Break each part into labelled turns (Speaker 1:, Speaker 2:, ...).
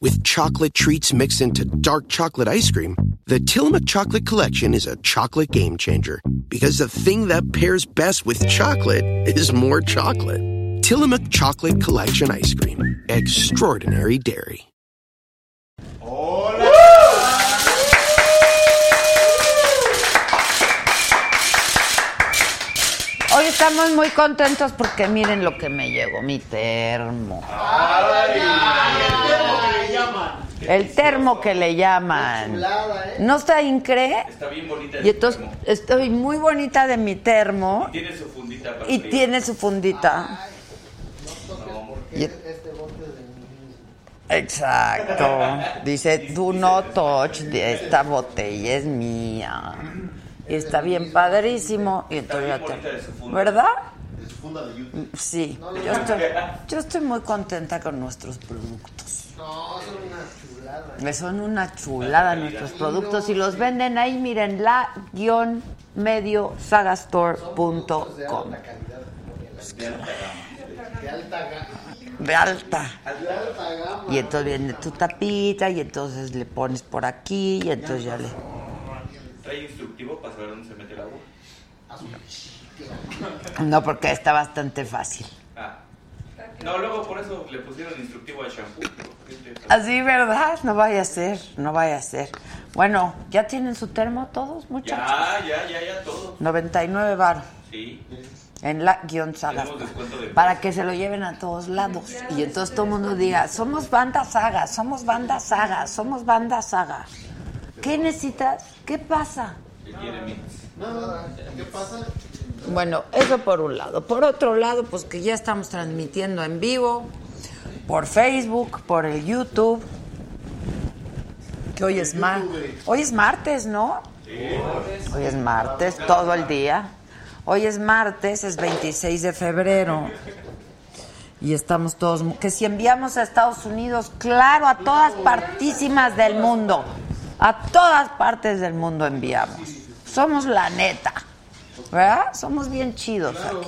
Speaker 1: with chocolate treats mixed into dark chocolate ice cream, the Tillamook Chocolate Collection is a chocolate game changer because the thing that pairs best with chocolate is more chocolate. Tillamook Chocolate Collection Ice Cream. Extraordinary Dairy.
Speaker 2: Hoy estamos muy contentos porque miren lo que me llegó, mi termo. El termo que le llaman. ¿No está incre?
Speaker 3: Está bien bonita.
Speaker 2: Y entonces estoy muy bonita de mi termo
Speaker 3: tiene su fundita para
Speaker 2: y
Speaker 3: abrir.
Speaker 2: tiene su fundita. Y- Exacto. Dice, tú no touch, esta botella es mía. Y está bien padrísimo. Y entonces ya te-
Speaker 3: bonita de su funda.
Speaker 2: ¿Verdad? Mm, Sí, yo estoy, yo estoy muy contenta con nuestros productos. No, son una chulada. Son una chulada nuestros productos y los venden ahí, miren, la guión medio sagastore.com. De alta. Y entonces viene tu tapita y entonces le pones por aquí y entonces ya le...
Speaker 3: Trae instructivo para saber dónde se mete el agua.
Speaker 2: No, porque está bastante fácil.
Speaker 3: Ah. No, luego por eso le pusieron instructivo al shampoo. Este, Gente,
Speaker 2: Así, ¿verdad? No vaya a ser, no vaya a ser. Bueno, ¿ya tienen su termo todos, muchachos?
Speaker 3: Ya, ya, ya, ya, todo.
Speaker 2: 99 bar
Speaker 3: Sí.
Speaker 2: en la guión sagas.
Speaker 3: Tenemos descuento de
Speaker 2: Para que se lo lleven a todos lados. Y entonces todo el mundo diga, somos banda saga, somos banda saga, somos banda saga. ¿Qué necesitas? ¿Qué pasa?
Speaker 3: ¿Qué quiere mix?
Speaker 2: Bueno, eso por un lado. Por otro lado, pues que ya estamos transmitiendo en vivo, por Facebook, por el YouTube. Que hoy es martes. Hoy es martes, ¿no? Hoy es martes, todo el día. Hoy es martes, es 26 de febrero. Y estamos todos. mu- Que si enviamos a Estados Unidos, claro, a todas partísimas del mundo. A todas partes del mundo enviamos. Somos la neta. ¿Verdad? Somos bien chidos aquí.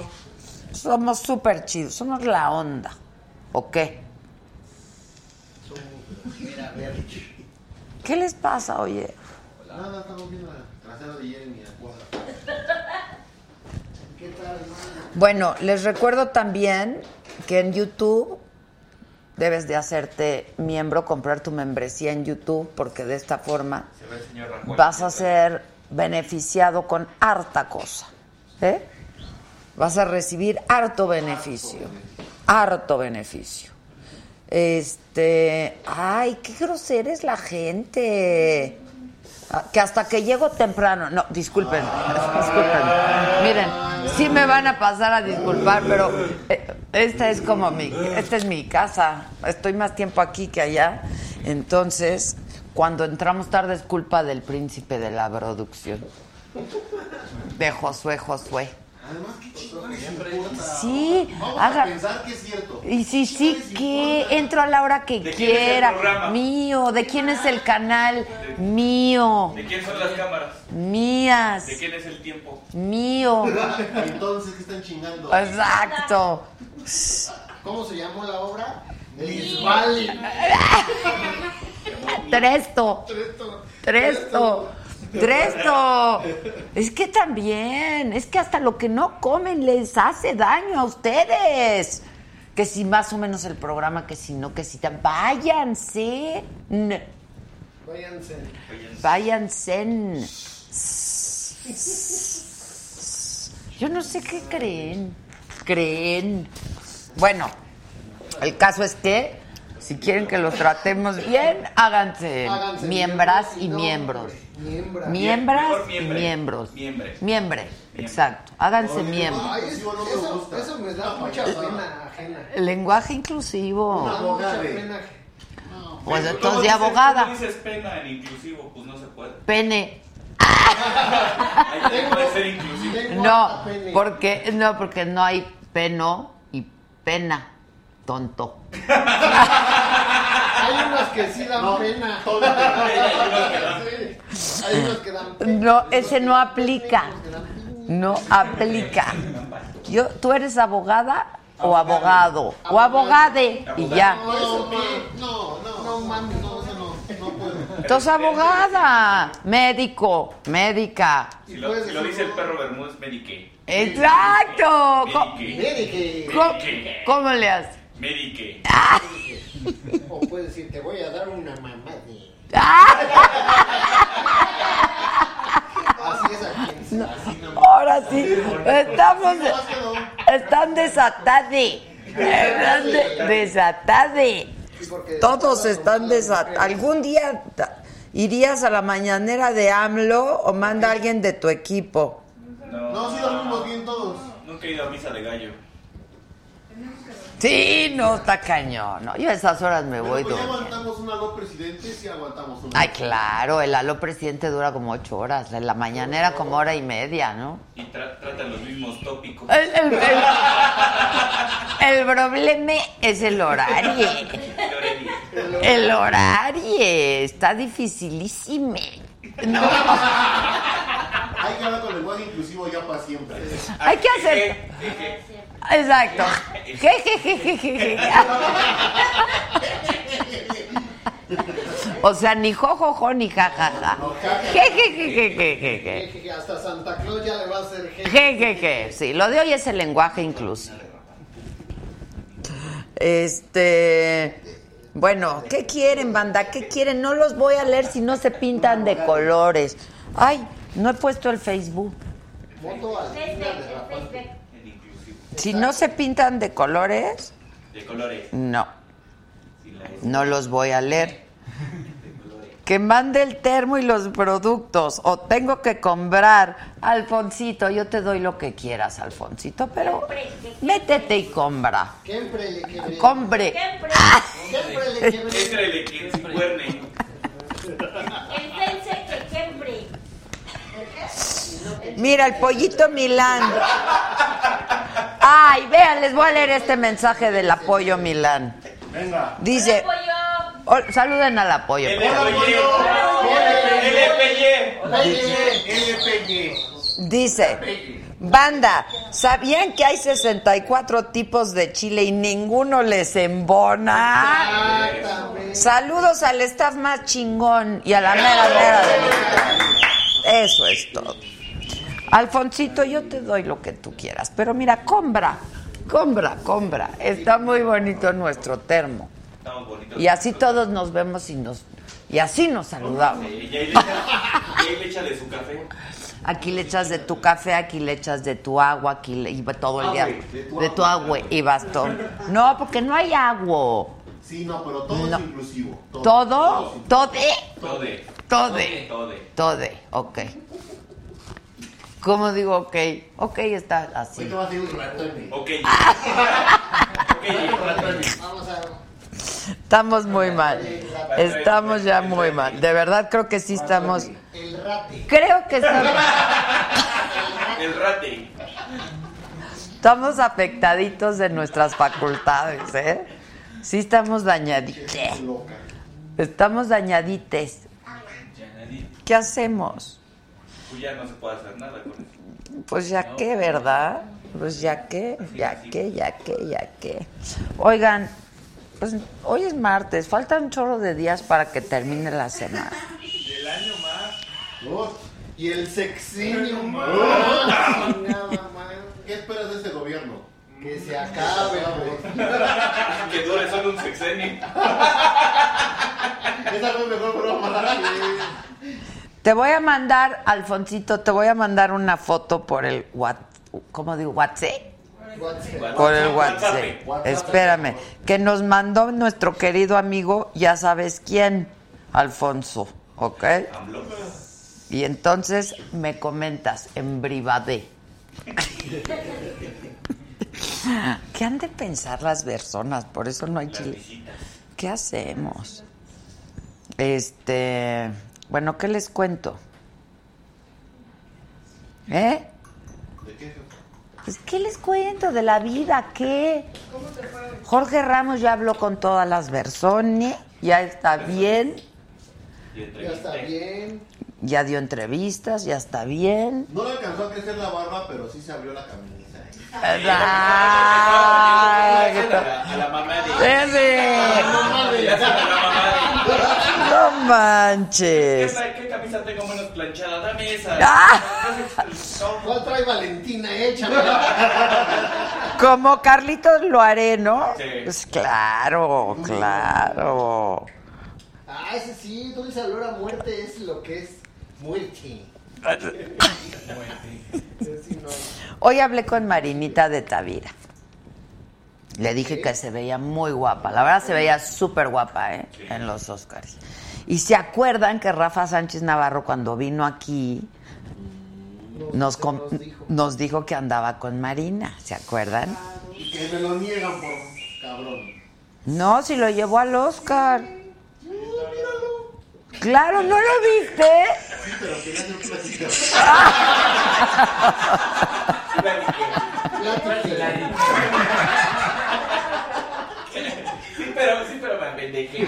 Speaker 2: Somos súper chidos. Somos la onda. ¿O qué? ¿Qué les pasa, oye?
Speaker 4: Nada, estamos viendo el trasero de Jeremy.
Speaker 2: Bueno, les recuerdo también que en YouTube debes de hacerte miembro, comprar tu membresía en YouTube, porque de esta forma
Speaker 3: Se ve el señor Rajoy.
Speaker 2: vas a ser beneficiado con harta cosa. ¿eh? Vas a recibir harto beneficio. Harto beneficio. Este. Ay, qué grosera es la gente. Ah, Que hasta que llego temprano. No, disculpen. Disculpen. Miren, sí me van a pasar a disculpar, pero eh, esta es como mi. Esta es mi casa. Estoy más tiempo aquí que allá. Entonces, cuando entramos tarde es culpa del príncipe de la producción. De Josué Josué.
Speaker 4: Además, qué chingón es importa.
Speaker 2: Sí,
Speaker 4: Vamos a
Speaker 2: haga.
Speaker 4: pensar que es cierto.
Speaker 2: Y sí, sí,
Speaker 4: les
Speaker 2: que entro a la hora que
Speaker 3: ¿De quién es el
Speaker 2: quiera.
Speaker 3: programa?
Speaker 2: Mío, ¿de quién es el canal? Mío,
Speaker 3: ¿De quién son las cámaras?
Speaker 2: mías,
Speaker 3: ¿De quién es el tiempo?
Speaker 2: mío.
Speaker 4: Entonces, ¿qué están chingando?
Speaker 2: Exacto.
Speaker 4: ¿Cómo se llamó la obra? Les vale.
Speaker 2: Tresto,
Speaker 4: Tresto.
Speaker 2: tresto, tresto. Es que también, es que hasta lo que no comen les hace daño a ustedes. Que si más o menos el programa, que si no, que si tan. Váyanse. N-
Speaker 4: Váyanse.
Speaker 2: Váyanse. Yo no sé qué creen. Creen. Bueno, el caso es que si quieren que los tratemos bien, háganse,
Speaker 4: Háganse
Speaker 2: miembras y
Speaker 4: miembros.
Speaker 2: miembros.
Speaker 4: No, hombre, miembra.
Speaker 2: Miembras
Speaker 3: Mejor
Speaker 2: y
Speaker 3: miembre.
Speaker 2: miembros.
Speaker 3: Miembre.
Speaker 2: Miembre, exacto. Háganse miembros.
Speaker 4: Ay, eso no me gusta. Eso me da mucha pena ajena.
Speaker 2: Lenguaje inclusivo.
Speaker 4: Mucha pena.
Speaker 2: Pues
Speaker 3: Pero,
Speaker 2: entonces
Speaker 3: ¿cómo
Speaker 2: de
Speaker 3: dices-
Speaker 2: abogada.
Speaker 3: ¿Cómo dices pena en inclusivo? Pues no se puede.
Speaker 2: Pene.
Speaker 3: Ahí no puede ser inclusivo.
Speaker 4: Lengua
Speaker 2: No,
Speaker 4: a pene.
Speaker 2: porque no, porque no hay peno y pena, tonto.
Speaker 4: Hay unos que sí dan pena. Sí. Hay unos que dan pena.
Speaker 2: No, ese no aplica. No aplica. Yo, tú eres abogada o abogado o abogade y ya.
Speaker 4: No, eso no, no, no, no mames, no, eso no, no puedo.
Speaker 2: Entonces abogada, médico, médica.
Speaker 3: Si lo, si lo dice el perro Bermúdez, Medicaid.
Speaker 2: Exacto. Co-
Speaker 3: Medicaid.
Speaker 4: Mire que,
Speaker 2: co- ¿Cómo le haces?
Speaker 3: Medicaid.
Speaker 4: o puedes decir, te voy a dar una mamá de...
Speaker 2: ¡Ah!
Speaker 4: Así es aquí. Así no.
Speaker 2: Ahora sí, estamos,
Speaker 4: Nomás quedó.
Speaker 2: están desatade, están de- desatade.
Speaker 4: Sí, porque-
Speaker 2: Todos están desatados. Algún día ta- irías a la mañanera de AMLO o manda a alguien de tu equipo.
Speaker 4: No, sí dormimos bien todos.
Speaker 3: Nunca he ido a misa de gallo.
Speaker 2: Sí, no, está cañón. No, yo a esas horas me voy
Speaker 4: Pero pues ya
Speaker 2: durmiendo.
Speaker 4: aguantamos una dos presidentes y aguantamos una.
Speaker 2: Ay, claro, el aló presidente dura como ocho horas. En la mañanera como hora y media, ¿no?
Speaker 3: Y tra- tratan los mismos tópicos.
Speaker 2: El, el- el- el problema es el horario.
Speaker 3: Yo le dije,
Speaker 2: El horario está dificilísimo.
Speaker 4: Hay que hablar con lenguaje inclusivo ya para siempre.
Speaker 2: Hay que hacer...
Speaker 3: dije,
Speaker 2: Exacto. Jejejejeje. O sea, ni jojojo ni jajaja. Jejejejejeje.
Speaker 4: Que hasta Santa Claus ya le va a hacer jeje.
Speaker 2: Jejeje. Sí, lo de hoy es el lenguaje inclusivo. Este. Bueno, ¿qué quieren, banda? ¿Qué quieren? No los voy a leer si no se pintan de colores. Ay, no he puesto el Facebook.
Speaker 4: Voto a la esquina de la paz.
Speaker 3: el inclusivo.
Speaker 2: Si no se pintan de colores,
Speaker 3: De colores.
Speaker 2: no.
Speaker 3: Y la S
Speaker 2: No los voy a leer.
Speaker 3: de colores.
Speaker 2: Que mande el termo y los productos. O tengo que comprar. Alfonsito, yo te doy lo que quieras, Alfonsito, pero métete y compra.
Speaker 4: Siempre le quebré.
Speaker 2: Compre.
Speaker 4: Siempre le quebré.
Speaker 3: Éntrale, que se cuerne.
Speaker 2: Mira, el pollito Milán. Ay, vean, les voy a leer este mensaje del apoyo Milán.
Speaker 5: Venga.
Speaker 2: Dice, Ol- saluden al apoyo. por favor.
Speaker 3: E. LPY.
Speaker 2: Dice, banda, ¿sabían que hay 64 tipos de chile y ninguno les embona?
Speaker 4: Exactamente.
Speaker 2: Saludos al staff más chingón y a la mera mera. de- Eso es todo. Alfonsito, yo te doy lo que tú quieras, pero mira, compra, compra, compra. Está muy bonito nuestro termo.
Speaker 3: Estamos bonitos.
Speaker 2: Y así todos nos vemos y nos y así nos saludamos.
Speaker 3: Y ahí le echa- y ahí le echa de su café.
Speaker 2: Aquí le echas de tu café, aquí le echas de tu agua, aquí le, y va todo el día. De tu agua y bastón. No, porque no hay agua.
Speaker 4: Sí, no, pero todo
Speaker 2: No.
Speaker 4: es inclusivo.
Speaker 2: Todo, tode,
Speaker 3: Tode.
Speaker 2: tode,
Speaker 3: Tode.
Speaker 2: tode, ok. ¿Cómo digo ok? Ok está
Speaker 4: Hoy
Speaker 2: así.
Speaker 4: te va a hacer un rato en mí.
Speaker 3: Ok. Ok,
Speaker 4: Vamos a.
Speaker 2: Estamos muy mal. Estamos ya muy mal. De verdad creo que sí estamos.
Speaker 4: El rate.
Speaker 2: Creo que estamos,
Speaker 3: el rate.
Speaker 2: estamos afectaditos de nuestras facultades, ¿eh? Sí estamos dañaditos.
Speaker 4: Loca.
Speaker 2: Estamos dañadites.
Speaker 3: Ya nadie.
Speaker 2: ¿Qué hacemos?
Speaker 3: Pues ya no se puede hacer nada con eso.
Speaker 2: Pues ya qué, ¿verdad? Pues ya qué, ya qué, ya qué, ya qué. Oigan, pues hoy es martes, faltan un chorro de días para que termine la semana.
Speaker 4: Uf, Y el sexenio. Nada más. ¿Qué esperas de este gobierno? Que se acabe, hombre.
Speaker 3: Que dure solo un sexenio.
Speaker 4: Esa fue mejor broma.
Speaker 2: Te voy a mandar, Alfonsito, te voy a mandar una foto por el what, ¿cómo digo? WhatsApp. Por el WhatsApp. Espérame, que nos mandó nuestro querido amigo, ya sabes quién, Alfonso, ¿ok?
Speaker 3: AMLO.
Speaker 2: Y entonces me comentas en privadé. ¿Qué han de pensar las personas? Por eso no hay chile. ¿Qué hacemos? Este, bueno, ¿qué les cuento? ¿Eh? Pues, ¿qué les cuento de la vida? ¿Qué? Jorge Ramos ya habló con todas las versiones, ya está bien,
Speaker 3: Y entre
Speaker 4: Ya está bien.
Speaker 2: ya dio entrevistas, ya está bien.
Speaker 4: No le alcanzó a crecer la barba, pero sí se abrió la camisa. ¿eh?
Speaker 2: Ah. Exacto.
Speaker 3: A la mamá de.
Speaker 2: Ese. No
Speaker 3: ¿Qué,
Speaker 2: manches.
Speaker 3: tra- ¿Qué camisa tengo menos planchada? Dame esa.
Speaker 2: Ah.
Speaker 3: No,
Speaker 4: ¿Cuál trae Valentina hecha?
Speaker 2: Como Carlitos lo haré, ¿no?
Speaker 3: Sí.
Speaker 2: Pues claro, claro.
Speaker 4: ah, ese sí, dulce olor a muerte es lo que es muerte. Ese sí no.
Speaker 2: Hoy hablé con Marinita de Tavira. Le dije que se veía muy guapa. La verdad se veía súper guapa ¿eh? en los Oscars. Y se acuerdan que Rafa Sánchez Navarro cuando vino aquí nos, com-
Speaker 4: nos dijo.
Speaker 2: nos dijo que andaba con Marina. ¿Se acuerdan?
Speaker 4: Y que me lo niegan por cabrón.
Speaker 2: No, si lo llevó al Oscar. Claro, ¿no lo viste?
Speaker 4: Sí, pero que ya no platica. Platica.
Speaker 3: Sí, pero, sí, pero me pendejé.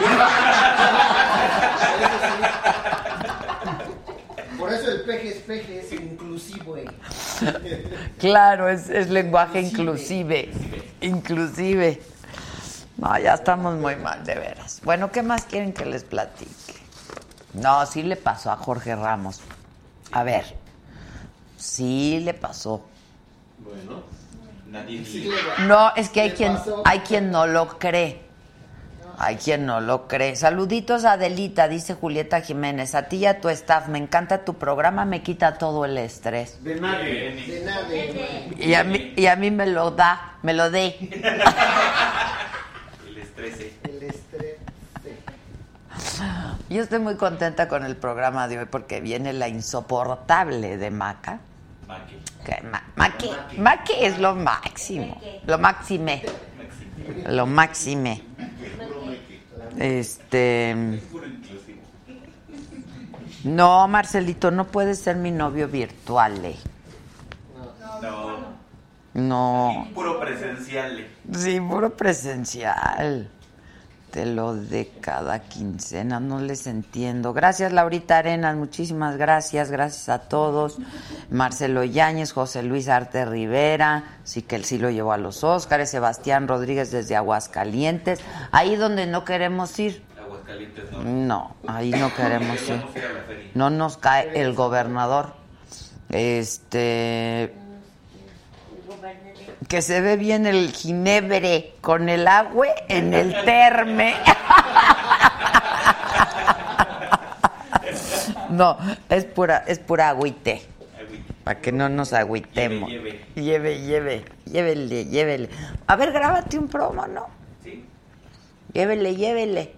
Speaker 4: Por eso el peje es peje, es inclusivo. eh.
Speaker 2: Claro, es, es lenguaje inclusive. Inclusive. No, ya estamos muy mal, de veras. Bueno, ¿qué más quieren que les platique? No, sí le pasó a Jorge Ramos. A ver, sí le pasó.
Speaker 4: Bueno.
Speaker 3: Nadie
Speaker 4: Sí,
Speaker 3: dice.
Speaker 4: le va.
Speaker 2: No, es que hay
Speaker 4: Le
Speaker 2: quien,
Speaker 4: pasó.
Speaker 2: hay quien no lo cree. Hay quien no lo cree. Saluditos a Adelita, dice Julieta Jiménez. A ti y a tu staff, me encanta tu programa, me quita todo el estrés.
Speaker 5: De nadie.
Speaker 4: De nada. hermano.
Speaker 2: Y a mí, y a mí me lo da, me lo dé.
Speaker 3: El estrés. eh.
Speaker 4: El estrés.
Speaker 2: Yo estoy muy contenta con el programa de hoy porque viene la insoportable de Maca.
Speaker 3: Maqui.
Speaker 2: Que Ma- Maqui, Maqui es lo máximo. Lo máxime. Lo máxime. Este.
Speaker 3: Puro inclusivo.
Speaker 2: No, Marcelito, no puedes ser mi novio virtual. eh.
Speaker 3: No.
Speaker 2: No.
Speaker 3: Puro presencial. eh.
Speaker 2: Sí, puro presencial. Te lo de cada quincena, no les entiendo. Gracias, Laurita Arenas, muchísimas gracias, gracias a todos. Marcelo Yáñez, José Luis Arte Rivera, sí que él sí lo llevó a los Óscares, Sebastián Rodríguez desde Aguascalientes, ahí donde no queremos ir.
Speaker 3: Aguascalientes no.
Speaker 2: No, ahí no queremos ir.
Speaker 3: Queríamos ir a la feria.
Speaker 2: No nos cae el gobernador. Este. Que se ve bien el ginebre con el agua en el terme. No, es pura, es pura agüite.
Speaker 3: Ay, güey.
Speaker 2: Para que no nos agüitemos.
Speaker 3: Lleve,
Speaker 2: Lleve, lleve. Llévele, llévele. A ver, grábate un promo, ¿no?
Speaker 3: Sí.
Speaker 2: Llévele, llévele.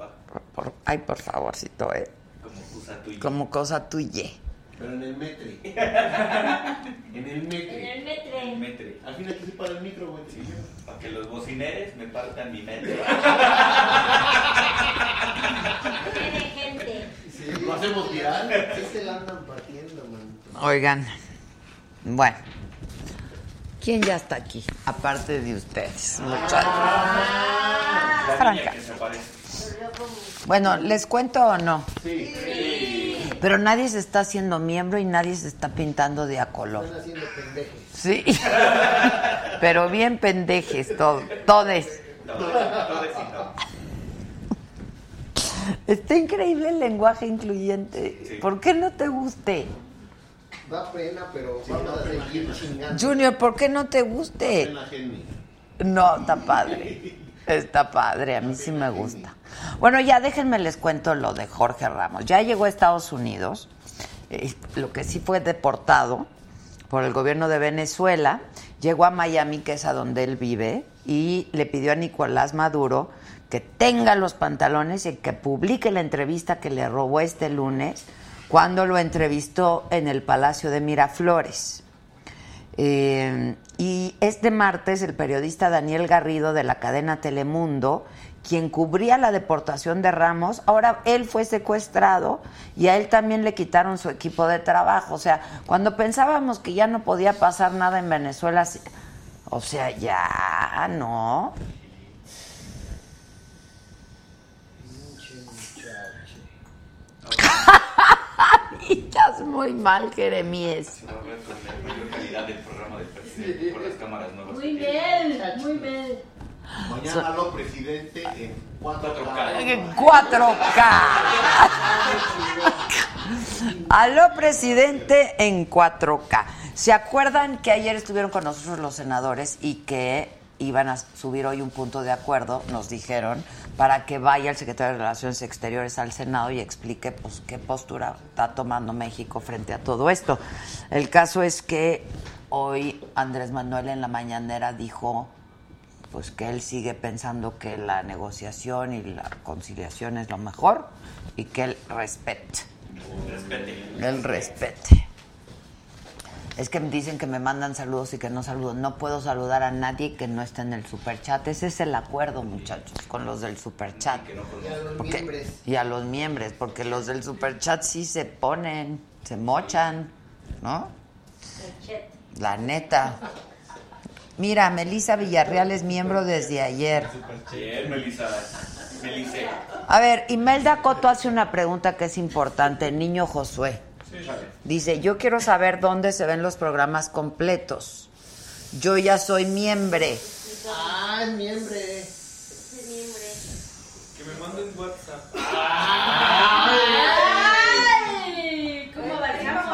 Speaker 3: Va.
Speaker 2: Por- ay, por favorcito, ¿eh?
Speaker 3: Como usa tuya.
Speaker 2: Como cosa tuya.
Speaker 4: Pero en el metri. En el metri.
Speaker 6: En el metre.
Speaker 3: Metre.
Speaker 4: Al fin aquí se para el micro, güey.
Speaker 3: Para que los bocineres me partan mi mente.
Speaker 6: Tiene gente.
Speaker 4: Sí, lo hacemos viral. Sí se la andan partiendo, man.
Speaker 2: Oigan, bueno, ¿quién ya está aquí? Aparte de ustedes, muchachos.
Speaker 3: La
Speaker 2: Franca.
Speaker 3: niña que se aparece.
Speaker 2: Bueno, ¿les cuento o no?
Speaker 4: Sí.
Speaker 2: Pero nadie se está haciendo miembro y nadie se está pintando de a color.
Speaker 4: Están haciendo pendejes.
Speaker 2: Sí. Pero bien pendejes, todos. Todes.
Speaker 3: No, no,
Speaker 2: Está increíble el lenguaje incluyente.
Speaker 3: Sí.
Speaker 2: ¿Por qué no te guste?
Speaker 4: Da pena, pero vamos a seguir chingando.
Speaker 2: Junior, ¿por qué no te guste?
Speaker 4: Pena ajena.
Speaker 2: No, está padre. Está padre, a mí sí me gusta. Bueno, ya déjenme les cuento lo de Jorge Ramos. Ya llegó a Estados Unidos, eh, lo que sí fue deportado por el gobierno de Venezuela, llegó a Miami, que es a donde él vive, y le pidió a Nicolás Maduro que tenga los pantalones y que publique la entrevista que le robó este lunes cuando lo entrevistó en el Palacio de Miraflores. Eh, y este martes el periodista Daniel Garrido de la cadena Telemundo, quien cubría la deportación de Ramos, ahora él fue secuestrado y a él también le quitaron su equipo de trabajo. O sea, cuando pensábamos que ya no podía pasar nada en Venezuela, sí- o sea, ya no. Estás muy mal, Jeremías.
Speaker 3: no, no, no. publicidad del programa del presidente por las cámaras nuevas.
Speaker 6: Muy bien, muy bien.
Speaker 4: Mañana lo presidente en 4K.
Speaker 2: 4K. Aló, presidente en 4K. ¿Se acuerdan que ayer estuvieron con nosotros los senadores y que iban a subir hoy un punto de acuerdo, nos dijeron, para que vaya el secretario de Relaciones Exteriores al Senado y explique pues, qué postura está tomando México frente a todo esto? El caso es que hoy Andrés Manuel en la mañanera dijo pues que él sigue pensando que la negociación y la conciliación es lo mejor y que él respete,
Speaker 3: Respete.
Speaker 2: él respete. Es que me dicen que me mandan saludos y que no saludo. No puedo saludar a nadie que no esté en el superchat. Ese es el acuerdo, muchachos, con los del superchat. Porque- y a los miembros, porque los del superchat sí se ponen, se mochan, ¿no?
Speaker 6: Chet.
Speaker 2: La neta. Mira, Melissa Villarreal es miembro desde ayer.
Speaker 3: Ayer, Melissa. Melice.
Speaker 2: A ver, Imelda Coto hace una pregunta que es importante. Niño Josué dice: Yo quiero saber dónde se ven los programas completos. Yo ya soy miembro.
Speaker 4: Ah, es miembro.
Speaker 6: Ese miembro.
Speaker 3: Que me manden WhatsApp.
Speaker 6: ¡Ay! ¿Cómo variamos?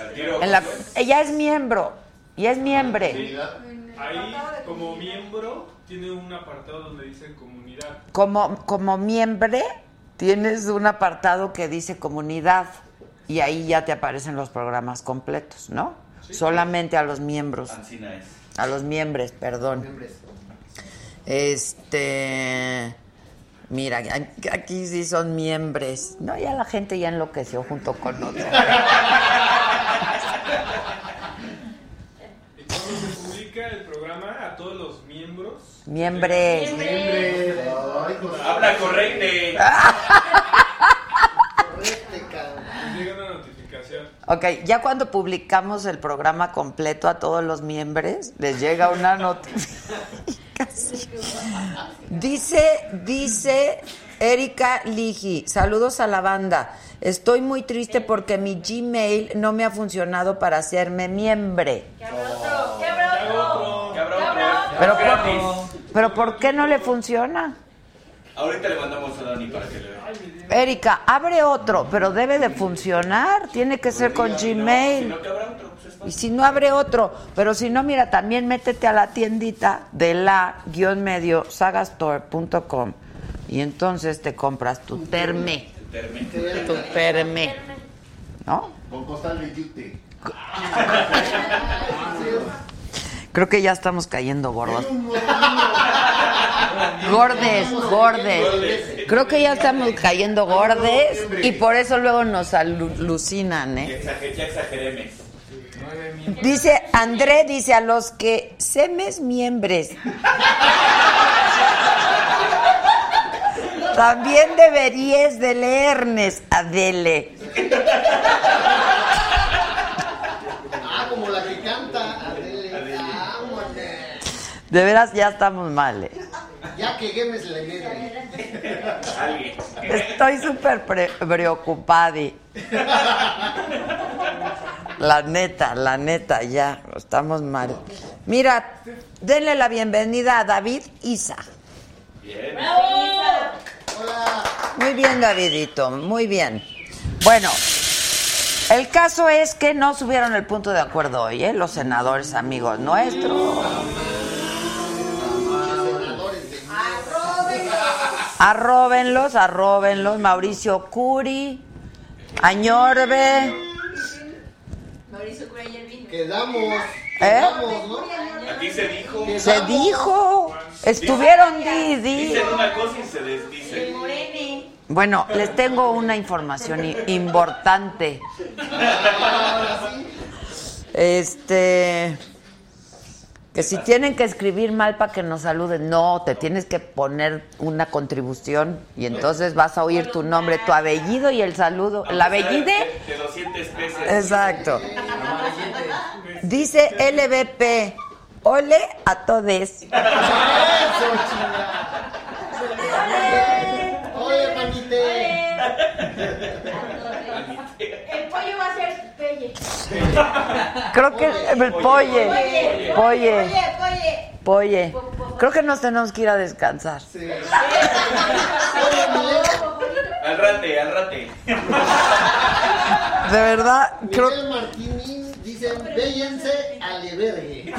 Speaker 3: Al tiro.
Speaker 2: En la-
Speaker 3: Josué.
Speaker 2: Ella es miembro. Y es miembro.
Speaker 4: Ah,
Speaker 5: Ahí, como miembro, tiene un apartado donde dice comunidad.
Speaker 2: Como, como miembro, tienes un apartado que dice comunidad. Y ahí ya te aparecen los programas completos, ¿no? Solamente a los miembros.
Speaker 3: Ancina es.
Speaker 2: A los miembros, perdón. Este. Mira, aquí- aquí sí son miembros. No, ya la gente ya enloqueció junto con nosotros.
Speaker 5: Y cuando se publica el programa a todos los miembros.
Speaker 2: Miembres.
Speaker 3: Habla correcte.
Speaker 2: Ah.
Speaker 5: Les llega una notificación.
Speaker 2: Ok, ya cuando publicamos el programa completo a todos los miembros, les llega una notificación. Dice, dice Erika Ligi, saludos a la banda. Estoy muy triste porque mi Gmail no me ha funcionado para hacerme miembro.
Speaker 6: ¿Qué habrá otro? ¿Qué habrá otro?
Speaker 3: Que habrá otro.
Speaker 2: Pero por,
Speaker 3: Gratis.
Speaker 2: pero ¿por qué no le funciona?
Speaker 3: Ahorita le mandamos a Dani para que le vea.
Speaker 2: Erika, abre otro, pero debe de funcionar. Tiene que ser con
Speaker 3: Si
Speaker 2: Gmail.
Speaker 3: no, que habrá otro. pues es
Speaker 2: Y
Speaker 3: fácil.
Speaker 2: si no, abre otro. Pero si no, mira, también métete a la tiendita de la-medio sagastore.com y entonces te compras tu terme.
Speaker 3: Terme.
Speaker 2: Tu terme. ¿No?
Speaker 4: Con costal de yute.
Speaker 2: Creo que ya estamos cayendo gordos.
Speaker 4: Un morrillo.
Speaker 2: Gordes, gordes.
Speaker 3: Gordes.
Speaker 2: Creo que ya estamos cayendo gordes y por eso luego nos alu- alucinan, ¿eh?
Speaker 3: Ya exageré- ya exageremos.
Speaker 2: Dice André, dice a los que semes miembres. También deberías de leernes, Adele.
Speaker 4: Ah, como la que canta. Adele. Vámonos.
Speaker 2: De veras ya estamos mal. eh.
Speaker 4: Ya que Gemes le mire.
Speaker 3: Alguien.
Speaker 2: Estoy súper pre- preocupada. y- La neta, la neta, ya estamos mal. Mira, denle la bienvenida a David Isa.
Speaker 3: Bien.
Speaker 4: Hola.
Speaker 2: Muy bien, Davidito, muy bien. Bueno, el caso es que no subieron el punto de acuerdo hoy, ¿eh? Los senadores amigos nuestros.
Speaker 4: Senadores de
Speaker 2: Arróbenlos, arróbenlos. Mauricio Curi, Añorbe.
Speaker 6: Mauricio Cura ayer vino.
Speaker 4: Quedamos. Quedamos,
Speaker 2: ¿Eh?
Speaker 4: ¿no?
Speaker 3: Aquí se dijo.
Speaker 2: Se dijo. Estuvieron di, di.
Speaker 3: Dicen una cosa y se desdicen.
Speaker 6: Morene.
Speaker 2: Bueno, les tengo una información i- importante. Este. Que si tienen que escribir mal para que nos saluden, no, te tienes que poner una contribución y entonces vas a oír tu nombre, tu apellido y el saludo. ¿El apellido?
Speaker 3: De, de 200 pesos.
Speaker 2: Exacto. Dice LBP, ole a todes.
Speaker 4: Eso, chingada. Ole, manite.
Speaker 6: A
Speaker 2: Creo
Speaker 6: Oye.
Speaker 2: que el polle,
Speaker 6: Oye.
Speaker 2: polle,
Speaker 6: Oye, oye.
Speaker 2: polle. Creo que nos tenemos que ir a descansar.
Speaker 4: Sí.
Speaker 3: Al rate, al rate.
Speaker 2: De verdad, creo
Speaker 4: Miguel Martínez dice, véyense al evergue.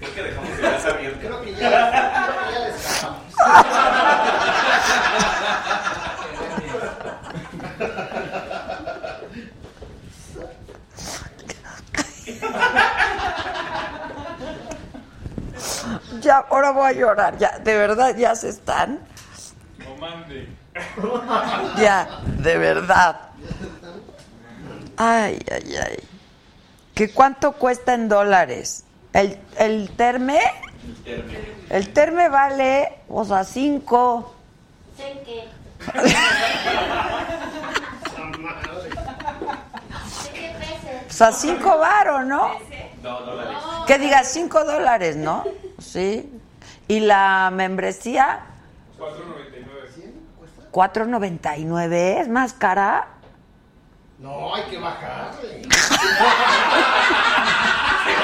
Speaker 3: Creo que dejamos el gas abierto.
Speaker 4: Creo que ya, creo que ya les escapamos.
Speaker 2: ya, ahora voy a llorar. Ya, de verdad, ya se están.
Speaker 5: O mande.
Speaker 2: Ya, de verdad. Ay, ay, ay. ¿Qué cuánto cuesta en dólares? El, el terme,
Speaker 3: El término.
Speaker 2: el terme vale, o sea, cinco.
Speaker 6: ¿Sé qué? ¿Sé qué
Speaker 2: O
Speaker 6: peces?
Speaker 2: sea, cinco varos, ¿no?
Speaker 3: No, dólares.
Speaker 2: Que diga cinco dólares, ¿no? Sí. Y la membresía,
Speaker 5: 4.99.
Speaker 2: $4.99, es más cara.
Speaker 4: No, hay que bajarle.
Speaker 3: Que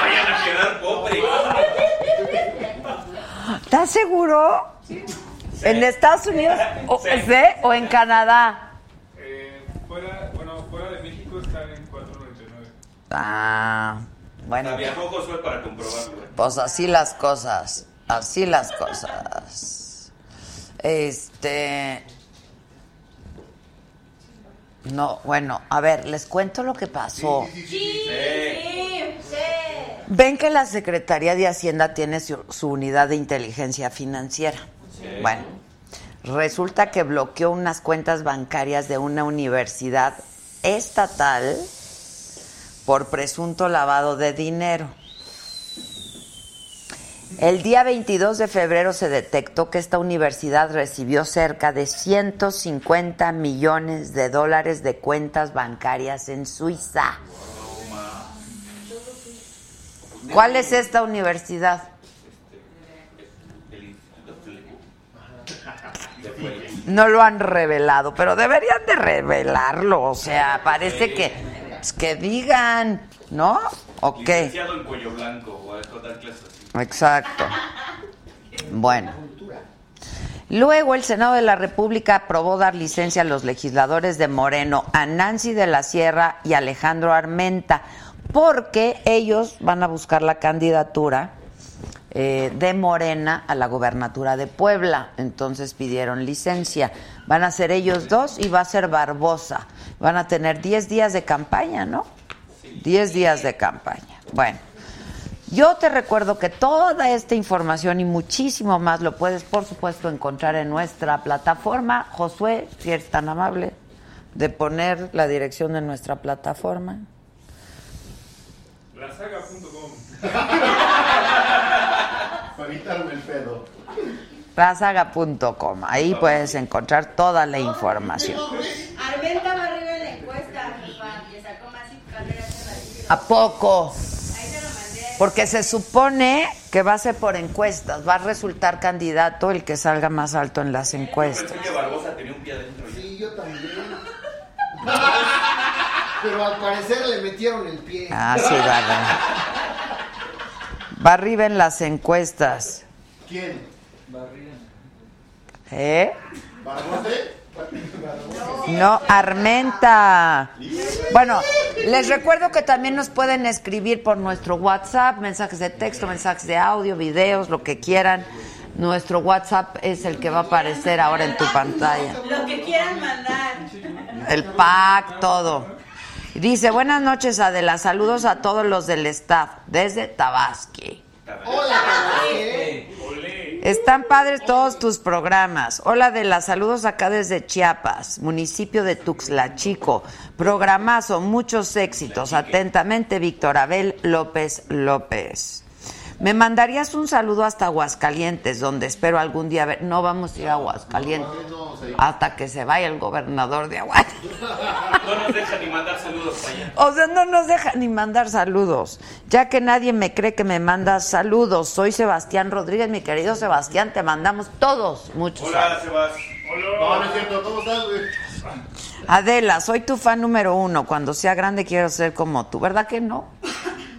Speaker 3: vayan a quedar pobres.
Speaker 2: ¿Estás seguro? ¿En Estados Unidos o,
Speaker 3: Sí.
Speaker 2: ¿sí? o en Canadá?
Speaker 5: Eh, fuera, bueno, fuera de México están en 4.99.
Speaker 2: Ah, bueno.
Speaker 3: La viajó Josué para comprobarlo.
Speaker 2: Pues así las cosas, así las cosas. Este... No, bueno, a ver, les cuento lo que pasó.
Speaker 6: Sí, sí, sí.
Speaker 2: Ven que la Secretaría de Hacienda tiene su, su unidad de inteligencia financiera. Bueno, resulta que bloqueó unas cuentas bancarias de una universidad estatal por presunto lavado de dinero. El día 22 de febrero se detectó que esta universidad recibió cerca de 150 millones de dólares de cuentas bancarias en Suiza. ¿Cuál es esta universidad?
Speaker 3: El Instituto Fleco. De Fleco.
Speaker 2: No lo han revelado, pero deberían de revelarlo. O sea, parece que pues, que digan, ¿no? ¿O qué?
Speaker 3: Licenciado en cuello blanco o algo dar clases así.
Speaker 2: Exacto. Bueno. Luego el Senado de la República aprobó dar licencia a los legisladores de Moreno, a Nancy de la Sierra y Alejandro Armenta, porque ellos van a buscar la candidatura eh, de Morena a la gobernatura de Puebla. Entonces pidieron licencia. Van a ser ellos dos y va a ser Barbosa. Van a tener 10 días de campaña, ¿no? 10 días de campaña. Bueno. Yo te recuerdo que toda esta información y muchísimo más lo puedes, por supuesto, encontrar en nuestra plataforma. Josué, si eres tan amable de poner la dirección de nuestra plataforma.
Speaker 5: Lasaga.com.
Speaker 4: Para evitarme el pedo.
Speaker 2: Razaga.com. Ahí puedes encontrar toda la información.
Speaker 6: Armenta va arriba en la encuesta, papá. Le sacó más y carreras en la
Speaker 2: ¿A poco?
Speaker 6: Ahí te lo mandé.
Speaker 2: Porque se supone que va a ser por encuestas. Va a resultar candidato el que salga más alto en las encuestas.
Speaker 3: Pensé que Barbosa tenía un pie adentro.
Speaker 4: Sí, yo también. Pero al parecer le metieron el pie.
Speaker 2: Ah, sí, va arriba. Va arriba en las encuestas.
Speaker 4: ¿Quién?
Speaker 2: ¿Eh?
Speaker 4: ¿Barbote?
Speaker 2: No, Armenta. Bueno, les recuerdo que también nos pueden escribir por nuestro WhatsApp, mensajes de texto, mensajes de audio, videos, lo que quieran. Nuestro WhatsApp es el que va a aparecer ahora en tu pantalla.
Speaker 6: Lo que quieran mandar.
Speaker 2: El pack, todo. Dice, buenas noches Adela, saludos a todos los del staff desde Tabasque.
Speaker 4: Hola, Tabasqué.
Speaker 2: Están padres todos tus programas. Hola de las saludos acá desde Chiapas, municipio de Tuxtla Chico. Programazo, muchos éxitos. Atentamente, Víctor Abel López López. Me mandarías un saludo hasta Aguascalientes, donde espero algún día ver. No vamos a ir a Aguascalientes
Speaker 4: No, no, sí.
Speaker 2: hasta que se vaya el gobernador de Aguascalientes.
Speaker 3: No nos deja ni mandar saludos para allá.
Speaker 2: O sea, no nos deja ni mandar saludos, ya que nadie me cree que me manda saludos. Soy Sebastián Rodríguez, mi querido Sebastián, te mandamos todos muchos.
Speaker 3: Hola, Sebas.
Speaker 4: No, no es cierto, ¿cómo estás, güey?
Speaker 2: Adela, soy tu fan número uno. Cuando sea grande quiero ser como tú. ¿Verdad que no?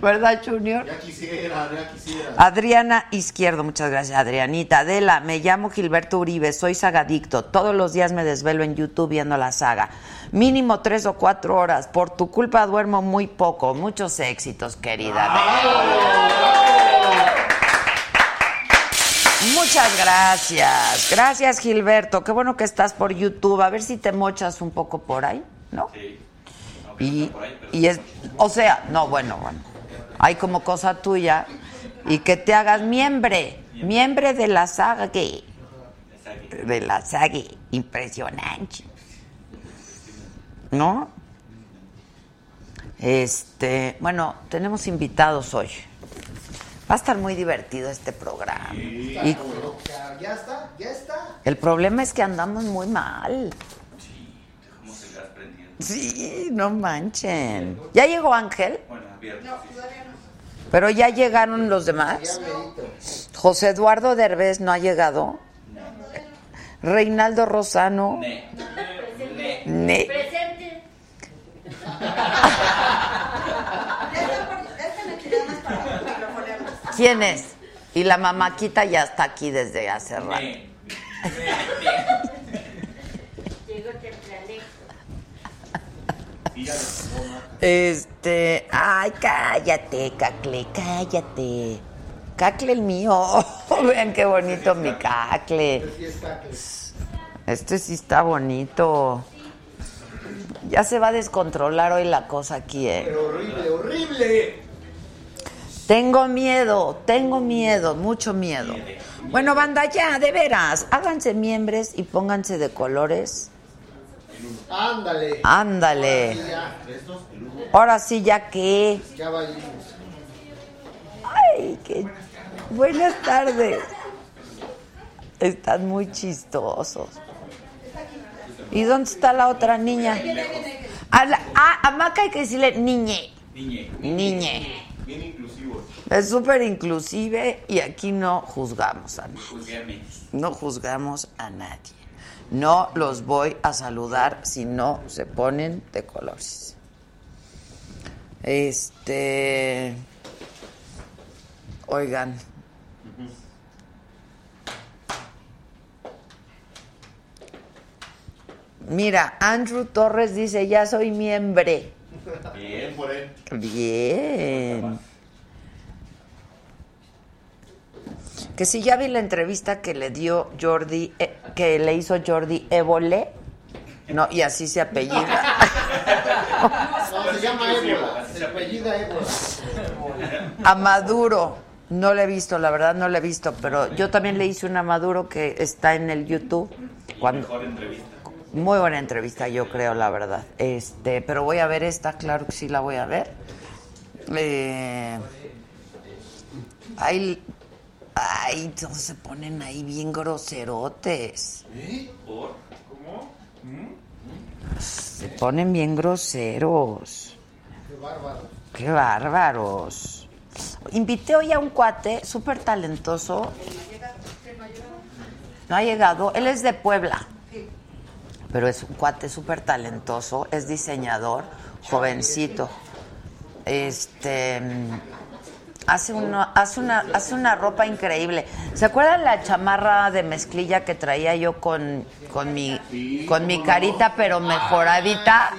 Speaker 2: ¿Verdad, Junior?
Speaker 4: Ya quisiera, ya quisiera.
Speaker 2: Adriana Izquierdo, muchas gracias, Adrianita. Adela, me llamo Gilberto Uribe, soy sagadicto. Todos los días me desvelo en YouTube viendo la saga. Mínimo tres o cuatro horas. Por tu culpa duermo muy poco. Muchos éxitos, querida. Muchas gracias. Gracias, Gilberto. Qué bueno que estás por YouTube. A ver si te mochas un poco por ahí, ¿no?
Speaker 3: Sí. No,
Speaker 2: Y,
Speaker 3: está por ahí, pero-
Speaker 2: y es, o sea, no, bueno, bueno. Hay como cosa tuya y que te hagas miembre, miembre de la saga, que-
Speaker 3: Está aquí.
Speaker 2: de la saga, impresionante. ¿No? Este, bueno, tenemos invitados hoy. Va a estar muy divertido este programa. Y
Speaker 7: Ya está, ya está.
Speaker 2: el problema es que andamos muy mal.
Speaker 3: Dejamos el gas prendido.
Speaker 2: Sí, no manchen. ¿Ya llegó Ángel?
Speaker 3: Bueno, abierto.
Speaker 6: No, todavía no.
Speaker 2: Pero ya llegaron los demás. José Eduardo Derbez no ha llegado. Reinaldo Rosano.
Speaker 3: Ne.
Speaker 6: Presente.
Speaker 2: Ne.
Speaker 6: Presente. ya están por- ya están aquí nada más para microfonearnos.
Speaker 2: ¿Quién es? Y la mamaquita ya está aquí desde hace rato.
Speaker 3: Ne.
Speaker 6: Llegó temprano.
Speaker 3: Y ya lo toma.
Speaker 2: Este, ay, cállate, Cacle, cállate. Cacle el mío. Vean qué bonito mi Cacle. Este sí está bonito. Ya se va a descontrolar hoy la cosa aquí, ¿eh?
Speaker 7: Pero horrible, horrible.
Speaker 2: Tengo miedo, tengo miedo, mucho miedo. Bueno, banda, ya, de veras, háganse miembros y pónganse de colores.
Speaker 7: Ándale.
Speaker 2: Ándale.
Speaker 7: Ya,
Speaker 2: Ahora sí, ya que.
Speaker 7: ya valimos.
Speaker 2: Ay, qué. Buenas tardes. Están muy chistosos. ¿Y dónde está la otra niña? A, la- a- a Maca hay que decirle niñe,
Speaker 3: Niñe.
Speaker 2: niñe.
Speaker 3: Bien inclusivo.
Speaker 2: Es súper inclusive y aquí no juzgamos a nadie.
Speaker 3: Juzgueme.
Speaker 2: No juzgamos a nadie. No los voy a saludar si no se ponen de colores. Este. Oigan. Mira, Andrew Torres dice, ya soy miembro.
Speaker 3: Bien.
Speaker 4: Por él.
Speaker 2: Bien. Que si ya vi la entrevista que le dio Jordi, eh, que le hizo Jordi Évole, no, y así se apellida.
Speaker 7: No, se llama Ébola.
Speaker 3: así
Speaker 7: Se
Speaker 3: se
Speaker 7: apellida Ébola.
Speaker 2: A Maduro, no le he visto, la verdad no le he visto, pero yo también le hice una a Maduro que está en el YouTube. Cuando,
Speaker 3: Mejor entrevista.
Speaker 2: Muy buena entrevista, yo creo, la verdad. Este, pero voy a ver esta, claro que sí la voy a ver. Eh, ay, ay, entonces se ponen ahí bien groserotes.
Speaker 3: Por.
Speaker 5: ¿Cómo?
Speaker 2: Se ponen bien groseros. Qué bárbaros. Invité hoy a un cuate súper talentoso. No ha llegado. Él es de Puebla. Pero es un cuate súper talentoso. Es diseñador, jovencito. Este. mm, Hace, uno- hace, una, hace una ropa increíble. ¿Se acuerdan la chamarra de mezclilla que traía yo con, con mi, con mi carita, pero mejoradita?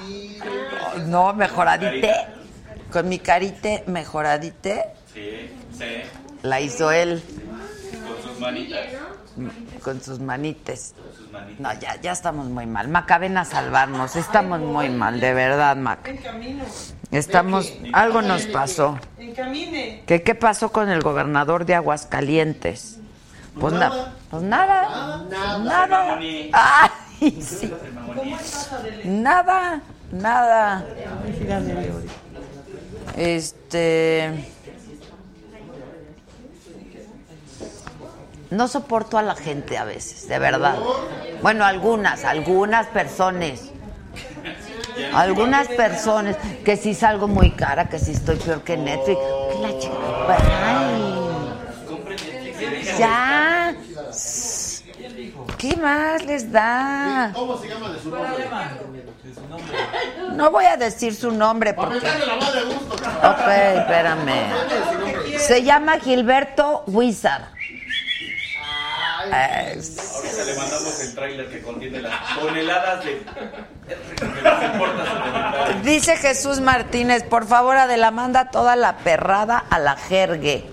Speaker 2: No, mejoradite. Con mi carite mejoradite
Speaker 3: Sí. Sí.
Speaker 2: la hizo él
Speaker 3: Con sus manitas.
Speaker 2: con sus manites.
Speaker 3: Con sus manitas.
Speaker 2: No, ya, ya estamos muy mal. Maca, ven a salvarnos. Estamos muy mal, de verdad, Maca.
Speaker 8: En camino,
Speaker 2: Estamos, algo nos pasó.
Speaker 8: encamine.
Speaker 2: ¿Qué, ¿Qué pasó con el gobernador de Aguascalientes? Pues, na- pues nada. Nada.
Speaker 3: Mamoní.
Speaker 2: Ay, sí.
Speaker 3: El mamoní.
Speaker 8: ¿Cómo estás, Adele?
Speaker 2: Nada, nada. Este. No soporto a la gente a veces, de verdad. Bueno, algunas, algunas personas. Algunas personas, que si salgo muy cara, que si estoy peor que Netflix. Que la chica, ay,
Speaker 3: Compren Netflix y dejen-
Speaker 2: ya. ¿Qué más les da?
Speaker 4: ¿Cómo se llama de su nombre?
Speaker 2: No voy a decir su nombre
Speaker 4: Para
Speaker 2: porque...
Speaker 4: meterle la madre a gusto.
Speaker 2: Ok, espérame. Se llama Gilberto Wizard. Es-
Speaker 3: Ahorita le mandamos el tráiler que contiene las toneladas de. que nos importa su comentario.
Speaker 2: Dice Jesús Martínez, por favor, Adela, manda toda la perrada a la jergue.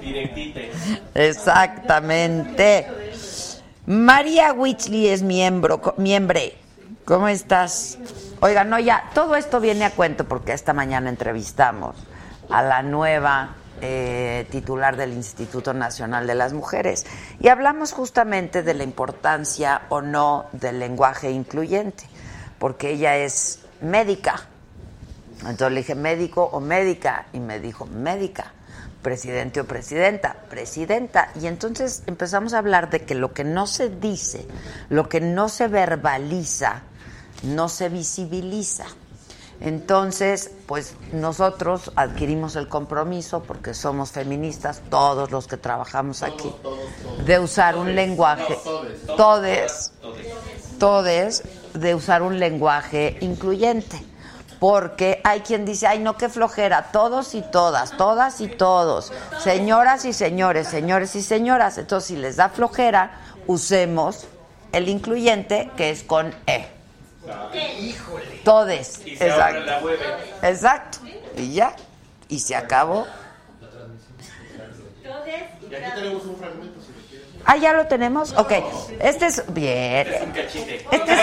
Speaker 3: Directite.
Speaker 2: Exactamente. María Wichley es miembro, co- miembre. ¿Cómo estás? Oiga, no, ya, todo esto viene a cuento porque esta mañana entrevistamos a la nueva eh, titular del Instituto Nacional de las Mujeres y hablamos justamente de la importancia o no del lenguaje incluyente, porque ella es médica, entonces le dije, médico o médica. Y me dijo, médica, presidente o presidenta, presidenta. Y entonces empezamos a hablar de que lo que no se dice, lo que no se verbaliza, no se visibiliza. Entonces, pues nosotros adquirimos el compromiso, porque somos feministas, todos los que trabajamos aquí, de usar un lenguaje, todes, todes de usar un lenguaje incluyente. Porque hay quien dice, ay, no, qué flojera, todos y todas, todas y todos, señoras y señores, señores y señoras. Entonces, si les da flojera, usemos el incluyente que es con E. Híjole. Todes.
Speaker 3: Y se abra
Speaker 2: Exacto.
Speaker 3: la web.
Speaker 2: Exacto. Y ya. Y se acabó.
Speaker 6: Entonces,
Speaker 4: Y aquí tenemos un fragmento si lo quieres.
Speaker 2: Ah, ya lo tenemos. Ok. Este es. Bien.
Speaker 3: Un cachite.
Speaker 2: Este es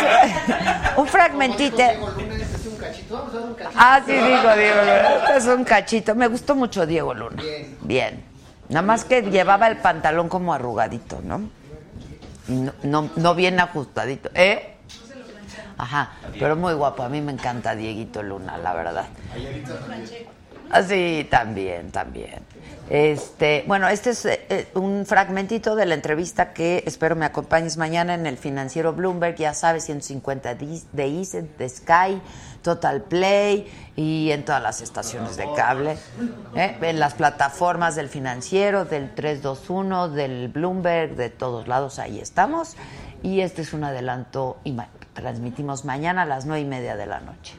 Speaker 2: un fragmentito.
Speaker 9: Diego Luna, este es un cachito. Vamos a dar un cachito.
Speaker 2: Ah, sí, digo, Diego Luna. Este es un cachito. Me gustó mucho Diego Luna.
Speaker 9: Bien.
Speaker 2: Bien. Nada más que llevaba el pantalón como arrugadito, ¿no? Y No, no, no bien ajustadito. ¿Eh? Ajá, pero muy guapo. A mí me encanta Dieguito Luna, la verdad. Ah, Sí, también, también. Este, bueno, este es eh, eh, un fragmentito de la entrevista que espero me acompañes mañana en el financiero Bloomberg, ya sabes, 150 dis- de ICE, de Sky, Total Play y en todas las estaciones de cable, ¿eh? en las plataformas del financiero, del 321, del Bloomberg, de todos lados, ahí estamos. Y este es un adelanto y ma- transmitimos mañana a las nueve y media de la noche.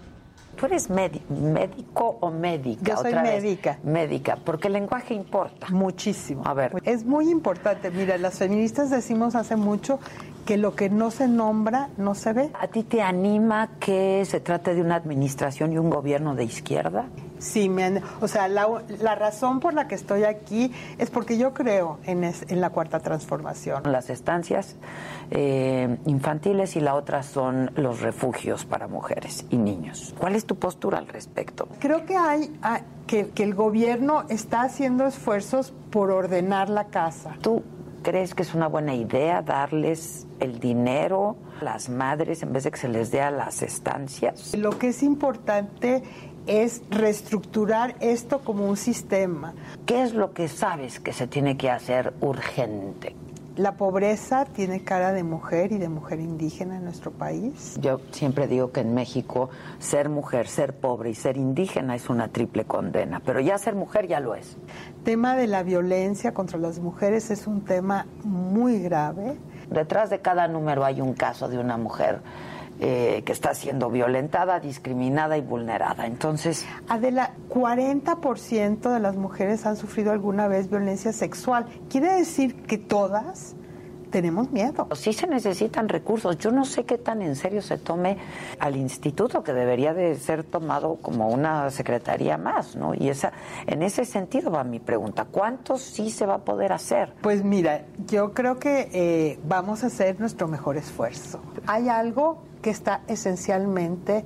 Speaker 2: ¿Tú eres médi- médico o médica?
Speaker 10: Yo soy
Speaker 2: Otra vez.
Speaker 10: médica. Mm.
Speaker 2: Médica, porque el lenguaje importa.
Speaker 10: Muchísimo.
Speaker 2: A ver.
Speaker 10: Es muy importante. Mira, las feministas decimos hace mucho que lo que no se nombra no se ve.
Speaker 2: ¿A ti te anima que se trate de una administración y un gobierno de izquierda?
Speaker 10: Sí, me han- o sea, la, la razón por la que estoy aquí es porque yo creo en, es- en la cuarta transformación.
Speaker 2: Las estancias eh, infantiles y la otra son los refugios para mujeres y niños. ¿Cuál es tu postura al respecto?
Speaker 10: Creo que hay ah, que, que el gobierno está haciendo esfuerzos por ordenar la casa.
Speaker 2: ¿Tú crees que es una buena idea darles el dinero a las madres en vez de que se les dé a las estancias?
Speaker 10: Lo que es importante es reestructurar esto como un sistema.
Speaker 2: ¿Qué es lo que sabes que se tiene que hacer urgente?
Speaker 10: La pobreza tiene cara de mujer y de mujer indígena en nuestro país.
Speaker 2: Yo siempre digo que en México ser mujer, ser pobre y ser indígena es una triple condena, pero ya ser mujer ya lo es.
Speaker 10: Tema de la violencia contra las mujeres es un tema muy grave.
Speaker 2: Detrás de cada número hay un caso de una mujer eh, que está siendo violentada, discriminada y vulnerada. Entonces,
Speaker 10: Adela, 40% de las mujeres han sufrido alguna vez violencia sexual. Quiere decir que todas tenemos miedo.
Speaker 2: sí se necesitan recursos. Yo no sé qué tan en serio se tome al instituto, que debería de ser tomado como una secretaría más, ¿no? Y esa, en ese sentido va mi pregunta. ¿Cuánto sí se va a poder hacer?
Speaker 10: Pues mira, yo creo que eh, vamos a hacer nuestro mejor esfuerzo. Hay algo que está esencialmente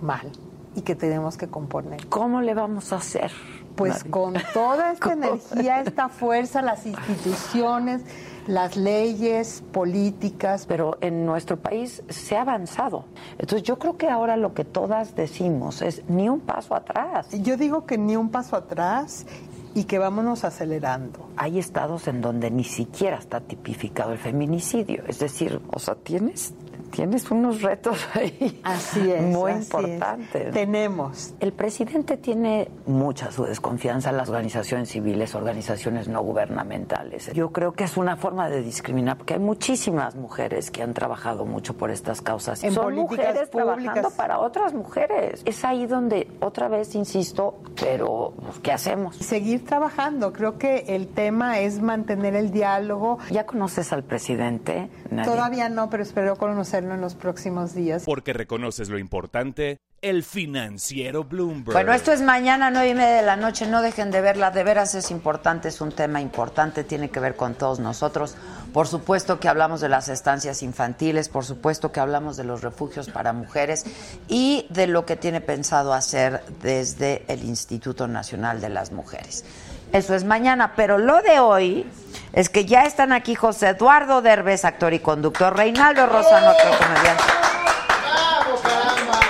Speaker 10: mal y que tenemos que componer.
Speaker 2: ¿Cómo le vamos a hacer?
Speaker 10: Pues
Speaker 2: Mari?
Speaker 10: con toda esta energía, esta fuerza, las instituciones, las leyes políticas.
Speaker 2: pero en nuestro país se ha avanzado. Entonces yo creo que ahora lo que todas decimos es ni un paso atrás.
Speaker 10: Yo digo que ni un paso atrás
Speaker 11: y que vámonos acelerando.
Speaker 2: Hay estados en donde ni siquiera está tipificado el feminicidio. Es decir, o sea, tienes, tienes unos retos ahí
Speaker 11: Así es.
Speaker 2: muy
Speaker 11: así es.
Speaker 2: importantes.
Speaker 11: Tenemos.
Speaker 2: El presidente tiene mucha su desconfianza en las organizaciones civiles, organizaciones no gubernamentales. Yo creo que es una forma de discriminar, porque hay muchísimas mujeres que han trabajado mucho por estas causas.
Speaker 11: En
Speaker 2: Son
Speaker 11: políticas
Speaker 2: mujeres trabajando
Speaker 11: públicas.
Speaker 2: para otras mujeres. Es ahí donde, otra vez, insisto, pero pues, ¿qué hacemos?
Speaker 11: Seguir trabajando. Creo que el tema es mantener el diálogo.
Speaker 2: ¿Ya conoces al presidente? Nadia?
Speaker 11: Todavía no, pero espero conocerlo en los próximos días.
Speaker 12: Porque reconoces lo importante, el financiero Bloomberg.
Speaker 2: Bueno, esto es mañana, nueve y media de la noche. No dejen de verla. De veras es importante, es un tema importante, tiene que ver con todos nosotros. Por supuesto que hablamos de las estancias infantiles, por supuesto que hablamos de los refugios para mujeres y de lo que tiene pensado hacer desde el Instituto Nacional de las Mujeres. Eso es mañana, pero lo de hoy es que ya están aquí José Eduardo Derbez, actor y conductor, Reinaldo Rosano, otro comediante.
Speaker 4: ¡Bravo, caramba!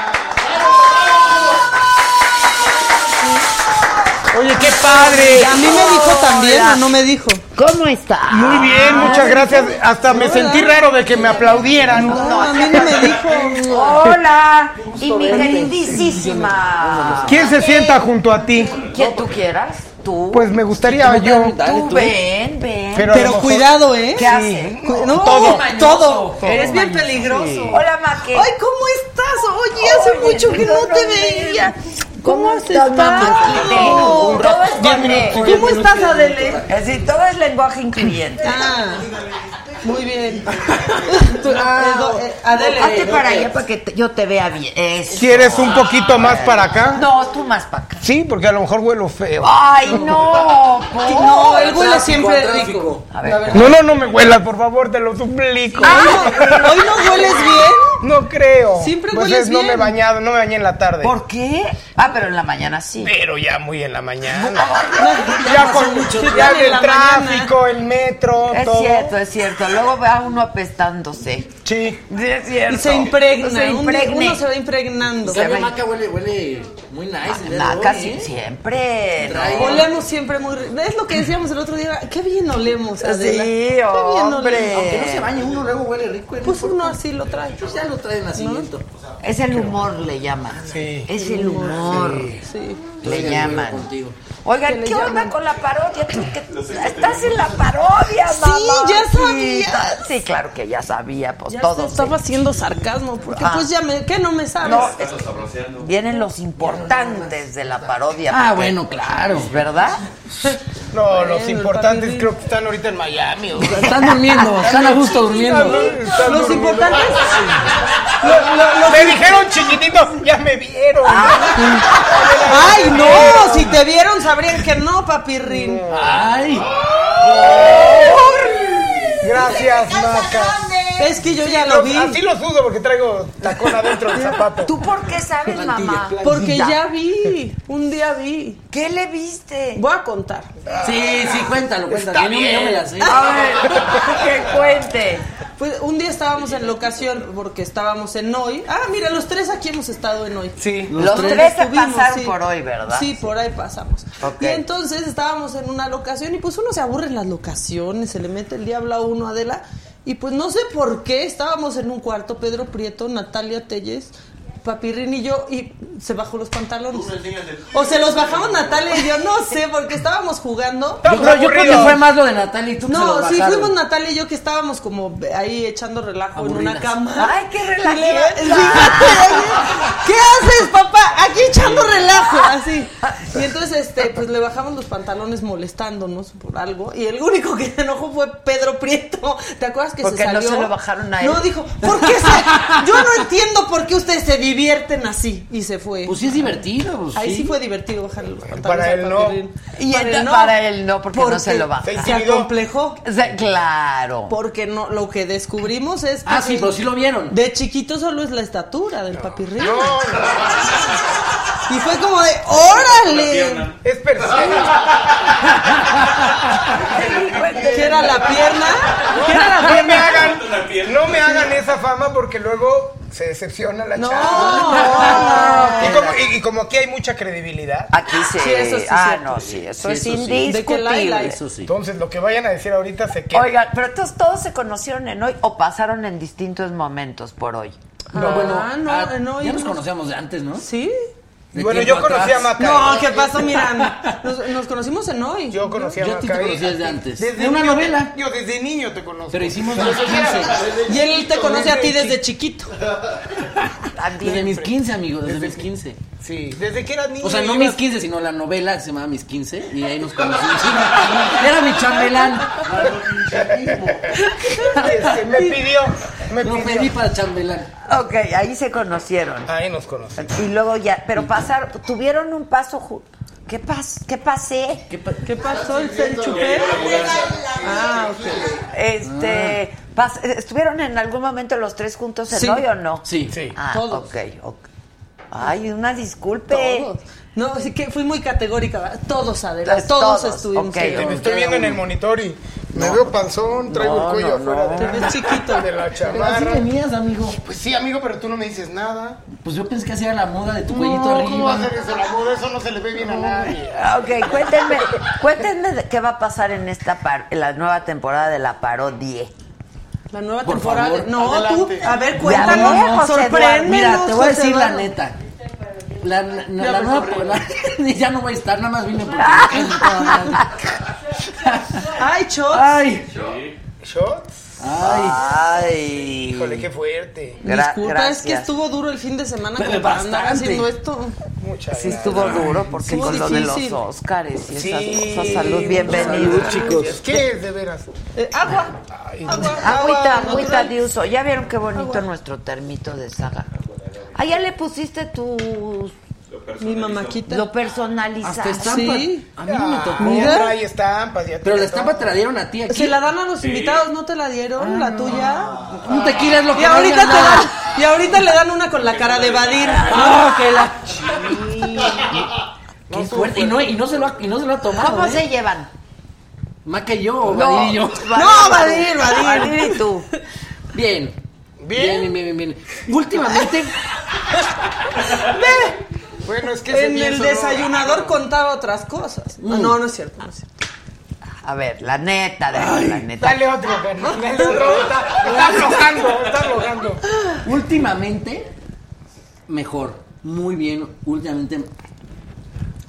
Speaker 10: Oye, qué padre.
Speaker 2: A mí me dijo también, ¿o no
Speaker 10: me dijo.
Speaker 2: ¿Cómo está?
Speaker 10: Muy bien, muchas gracias. Hasta me sentí raro de que me aplaudieran.
Speaker 2: a mí no me dijo. Hola, y mi
Speaker 10: verte.
Speaker 2: queridísima.
Speaker 10: ¿Quién se sienta junto a ti?
Speaker 2: Quien tú quieras, tú.
Speaker 10: Pues me gustaría yo.
Speaker 2: Tú ven, ven.
Speaker 10: Pero a lo mejor-
Speaker 13: cuidado, ¿eh?
Speaker 2: ¿Qué hace?
Speaker 13: No,
Speaker 10: Todo.
Speaker 13: todo.
Speaker 10: Todo.
Speaker 13: Eres bien
Speaker 10: Mañoso. Sí.
Speaker 13: peligroso.
Speaker 2: Hola, Maque.
Speaker 13: Ay, ¿cómo estás? Oye, hace
Speaker 2: Oye,
Speaker 13: mucho que
Speaker 2: no
Speaker 13: no te
Speaker 2: nos
Speaker 13: veía.
Speaker 2: ¿Cómo
Speaker 13: has
Speaker 2: estás,
Speaker 13: estado?
Speaker 2: Maquite?
Speaker 13: Un
Speaker 2: Todo
Speaker 13: rato,
Speaker 2: es
Speaker 13: diez
Speaker 2: con
Speaker 13: minutos,
Speaker 2: E.
Speaker 13: diez ¿Cómo minutos. estás, Adele?
Speaker 2: Es decir, todo es lenguaje incluyente.
Speaker 13: Ah, muy bien. Tú-
Speaker 2: Ah,
Speaker 13: eh, do- eh, Adele.
Speaker 2: Hazte para allá para que te- yo te vea bien. Eso.
Speaker 10: ¿Quieres un poquito más para acá?
Speaker 2: No, tú más para acá.
Speaker 10: Sí, porque a lo mejor huelo feo.
Speaker 2: Ay, no.
Speaker 13: No, él huele
Speaker 2: Tráfico,
Speaker 13: siempre
Speaker 2: tráfico.
Speaker 13: rico.
Speaker 2: A ver.
Speaker 10: No, no, no me huelas, por favor, te lo suplico.
Speaker 13: Hoy no hueles bien.
Speaker 10: No creo.
Speaker 13: Siempre
Speaker 10: Pues
Speaker 13: hueles
Speaker 10: es, No me he
Speaker 13: bien.
Speaker 10: bañado, no me bañé en la tarde.
Speaker 2: ¿Por qué? Ah, pero en la mañana sí.
Speaker 10: Pero ya muy en la mañana.
Speaker 13: No,
Speaker 10: Ya,
Speaker 13: pasó
Speaker 10: con
Speaker 13: mucho
Speaker 10: ya
Speaker 13: tiempo.
Speaker 10: el
Speaker 13: En la
Speaker 10: tráfico, el metro,
Speaker 2: Es
Speaker 10: todo.
Speaker 2: cierto, es cierto. Luego va uno apestándose.
Speaker 10: Sí.
Speaker 2: Sí, Es cierto.
Speaker 13: Y se impregna.
Speaker 2: Se
Speaker 13: un-
Speaker 2: impregna.
Speaker 13: Uno se va impregnando.
Speaker 2: Se va-
Speaker 7: Maca huele, huele muy nice. el día de
Speaker 2: Ah,
Speaker 7: hoy,
Speaker 2: casi
Speaker 7: ¿eh?
Speaker 2: siempre. ¿no?
Speaker 7: Trae-
Speaker 13: Olemos siempre muy rico. Es lo que decíamos el otro día. Qué bien olemos, Adela.
Speaker 2: Sí,
Speaker 13: Qué bien
Speaker 2: hombre.
Speaker 13: olemos.
Speaker 7: Que no se bañe, uno luego huele rico. ¿eh?
Speaker 13: Pues uno así lo trae.
Speaker 7: Pues ya lo trae de nacimiento.
Speaker 2: Es el humor, le llaman.
Speaker 10: Sí.
Speaker 2: Es el humor,
Speaker 13: Sí.
Speaker 2: le
Speaker 7: de acuerdo
Speaker 2: llaman.
Speaker 7: contigo.
Speaker 2: Oigan, ¿qué onda con la parodia? Tú que estás en la parodia,
Speaker 13: Sí,
Speaker 2: mamá.
Speaker 13: ya
Speaker 2: sabía.
Speaker 13: sabía.
Speaker 2: Sí, claro que ya sabía, pues
Speaker 13: Ya
Speaker 2: todos.
Speaker 13: se estaba haciendo sarcasmo, porque
Speaker 2: Ah.
Speaker 13: pues ya me, ¿qué no me sabes?
Speaker 2: No, es que vienen los importantes de la parodia.
Speaker 7: Ah,
Speaker 2: porque-
Speaker 7: bueno, claro.
Speaker 2: ¿Verdad?
Speaker 10: No, los
Speaker 13: el
Speaker 10: importantes
Speaker 13: papelín.
Speaker 10: creo que están ahorita en Miami. o sea,
Speaker 7: Están durmiendo, están a gusto durmiendo.
Speaker 10: están- están
Speaker 13: los
Speaker 10: durmiendo.
Speaker 13: importantes,
Speaker 10: Lo- lo- lo- me dijeron chiquitito, ya me vieron.
Speaker 13: ay no, si te vieron sabrían que no, papirrín.
Speaker 7: Ay,
Speaker 10: Gracias, Maca.
Speaker 13: Es que yo ya lo vi,
Speaker 10: Así lo sudo porque traigo tacón adentro del zapato.
Speaker 2: ¿Tú por qué sabes, mamá?
Speaker 13: porque ya vi, un día vi.
Speaker 2: ¿Qué le viste?
Speaker 13: Voy a contar.
Speaker 7: sí, sí, cuéntalo, cuéntalo. Yo me- yo me la sé.
Speaker 2: A ver, que cuente.
Speaker 13: Pues un día estábamos en locación porque estábamos en hoy. Ah, mira, los tres aquí hemos estado en hoy.
Speaker 10: Sí.
Speaker 2: Los tres se
Speaker 13: estuvimos,
Speaker 2: pasaron
Speaker 13: sí.
Speaker 2: por hoy, ¿verdad?
Speaker 13: Sí, por ahí pasamos.
Speaker 2: Ok.
Speaker 13: Y entonces estábamos en una locación y pues uno se aburre en las locaciones, se le mete el diablo a uno, Adela. Y pues no sé por qué estábamos en un cuarto, Pedro Prieto, Natalia Telles, Papirrín y yo, y se bajó los pantalones. O se los bajamos Natalia y yo, no sé, porque estábamos jugando.
Speaker 7: Yo creo, yo creo que fue más lo de Natalia y tú que se lo
Speaker 13: No, sí,
Speaker 7: bajaron.
Speaker 13: fuimos Natalia y yo que estábamos como ahí echando relajo en una
Speaker 7: Aburridas.
Speaker 13: cama.
Speaker 2: Ay, qué relajeta.
Speaker 13: Y le- sí, ¿Qué haces, papá? Aquí echando relajo, así. Y entonces, este, pues le bajamos los pantalones molestándonos por algo. Y el único que se enojó fue Pedro Prieto. ¿Te acuerdas que
Speaker 2: Porque
Speaker 13: se
Speaker 2: no
Speaker 13: salió?
Speaker 2: se lo bajaron a él.
Speaker 13: No, dijo, ¿por qué se- Yo no entiendo por qué ustedes se divierten así. Y se fue.
Speaker 7: Pues sí es divertido. Pues,
Speaker 13: Ahí sí fue divertido bajar los pantalones.
Speaker 10: Para
Speaker 13: al
Speaker 10: él no.
Speaker 13: papelín.
Speaker 2: Y ento- para él no, porque no se lo baja.
Speaker 10: Se
Speaker 13: Se
Speaker 10: intimidó.
Speaker 13: acomplejó.
Speaker 2: O sea, claro.
Speaker 13: Porque no, lo que descubrimos es que
Speaker 7: Ah, sí, pero sí lo vieron.
Speaker 13: de chiquito solo es la estatura del papirrín. Y fue como de ¡órale!
Speaker 5: pierna.
Speaker 10: Es persona.
Speaker 13: ¿Qué era la pierna?
Speaker 10: No me hagan,
Speaker 5: Una pierna.
Speaker 10: no me hagan esa fama porque luego se decepciona la
Speaker 13: No,
Speaker 10: chava.
Speaker 13: no, no.
Speaker 10: Y como, y- y como aquí hay mucha credibilidad.
Speaker 2: Aquí se- Sí, eso sí es ah, cierto. no, sí, eso Sí, es eso sí. indiscutible. De que Laila- eso sí.
Speaker 10: Entonces, lo que vayan a decir ahorita se queda.
Speaker 2: Oigan, pero entonces todos se conocieron en hoy o pasaron en distintos momentos por hoy.
Speaker 7: No, bueno, ah, ya nos
Speaker 13: no.
Speaker 7: conocíamos de antes, ¿no?
Speaker 13: Sí.
Speaker 7: ¿De
Speaker 10: Bueno,
Speaker 7: tiempo
Speaker 10: yo conocí
Speaker 7: atrás?
Speaker 10: a Maca.
Speaker 13: No, ¿qué pasó? Mira, nos, nos conocimos en hoy.
Speaker 10: Yo conocí a
Speaker 7: Yo a ti te
Speaker 10: Maca-
Speaker 7: conocías de antes.
Speaker 10: Desde
Speaker 7: de una
Speaker 10: niño-
Speaker 7: novela.
Speaker 10: Yo desde niño te conozco.
Speaker 7: Pero hicimos los 15.
Speaker 13: Y él te conoce a ti desde chiquito.
Speaker 7: Desde Pues mis 15, amigo, desde, mis 15.
Speaker 10: Sí, desde que eras niño.
Speaker 7: O sea, no mis
Speaker 10: ibas-
Speaker 7: 15, sino la novela que se llamaba Mis 15 y ahí nos conocimos. Era mi chambelán.
Speaker 10: Este, me pidió, me
Speaker 7: Lo
Speaker 10: pidió.
Speaker 7: pedí para chambelán.
Speaker 2: Ok, ahí se conocieron.
Speaker 10: Ahí nos conocimos.
Speaker 2: Y luego ya, pero pasaron, tuvieron un paso ju- ¿Qué, pas ¿Qué pasé?
Speaker 13: ¿Qué pasó? ¿El el
Speaker 2: chupé?
Speaker 13: chupé? Ah, ok.
Speaker 2: Este, pas- ¿Estuvieron en algún momento los tres juntos en
Speaker 13: Sí.
Speaker 2: hoy o no?
Speaker 7: Sí.
Speaker 2: Ah,
Speaker 13: Todos.
Speaker 2: ok, ok. Ay, una disculpe.
Speaker 13: Todos. No, así que fui muy categórica. ¿verdad? Todos, Adela.
Speaker 2: Pues
Speaker 13: Todos,
Speaker 2: todos,
Speaker 13: estuvimos.
Speaker 2: ok.
Speaker 10: Te me estoy viendo en el monitor y me veo panzón, traigo
Speaker 2: No,
Speaker 10: el cuello
Speaker 2: no,
Speaker 10: afuera
Speaker 2: no.
Speaker 10: de,
Speaker 13: Te ves chiquito.
Speaker 10: de la
Speaker 7: Así
Speaker 10: chamarra.
Speaker 7: venías, amigo.
Speaker 10: Pues sí, amigo, pero tú no me dices nada.
Speaker 7: Pues yo pensé que hacía la moda de tu cuellito
Speaker 10: No, ¿cómo va a
Speaker 7: arriba.
Speaker 10: ser que se la mude? Eso no se le ve bien a nadie.
Speaker 2: Ah, Ok, cuéntenme, cuéntenme de qué va a pasar en esta par- en la nueva temporada de la parodia.
Speaker 13: La nueva
Speaker 7: Por
Speaker 13: temporada.
Speaker 7: favor,
Speaker 13: no,
Speaker 10: adelante.
Speaker 13: tú. A ver,
Speaker 2: Ya
Speaker 13: cuéntanos.
Speaker 2: ve, José Eduardo.
Speaker 13: sorpréndenos.
Speaker 7: Mira, te voy a
Speaker 13: José
Speaker 7: decir la
Speaker 13: Eduardo.
Speaker 7: neta. La, la- la
Speaker 10: me
Speaker 7: nueva
Speaker 10: corrí.
Speaker 7: la- ya no voy a estar, nada más vine porque me encanta, madre.
Speaker 13: Ay, Cho.
Speaker 7: Ay,
Speaker 10: ¿Shots?
Speaker 7: ay.
Speaker 2: Ay.
Speaker 10: Híjole, qué fuerte.
Speaker 2: Gra-
Speaker 13: Disculpa, es que
Speaker 2: gracias.
Speaker 13: estuvo duro el fin de semana
Speaker 7: Pero
Speaker 13: como para andar
Speaker 7: bastante.
Speaker 13: haciendo esto.
Speaker 10: Muchas
Speaker 2: Sí
Speaker 10: gracias.
Speaker 2: estuvo duro porque
Speaker 13: estuvo
Speaker 2: con lo de
Speaker 13: difícil.
Speaker 2: los Óscares y
Speaker 10: Sí.
Speaker 2: esas cosas. Salud, bienvenido.
Speaker 10: Salud, chicos. ¿Qué es de veras?
Speaker 13: Eh, agua. agua.
Speaker 2: Agüita,
Speaker 13: natural.
Speaker 2: agüita de uso. Ya vieron qué bonito nuestro termito de saga. Ah, ya le pusiste tu...
Speaker 13: Mi mamaquita.
Speaker 2: Lo
Speaker 7: Hasta
Speaker 2: personalizaste.
Speaker 7: estampa.
Speaker 13: Sí.
Speaker 7: A mí no me tocó.
Speaker 13: mira.
Speaker 10: Ahora hay estampas y a ti
Speaker 7: Pero la
Speaker 10: te
Speaker 7: estampa
Speaker 10: toca.
Speaker 7: te la dieron a ti aquí. Ah,
Speaker 13: Se la dan a los invitados, ¿no te la dieron? la tuya.
Speaker 7: Un tequila es lo que
Speaker 13: Y
Speaker 7: no
Speaker 13: ahorita
Speaker 7: había
Speaker 13: te
Speaker 7: nada.
Speaker 13: dan- y ahorita le dan una con la cara de Badir.
Speaker 7: No, que la Qué fuerte. Y no, y no se lo ha, y no se lo ha tomado.
Speaker 2: ¿Cómo
Speaker 7: ¿eh?
Speaker 2: se llevan?
Speaker 7: Maca y yo, o Badía y yo.
Speaker 13: No, Badir, Badir.
Speaker 2: Vadir y tú.
Speaker 7: Bien.
Speaker 10: Bien.
Speaker 7: Bien, bien, bien, bien, bien. Últimamente,
Speaker 10: Bueno, es que ese
Speaker 13: En
Speaker 10: día
Speaker 13: el
Speaker 10: sonó-
Speaker 13: desayunador contaba otras cosas.
Speaker 7: Mm.
Speaker 13: Ah, No, no es cierto, no es cierto.
Speaker 2: A ver, la neta, de la neta.
Speaker 10: Dale otro, carnal, dale otro. Está, está aflojando, está aflojando.
Speaker 7: últimamente, mejor. Muy bien. Últimamente,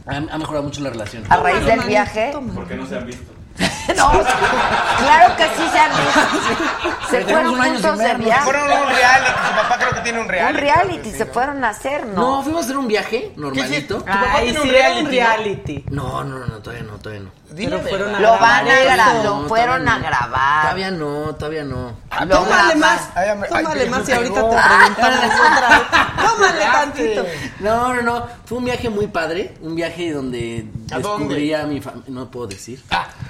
Speaker 7: ha, ha mejorado mucho la relación.
Speaker 2: A raíz del
Speaker 13: Mami,
Speaker 2: viaje.
Speaker 13: toma.
Speaker 3: Porque no se han visto.
Speaker 2: No, claro que sí se han visto. Se
Speaker 7: Tenemos
Speaker 2: fueron
Speaker 7: un año
Speaker 2: juntos
Speaker 7: sin
Speaker 2: de
Speaker 7: vernos.
Speaker 2: viaje.
Speaker 10: Fueron a un reality, su papá creo que tiene un
Speaker 2: Un
Speaker 10: reality.
Speaker 2: reality se fueron a hacer,
Speaker 7: No,
Speaker 2: ¿no?
Speaker 7: fuimos a hacer un viaje normalito.
Speaker 10: ¿Qué Tu papá
Speaker 13: Ay,
Speaker 10: tiene un
Speaker 13: sí, era
Speaker 10: reality,
Speaker 13: un reality.
Speaker 7: No, no, no, todavía no, todavía no.
Speaker 10: Dile,
Speaker 13: Pero fueron
Speaker 10: ¿verdad?
Speaker 13: a
Speaker 2: Lo van a
Speaker 13: grabar
Speaker 2: grabar,
Speaker 13: esto.
Speaker 2: lo fueron a grabar.
Speaker 7: Todavía no, todavía no.
Speaker 2: Lo
Speaker 13: Tómale
Speaker 2: graban.
Speaker 13: más,
Speaker 10: Ay, am- ay,
Speaker 13: tómale
Speaker 10: pero
Speaker 13: más y
Speaker 10: ya
Speaker 13: ahorita
Speaker 10: llegó.
Speaker 13: te preguntamos otra vez. Tómale tantito.
Speaker 7: No, no, no. Fue un viaje muy padre. Un viaje donde
Speaker 10: ¿A dónde? Ah.
Speaker 7: descubrí a mi familia. No puedo decir.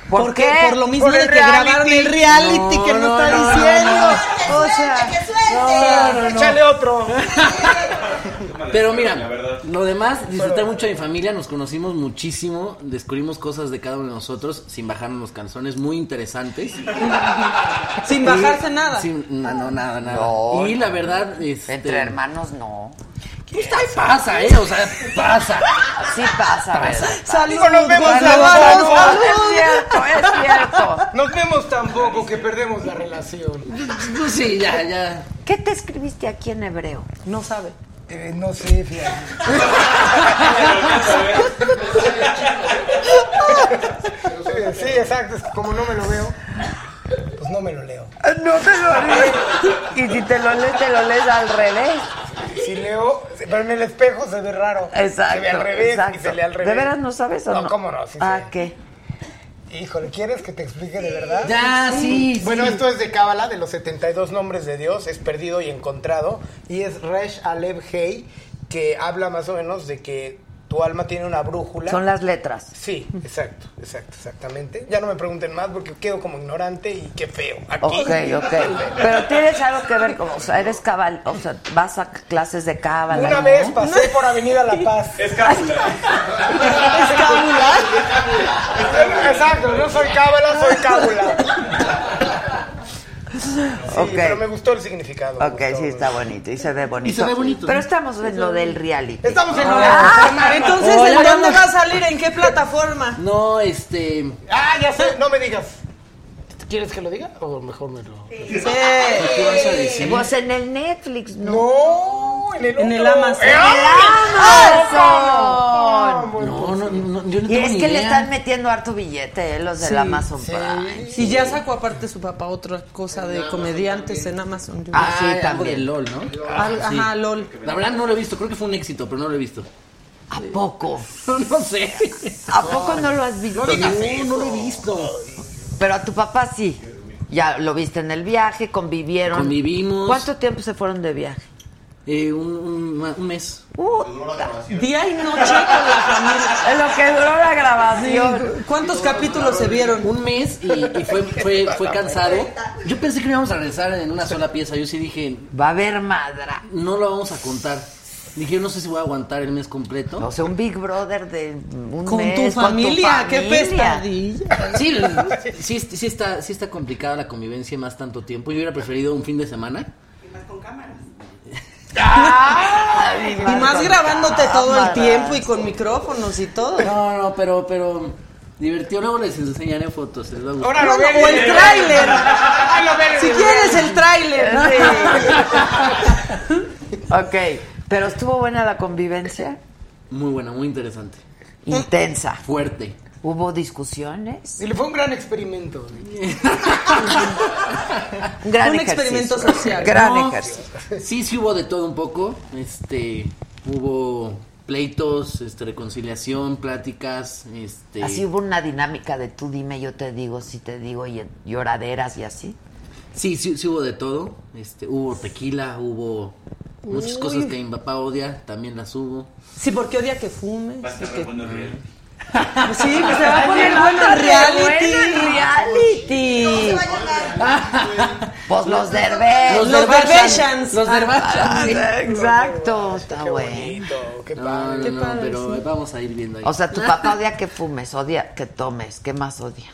Speaker 2: ¿Por,
Speaker 13: Porque
Speaker 2: qué?
Speaker 13: Por lo mismo
Speaker 10: Por el
Speaker 13: de que grabaron
Speaker 10: reality.
Speaker 13: el reality que no está diciendo.
Speaker 7: no,
Speaker 13: O sea,
Speaker 7: no, no.
Speaker 10: Échale otro.
Speaker 7: Pero
Speaker 3: La
Speaker 7: mira,
Speaker 3: verdad.
Speaker 7: lo demás, disfruté mucho de mi familia, nos conocimos muchísimo, descubrimos cosas de cada uno de nosotros sin bajarnos los canzones, muy interesantes.
Speaker 13: sin bajarse nada.
Speaker 7: Sin- no, no, nada, nada.
Speaker 2: No,
Speaker 7: y la verdad, este,
Speaker 2: Entre hermanos no.
Speaker 7: pues, ay, pasa, eh, o sea, pasa.
Speaker 2: Sí pasa, ¿verdad?
Speaker 13: Saludos,
Speaker 10: nos vemos
Speaker 13: Gonzalo.
Speaker 10: sábado.
Speaker 13: Saludos.
Speaker 2: Es cierto, es cierto.
Speaker 10: Nos vemos tan poco que perdemos la relación.
Speaker 7: Pues sí, ya, ya.
Speaker 2: ¿Qué te escribiste aquí en hebreo?
Speaker 13: No sabe.
Speaker 10: Eh, no sé, fíjate. Sí, exacto, es que como no me lo veo, pues no me lo leo.
Speaker 2: Ah, No te lo lees. Y si te lo lees, te lo lees al revés.
Speaker 10: Si leo, pero en el espejo se ve raro.
Speaker 2: Exacto.
Speaker 10: Se ve al revés
Speaker 2: exacto.
Speaker 10: y se lee al revés.
Speaker 2: ¿De veras no sabes o no?
Speaker 10: No, cómo no, sí
Speaker 2: Ah,
Speaker 10: sé.
Speaker 2: ¿qué?
Speaker 10: Híjole, ¿quieres que te explique de verdad?
Speaker 7: Ya, sí. sí.
Speaker 10: Bueno, esto es de Cábala, de los 72 nombres de Dios, es perdido y encontrado, y es Resh Alev Hey, que habla más o menos de que tu alma tiene una brújula.
Speaker 2: Son las letras.
Speaker 10: Sí, exacto, exacto, exactamente. Ya no me pregunten más porque quedo como ignorante y qué feo. Aquí.
Speaker 2: Ok, ok. Pero tienes algo que ver con, o sea, eres cabal, o sea, vas a clases de cábala.
Speaker 10: Una
Speaker 2: ¿no?
Speaker 10: vez pasé por Avenida La Paz.
Speaker 3: Es cápsula.
Speaker 10: ¿Cábula? Exacto, no soy cábala, soy cábula.
Speaker 2: Ok.
Speaker 14: pero me gustó el significado.
Speaker 2: Ok, sí, está bonito. Y se ve bonito.
Speaker 14: se ve bonito.
Speaker 2: Pero estamos en lo del reality.
Speaker 14: Estamos en
Speaker 2: Ah,
Speaker 14: lo
Speaker 13: del
Speaker 2: ah,
Speaker 13: Entonces,
Speaker 2: hola,
Speaker 13: ¿en dónde
Speaker 2: vamos.
Speaker 13: va a salir? ¿En qué plataforma?
Speaker 10: No, este.
Speaker 14: Ah, ya sé, no me digas. ¿Quieres que lo diga? O mejor me lo.
Speaker 13: Sí.
Speaker 14: ¿Qué vas a decir?
Speaker 2: Pues en el Netflix, ¿no?
Speaker 14: No, en el,
Speaker 13: En el Amazon.
Speaker 2: ¡En el Amazon!
Speaker 10: No, no, no, yo no
Speaker 2: Y
Speaker 10: tengo
Speaker 2: es
Speaker 10: ni
Speaker 2: que le
Speaker 10: idea.
Speaker 2: están metiendo harto billete, eh, los del
Speaker 13: Sí,
Speaker 2: Amazon
Speaker 13: sí.
Speaker 2: Prime.
Speaker 13: Y ya sacó aparte su papá otra cosa de comediantes en Amazon. yo
Speaker 10: Ah, sí,
Speaker 13: creo.
Speaker 10: también. El LOL, ¿no?
Speaker 13: Al-
Speaker 10: Sí.
Speaker 13: Ajá, LOL.
Speaker 10: La verdad no lo he visto, creo que fue un éxito, pero no lo he visto.
Speaker 2: ¿A poco?
Speaker 10: no sé.
Speaker 2: ¿A poco no lo has visto?
Speaker 10: No digas eso. No, no lo he visto.
Speaker 2: Pero a tu papá sí. Ya lo viste en el viaje, convivieron.
Speaker 10: Convivimos.
Speaker 2: ¿Cuánto tiempo se fueron de viaje?
Speaker 10: Eh, un, un- un mes.
Speaker 13: Día y noche con la familia.
Speaker 2: En lo que duró la grabación.
Speaker 13: Sí. ¿Cuántos capítulos se vieron?
Speaker 10: Un mes y, y fue, fue, fue cansado. Yo pensé que no íbamos a regresar en una sola pieza. Yo sí dije,
Speaker 2: Va a haber madra.
Speaker 10: no lo vamos a contar. Dije, yo no sé si voy a aguantar el mes completo.
Speaker 2: O sea, un Big Brother de un
Speaker 13: Con
Speaker 2: mes,
Speaker 13: tu familia, qué
Speaker 2: familia.
Speaker 13: pesadilla.
Speaker 10: Sí, sí, sí está, sí está complicada la convivencia más tanto tiempo. Yo hubiera preferido un fin de semana.
Speaker 2: Ay,
Speaker 13: Y más
Speaker 2: con
Speaker 13: grabándote todo el
Speaker 2: cámaras.
Speaker 13: tiempo y con micrófonos y todo.
Speaker 10: No, no, pero, pero divertido. Luego les enseñaré fotos. Les va a gustar.
Speaker 14: Ahora lo ven.
Speaker 13: O el tráiler.
Speaker 14: lo ven.
Speaker 13: Si quieres el tráiler.
Speaker 2: Ok, pero estuvo buena la convivencia.
Speaker 10: Muy buena, muy interesante.
Speaker 13: Mm.
Speaker 2: Intensa.
Speaker 10: Fuerte.
Speaker 2: Hubo discusiones.
Speaker 14: Y le fue un gran experimento.
Speaker 2: Un gran
Speaker 13: Un
Speaker 2: ejercicio.
Speaker 13: experimento social.
Speaker 2: Gran
Speaker 10: No,
Speaker 2: ejercicio.
Speaker 10: Sí, sí hubo de todo un poco. Este, hubo pleitos, este, reconciliación, pláticas, este.
Speaker 2: Así ¿Ah, hubo una dinámica de tú dime, yo te digo, si te digo, y lloraderas y así.
Speaker 10: Sí, sí, sí hubo de todo. Este, hubo tequila, hubo muchas cosas que mi papá odia, también las hubo.
Speaker 13: Sí, porque odia que fumes.
Speaker 3: Va a estar
Speaker 13: y que-
Speaker 3: bueno el reality.
Speaker 13: Sí, pues se va a poner bueno el reality.
Speaker 2: reality. Pues los derbés.
Speaker 13: Eh, Los Ah,
Speaker 10: Derbeshans.
Speaker 13: Derbeshans.
Speaker 10: Los Derbeshans.
Speaker 2: Exacto, está bueno.
Speaker 14: Qué
Speaker 10: Ah, No,
Speaker 14: padre.
Speaker 10: no, no, pero vamos a ir viendo ahí.
Speaker 2: O sea, tu papá odia que fumes, odia que tomes. ¿Qué más odia?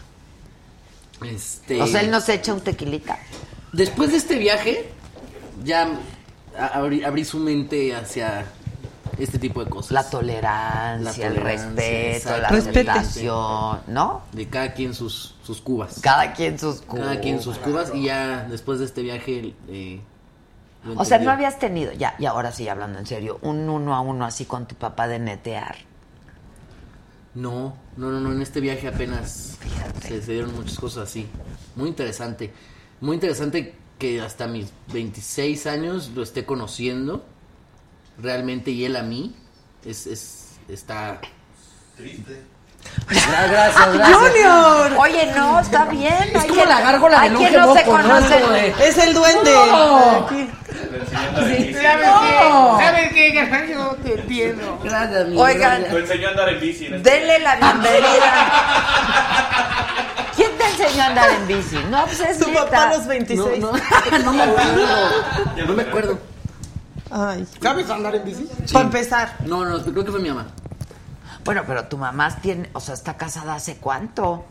Speaker 10: este,
Speaker 2: O sea, él nos echa un tequilita.
Speaker 10: Después de este viaje, ya a- abrí, abrí su mente hacia este tipo de cosas.
Speaker 2: La tolerancia,
Speaker 10: La
Speaker 2: el
Speaker 10: tolerancia,
Speaker 2: respeto, la
Speaker 10: exacto. Respete.
Speaker 2: aceptación, ¿no?
Speaker 10: de cada quien sus, sus cubas.
Speaker 2: Cada quien sus cubas.
Speaker 10: Cada quien sus cubas y ya después de este viaje... eh, lo
Speaker 2: O sea,
Speaker 10: entendió.
Speaker 2: no habías tenido, ya, y ahora sí, hablando en serio, un uno a uno así con tu papá de netear.
Speaker 10: No, no, no, no, en este viaje apenas se, se dieron muchas cosas así. Muy interesante. Muy interesante que hasta mis 26 años lo esté conociendo realmente y él a mí. Es, es, está...
Speaker 15: Triste.
Speaker 10: Gra- Gracias, gracias.
Speaker 13: ah, ¡Junior!
Speaker 2: Oye, no, está bien.
Speaker 10: Es
Speaker 2: hay
Speaker 10: como
Speaker 2: que-
Speaker 10: la gárgola de
Speaker 2: hay
Speaker 10: Longe
Speaker 2: quien no se
Speaker 10: Boco, ¿no?
Speaker 2: conoce.
Speaker 10: Como de-
Speaker 13: Es el duende.
Speaker 10: No.
Speaker 13: Aquí.
Speaker 3: Enseñando a bici.
Speaker 14: ¿Sabes qué, Yo te entiendo.
Speaker 10: Gracias, amigo,
Speaker 2: Oigan,
Speaker 10: gracias.
Speaker 3: Lo enseñó a andar en bici. en este-
Speaker 2: Denle la bienvenida. ¿Quién te enseñó a andar en bici? No, pues es
Speaker 13: Tu
Speaker 2: neta.
Speaker 13: papá a los 26.
Speaker 10: No, no, no me acuerdo. No me acuerdo.
Speaker 13: Ay.
Speaker 14: ¿Sabes andar en bici?
Speaker 13: Para empezar.
Speaker 10: No, no, creo que fue mi mamá.
Speaker 2: Bueno, pero tu mamá tiene, o sea, está casada hace cuánto?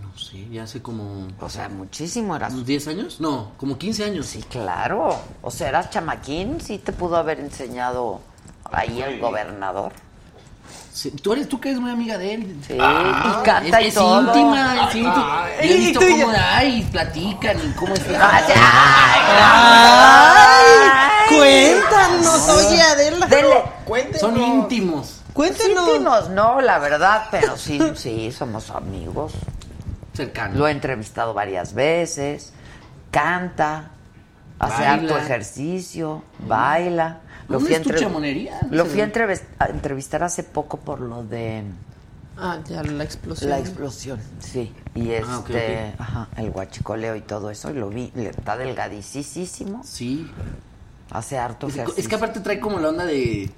Speaker 10: No sé, ya hace como...
Speaker 2: O sea, muchísimo eras.
Speaker 10: ¿Unos 10 años? No, como 15 años.
Speaker 2: Sí, claro. O sea, eras chamaquín, sí te pudo haber enseñado ahí el gobernador.
Speaker 10: Sí, Tú eres, tú que eres muy amiga de él.
Speaker 2: Sí, y canta
Speaker 10: Ah, es,
Speaker 2: y
Speaker 10: es
Speaker 2: todo.
Speaker 10: íntima, es íntima. Yo he
Speaker 13: Y
Speaker 10: visto
Speaker 13: tú y
Speaker 10: cómo
Speaker 13: yo.
Speaker 10: ay, platican y cómo es.
Speaker 2: ¡Ay, ay,
Speaker 13: ¡Ay!
Speaker 2: ay!
Speaker 13: Cuéntanos, oye Adela.
Speaker 2: Dele.
Speaker 14: Cuéntenos.
Speaker 10: Son íntimos,
Speaker 13: Cuéntanos.
Speaker 2: Íntimos, no, la verdad, pero sí, sí, somos amigos.
Speaker 10: cercanos.
Speaker 2: Lo he entrevistado varias veces, canta, hace
Speaker 10: Baila.
Speaker 2: harto ejercicio, baila.
Speaker 10: No es tu
Speaker 2: entrev-
Speaker 10: chamonería, no
Speaker 2: Lo
Speaker 10: sé.
Speaker 2: fui a, entreves- a entrevistar hace poco por lo de
Speaker 13: Ah, ya la explosión.
Speaker 2: la explosión, sí. Y este,
Speaker 10: Ah, ok, ok.
Speaker 2: ajá, el guachicoleo y todo eso, y lo vi, le- está delgadicísimo,
Speaker 10: Sí.
Speaker 2: hace harto
Speaker 10: Es,
Speaker 2: ejercicio.
Speaker 10: es que aparte trae como la onda de,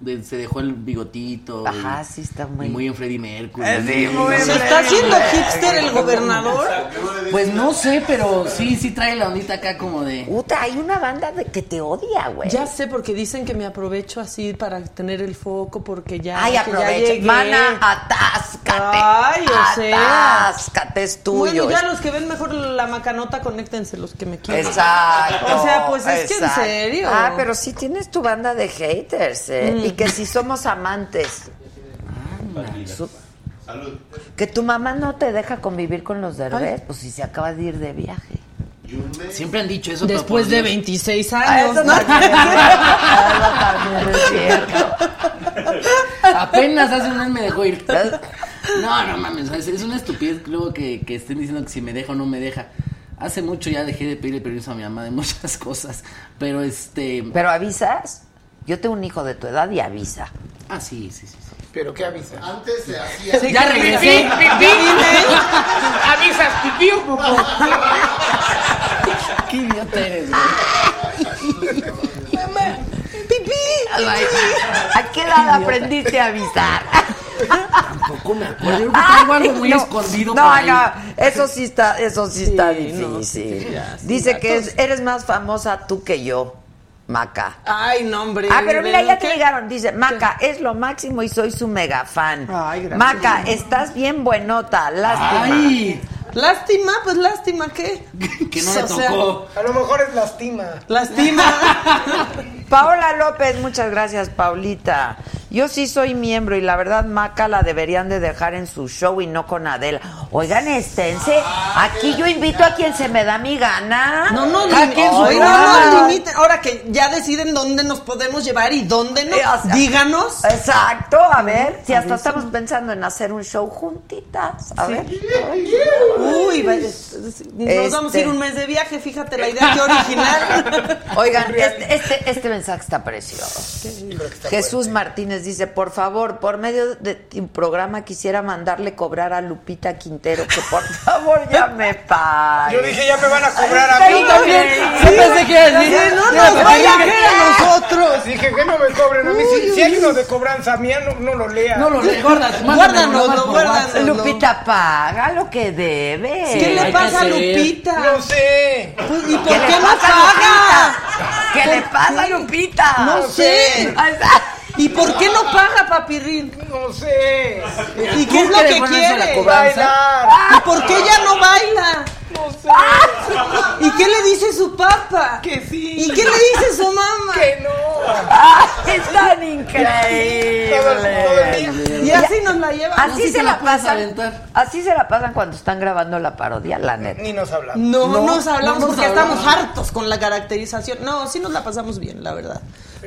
Speaker 10: de- se dejó el bigotito. y-
Speaker 2: Ajá, sí, está muy-
Speaker 10: y muy en Freddie Mercury.
Speaker 2: Eh, sí, muy
Speaker 13: Se
Speaker 2: en
Speaker 13: está haciendo hipster el gobernador.
Speaker 15: Acabo de
Speaker 7: Pues no sé, pero sí, sí trae la ondita acá como de.
Speaker 2: Puta, hay una banda de que te odia, güey.
Speaker 13: Ya sé, porque dicen que me aprovecho así para tener el foco, porque ya.
Speaker 2: Ay,
Speaker 13: que ya
Speaker 2: aprovecha.
Speaker 13: llegué.
Speaker 2: Mana, atáscate.
Speaker 13: Ay, o sea.
Speaker 2: Atáscate, es tuyo.
Speaker 13: Bueno, ya
Speaker 2: es-
Speaker 13: los que ven mejor la macanota, conéctense los que me quieren.
Speaker 2: Exacto.
Speaker 13: O sea, pues es que en
Speaker 2: exacto.
Speaker 13: serio.
Speaker 2: Ah, pero sí tienes tu banda de haters, ¿eh?
Speaker 13: Mm.
Speaker 2: Y que si somos amantes. Su-
Speaker 4: Salud.
Speaker 2: Que tu mamá no te deja convivir con los derbés, pues si se acaba de ir de viaje.
Speaker 7: Siempre han dicho eso. pero
Speaker 13: Después
Speaker 7: por
Speaker 13: de
Speaker 7: Dios.
Speaker 13: 26
Speaker 2: Ah,
Speaker 13: años,
Speaker 2: eso
Speaker 13: ¿no?
Speaker 2: también es cierto. Eso también es cierto.
Speaker 7: Apenas hace un mes me dejó ir. No, no mames, es, es una estupidez luego que, que estén diciendo que si me deja o no me deja. Hace mucho ya dejé de pedirle permiso a mi mamá de muchas cosas, pero este...
Speaker 2: Pero avisas. Yo tengo un hijo de tu edad y avisa.
Speaker 7: Ah, sí, sí, sí.
Speaker 10: ¿Pero qué avisa?
Speaker 4: Antes se hacía.
Speaker 7: Ya regresé.
Speaker 10: Avisas, pipí o popó.
Speaker 7: ¡Qué idiota eres,
Speaker 2: Ay, ¿A qué edad aprendiste a avisar?
Speaker 7: Tampoco me acuerdo. Yo creo que traigo algo muy
Speaker 2: no.
Speaker 7: escondido
Speaker 2: No,
Speaker 7: por ahí.
Speaker 2: no, eso sí está, eso sí, está
Speaker 13: no, sí,
Speaker 2: difícil.
Speaker 13: ya, sí,
Speaker 2: Dice
Speaker 13: ya,
Speaker 2: que
Speaker 13: todos-
Speaker 2: es- eres más famosa tú que yo, Maca.
Speaker 13: Ay, no, hombre.
Speaker 2: Ah, pero mira, ya te
Speaker 13: ¿Qué?
Speaker 2: llegaron. Dice, Maca, es lo máximo y soy su mega fan.
Speaker 13: Ay, gracias.
Speaker 2: Maca, estás bien buenota, lástima.
Speaker 7: Ay,
Speaker 13: Lástima, pues lástima, ¿qué?
Speaker 7: que no le tocó.
Speaker 10: A lo mejor es lastima.
Speaker 13: Lástima.
Speaker 2: Paola López, muchas gracias, Paulita. Yo sí soy miembro y la verdad, Maca la deberían de dejar en su show y no con Adela. Oigan, esténse. Aquí yo invito a quien se me da mi gana.
Speaker 13: No nos,
Speaker 2: Cada
Speaker 13: lim-
Speaker 2: quien su
Speaker 13: Oiga,
Speaker 2: programa.
Speaker 13: no nos limiten. Ahora que ya deciden dónde nos podemos llevar y dónde no,
Speaker 2: Eh, o sea, eh,
Speaker 13: díganos.
Speaker 2: Exacto, a ver, si hasta
Speaker 13: Avísenme.
Speaker 2: estamos pensando en hacer un show juntitas, a ver.
Speaker 13: Uy, va- es- es- nos vamos a
Speaker 2: Este.
Speaker 13: ir un mes de viaje, fíjate la idea que original.
Speaker 2: Oigan, este, este, este mensaje está precioso. Jesús Martínez dice, por favor, por medio de tu programa quisiera mandarle cobrar a Lupita Quintero, que por favor ya me pague.
Speaker 10: Yo dije, ya me van a cobrar a mí.
Speaker 2: Yo también.
Speaker 7: Yo pensé que iba a decir,
Speaker 13: Sí, no
Speaker 7: "Ya
Speaker 13: nos
Speaker 7: me
Speaker 13: vaya a
Speaker 7: dije".
Speaker 13: ver a nosotros.
Speaker 10: Dije que no me cobren a mí. Si, si hay uno de cobranza mía, no, no lo lea.
Speaker 7: No lo recuerdas.
Speaker 13: Guárdanoslo, guárdanoslo.
Speaker 2: Lupita, paga lo que debe.
Speaker 13: ¿Qué
Speaker 7: hay
Speaker 13: le
Speaker 7: que
Speaker 13: pasa a
Speaker 7: hacer.
Speaker 13: Lupita?
Speaker 10: No sé.
Speaker 13: Pues, ¿Y por
Speaker 2: ¿Qué
Speaker 13: qué,
Speaker 2: le
Speaker 13: no
Speaker 2: pasa a
Speaker 13: paga?
Speaker 2: Lupita? ¿Qué le
Speaker 13: ¿Por
Speaker 2: pasa a
Speaker 13: qué?
Speaker 2: Lupita?
Speaker 13: No sé.
Speaker 2: Ay, sa-
Speaker 13: ¿Y por qué no paga, papirrín?
Speaker 10: No sé.
Speaker 13: ¿Y qué es lo que quiere?
Speaker 10: Bailar.
Speaker 13: ¿Y por qué ella no baila?
Speaker 10: No sé.
Speaker 13: ¿Y qué le dice su papá?
Speaker 10: Que sí.
Speaker 13: ¿Y qué le dice su mamá?
Speaker 10: Que no.
Speaker 2: Ay, es tan
Speaker 10: Todo el, todo el día.
Speaker 2: increíble.
Speaker 13: Y así nos la lleva.
Speaker 2: Así
Speaker 7: sí
Speaker 2: se
Speaker 7: te
Speaker 2: la
Speaker 7: la puedes
Speaker 2: pasan.
Speaker 7: aventar.
Speaker 2: Así se la pasan cuando están grabando la parodia, la neta.
Speaker 10: Ni nos hablamos.
Speaker 13: No,
Speaker 7: No,
Speaker 13: nos hablamos
Speaker 7: no nos
Speaker 13: porque
Speaker 7: hablamos.
Speaker 13: estamos hartos con la caracterización. No, sí nos la pasamos bien, la verdad.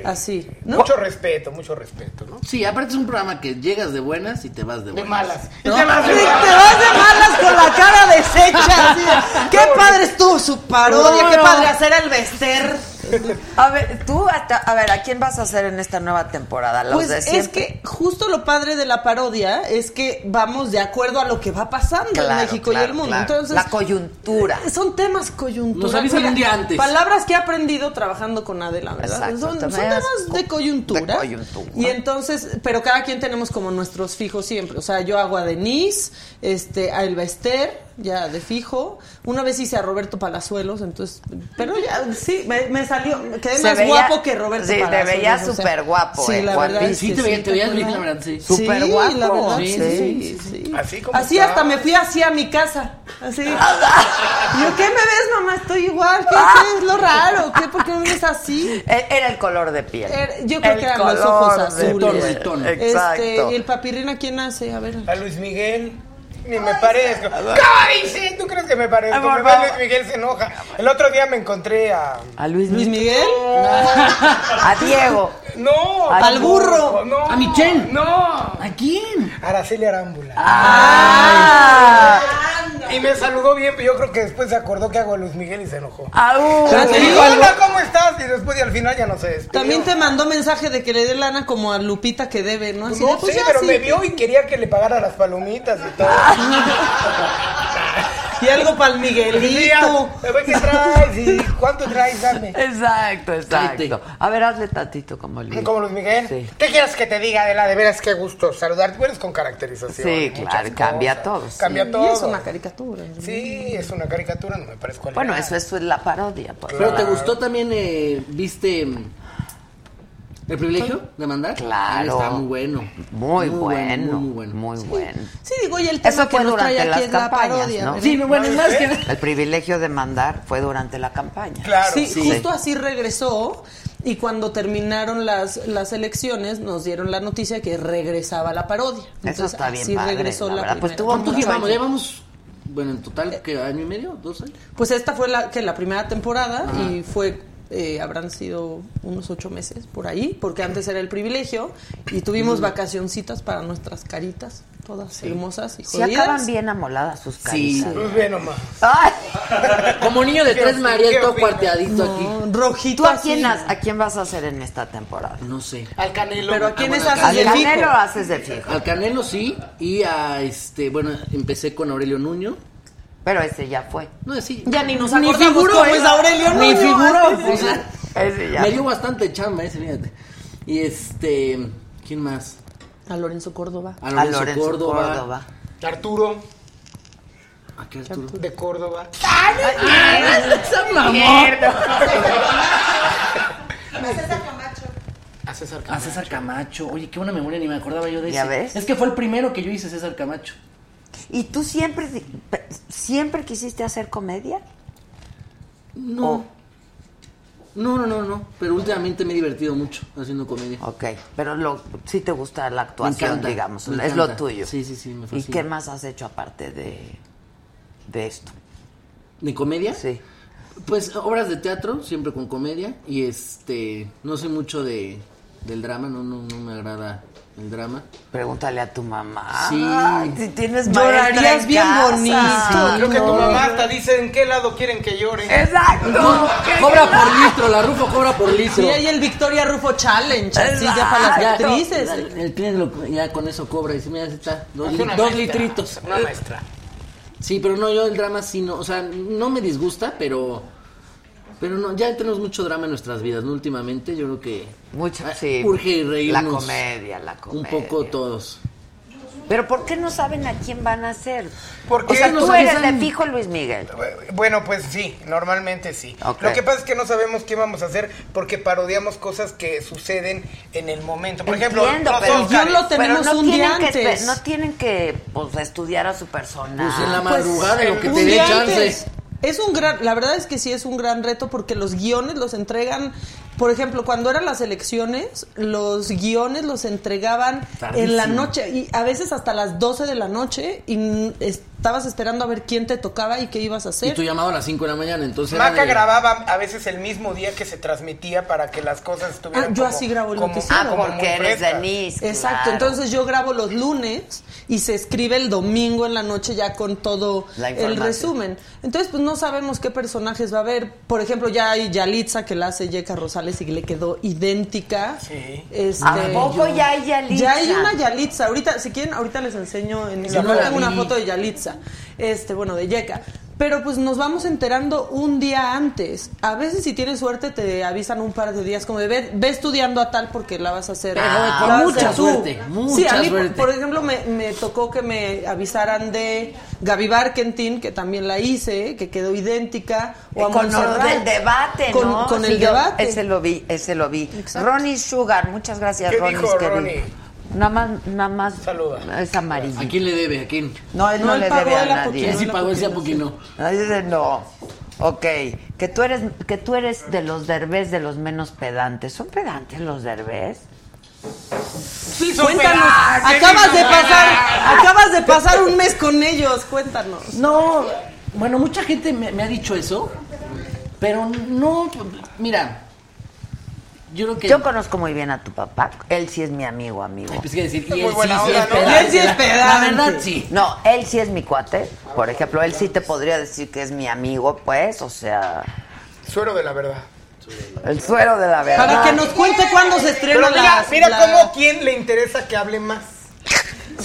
Speaker 13: Así, ¿no?
Speaker 10: Mucho respeto, mucho respeto, ¿no?
Speaker 7: Sí, aparte es un programa que llegas de buenas y te vas de
Speaker 10: De
Speaker 7: buenas.
Speaker 10: malas.
Speaker 7: ¿No?
Speaker 10: Y te vas
Speaker 13: Sí,
Speaker 10: de
Speaker 13: te
Speaker 10: malas.
Speaker 13: vas de malas con la cara deshecha. así de, qué padre estuvo su parodia,
Speaker 7: No,
Speaker 13: qué
Speaker 7: no.
Speaker 13: padre hacer el vester.
Speaker 2: A ver, tú, hasta- a ver, ¿a quién vas a hacer en esta nueva temporada? ¿Los
Speaker 13: Pues
Speaker 2: de
Speaker 13: es
Speaker 2: siempre?
Speaker 13: que justo lo padre de la parodia es que vamos de acuerdo a lo que va pasando
Speaker 2: Claro,
Speaker 13: en México y
Speaker 2: claro,
Speaker 13: el mundo.
Speaker 2: claro.
Speaker 13: Entonces,
Speaker 2: la coyuntura.
Speaker 13: Son temas coyunturales.
Speaker 7: Nos avisan un día antes.
Speaker 13: Palabras que he aprendido trabajando con Adela, ¿verdad?
Speaker 2: Exacto,
Speaker 13: son, son
Speaker 2: temas
Speaker 13: temas
Speaker 2: co-
Speaker 13: de coyuntura.
Speaker 2: de coyuntura.
Speaker 13: Y entonces, pero cada quien tenemos como nuestros fijos siempre. O sea, yo hago a Denise, este, a Elba Ester, ya de fijo. Una vez hice a Roberto Palazuelos, entonces. Pero ya, sí, me, me salió. Quedé
Speaker 2: Se
Speaker 13: más
Speaker 2: veía-
Speaker 13: guapo que Roberto
Speaker 2: sí, te
Speaker 13: Palazuelos.
Speaker 2: veía
Speaker 13: o sea.
Speaker 2: súper guapo, eh,
Speaker 13: la verdad
Speaker 2: guapísimo.
Speaker 13: es que
Speaker 7: Sí, te veía- te veías bien, la verdad, sí.
Speaker 2: Súper guapo.
Speaker 13: la verdad,
Speaker 7: Sí,
Speaker 13: sí,
Speaker 7: sí,
Speaker 13: sí.
Speaker 10: Así como
Speaker 13: Así
Speaker 10: está.
Speaker 13: hasta me fui así a mi casa. Así. Yo, ¿qué me ves, mamá? Estoy igual. ¿Qué, qué es lo raro? ¿Qué? ¿Por qué me ves así?
Speaker 2: E- Era el color de piel.
Speaker 13: Era- yo creo
Speaker 2: El
Speaker 13: que eran los
Speaker 2: color
Speaker 13: ojos
Speaker 2: de
Speaker 13: azules.
Speaker 2: piel.
Speaker 7: El tono, el
Speaker 2: Exacto.
Speaker 13: Este, ¿Y el papirrín a quién hace? A ver.
Speaker 10: A Luis Miguel. Ni me parezco. ¡Ay, sí! ¿Tú crees que me parezco?
Speaker 2: Amor,
Speaker 10: Me ve
Speaker 2: vamos.
Speaker 10: Luis Miguel se enoja. El otro día me encontré a.
Speaker 2: A Luis,
Speaker 13: ¿Luis Miguel?
Speaker 2: A Diego.
Speaker 10: No,
Speaker 2: Al
Speaker 10: tampoco,
Speaker 13: burro.
Speaker 10: No,
Speaker 7: ¿A Michelle?
Speaker 10: No,
Speaker 7: ¿A quién?
Speaker 10: Araceli Arámbula.
Speaker 2: Ah,
Speaker 10: Y me saludó bien, pero yo creo que después se acordó que hago a Luis Miguel y se enojó.
Speaker 2: aú.
Speaker 10: Me
Speaker 13: ¿Sí?
Speaker 10: dijo, hola, ¿cómo estás? Y después y al final ya no se despidió.
Speaker 13: También te mandó mensaje de que le dé lana como a Lupita que debe, ¿no?
Speaker 10: No
Speaker 13: Así
Speaker 10: sé,
Speaker 13: de, pues ya
Speaker 10: pero
Speaker 13: sí.
Speaker 10: me vio y quería que le pagara las palomitas y todo.
Speaker 13: Y algo para el Miguelito.
Speaker 10: ¿Qué traes? ¿Y cuánto traes? Dame.
Speaker 2: Exacto, exacto. A ver, hazle tatito como Luis.
Speaker 10: Como Luis Miguel.
Speaker 2: Sí.
Speaker 10: ¿Qué quieres que te diga, Adela? De veras, qué gusto saludarte. Bueno, es con caracterización.
Speaker 2: Sí,
Speaker 10: muchas
Speaker 2: claro, cambia todo, sí.
Speaker 10: Cambia
Speaker 2: Y
Speaker 10: todo.
Speaker 2: es una
Speaker 13: caricatura.
Speaker 10: Sí, es una caricatura, no me parezco a
Speaker 2: Bueno,
Speaker 10: nada.
Speaker 2: eso, eso es la parodia. pues.
Speaker 7: Pero te gustó también, eh, viste mm, el privilegio de mandar.
Speaker 2: Claro.
Speaker 7: Está muy bueno.
Speaker 2: Muy,
Speaker 7: bueno,
Speaker 2: bueno,
Speaker 7: muy
Speaker 2: muy bueno.
Speaker 13: Sí, digo, y el tema
Speaker 2: Eso fue
Speaker 13: que nos trae
Speaker 2: durante
Speaker 13: aquí
Speaker 2: las
Speaker 13: es la
Speaker 2: campañas,
Speaker 13: parodia.
Speaker 2: ¿no?
Speaker 13: pero-
Speaker 2: El privilegio de mandar fue durante la campaña.
Speaker 13: sí, justo así regresó y cuando terminaron las, las elecciones nos dieron la noticia que regresaba la parodia.
Speaker 2: Eso está bien
Speaker 13: así
Speaker 2: padre,
Speaker 13: regresó
Speaker 2: la
Speaker 13: la,
Speaker 2: verdad. Pues
Speaker 13: primera.
Speaker 2: tuvo ¿Cuánto mucho llevamos? año.
Speaker 7: Llevamos, bueno, en total, ¿qué? ¿Año y medio? ¿Dos años?
Speaker 13: Pues esta fue la que la primera temporada
Speaker 7: Ajá.
Speaker 13: y fue eh, habrán sido unos ocho meses por ahí, porque antes era el privilegio y tuvimos
Speaker 2: Mm.
Speaker 13: vacacioncitas para nuestras caritas, todas hermosas y
Speaker 2: Sí
Speaker 13: jodidas.
Speaker 2: acaban bien amoladas sus
Speaker 13: Sí.
Speaker 2: caritas.
Speaker 10: Pues Ve nomás.
Speaker 7: Como niño de
Speaker 13: Qué
Speaker 7: tres
Speaker 13: qué
Speaker 7: Marías, todo
Speaker 13: horrible.
Speaker 7: cuarteadito
Speaker 13: No,
Speaker 7: aquí.
Speaker 13: Rojito
Speaker 2: ¿Tú a
Speaker 13: así.
Speaker 2: quién, has- a quién vas a hacer en esta temporada?
Speaker 7: No sé.
Speaker 10: Al Canelo.
Speaker 13: Pero ¿a quiénes
Speaker 7: Al
Speaker 13: haces de
Speaker 7: Canelo
Speaker 13: fijo?
Speaker 2: haces de fijo.
Speaker 7: Al Canelo sí, y a este, bueno, empecé con Aurelio Nuño.
Speaker 2: Pero ese ya fue.
Speaker 7: No, sí.
Speaker 13: Ya ni nos acordamos
Speaker 7: figuró,
Speaker 13: cómo es Aurelio
Speaker 7: Ni
Speaker 13: Nuño.
Speaker 7: figuró.
Speaker 13: Sí, sí,
Speaker 7: o
Speaker 13: sí.
Speaker 7: sea,
Speaker 2: Ese ya.
Speaker 7: me dio bastante chamba ese, fíjate. Y este, ¿quién más?
Speaker 13: A Lorenzo Córdoba.
Speaker 7: A Lorenzo, Córdoba.
Speaker 10: Arturo.
Speaker 7: ¿A qué Arturo?
Speaker 10: De Córdoba.
Speaker 7: ¡Esa mamón!
Speaker 10: A César
Speaker 7: A César Camacho. Oye, qué buena memoria, ni me acordaba yo de
Speaker 2: ¿Ya
Speaker 7: ese.
Speaker 2: ves?
Speaker 7: Es que fue el primero que yo hice, César Camacho.
Speaker 2: ¿Y tú siempre, siempre quisiste hacer comedia?
Speaker 7: No. No, no, no, no. Pero últimamente me he divertido mucho haciendo comedia.
Speaker 2: Ok, pero lo, sí te gusta la actuación,
Speaker 7: Me encanta,
Speaker 2: digamos.
Speaker 7: me
Speaker 2: es lo
Speaker 7: encanta.
Speaker 2: tuyo.
Speaker 7: Sí, sí, sí, me
Speaker 2: ¿Y
Speaker 7: fascina.
Speaker 2: qué más has hecho aparte de, de esto?
Speaker 7: ¿De comedia?
Speaker 2: Sí.
Speaker 7: Pues obras de teatro, siempre con comedia. Y este, no sé mucho de, del drama, no, no, no me agrada el drama.
Speaker 2: Pregúntale a tu mamá.
Speaker 7: Sí.
Speaker 2: Ay, si tienes maestra
Speaker 13: Llorarías
Speaker 2: en
Speaker 13: bien
Speaker 2: casa.
Speaker 13: bonito.
Speaker 10: Creo que tu
Speaker 13: No.
Speaker 10: mamá hasta dice en qué lado quieren que llore.
Speaker 2: Exacto.
Speaker 7: Cobra por litro, la Rufo cobra por litro.
Speaker 13: Sí, hay el Victoria Rufo Challenge, así ya para las
Speaker 7: Ya,
Speaker 13: actrices.
Speaker 7: ya, El cliente lo- ya con eso cobra. Y dice, mira, ahí está, dos,
Speaker 10: Es
Speaker 7: li-
Speaker 10: una
Speaker 7: dos
Speaker 10: maestra,
Speaker 7: litritos.
Speaker 10: Una maestra.
Speaker 7: Sí, pero no, yo el drama sí no, o sea, no me disgusta, pero pero no, ya tenemos mucho drama en nuestras vidas, ¿no? Últimamente yo creo que ah,
Speaker 2: Mucho, sí.
Speaker 7: urge reírnos.
Speaker 2: La comedia, la
Speaker 7: un
Speaker 2: comedia.
Speaker 7: poco todos.
Speaker 2: Pero ¿por qué no saben a quién van a hacer?
Speaker 10: Porque
Speaker 2: o sea,
Speaker 10: no
Speaker 2: tú
Speaker 10: saben-
Speaker 2: eres de fijo Luis Miguel.
Speaker 10: Bueno, pues sí, normalmente sí.
Speaker 2: Ok.
Speaker 10: Lo que pasa es que no sabemos qué vamos a hacer porque parodiamos cosas que suceden en el momento. Por ejemplo,
Speaker 2: Entiendo,
Speaker 10: los
Speaker 2: pero
Speaker 10: Óscares.
Speaker 13: Yo lo te- tenemos
Speaker 2: pero no
Speaker 13: un
Speaker 2: tienen
Speaker 13: día
Speaker 2: que,
Speaker 13: antes.
Speaker 2: espe- No tienen que pues, estudiar a su persona.
Speaker 7: Pues en la madrugada, en lo que
Speaker 13: un
Speaker 7: te dé
Speaker 13: Ah, día
Speaker 7: chance.
Speaker 13: antes. Es un gran, la verdad es que sí es un gran reto porque los guiones los entregan, por ejemplo, cuando eran las elecciones, los guiones los entregaban en la
Speaker 7: Tardísimo.
Speaker 13: noche y a veces hasta las 12 de la noche y mm, estabas esperando a ver quién te tocaba y qué ibas
Speaker 7: Y
Speaker 13: a hacer.
Speaker 7: tú llamabas a las 5 de la mañana, entonces era
Speaker 10: Maca
Speaker 7: de-
Speaker 10: grababa a veces el mismo día que se transmitía para que las cosas estuvieran.
Speaker 13: Ah, yo
Speaker 10: como-
Speaker 13: así grabo el
Speaker 10: como-
Speaker 13: noticiero.
Speaker 10: ah, como muy frescas.
Speaker 13: Exacto, entonces yo grabo los lunes y se escribe el domingo en la noche ya con todo
Speaker 2: La
Speaker 13: el
Speaker 2: información.
Speaker 13: resumen. Entonces, pues no sabemos qué personajes va a haber. Por ejemplo, ya hay Yalitza que la hace Yeka Rosales y le quedó idéntica.
Speaker 10: Sí.
Speaker 13: Este,
Speaker 2: ¿A poco ya hay Yalitza?
Speaker 13: Ya hay una Yalitza. Ahorita, si quieren, ahorita les enseño en
Speaker 7: Yo no
Speaker 13: Instagram.
Speaker 7: la
Speaker 13: tengo una
Speaker 7: vi.
Speaker 13: foto de Yalitza. Este, bueno, de Yeka. Pero pues nos vamos enterando un día antes. A veces si tienes suerte te avisan un par de días como de ve, ve estudiando a tal porque la vas a hacer.
Speaker 7: Pero
Speaker 2: Ah,
Speaker 13: la
Speaker 7: con
Speaker 13: vas a
Speaker 7: mucha
Speaker 13: hacer tú".
Speaker 7: suerte,
Speaker 13: Sí, a
Speaker 7: mucha
Speaker 13: mí, por-
Speaker 7: suerte.
Speaker 13: por ejemplo, me, me tocó que me avisaran de Gaby Barkentin, que también la hice, que quedó idéntica. O a
Speaker 2: Eh, con
Speaker 13: Montserrat.
Speaker 2: el debate,
Speaker 13: Con-
Speaker 2: ¿no?
Speaker 13: Con
Speaker 2: Sí,
Speaker 13: el
Speaker 2: yo
Speaker 13: debate.
Speaker 2: Ese lo vi, ese lo vi.
Speaker 13: Exacto.
Speaker 2: Ronnie Sugar, muchas gracias,
Speaker 10: ¿Qué
Speaker 2: Ronnie.
Speaker 10: dijo
Speaker 2: querido.
Speaker 10: Ronnie?
Speaker 2: Nada más, nada más.
Speaker 10: Saluda.
Speaker 2: Es amarillo.
Speaker 7: ¿A quién le debe? ¿A quién?
Speaker 2: No, él no,
Speaker 13: No, él
Speaker 2: le
Speaker 13: pagó
Speaker 2: debe a
Speaker 13: el
Speaker 2: nadie.
Speaker 13: apoquino,
Speaker 7: Él sí pagó, él sí apoquinó.
Speaker 2: Ahí dice, no. Ok, que tú eres que tú eres de los derbés de los menos pedantes. ¿Son pedantes los derbés?
Speaker 13: Sí,
Speaker 10: Son
Speaker 13: cuéntanos.
Speaker 10: pedazos,
Speaker 13: Acabas
Speaker 10: sí,
Speaker 13: de
Speaker 10: son
Speaker 13: pasar, acabas de pasar un mes con ellos. Cuéntanos.
Speaker 7: No, bueno, mucha gente me, me ha dicho eso, pero no, mira, yo creo que...
Speaker 2: Yo conozco muy bien a tu papá. Él sí es mi amigo, amigo.
Speaker 7: Pues, ¿qué decir?
Speaker 10: Muy
Speaker 7: Y él sí,
Speaker 10: buena
Speaker 7: sí
Speaker 10: onda,
Speaker 7: es
Speaker 10: ¿no?
Speaker 7: pedante.
Speaker 10: Y él sí es
Speaker 7: La
Speaker 10: pedante.
Speaker 7: verdad, sí.
Speaker 2: No, él sí es mi cuate. Por ejemplo, él sí te podría decir que es mi amigo, pues, o sea,
Speaker 10: Suero de la verdad.
Speaker 2: el suero de la verdad.
Speaker 13: Para que nos cuente cuándo se estrena
Speaker 10: Pero mira,
Speaker 13: la-
Speaker 10: mira
Speaker 13: la-
Speaker 10: cómo a quién le interesa que hable más.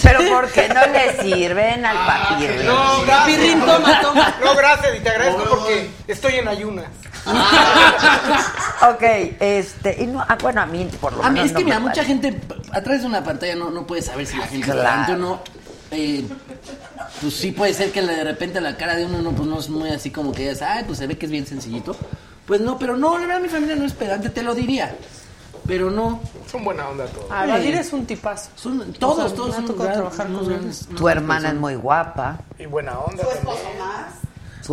Speaker 2: Pero porque no le sirven al papirrín.
Speaker 10: Ah, No, gracias.
Speaker 13: Pirrín, toma, toma.
Speaker 10: No, gracias, y te agradezco porque estoy en ayunas.
Speaker 2: ok, este, y no, ah, bueno, a mí por lo
Speaker 7: A mí
Speaker 2: menos
Speaker 7: es que
Speaker 2: no
Speaker 7: mira,
Speaker 2: me
Speaker 7: mucha
Speaker 2: parece.
Speaker 7: gente a través de una pantalla no, no puede saber si la gente
Speaker 2: Claro.
Speaker 7: está o no. Eh, pues sí puede ser que la- de repente la cara de uno no, pues no es muy así como que digas, ay, pues se ve que es bien sencillito. Pues no, pero no, la verdad mi familia no es pedante, te lo diría. Pero no.
Speaker 10: Son buena onda todos.
Speaker 13: Ah, Vadir es un tipazo.
Speaker 7: Son, todos,
Speaker 13: O sea,
Speaker 7: todos
Speaker 13: me ha
Speaker 7: son
Speaker 13: tocado
Speaker 7: gran-
Speaker 13: trabajar
Speaker 7: unos
Speaker 13: con él.
Speaker 7: grandes-
Speaker 2: Tu
Speaker 7: pues,
Speaker 2: hermana es muy guapa,
Speaker 10: Y buena onda.
Speaker 2: su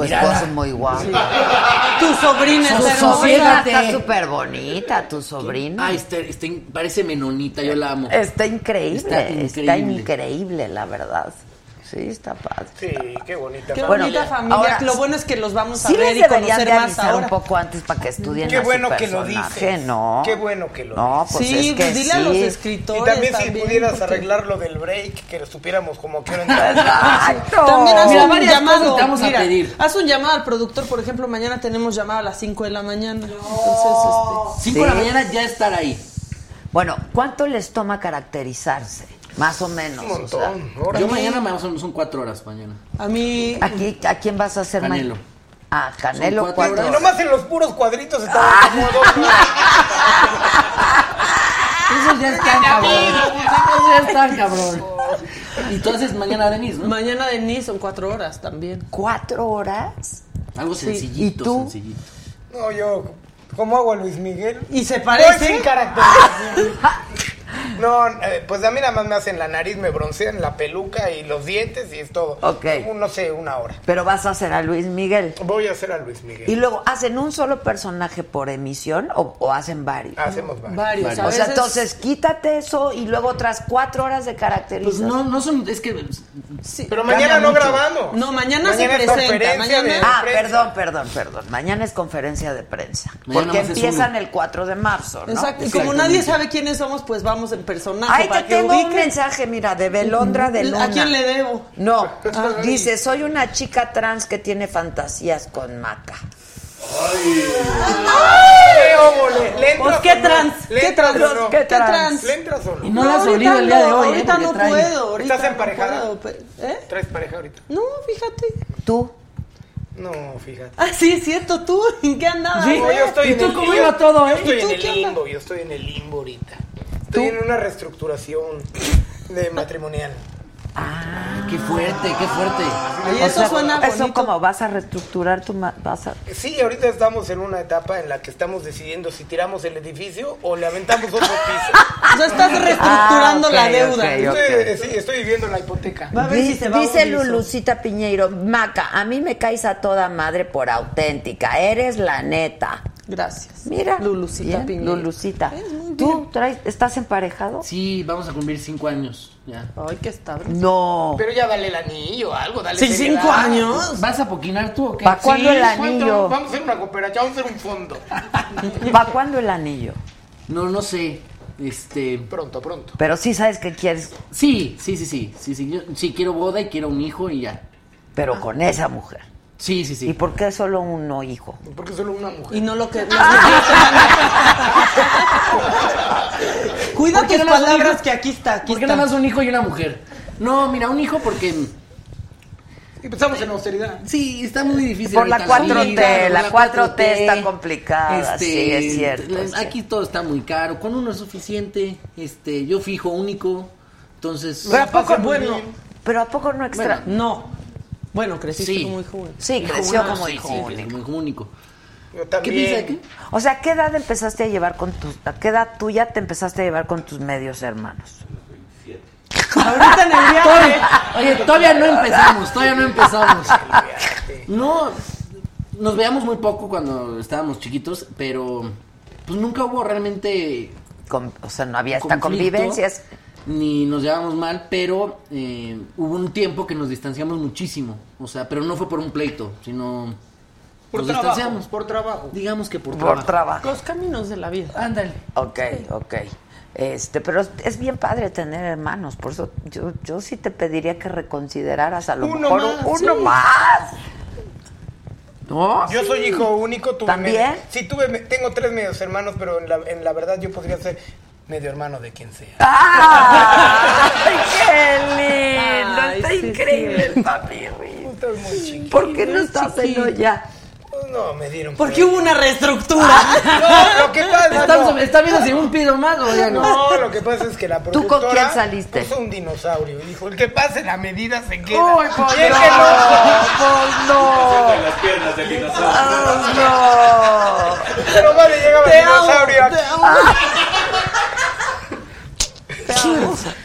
Speaker 7: Mira.
Speaker 2: esposo es muy guapo.
Speaker 13: Tu sobrina
Speaker 2: Tu
Speaker 13: es
Speaker 2: sobrina
Speaker 13: hermosa.
Speaker 2: está súper bonita, tu sobrina.
Speaker 7: Ay, está- está in- parece menonita, yo la
Speaker 10: Eh,
Speaker 7: amo.
Speaker 2: Está increíble,
Speaker 7: Está
Speaker 2: está increíble,
Speaker 7: increíble.
Speaker 2: la verdad. Sí, está padre.
Speaker 10: Sí, qué bonita.
Speaker 13: Qué
Speaker 10: familia.
Speaker 2: Bueno,
Speaker 13: bonita familia.
Speaker 2: ahora-
Speaker 13: lo bueno es que los vamos a
Speaker 2: Sí
Speaker 13: ver
Speaker 2: les
Speaker 13: y
Speaker 2: deberían
Speaker 13: conocer
Speaker 2: de
Speaker 13: más
Speaker 2: avisar un
Speaker 13: ahora.
Speaker 2: poco antes para que estudien
Speaker 10: Qué
Speaker 2: a su
Speaker 10: bueno que lo
Speaker 2: personaje,
Speaker 10: dices.
Speaker 2: ¿no?
Speaker 10: Qué bueno que lo
Speaker 2: No, pues
Speaker 13: sí,
Speaker 2: es que
Speaker 13: pues dile a los
Speaker 2: sí.
Speaker 13: escritores.
Speaker 10: Y también, si
Speaker 13: también,
Speaker 10: pudieras
Speaker 13: porque-
Speaker 10: arreglar lo del break, que lo supiéramos como que hora entrar.
Speaker 2: Exacto.
Speaker 13: También haz
Speaker 7: Mira,
Speaker 13: un
Speaker 7: varias
Speaker 13: llamado.
Speaker 7: cosas te vamos a
Speaker 13: Mira,
Speaker 7: pedir.
Speaker 13: Haz un llamado al productor, por ejemplo, mañana tenemos llamada a las 5 de la mañana. Entonces,
Speaker 7: 5 de la
Speaker 2: Sí.
Speaker 7: mañana ya estar ahí.
Speaker 2: Bueno, ¿cuánto les toma caracterizarse? Más o menos.
Speaker 10: Un
Speaker 2: o sea,
Speaker 10: montón. Ahora
Speaker 7: Yo mañana me son, son cuatro horas mañana.
Speaker 13: este, a mí
Speaker 2: aquí, ¿A quién vas a hacer más?
Speaker 7: Canelo.
Speaker 2: Ah, Canelo
Speaker 7: Son cuatro Ah.
Speaker 2: cuatro.
Speaker 10: Y nomás en los puros cuadritos estaba como dos horas.
Speaker 7: Esos ya están, cabrón. Esos ya están, cabrón. Y entonces mañana Denise, ¿no?
Speaker 13: mañana de ni son 4 horas también.
Speaker 2: ¿Cuatro horas?
Speaker 7: Algo sencillito,
Speaker 2: ¿Y tú?
Speaker 7: sencillito.
Speaker 10: No, yo, ¿cómo hago a Luis Miguel?
Speaker 13: Y se
Speaker 10: Voy
Speaker 13: parece
Speaker 10: sin caracterización. No, eh, pues a mí nada más me hacen la nariz, me broncean la peluca y los dientes y es todo.
Speaker 2: Ok.
Speaker 10: Un- No sé, una hora.
Speaker 2: Pero vas a hacer a Luis Miguel.
Speaker 10: Voy a hacer a Luis Miguel.
Speaker 2: Y luego, ¿hacen un solo personaje por emisión o, o hacen varios?
Speaker 10: Hacemos varios.
Speaker 13: varios.
Speaker 7: Varios.
Speaker 13: a
Speaker 2: o sea,
Speaker 13: veces-
Speaker 2: entonces quítate eso y luego otras cuatro horas de
Speaker 7: Pues
Speaker 2: caracterización.
Speaker 7: no, no son, es que
Speaker 13: Sí.
Speaker 10: Pero mañana no
Speaker 7: mucho.
Speaker 10: grabamos.
Speaker 13: No, mañana se
Speaker 10: es
Speaker 13: presenta,
Speaker 10: conferencia
Speaker 13: mañana-
Speaker 10: de
Speaker 2: Ah,
Speaker 10: prensa.
Speaker 2: perdón, perdón, perdón. Mañana es conferencia de prensa.
Speaker 7: Mañana
Speaker 2: porque
Speaker 7: más es
Speaker 2: empiezan
Speaker 7: uno.
Speaker 2: el 4 de marzo, ¿no?
Speaker 13: Exacto. Y como nadie sabe quiénes somos, pues vamos en personaje
Speaker 2: Ahí te
Speaker 13: para que
Speaker 2: tengo un
Speaker 13: ubiquen.
Speaker 2: mensaje, mira, de Belondra de Luna.
Speaker 13: ¿A quién le Ah, debo?
Speaker 2: No, ah, dice, soy una chica trans que tiene fantasías con Maca.
Speaker 10: ¡Qué óvole! ¿Le entras
Speaker 13: Pues,
Speaker 10: o
Speaker 13: ¿qué
Speaker 10: no?
Speaker 13: trans?
Speaker 10: ¿Le
Speaker 13: ¿Qué
Speaker 10: entras
Speaker 13: trans?
Speaker 10: o no?
Speaker 13: ¿Qué trans?
Speaker 10: ¿Le entras o no?
Speaker 7: Y no la has
Speaker 13: ahorita
Speaker 7: olido el día de
Speaker 13: no,
Speaker 7: hoy, ¿eh?
Speaker 13: Ahorita
Speaker 7: Porque
Speaker 13: no
Speaker 7: trae-
Speaker 13: puedo. Ahorita
Speaker 10: ¿Estás
Speaker 13: no
Speaker 10: emparejada?
Speaker 13: puedo, pe- ¿Eh?
Speaker 10: ¿Traes pareja ahorita?
Speaker 13: No, fíjate.
Speaker 2: ¿Tú?
Speaker 10: No, fíjate.
Speaker 13: Ah, sí, es cierto, tú, ¿en qué andabas?
Speaker 7: Sí.
Speaker 10: No, yo estoy
Speaker 7: ¿Y
Speaker 10: en
Speaker 7: tú
Speaker 10: el-
Speaker 7: cómo
Speaker 10: yo-
Speaker 7: iba todo, eh?
Speaker 10: Yo estoy
Speaker 13: ¿Y tú
Speaker 10: en el
Speaker 13: qué onda?
Speaker 10: limbo, yo estoy en el limbo ahorita. Estoy en una reestructuración de matrimonial.
Speaker 7: Qué fuerte, qué fuerte.
Speaker 13: Ay,
Speaker 2: O
Speaker 13: eso
Speaker 2: sea,
Speaker 13: suena bonito.
Speaker 2: Eso como vas a reestructurar tu... ma- Vas a...
Speaker 10: Sí, ahorita estamos en una etapa en la que estamos decidiendo si tiramos el edificio o le aventamos otro piso.
Speaker 13: O sea, estás reestructurando
Speaker 2: Ah, ok,
Speaker 13: la deuda.
Speaker 2: ok, ok.
Speaker 10: Estoy, eh, sí, estoy viviendo la hipoteca.
Speaker 13: Va a ver si
Speaker 2: Di-
Speaker 13: se va
Speaker 2: dice
Speaker 13: a unir eso.
Speaker 2: Lulucita Piñeiro, Maca, a mí me caes a toda madre por auténtica, eres la neta.
Speaker 13: Gracias.
Speaker 2: Mira,
Speaker 13: Lulucita
Speaker 2: bien,
Speaker 13: Piñeiro.
Speaker 2: Lulucita.
Speaker 13: Es muy
Speaker 2: ¿Tú
Speaker 13: bien.
Speaker 2: traes- estás emparejado?
Speaker 7: Sí, vamos a cumplir cinco años. Ya.
Speaker 13: Ay, qué estable.
Speaker 2: No.
Speaker 10: Pero ya dale el anillo, algo, dale.
Speaker 13: Sí,
Speaker 10: seriedad.
Speaker 13: cinco años.
Speaker 7: ¿Vas a poquinar tú o qué?
Speaker 2: ¿Para cuándo
Speaker 10: Sí,
Speaker 2: el
Speaker 10: cuánto,
Speaker 2: anillo?
Speaker 10: Vamos a hacer una cooperación, vamos a hacer un fondo.
Speaker 2: ¿Para cuándo el anillo?
Speaker 7: No, no sé. Este.
Speaker 10: Pronto, pronto.
Speaker 2: Pero sí sabes que quieres,
Speaker 7: Sí, sí, sí, sí. Sí, sí, yo, sí, quiero boda y quiero un hijo y ya.
Speaker 2: pero con esa mujer.
Speaker 7: Sí, sí, sí.
Speaker 2: ¿Y por qué solo uno hijo?
Speaker 10: Porque solo una mujer.
Speaker 13: Y no lo que. Cuida
Speaker 7: ¿Por qué
Speaker 13: tus
Speaker 7: no las
Speaker 13: palabras
Speaker 7: unimos?
Speaker 13: que aquí está, aquí
Speaker 7: ¿Por qué
Speaker 13: está.
Speaker 7: nada más un hijo y una mujer? No, mira, un hijo porque.
Speaker 10: Y pensamos en austeridad.
Speaker 7: Sí, está muy difícil.
Speaker 2: Por la
Speaker 7: ahorita
Speaker 2: 4T,
Speaker 7: vida,
Speaker 2: la
Speaker 7: por
Speaker 2: 4T está complicada, sí, es cierto, es
Speaker 7: Este, Aquí todo está muy caro. Con uno es suficiente. Este, yo fijo único. Entonces.
Speaker 13: Pero a poco bueno.
Speaker 2: Pero ¿a poco no extra?
Speaker 7: Bueno,
Speaker 13: No. Bueno, creciste
Speaker 7: Sí.
Speaker 13: como hijo único.
Speaker 2: sí,
Speaker 7: Hijo
Speaker 2: creció
Speaker 7: único,
Speaker 2: como
Speaker 7: sí,
Speaker 2: hijo
Speaker 7: sí, creció como
Speaker 2: único.
Speaker 7: hijo único.
Speaker 10: Yo
Speaker 7: ¿Qué
Speaker 10: también.
Speaker 7: piensas de qué?
Speaker 2: O sea, ¿qué edad empezaste a llevar con tus... ¿A qué edad tú ya te empezaste a llevar con tus medios hermanos?
Speaker 13: Ahorita en el viaje.
Speaker 7: Oye, todavía no empezamos, todavía no empezamos. No, nos veíamos muy poco cuando estábamos chiquitos, pero pues nunca hubo realmente
Speaker 2: Con- o sea, no había esta
Speaker 7: conflicto,
Speaker 2: convivencia. es-
Speaker 7: Ni nos llevábamos mal, pero eh, hubo un tiempo que nos distanciamos muchísimo. O sea, pero no fue por un pleito, sino
Speaker 10: Por
Speaker 7: nos
Speaker 10: trabajo.
Speaker 7: distanciamos.
Speaker 10: Por trabajo.
Speaker 7: Digamos que por,
Speaker 2: Por
Speaker 7: trabajo.
Speaker 2: trabajo.
Speaker 13: Los caminos de la vida.
Speaker 7: Ándale.
Speaker 2: Ok, ok. Este, pero es bien padre tener hermanos, por eso yo, yo sí te pediría que reconsideraras a lo
Speaker 10: Uno
Speaker 2: mejor
Speaker 10: más,
Speaker 2: uno
Speaker 10: sí.
Speaker 2: más. ¿No?
Speaker 10: Yo soy hijo único, tuve
Speaker 2: ¿También?
Speaker 10: medio- Sí, tuve, me- tengo tres medios hermanos, pero en la, en la verdad yo podría ser
Speaker 14: medio hermano de quien sea.
Speaker 2: ¡Ay, qué lindo!
Speaker 14: Ay,
Speaker 2: está
Speaker 14: sí,
Speaker 2: increíble
Speaker 14: sí.
Speaker 2: el papi Ruiz. ¿Por qué no estás en olla?
Speaker 14: Pues No, me dieron.
Speaker 13: Porque hubo una reestructura.
Speaker 14: no, lo que pasa.
Speaker 13: Ah, Estamos-
Speaker 14: no.
Speaker 13: está viendo si un pido más o ya no.
Speaker 14: No, lo que pasa es que la
Speaker 13: ¿Tú con
Speaker 14: productora
Speaker 13: quién saliste?
Speaker 14: puso un dinosaurio y dijo, el que pase la medida se queda.
Speaker 13: Uy, pues
Speaker 14: Y es que
Speaker 13: no,
Speaker 2: pues no.
Speaker 3: Con las piernas del
Speaker 2: Ah.
Speaker 3: dinosaurio.
Speaker 2: no.
Speaker 14: Pero vale, llegaba
Speaker 2: Te
Speaker 14: el dinosaurio
Speaker 2: amo,
Speaker 14: aquí.
Speaker 2: te
Speaker 10: Ah,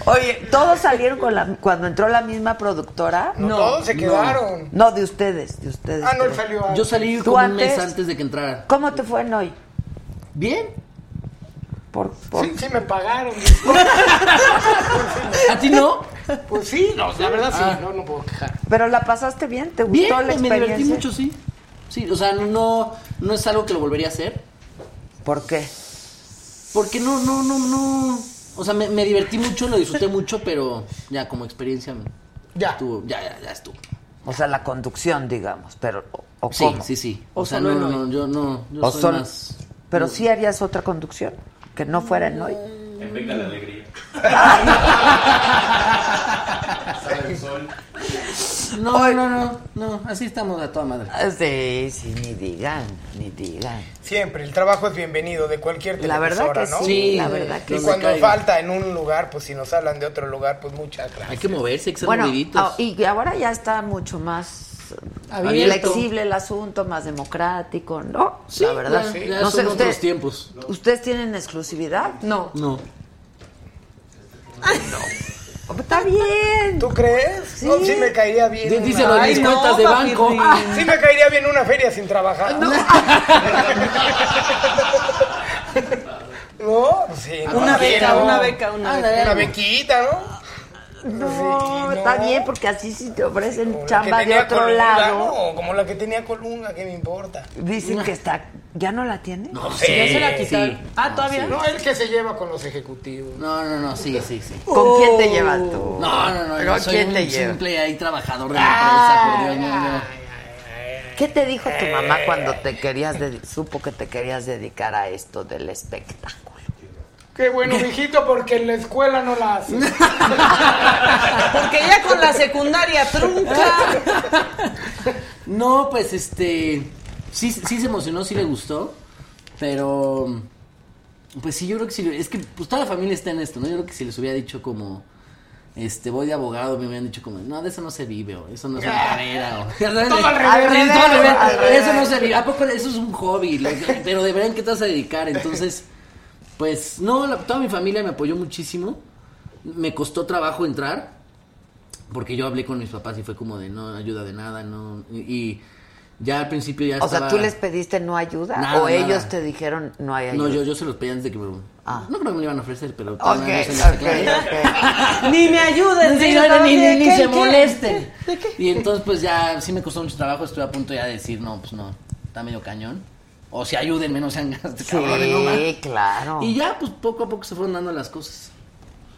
Speaker 2: Oye, ¿todos salieron con la, cuando entró la misma productora?
Speaker 14: No, todos se quedaron.
Speaker 2: No, de ustedes, de ustedes.
Speaker 14: Ah, no, él
Speaker 2: tres.
Speaker 14: salió antes.
Speaker 10: Yo salí
Speaker 2: ¿Tú
Speaker 10: como un mes
Speaker 2: antes?
Speaker 10: antes de que entrara.
Speaker 2: ¿Cómo te fue en hoy?
Speaker 10: Bien.
Speaker 2: Por,
Speaker 14: Sí, sí me pagaron. ¿A
Speaker 10: ti no?
Speaker 14: Pues sí, no, la verdad sí,
Speaker 10: Ah.
Speaker 14: no, no puedo quejar.
Speaker 2: Pero la pasaste bien, ¿te gustó
Speaker 10: Bien,
Speaker 2: la
Speaker 10: me
Speaker 2: experiencia?
Speaker 10: divertí mucho, sí. Sí, o sea, no, no es algo que lo volvería a hacer.
Speaker 2: ¿Por qué?
Speaker 10: Porque no, no, no, no. O sea, me, me divertí mucho, lo disfruté mucho, pero ya como experiencia
Speaker 14: ya.
Speaker 10: estuvo. Ya, ya, ya estuvo.
Speaker 2: O sea, la conducción, digamos, pero o- o
Speaker 10: Sí,
Speaker 2: cómo?
Speaker 10: sí, sí. O, sea, no, no, yo no. Yo
Speaker 2: O
Speaker 10: soy
Speaker 2: solo-
Speaker 10: más-
Speaker 2: Pero
Speaker 10: no.
Speaker 2: sí harías otra conducción que no fuera en hoy.
Speaker 3: En Venga la Alegría. Sale el sol.
Speaker 10: No, no, no, no, así estamos a toda madre.
Speaker 2: Sí, sí, ni digan, ni digan.
Speaker 14: Siempre, el trabajo es bienvenido de cualquier
Speaker 2: La verdad
Speaker 14: televisora,
Speaker 2: que
Speaker 14: ¿no?
Speaker 2: sí, Sí, la verdad que
Speaker 14: Y
Speaker 2: sí.
Speaker 14: cuando
Speaker 2: Donde caiga.
Speaker 14: falta en un lugar, pues si nos hablan de otro lugar, pues muchas gracias.
Speaker 10: Hay que moverse, hay que ser
Speaker 2: Bueno,
Speaker 10: moviditos.
Speaker 2: ah, y ahora ya está mucho más eh,
Speaker 10: Abierto.
Speaker 2: flexible el asunto, más democrático, ¿no?
Speaker 10: Sí,
Speaker 2: la verdad.
Speaker 10: ya- ya
Speaker 2: no
Speaker 10: son otros
Speaker 2: ustedes-
Speaker 10: tiempos.
Speaker 2: ¿Ustedes tienen exclusividad? No.
Speaker 10: No.
Speaker 2: Está bien.
Speaker 14: ¿Tú crees?
Speaker 2: Sí.
Speaker 14: No, sí me caería bien.
Speaker 10: Dí-
Speaker 14: una-
Speaker 10: díselo en mis cuentas de
Speaker 14: papi,
Speaker 10: banco.
Speaker 14: sí. Sí me caería bien una feria sin trabajar. No, sí. no
Speaker 13: Una
Speaker 14: quiero.
Speaker 13: beca, una beca, una
Speaker 14: Ah,
Speaker 13: beca.
Speaker 14: Una bequita, ¿no?
Speaker 2: No, está bien, porque así si te ofrecen
Speaker 14: Como la que
Speaker 2: chamba de
Speaker 14: tenía
Speaker 2: otro
Speaker 14: Colunga,
Speaker 2: lado,
Speaker 14: no, como la que tenía Colunga, ¿qué me importa?
Speaker 2: dicen que está. ¿Ya no la tiene? No,
Speaker 14: sí, ya se la quitaron.
Speaker 13: Ah, todavía.
Speaker 14: No, el que se lleva con los ejecutivos.
Speaker 10: No, no, no, sí, sí, sí.
Speaker 2: ¿Con quién te llevas tú?
Speaker 10: No, no, no, yo
Speaker 2: ¿Con
Speaker 10: soy
Speaker 2: quién
Speaker 10: un
Speaker 2: te llevas?
Speaker 10: simple ahí trabajador de la empresa, por Dios, no, no.
Speaker 2: ¿Qué te dijo tu mamá cuando te querías dedi- supo que te querías dedicar a esto del espectáculo?
Speaker 14: Qué bueno, mijito, porque en la escuela no la hacen.
Speaker 13: Porque ya con la secundaria trunca.
Speaker 10: No, pues este. Sí, sí se emocionó, sí le gustó. Pero. Pues sí, yo creo que sí. Es que pues toda la familia está en esto, ¿no? Yo creo que si les hubiera dicho como. Este, voy de abogado, me hubieran dicho como, no, de eso no se vive, o eso no es
Speaker 13: Ah.
Speaker 10: una carrera, o... Ya sabes,
Speaker 14: Todo
Speaker 10: de-
Speaker 14: al revés,
Speaker 10: Sí,
Speaker 14: todo al
Speaker 10: al
Speaker 14: revés.
Speaker 10: revés. Eso no se vive, ¿a poco eso es un hobby? Lo que- Pero de verdad, ¿en qué te vas a dedicar? Entonces, pues, no, la- toda mi familia me apoyó muchísimo. Me costó trabajo entrar, porque yo hablé con mis papás y fue como de no ayuda de nada, no. Y, y ya al principio ya
Speaker 2: O sea,
Speaker 10: estaba-
Speaker 2: ¿tú les pediste no ayuda?
Speaker 10: Nada,
Speaker 2: ¿O
Speaker 10: nada.
Speaker 2: ellos te dijeron no hay ayuda?
Speaker 10: No, yo, yo se los pedí antes de que me.
Speaker 14: Ah.
Speaker 10: No creo que me lo iban a ofrecer, pero.
Speaker 2: Ok,
Speaker 10: no se me hace
Speaker 2: ok,
Speaker 10: claro.
Speaker 13: Ni me ayuden.
Speaker 10: Ni se
Speaker 13: digo,
Speaker 10: ayuden, ni-
Speaker 13: oye,
Speaker 10: ni- ni
Speaker 13: ¿qué-
Speaker 10: se
Speaker 13: qué?
Speaker 10: molesten.
Speaker 13: ¿De qué?
Speaker 10: Y entonces, pues ya sí me costó mucho trabajo. Estuve a punto ya de decir, no, pues no, está medio cañón. O si ayúdenme, no sean gastos, cabrones, no más.
Speaker 2: Sí, claro.
Speaker 10: Y ya, pues poco a poco se fueron dando las cosas.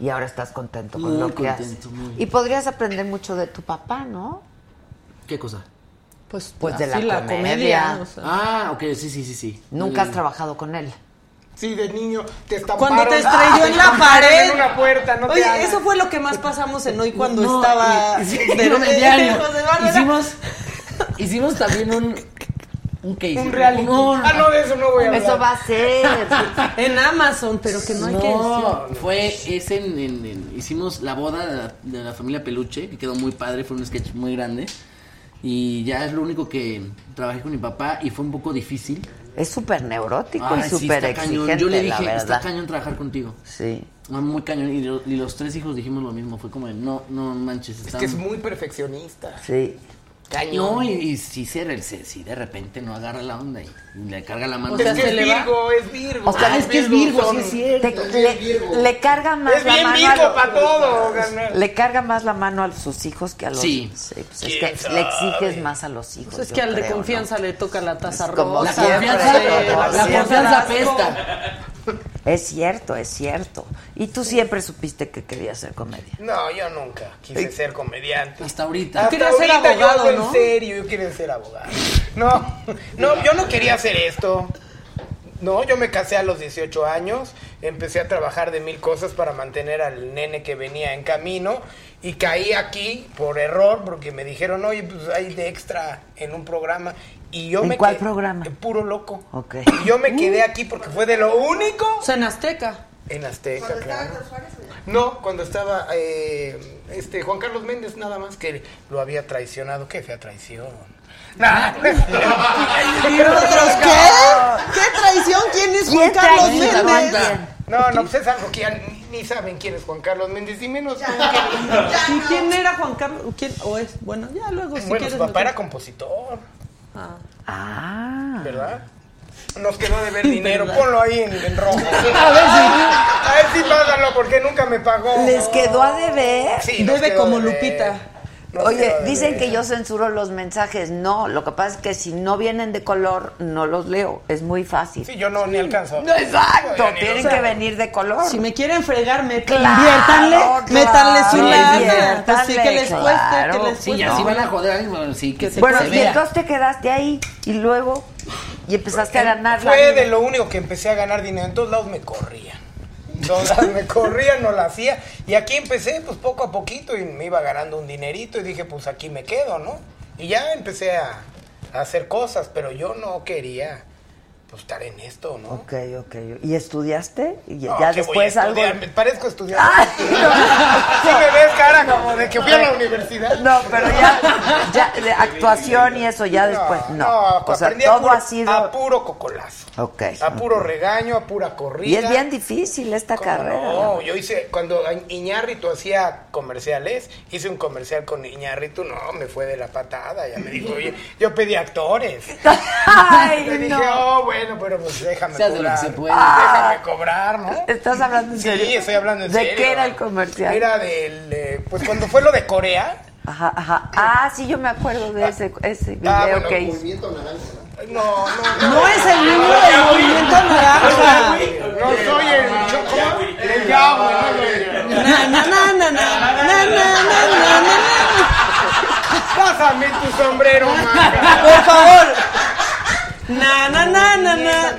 Speaker 2: Y ahora estás contento con
Speaker 10: Muy
Speaker 2: lo que haces.
Speaker 10: contento, muy.
Speaker 2: Y podrías aprender mucho de tu papá, ¿no?
Speaker 10: ¿Qué cosa?
Speaker 13: Pues,
Speaker 2: Pues de la
Speaker 13: así
Speaker 2: comedia.
Speaker 13: o sea.
Speaker 10: Ah, ok, sí, sí, sí, sí. Eh,
Speaker 2: Nunca has trabajado con él.
Speaker 14: Sí, de niño te estamparon.
Speaker 13: Cuando te estrelló en la
Speaker 14: estamparon
Speaker 13: pared.
Speaker 14: En una puerta, no te hagas.
Speaker 13: Oye, eso fue lo que más pasamos en hoy cuando
Speaker 10: No,
Speaker 13: estaba.
Speaker 10: y- sí,
Speaker 13: de-
Speaker 10: no, de diario.
Speaker 13: José Bárbara.
Speaker 10: Hicimos, hicimos también un. ¿Un qué
Speaker 14: Un
Speaker 10: hicimos?
Speaker 14: reality.
Speaker 10: No, no,
Speaker 14: Ah, no, de eso no voy a hablar.
Speaker 2: Eso va a ser.
Speaker 13: En Amazon, pero que no hay que decir.
Speaker 10: No, fue ese en, en- en- hicimos la boda de la, de la familia Peluche, que quedó muy padre, fue un sketch muy grande. Y ya es lo único que trabajé con mi papá y fue un poco difícil.
Speaker 2: Es súper neurótico
Speaker 10: Ay,
Speaker 2: y
Speaker 10: sí,
Speaker 2: súper
Speaker 10: está cañón.
Speaker 2: exigente,
Speaker 10: Yo le
Speaker 2: la
Speaker 10: dije, está
Speaker 2: verdad.
Speaker 10: cañón trabajar contigo.
Speaker 2: Sí.
Speaker 10: Ah, Muy cañón. Y, lo- y los tres hijos dijimos lo mismo. Fue como, de, no, no manches.
Speaker 14: Es que es muy perfeccionista.
Speaker 2: Sí.
Speaker 14: Cañón.
Speaker 10: No, y, y sí, se, se- sí, de repente no agarra la onda y le carga la mano.
Speaker 14: es que es
Speaker 13: le va.
Speaker 14: Virgo, es Virgo.
Speaker 2: O sea,
Speaker 10: Ah, es que es Virgo,
Speaker 14: son-
Speaker 10: sí es cierto.
Speaker 2: Te- le, le carga más
Speaker 14: Es
Speaker 2: la
Speaker 14: bien
Speaker 2: mano a
Speaker 14: Virgo
Speaker 2: lo-
Speaker 14: para todo. carnal.
Speaker 2: le carga más la mano a sus hijos que a los
Speaker 10: Sí.
Speaker 2: pues es que le exiges más a los hijos.
Speaker 13: Pues es
Speaker 2: yo
Speaker 13: que al de
Speaker 2: creo, ¿no?
Speaker 13: confianza le toca la taza roja.
Speaker 2: como
Speaker 10: La
Speaker 2: siempre,
Speaker 10: confianza,
Speaker 2: como
Speaker 10: la
Speaker 2: siempre.
Speaker 10: confianza apesta.
Speaker 2: Es cierto, es cierto. Y tú siempre supiste que querías ser comedia.
Speaker 14: No, yo nunca quise ser comediante.
Speaker 10: Hasta ahorita.
Speaker 14: Hasta
Speaker 13: quería ser
Speaker 14: ahorita
Speaker 13: abogado,
Speaker 14: yo hablo
Speaker 13: ¿no?
Speaker 14: En serio, yo quería ser abogado. No, no, yo no quería hacer esto.
Speaker 10: No, yo me casé a los 18 años, empecé a trabajar de mil cosas para mantener al nene que venía en camino y caí aquí por error porque me dijeron, oye, pues hay de extra en un programa y yo
Speaker 2: ¿En
Speaker 10: me
Speaker 2: cuál
Speaker 10: qued-
Speaker 2: programa?
Speaker 10: Puro loco.
Speaker 2: Ok. Uh.
Speaker 10: Y yo me quedé aquí porque fue de lo único.
Speaker 13: O sea, en Azteca.
Speaker 10: En Azteca, claro. No, cuando estaba eh, este Juan Carlos Méndez nada más que lo había traicionado. Qué fea traición. Nah.
Speaker 13: ¿Y nosotros qué? ¿Qué traición? ¿Quién es Juan Carlos Méndez?
Speaker 10: No, no, pues es algo que ya ni, ni saben quién es Juan Carlos Méndez, y menos saben quién es.
Speaker 13: ¿Y quién era Juan Carlos? ¿Quién? ¿O es? Bueno, ya luego si
Speaker 10: Bueno,
Speaker 13: quieres.
Speaker 10: su
Speaker 13: me
Speaker 10: papá
Speaker 13: cuentas.
Speaker 10: era compositor,
Speaker 13: Ah.
Speaker 2: Ah.
Speaker 10: ¿verdad? Nos quedó de ver dinero. Ponlo ahí en, en rojo. A
Speaker 13: ver
Speaker 10: si. A ver si págalo, porque nunca me pagó.
Speaker 2: ¿Les quedó a deber?
Speaker 10: Sí, nos quedó de ver. Nos
Speaker 2: Oye,
Speaker 10: quedó de
Speaker 2: dicen
Speaker 10: ver.
Speaker 2: que yo censuro los mensajes. No, lo que pasa es que si no vienen de color, no los leo. Es muy fácil.
Speaker 10: Sí, yo no, ni alcanzo.
Speaker 2: No, exacto,
Speaker 10: Yo ni
Speaker 2: tienen
Speaker 10: lo sé.
Speaker 2: que venir de color.
Speaker 13: Si me quieren fregar, metan-
Speaker 2: Claro,
Speaker 13: inviértanle,
Speaker 2: claro,
Speaker 13: métanle su lana.
Speaker 2: inviértanle,
Speaker 13: Así que les cueste, que
Speaker 2: claro.
Speaker 13: les
Speaker 7: Sí,
Speaker 13: cueste.
Speaker 7: ya si van a joder a alguien, bueno, sí, que se,
Speaker 2: Bueno,
Speaker 7: se
Speaker 2: y
Speaker 7: vea.
Speaker 2: entonces te quedaste ahí y luego y empezaste a ganar la vida.
Speaker 10: Fue de lo único que empecé a ganar dinero. En todos lados me corrían. En todos lados me corrían, no la hacía. Y aquí empecé, pues poco a poquito, y me iba ganando un dinerito. Y dije, pues aquí me quedo, ¿no? Y ya empecé a, a hacer cosas, pero yo no quería pues, estar en esto, ¿no?
Speaker 2: Ok, ok. ¿Y estudiaste? Y
Speaker 10: No,
Speaker 2: ya
Speaker 10: ¿qué voy
Speaker 2: después
Speaker 10: a
Speaker 2: algo. Ah,
Speaker 10: estudiar? Me parezco estudiante. Sí me ves cara como de que fui a la universidad.
Speaker 2: No, pero ya, ya de actuación y eso ya después. No, o sea,
Speaker 10: aprendí a
Speaker 2: todo
Speaker 10: puro-
Speaker 2: ha sido.
Speaker 10: a puro cocolazo.
Speaker 2: Ok.
Speaker 10: A puro regaño, a pura corrida.
Speaker 2: Y es bien difícil esta carrera.
Speaker 10: No, yo hice, cuando Iñarritu hacía comerciales, hice un comercial con Iñarritu, no, me fue de la patada, ya me dijo, oye, yo pedí actores.
Speaker 2: Ay,
Speaker 10: Le dije,
Speaker 2: no.
Speaker 10: oh, bueno, pero pues déjame
Speaker 7: Se hace lo que
Speaker 10: cobrar.
Speaker 7: se puede.
Speaker 10: Déjame cobrar, ¿no?
Speaker 2: ¿Estás hablando en serio?
Speaker 10: Sí, estoy hablando en
Speaker 2: ¿De
Speaker 10: serio.
Speaker 2: qué era el comercial?
Speaker 10: Era del, eh, pues cuando fue lo de Corea,
Speaker 2: Ajá, ajá. Ah, sí, yo me acuerdo de ese, ese video
Speaker 10: Ah, bueno,
Speaker 2: que
Speaker 10: muy
Speaker 2: hice.
Speaker 4: Movimiento naranja.
Speaker 10: no, no, no.
Speaker 13: No es el niño del movimiento naranja.
Speaker 10: No soy el choco, el yagüe, no soy el-
Speaker 13: Na, na, na, na, na, na, na, na, na, na.
Speaker 10: Pásame tu sombrero, maga.
Speaker 13: Por favor. Na, na, na, na, na.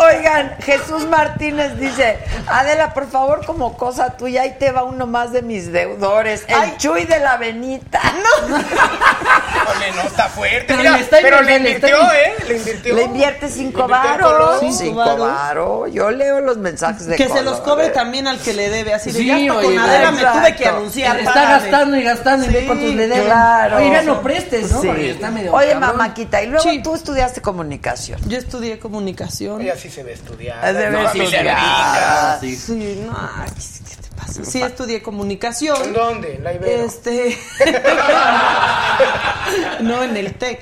Speaker 2: Oigan, Jesús Martínez dice, Adela, por favor, como cosa tuya, ahí te va uno más de mis deudores. El Chuy de la Benita.
Speaker 10: Híjole, no está fuerte.
Speaker 7: Pero
Speaker 10: Mira,
Speaker 7: le está
Speaker 10: pero le
Speaker 7: invirtiendo,
Speaker 10: invirtió,
Speaker 7: le
Speaker 10: ¿eh? Le invirtió.
Speaker 2: Le invierte cinco
Speaker 10: Le invirtió en
Speaker 2: varos.
Speaker 10: color.
Speaker 2: Cinco
Speaker 13: varos.
Speaker 2: varos. Yo leo los mensajes de
Speaker 13: Que se los
Speaker 2: color,
Speaker 13: cobre
Speaker 2: ¿eh?
Speaker 13: también al que le debe. Así de
Speaker 7: Sí,
Speaker 13: ya hasta con
Speaker 7: oye,
Speaker 13: Adela me
Speaker 2: exacto.
Speaker 13: tuve que anunciar.
Speaker 7: Está
Speaker 13: págame.
Speaker 7: gastando y gastando y ve cuántos le deben.
Speaker 2: Claro.
Speaker 7: Oiga, no prestes, ¿no?
Speaker 2: Sí.
Speaker 7: Porque está medio
Speaker 2: Oye,
Speaker 7: cabrón.
Speaker 2: mamáquita, y luego
Speaker 13: Sí.
Speaker 2: tú estudiaste comunicación.
Speaker 13: Yo estudié comunicación.
Speaker 10: Y así se ve estudiar.
Speaker 2: Es de
Speaker 10: No,
Speaker 2: ver
Speaker 10: así se
Speaker 2: estudiar.
Speaker 7: Sí.
Speaker 13: Sí, no, ay, ¿qué te pasa? Sí, estudié comunicación.
Speaker 10: ve. ¿En dónde? En La Ibero.
Speaker 13: Este. no, en el TEC,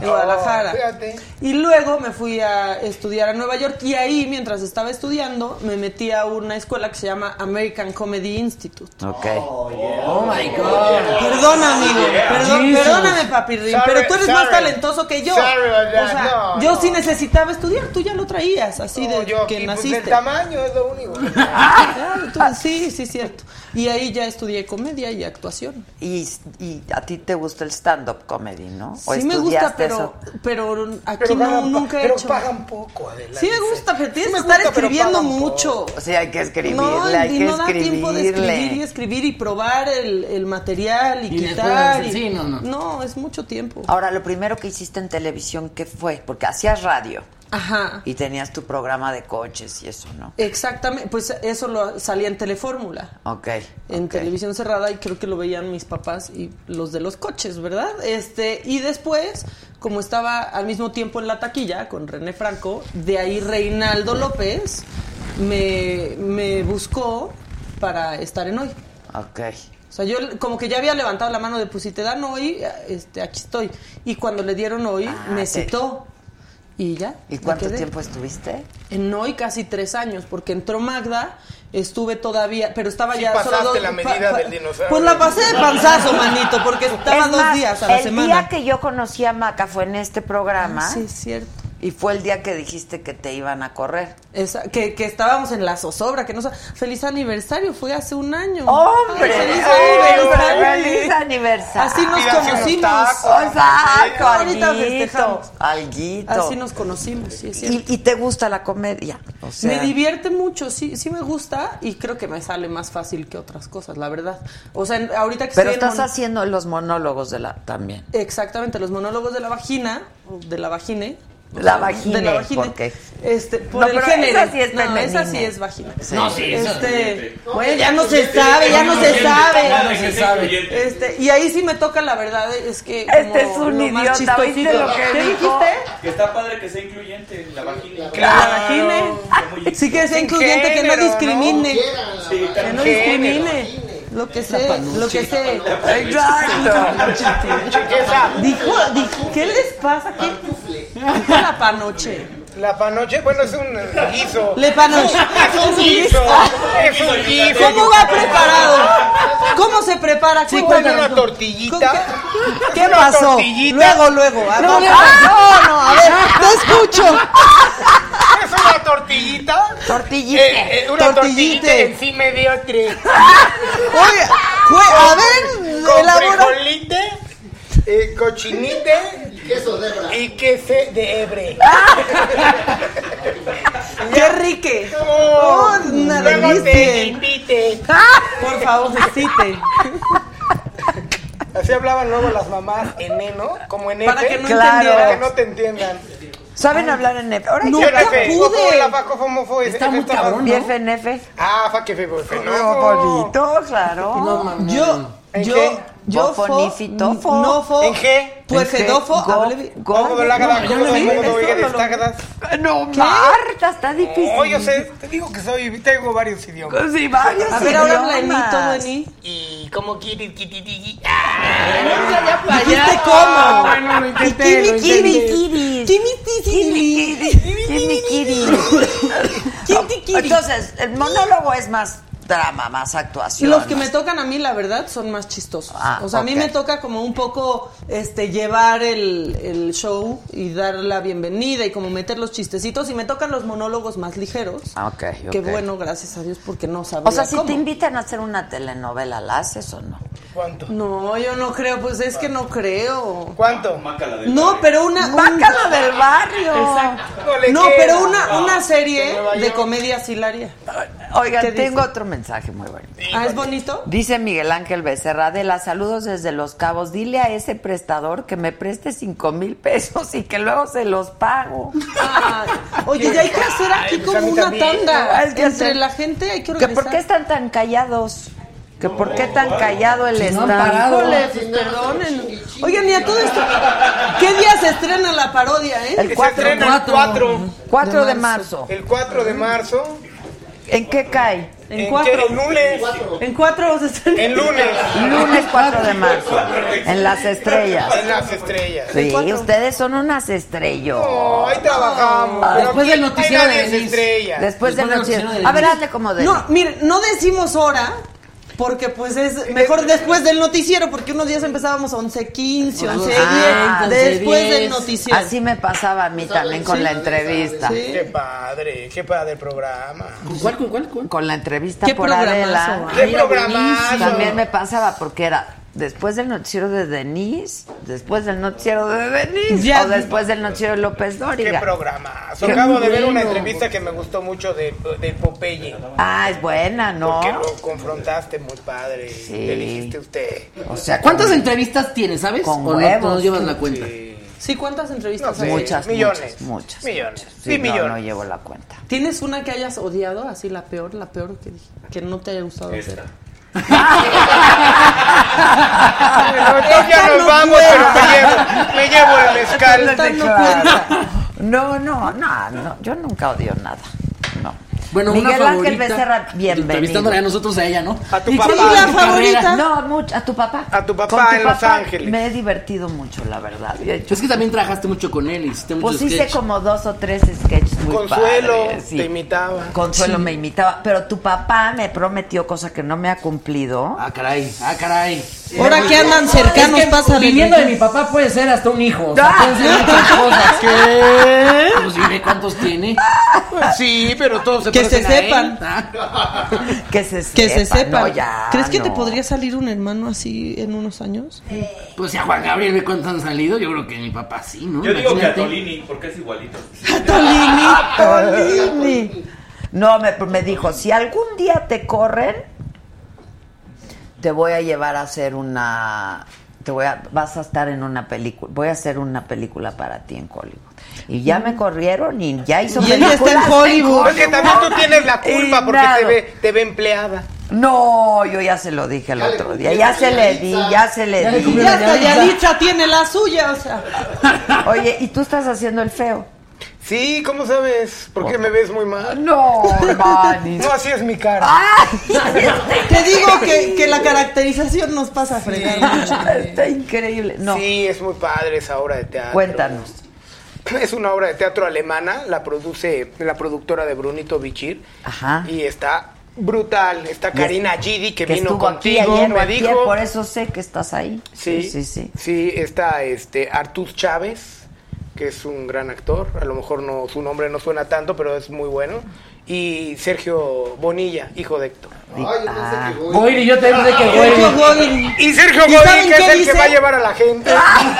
Speaker 13: en
Speaker 10: Oh,
Speaker 13: Guadalajara.
Speaker 10: fíjate.
Speaker 13: Y luego me fui a estudiar a Nueva York y ahí, mientras estaba estudiando, me metí a una escuela que se llama American Comedy Institute.
Speaker 2: Ok.
Speaker 7: Oh my God.
Speaker 13: Perdón, amigo. Perdón,
Speaker 7: Jesus.
Speaker 13: perdóname, papi Rin,
Speaker 10: Sorry,
Speaker 13: pero tú eres más
Speaker 10: sorry.
Speaker 13: talentoso que yo.
Speaker 10: Sorry,
Speaker 13: o
Speaker 10: ya,
Speaker 13: sea,
Speaker 10: no,
Speaker 13: yo
Speaker 10: no.
Speaker 13: sí necesitaba estudiar, tú ya lo traías, así
Speaker 10: No,
Speaker 13: de
Speaker 10: yo
Speaker 13: que
Speaker 10: aquí, pues,
Speaker 13: naciste.
Speaker 10: el tamaño es lo único. Ah,
Speaker 13: Claro, tú-
Speaker 2: Ah.
Speaker 13: sí, sí, cierto. Y ahí ya estudié comedia y actuación.
Speaker 2: Y, y a ti te gusta el stand-up comedy, ¿no? ¿O
Speaker 13: Sí me gusta,
Speaker 2: estudiaste
Speaker 13: pero,
Speaker 2: eso?
Speaker 13: pero aquí
Speaker 10: Pero,
Speaker 13: no,
Speaker 10: pagan,
Speaker 13: nunca he
Speaker 10: pero
Speaker 13: hecho.
Speaker 10: pagan poco, Adela.
Speaker 13: Sí me
Speaker 10: dice.
Speaker 13: gusta, pero tienes
Speaker 10: Sí me
Speaker 13: que estar
Speaker 10: gusta, pero
Speaker 13: escribiendo
Speaker 10: pagan poco.
Speaker 13: mucho.
Speaker 2: O sea, hay que escribirle,
Speaker 13: No,
Speaker 2: hay
Speaker 13: y
Speaker 2: que
Speaker 13: no da tiempo de escribir y
Speaker 2: escribirle.
Speaker 13: escribir y probar el, el material y,
Speaker 7: Y después
Speaker 13: quitar.
Speaker 7: hacer-
Speaker 13: y-
Speaker 7: sí, no, no.
Speaker 13: es mucho tiempo.
Speaker 2: Ahora, lo primero que hiciste en televisión, ¿qué fue? Porque hacías radio
Speaker 13: Ajá.
Speaker 2: y tenías tu programa de coches y eso, ¿no?
Speaker 13: Exactamente, pues eso lo salía en Telefórmula.
Speaker 2: Ok.
Speaker 13: en
Speaker 2: ok.
Speaker 13: televisión cerrada y creo que lo veían mis papás y los de los coches, ¿verdad? Este, y después, como estaba al mismo tiempo en la taquilla con René Franco, de ahí Reinaldo López me, me buscó para estar en hoy.
Speaker 2: Ok.
Speaker 13: O sea, yo como que ya había levantado la mano de pues si te dan hoy, este, aquí estoy. Y cuando le dieron hoy,
Speaker 2: Ah,
Speaker 13: me
Speaker 2: sí.
Speaker 13: citó. Y ya.
Speaker 2: ¿Y
Speaker 13: me
Speaker 2: cuánto
Speaker 13: quedé.
Speaker 2: tiempo estuviste?
Speaker 13: En hoy casi tres años, porque entró Magda, estuve todavía, pero estaba
Speaker 10: Sí
Speaker 13: ya
Speaker 10: pasaste
Speaker 13: solo dos-
Speaker 10: la medida del dinosaurio.
Speaker 13: Pues la pasé de panzazo, manito, porque estaba
Speaker 2: Es
Speaker 13: dos
Speaker 2: más,
Speaker 13: días a la
Speaker 2: el
Speaker 13: semana. Ah,
Speaker 2: día que yo conocí a Maca fue en este programa
Speaker 13: Sí, es cierto.
Speaker 2: Y fue el día que dijiste que te iban a correr.
Speaker 13: Esa- que, que estábamos en la zozobra, que no sa- Feliz aniversario, fue hace un año.
Speaker 2: ¡Hombre!
Speaker 13: Ay, ¡Feliz
Speaker 2: ¡Ay,
Speaker 13: aniversario!
Speaker 2: ¡Feliz aniversario!
Speaker 13: Así nos
Speaker 2: Y hace unos
Speaker 13: conocimos.
Speaker 2: tacos. Exacto,
Speaker 13: Ahorita
Speaker 2: alguito,
Speaker 13: festejamos.
Speaker 2: alguito.
Speaker 13: Así nos conocimos, sí, es
Speaker 2: ¿Y,
Speaker 13: cierto.
Speaker 2: y te gusta la comedia? O sea,
Speaker 13: me divierte mucho, sí, sí me gusta y creo que me sale más fácil que otras cosas, la verdad. O sea, en- ahorita que
Speaker 2: Pero
Speaker 13: estoy en
Speaker 2: estás
Speaker 13: mono-
Speaker 2: haciendo los monólogos de la también.
Speaker 13: Exactamente, los monólogos de la vagina, o de la vagine. o
Speaker 2: La
Speaker 13: sea,
Speaker 2: vagine,
Speaker 13: De la vagine.
Speaker 2: porque-
Speaker 13: Este, por
Speaker 2: No,
Speaker 13: el
Speaker 2: pero
Speaker 13: género.
Speaker 2: esa sí es
Speaker 13: no, esa
Speaker 2: femenina.
Speaker 13: sí es vagina.
Speaker 2: Sí. No, sí, esa
Speaker 13: este,
Speaker 2: es
Speaker 13: Bueno, ya no se sabe, ya no se sabe.
Speaker 2: Ya no se sabe.
Speaker 13: Este, y ahí sí me toca la verdad, es que.
Speaker 2: Este
Speaker 13: como
Speaker 2: es un
Speaker 13: lo más
Speaker 2: idiota, ¿viste
Speaker 13: chistosito.
Speaker 2: lo que
Speaker 13: ¿Qué
Speaker 2: dijo?
Speaker 13: dijiste?
Speaker 3: Que está padre que sea incluyente la vagina.
Speaker 13: Claro. La vagina. Ah, Sí que sea
Speaker 3: Sin
Speaker 13: incluyente, que no
Speaker 3: género,
Speaker 13: discrimine.
Speaker 3: ¿no? Sí,
Speaker 13: Que no
Speaker 3: claro.
Speaker 13: discrimine. Lo que sé, lo que sé. Dijo, dijo, ¿qué les pasa? ¿Qué? Dijo la panoche.
Speaker 10: La panoche, bueno, es un eh, guiso.
Speaker 13: Le panoche.
Speaker 10: Es un guiso. Es un guiso.
Speaker 13: ¿Cómo va preparado? ¿Cómo se prepara?
Speaker 10: Sí, con
Speaker 13: Cuéntanos.
Speaker 10: una tortillita.
Speaker 13: ¿Qué pasó? Luego, luego. Ah, A ver, no,
Speaker 10: No, no,
Speaker 13: no, no, a ver, te escucho.
Speaker 10: Es una tortillita.
Speaker 2: Tortillita.
Speaker 10: Eh, eh, una tortillita
Speaker 13: Tortillite.
Speaker 10: en sí me dio tres.
Speaker 13: Oye, güey, a ver,
Speaker 10: con
Speaker 13: elabora.
Speaker 10: frijolite, eh, cochinite y queso de hebra.
Speaker 7: Eh,
Speaker 10: Y queso de hebre.
Speaker 13: ¡Qué rique!
Speaker 10: Oh,
Speaker 13: Oh, una
Speaker 10: luego
Speaker 13: delicia.
Speaker 10: te invite.
Speaker 13: Por favor, excite.
Speaker 10: Así hablaban luego las mamás en E, ¿no? Como en
Speaker 13: Para
Speaker 10: F.
Speaker 13: que no
Speaker 10: Claro.
Speaker 13: entendieran.
Speaker 10: Para que no te entiendan.
Speaker 2: ¿Saben hablar en F? Ahora
Speaker 10: Nunca
Speaker 2: yo-
Speaker 10: pude. Está muy cabrón, ¿no?
Speaker 2: FNF.
Speaker 10: Ah, fa que fe, fe, fe,
Speaker 2: No, bonito, claro.
Speaker 13: No, mami. Yo,
Speaker 10: ¿En
Speaker 13: yo,
Speaker 10: qué?
Speaker 13: yo, fo-
Speaker 2: Bofonífitofo.
Speaker 13: No, fo.
Speaker 10: ¿En qué?
Speaker 13: Pues
Speaker 2: Este,
Speaker 10: ¿En qué?
Speaker 13: edofo,
Speaker 10: Go-
Speaker 13: hablé bien.
Speaker 10: go- Go- go- la- la-
Speaker 13: No, yo no
Speaker 10: go-
Speaker 13: vi
Speaker 10: go-
Speaker 13: eso,
Speaker 10: go-
Speaker 13: no
Speaker 10: go-
Speaker 13: lo-
Speaker 10: destacadas.
Speaker 2: No, Marta, está difícil.
Speaker 10: Oh, yo sé, te digo que soy, tengo varios idiomas.
Speaker 2: Sí, varios
Speaker 13: A ver, ahora habla en mí,
Speaker 2: idiomas.
Speaker 13: todo en mí.
Speaker 10: Y como quieres que te diga.
Speaker 13: Dijiste
Speaker 10: Ah,
Speaker 13: cómo.
Speaker 10: bueno, lo intenté,
Speaker 13: Y
Speaker 10: lo
Speaker 13: Kimi
Speaker 10: intenté.
Speaker 13: Kiris. Kimi Kiris.
Speaker 2: Kimi Kiri. Entonces, el monólogo es más drama, más actuación.
Speaker 13: Los que me
Speaker 2: más-
Speaker 13: tocan a mí, la verdad, son más chistosos.
Speaker 2: Ah,
Speaker 13: o sea, a
Speaker 2: ok.
Speaker 13: mí me toca como un poco este, llevar el, el show y dar la bienvenida y como meter los chistecitos. Y me tocan los monólogos más ligeros.
Speaker 2: Ah, ok, ok.
Speaker 13: Que bueno, gracias a Dios, porque no sabía
Speaker 2: O sea, si
Speaker 13: cómo.
Speaker 2: te invitan a hacer una telenovela, ¿la haces o no?
Speaker 10: ¿Cuánto?
Speaker 13: No, yo no creo, pues es que no creo.
Speaker 10: ¿Cuánto?
Speaker 13: No, pero una... un-
Speaker 2: ¡Bácala del barrio!
Speaker 10: No le
Speaker 13: No,
Speaker 10: queda.
Speaker 13: pero una,
Speaker 10: No,
Speaker 13: una
Speaker 10: de
Speaker 13: serie
Speaker 10: Nueva
Speaker 13: de
Speaker 10: York.
Speaker 13: comedia hilaria. ¿Qué
Speaker 2: Oigan,
Speaker 13: dice?
Speaker 2: tengo otro mensaje muy bonito.
Speaker 13: Ah, ¿es bonito?
Speaker 2: Dice Miguel Ángel Becerra, de las saludos desde Los Cabos, dile a ese prestador que me preste cinco mil pesos y que luego se los pago.
Speaker 13: Ay, Ah, oye, ya hay que hacer aquí
Speaker 10: Ay, pues a
Speaker 13: como
Speaker 10: mí
Speaker 13: una
Speaker 10: también.
Speaker 13: tanda.
Speaker 2: Hay que
Speaker 13: Entre
Speaker 2: hacer-
Speaker 13: la gente hay que
Speaker 2: ¿Que
Speaker 13: organizar.
Speaker 2: por qué están tan callados? ¿Que por qué tan callado el
Speaker 13: Si no han
Speaker 2: estado?
Speaker 13: parado. Híjole, pues, perdonen. Oigan, y a todo esto, ¿qué día se estrena la parodia, eh?
Speaker 2: El
Speaker 10: Se
Speaker 2: 4,
Speaker 10: estrena el 4.
Speaker 2: 4 de marzo.
Speaker 10: El 4 de marzo.
Speaker 2: ¿En qué cae?
Speaker 13: En cuatro.
Speaker 10: qué? En lunes.
Speaker 13: En cuatro se estrena.
Speaker 10: En lunes.
Speaker 2: Lunes 4 de marzo. En las estrellas.
Speaker 10: En las estrellas.
Speaker 2: Sí, ustedes son unas estrellas.
Speaker 10: No, ahí trabajamos.
Speaker 2: Ah,
Speaker 10: Pero
Speaker 7: después
Speaker 10: aquí
Speaker 7: del noticiero
Speaker 10: hay
Speaker 7: de
Speaker 10: varias
Speaker 7: Denise.
Speaker 10: estrellas.
Speaker 7: Después
Speaker 2: Después de
Speaker 7: del
Speaker 2: noticiero.
Speaker 7: noticiero de
Speaker 2: A ver,
Speaker 7: Denise.
Speaker 2: hazle como de.
Speaker 13: No, miren, no decimos hora. Porque pues es mejor después del noticiero, porque unos días empezábamos 11.15, 11.10,
Speaker 2: Ah,
Speaker 13: después
Speaker 7: 11:10.
Speaker 13: del noticiero.
Speaker 2: Así me pasaba a mí también con la entrevista.
Speaker 13: Sí.
Speaker 10: Qué padre, qué padre el programa.
Speaker 7: ¿Con cuál, con cuál, cuál?
Speaker 2: Con la entrevista
Speaker 13: Qué
Speaker 2: por
Speaker 13: programazo,
Speaker 2: Adela.
Speaker 13: ah.
Speaker 10: Qué
Speaker 7: Mira,
Speaker 10: programazo.
Speaker 2: También me pasaba porque era después del noticiero de Denise, después del noticiero de Denise,
Speaker 13: Ya.
Speaker 2: o después del noticiero de López
Speaker 10: Qué
Speaker 2: Dóriga.
Speaker 10: programa.
Speaker 2: Qué
Speaker 10: Acabo de ver una
Speaker 2: bueno.
Speaker 10: entrevista que me gustó mucho de, de Popeye.
Speaker 2: Ah, es buena, ¿no?
Speaker 10: Porque lo confrontaste muy padre. Le dijiste usted.
Speaker 2: O sea,
Speaker 7: ¿Cuántas entrevistas tienes, sabes?
Speaker 2: Con
Speaker 7: ¿O no,
Speaker 2: huevos.
Speaker 7: no llevas la cuenta?
Speaker 13: Sí, ¿cuántas entrevistas
Speaker 10: No sé.
Speaker 13: has hecho?
Speaker 2: Muchas,
Speaker 10: Millones.
Speaker 2: muchas, muchas.
Speaker 10: Millones.
Speaker 2: muchas.
Speaker 10: Sí,
Speaker 2: no,
Speaker 10: millones.
Speaker 2: No llevo la cuenta.
Speaker 13: ¿Tienes una que hayas odiado? Así la peor, la peor que, que no te haya gustado hacer.
Speaker 10: Bueno, entonces ya
Speaker 13: Esta
Speaker 10: nos
Speaker 13: no
Speaker 10: vamos, pero
Speaker 13: cuenta.
Speaker 10: me llevo, me llevo el mezcal.
Speaker 13: Esta no cuenta.
Speaker 2: No, no, no, no, yo nunca odio nada. No.
Speaker 7: Bueno, una
Speaker 2: Miguel Ángel
Speaker 7: favorita,
Speaker 2: Becerra, bienvenido.
Speaker 7: Entrevistándola a nosotros a ella, ¿no?
Speaker 10: A tu
Speaker 7: ¿Y
Speaker 10: papá.
Speaker 7: cuál es
Speaker 10: ¿Y
Speaker 7: tu
Speaker 10: la
Speaker 7: carrera?
Speaker 2: No, mucho, a tu papá. A tu
Speaker 10: papá en Los Ángeles.
Speaker 2: Me he divertido mucho, la verdad. He hecho-
Speaker 7: Es que también trabajaste mucho con él y hiciste muchos
Speaker 2: Pues hice
Speaker 7: sketch.
Speaker 2: como dos o tres sketches muy
Speaker 10: Consuelo
Speaker 2: padres, sí.
Speaker 10: te imitaba.
Speaker 2: Consuelo
Speaker 10: Sí.
Speaker 2: me imitaba, pero tu papá me prometió cosa que no me ha cumplido.
Speaker 7: Ah, caray, ah, caray.
Speaker 13: Ahora que andan cercanos,
Speaker 7: Es que
Speaker 13: pásale.
Speaker 7: Viniendo de mi papá puede ser hasta un hijo. O sea,
Speaker 13: Ah.
Speaker 7: pueden ser muchas cosas. ¿Qué? Pues dime cuántos tiene.
Speaker 10: sí, pero todos se
Speaker 13: Que se sepan.
Speaker 7: Ah.
Speaker 2: Que se
Speaker 13: Que se
Speaker 7: sepa,
Speaker 13: sepan.
Speaker 7: no, ya,
Speaker 13: ¿Crees que te
Speaker 7: no.
Speaker 13: podría salir un hermano así en unos años?
Speaker 7: Pues si a Juan Gabriel ve cuántos han salido, yo creo que mi papá sí, ¿no?
Speaker 3: Yo digo que a
Speaker 7: Imagínate.
Speaker 3: Tolini, porque es igualito.
Speaker 2: Ah, Tolini. No, me, me dijo, si algún día te corren, te voy a llevar a hacer una... Te voy a, vas a estar en una película, voy a hacer una película para ti en Hollywood. Y ya me corrieron y ya hizo
Speaker 10: Y ella está
Speaker 2: películas
Speaker 10: en Hollywood. Es Pues que también tú tienes la culpa
Speaker 2: Y
Speaker 10: porque
Speaker 2: nada.
Speaker 10: te ve, te ve empleada.
Speaker 2: No, yo ya se lo dije el otro día, ya se le di, ya se le di.
Speaker 13: Ya hasta Yalitza tiene la suya, o sea.
Speaker 2: Oye, ¿y tú estás haciendo el feo?
Speaker 10: Sí, ¿cómo sabes? ¿Por qué me ves muy mal?
Speaker 2: No, Manny.
Speaker 10: No, así es mi cara.
Speaker 13: Te digo que, que la caracterización nos pasa a fregar. mucho.
Speaker 2: Está increíble. No.
Speaker 10: Sí, es muy padre esa obra de teatro.
Speaker 2: Cuéntanos.
Speaker 10: Es una obra de teatro alemana, la produce la productora de Brunito Bichir.
Speaker 2: Ajá.
Speaker 10: Y está brutal. Está
Speaker 2: Y es-
Speaker 10: Karina Gidi que, vino
Speaker 2: estuvo aquí
Speaker 10: contigo,
Speaker 2: ayer o
Speaker 10: me
Speaker 2: antier,
Speaker 10: dijo.
Speaker 2: Por eso sé que estás ahí.
Speaker 10: Sí,
Speaker 2: sí, sí.
Speaker 10: Sí, está este Artur Chávez, que es un gran actor, a lo mejor no su nombre no suena tanto, pero es muy bueno, y Sergio Bonilla, hijo de Héctor.
Speaker 7: ah, Goyri, yo también sé que Goyri.
Speaker 10: Y Sergio
Speaker 13: ¿Y
Speaker 10: Godín,
Speaker 13: saben
Speaker 10: que es
Speaker 13: qué
Speaker 10: el que
Speaker 13: dice?
Speaker 10: va a llevar a la gente,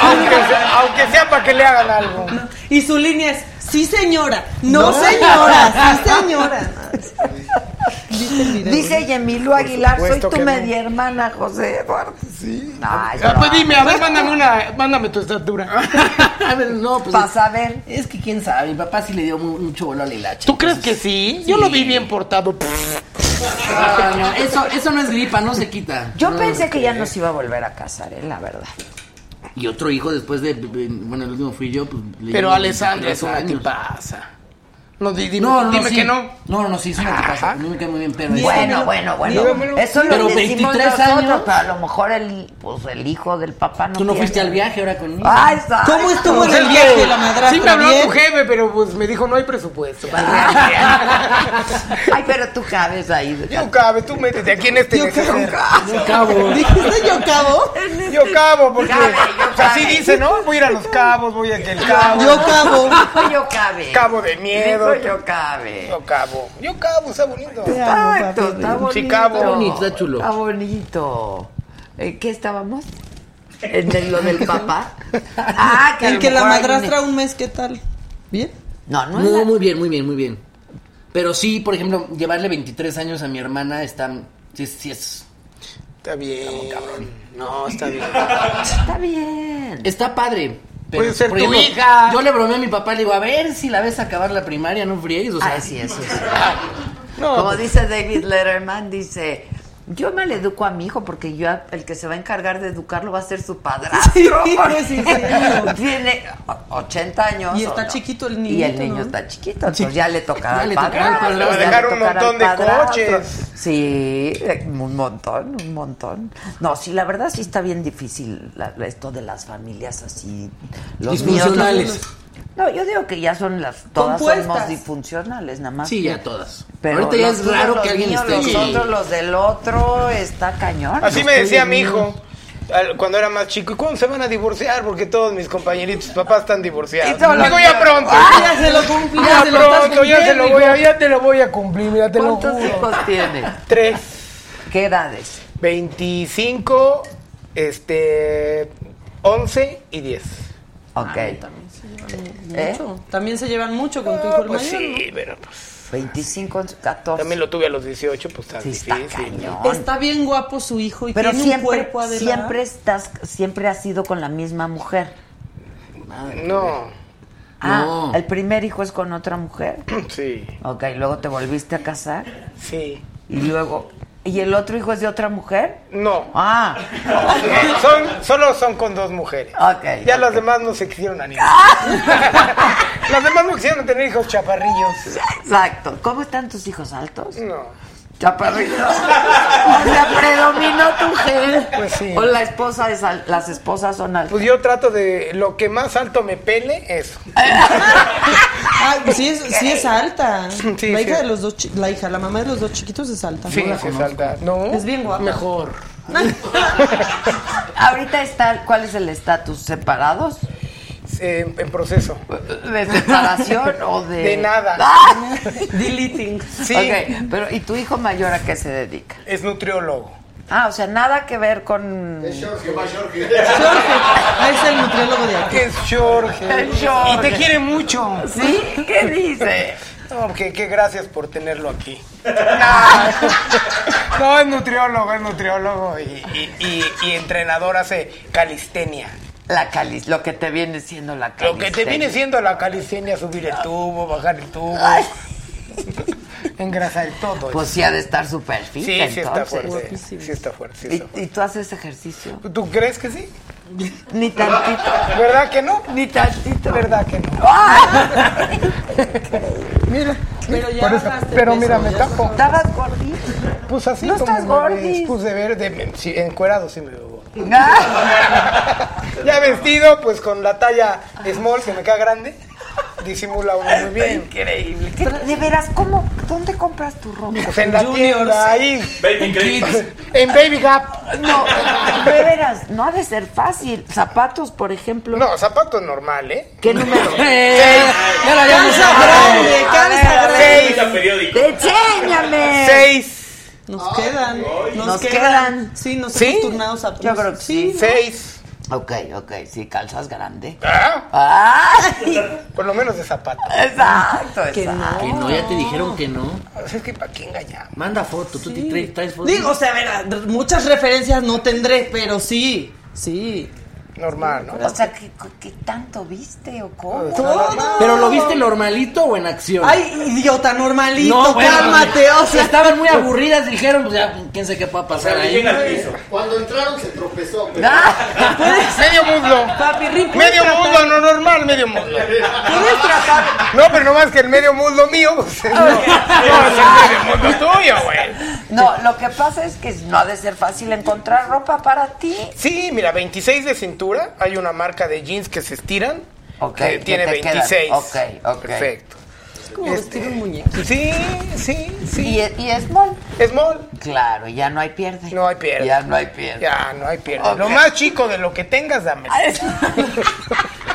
Speaker 10: aunque sea, aunque sea para que le hagan algo.
Speaker 13: Y su línea es, sí señora, no,
Speaker 10: No.
Speaker 13: señora, sí señora. Viste el video, ¿no?
Speaker 2: Dice Yemilu Aguilar, soy
Speaker 10: supuesto
Speaker 2: tu
Speaker 10: que no.
Speaker 2: media hermana, José Eduardo. Sí. Ay,
Speaker 10: Ah, pues
Speaker 2: no.
Speaker 10: dime, a ver, mándame, una, mándame tu estatura.
Speaker 7: A ver, no, pues.
Speaker 2: Para saber.
Speaker 7: Es que quién sabe, mi papá sí le dio mu- mucho bolo a la hilacha.
Speaker 10: ¿Tú crees que sí? Yo lo vi bien portado.
Speaker 7: Ah, no, eso, eso no es gripa, no se quita.
Speaker 2: Yo
Speaker 7: No,
Speaker 2: pensé que ya
Speaker 7: eh.
Speaker 2: nos iba a volver a casar, eh, la verdad.
Speaker 7: Y otro hijo después de. Bueno, el último fui yo. Pues, le
Speaker 10: Pero
Speaker 7: llevo
Speaker 10: Alessandra
Speaker 7: 23
Speaker 10: es una
Speaker 7: años.
Speaker 10: tipaza. No, di- dime,
Speaker 7: No, no,
Speaker 10: dime
Speaker 7: sí.
Speaker 10: que no.
Speaker 7: No, no, no, sí, es una tipaza. A mí me cae muy bien, pero.
Speaker 2: Bueno, bueno, bueno.
Speaker 10: Dígamelo.
Speaker 2: Eso
Speaker 7: Pero
Speaker 2: lo decimos
Speaker 7: 23
Speaker 2: nosotros,
Speaker 7: años.
Speaker 2: pero a lo mejor el, pues, el hijo del papá no
Speaker 7: Tú no
Speaker 2: tiene.
Speaker 7: fuiste al viaje ahora conmigo.
Speaker 2: Ah, exacto.
Speaker 13: ¿Cómo estuvo en el
Speaker 10: Sí,
Speaker 13: viaje de la
Speaker 10: Sí me
Speaker 13: madrastra?
Speaker 10: habló tu
Speaker 13: ¿Bien?
Speaker 10: jefe, pero pues me dijo no hay presupuesto.
Speaker 2: Ay, pero tú cabes ahí.
Speaker 10: Yo cabe, tú métete aquí en este
Speaker 13: Yo cabo.
Speaker 10: neceser.
Speaker 7: Yo cabo.
Speaker 13: ¿Dijiste yo cabo?
Speaker 10: Yo cabo, porque
Speaker 2: Cabe, yo
Speaker 10: o sea, así
Speaker 2: cabe.
Speaker 10: dice, ¿no? Voy a ir a los cabos, voy a aquel cabo.
Speaker 13: Yo cabo.
Speaker 2: Dijo yo cabe.
Speaker 10: Cabo de miedo.
Speaker 2: Dijo yo cabe.
Speaker 10: Yo cabo. Yo cabo, está
Speaker 7: este,
Speaker 10: bonito.
Speaker 2: Exacto, está bonito.
Speaker 10: Sí, cabo.
Speaker 7: Está bonito, está chulo.
Speaker 2: Está bonito. ¿En qué estábamos? ¿En el- lo del papá? Ah, a
Speaker 13: El
Speaker 2: lo
Speaker 13: que la
Speaker 2: mejor
Speaker 13: madrastra
Speaker 2: alguien-
Speaker 13: un mes, ¿qué tal? ¿Bien?
Speaker 2: No, no, es
Speaker 7: No,
Speaker 2: la-
Speaker 7: muy bien, muy bien, muy bien. Pero sí, por ejemplo, llevarle 23 años a mi hermana está. Sí, sí es.
Speaker 10: Está bien. No, está bien.
Speaker 2: Está bien.
Speaker 7: Está padre. Pero,
Speaker 10: Puede ser
Speaker 7: por
Speaker 10: tu hija.
Speaker 7: Yo le bromeé a mi papá, le digo, a ver si la ves acabar la primaria, no friegues. O sea,
Speaker 2: Ah, sí, eso sí.
Speaker 10: No,
Speaker 2: Como
Speaker 10: pues,
Speaker 2: dice David Letterman, dice... Yo maleduco a mi hijo porque yo el que se va a encargar de educarlo va a ser su padrastro.
Speaker 13: Sí, pues,
Speaker 2: porque
Speaker 13: sí, sí.
Speaker 2: Tiene 80 años.
Speaker 13: Y
Speaker 2: ¿o
Speaker 13: está
Speaker 2: no?
Speaker 13: chiquito el
Speaker 2: Y el
Speaker 13: niño,
Speaker 2: niño
Speaker 13: ¿no?
Speaker 2: está chiquito, entonces ya le tocará
Speaker 7: Ya
Speaker 2: al
Speaker 7: le tocará al
Speaker 2: padrastro,
Speaker 7: padrastro.
Speaker 2: ya
Speaker 10: Le dejaron un
Speaker 2: tocará al
Speaker 10: montón de
Speaker 2: padrastro.
Speaker 10: coches.
Speaker 2: Sí, eh, un montón, un montón. No, sí, la verdad sí está bien difícil la- la- esto de las familias así. Los míos,
Speaker 7: Disfuncionales.
Speaker 2: no, yo digo que ya son las todas somos
Speaker 13: Compuestas.
Speaker 2: disfuncionales, nada más.
Speaker 7: Sí,
Speaker 2: que-
Speaker 7: ya todas.
Speaker 2: Pero
Speaker 7: Ahorita ya
Speaker 2: los
Speaker 7: es
Speaker 2: tuyos,
Speaker 7: raro
Speaker 2: los
Speaker 7: que alguien
Speaker 2: míos,
Speaker 7: esté
Speaker 2: Los
Speaker 7: aquí.
Speaker 2: otros, los del otro, está cañón.
Speaker 10: Así
Speaker 2: ¿no?
Speaker 10: me decía mi hijo al- cuando era más chico. ¿Y cuándo se van a divorciar? Porque todos mis compañeritos, papás están divorciados.
Speaker 2: Y todos los
Speaker 10: Digo, ya
Speaker 2: míos.
Speaker 10: pronto.
Speaker 13: ya se lo cumplí,
Speaker 10: Ya
Speaker 13: Ah, se lo estás
Speaker 10: pronto, ya se
Speaker 13: cumpliendo,
Speaker 10: lo voy a, ya te lo voy a cumplir, mira, te lo
Speaker 2: ¿Cuántos
Speaker 10: juro.
Speaker 2: hijos tiene?
Speaker 10: Tres,
Speaker 2: ¿Qué edades?
Speaker 10: 25, este, 11 y 10.
Speaker 13: Ah,
Speaker 2: Ok. ¿Eh?
Speaker 13: Mucho. También se llevan mucho con tu hijo
Speaker 10: No,
Speaker 13: el
Speaker 10: pues
Speaker 13: mayor.
Speaker 10: sí, pero pues,
Speaker 2: 25, 14.
Speaker 10: también lo tuve a los 18, pues tan
Speaker 2: Sí, está
Speaker 10: difícil.
Speaker 2: cañón.
Speaker 13: ¿no? Está bien guapo su hijo y
Speaker 2: Pero
Speaker 13: tiene un
Speaker 2: siempre,
Speaker 13: cuerpo adelante.
Speaker 2: siempre estás, siempre has sido con la misma mujer.
Speaker 10: No,
Speaker 2: Ah,
Speaker 7: No.
Speaker 2: el primer hijo es con otra mujer.
Speaker 10: sí,
Speaker 2: Ok, luego te volviste a casar
Speaker 10: sí.
Speaker 2: y luego ¿Y el otro hijo es de otra mujer?
Speaker 10: No.
Speaker 2: Ah.
Speaker 10: Son, solo son con dos mujeres.
Speaker 2: Ok.
Speaker 10: Ya los demás no se quisieron animar. los demás no quisieron tener hijos chaparrillos.
Speaker 2: Exacto. ¿Cómo están tus hijos altos?
Speaker 10: No.
Speaker 2: Chaparrillos. o sea, predominó tu gel.
Speaker 10: Pues sí.
Speaker 2: O la esposa es al- las esposas son altas.
Speaker 10: Pues yo trato de lo que más alto me pele, eso.
Speaker 13: Ah, pues sí es, sí es alta. la hija
Speaker 10: sí.
Speaker 13: de los dos, chi- la hija, la mamá de los dos chiquitos es alta.
Speaker 10: Sí,
Speaker 13: No la
Speaker 10: sí es
Speaker 13: conozco.
Speaker 10: alta. No.
Speaker 13: Es bien guapa.
Speaker 10: Mejor.
Speaker 2: Ahorita está, ¿cuál es el estatus? ¿Separados?
Speaker 10: Eh, en proceso.
Speaker 2: ¿De separación o de...?
Speaker 10: De nada.
Speaker 2: ¡Ah!
Speaker 13: Deleting.
Speaker 10: Sí.
Speaker 2: Ok, pero ¿y tu hijo mayor a qué se dedica?
Speaker 10: Es nutriólogo.
Speaker 2: Ah, o sea, nada que ver con...
Speaker 4: Jorge, va Jorge.
Speaker 13: Es el nutriólogo de aquí.
Speaker 10: Que es Jorge.
Speaker 2: Es Jorge.
Speaker 10: Y te quiere mucho.
Speaker 2: ¿Sí? ¿Qué dice?
Speaker 10: No, que, que gracias por tenerlo aquí. No, no, es nutriólogo, es nutriólogo y, y- y- y entrenador hace calistenia.
Speaker 2: La calis, lo que te viene siendo la calis.
Speaker 10: Lo que te viene siendo la calistenia, subir el tubo, bajar el tubo, engrasar el todo.
Speaker 2: Pues sí ha de estar súper fit,
Speaker 10: Sí, sí está
Speaker 2: entonces.
Speaker 10: fuerte. Sí está fuerte. sí está
Speaker 2: ¿Y, y tú haces ejercicio?
Speaker 10: fuerte. ¿Tú crees que sí?
Speaker 2: Ni tantito.
Speaker 10: ¿Verdad que no?
Speaker 2: Ni tantito.
Speaker 10: ¿Verdad que no? Mira,
Speaker 13: Pero ya
Speaker 10: por eso-
Speaker 13: bajaste
Speaker 10: pero
Speaker 13: peso,
Speaker 10: mira, me
Speaker 13: ya
Speaker 10: tapo.
Speaker 2: Estabas gordito.
Speaker 10: Pues así
Speaker 2: No
Speaker 10: como
Speaker 2: estás
Speaker 10: me ves,
Speaker 2: gordis.
Speaker 10: Pues de verde, sí, encuerado sí me veo gordo.
Speaker 2: Ah,
Speaker 10: Ya vestido, pues con la talla small que me queda grande, disimula uno muy bien.
Speaker 2: Increíble. ¿Qué- de veras, ¿cómo? ¿Dónde compras tu ropa?
Speaker 10: Pues en la
Speaker 13: Juniors.
Speaker 10: tienda, ahí,
Speaker 3: Baby Kids.
Speaker 10: en Baby Gap.
Speaker 2: No, de veras, no ha de ser fácil. Zapatos, por ejemplo.
Speaker 10: No, zapato normal, ¿eh?
Speaker 2: ¿Qué número?
Speaker 13: Ya la habíamos grande, calza grande.
Speaker 10: Seis,
Speaker 3: periódico.
Speaker 2: ¡Enséñame!
Speaker 10: seis,
Speaker 13: Nos quedan. Nos,
Speaker 2: Nos
Speaker 13: quedan.
Speaker 2: quedan.
Speaker 13: Sí, nos
Speaker 10: ¿Sí?
Speaker 13: hemos turnados a
Speaker 2: Yo creo que sí.
Speaker 10: seis.
Speaker 2: Ok, ok, sí, calzas grande.
Speaker 10: Ah,
Speaker 2: ¡Ay!
Speaker 10: Por lo menos de zapato.
Speaker 2: Exacto,
Speaker 13: Que
Speaker 2: exacto.
Speaker 13: no.
Speaker 7: Que no, ya te dijeron que no.
Speaker 10: O sea, es que para qué engañar.
Speaker 7: Manda foto, tú te traes, traes foto.
Speaker 13: Digo, o sea, a ver, a- muchas referencias no tendré, pero sí. Sí.
Speaker 10: Normal, ¿no?
Speaker 2: O sea, ¿qué, qué tanto viste o cómo?
Speaker 7: ¿Pero lo viste normalito o en acción?
Speaker 13: Ay, idiota normalito,
Speaker 7: bueno,
Speaker 13: cálmate, o sea.
Speaker 7: estaban muy aburridas, dijeron, pues ya, quién sé qué pueda pasar
Speaker 3: Le
Speaker 7: ahí.
Speaker 3: llega al piso.
Speaker 4: Cuando entraron se tropezó, pero
Speaker 2: Ah,
Speaker 10: Medio muslo.
Speaker 13: Papi, rico.
Speaker 10: Medio muslo, no normal, medio muslo.
Speaker 13: Puedes tratar.
Speaker 10: No, pero nomás que el medio muslo mío, pues, no, no, es el medio muslo tuyo, güey.
Speaker 2: No, lo que pasa es que no ha de ser fácil encontrar ropa para ti.
Speaker 10: Sí, mira, 26 de cintura. Hay una marca de jeans que se estiran.
Speaker 2: Ok,
Speaker 10: que tiene
Speaker 2: que te quedan.
Speaker 10: 26.
Speaker 2: Ok, ok.
Speaker 10: Perfecto.
Speaker 13: Como vestir un muñeco.
Speaker 10: Sí, sí,
Speaker 2: Y,
Speaker 10: sí.
Speaker 2: es- y es mol.
Speaker 10: Small.
Speaker 2: Claro, ya no hay pierde.
Speaker 10: No hay pierde.
Speaker 2: Ya no hay pierde.
Speaker 10: Ya, no hay pierde.
Speaker 2: Ok.
Speaker 10: Lo más chico de lo que tengas, dame.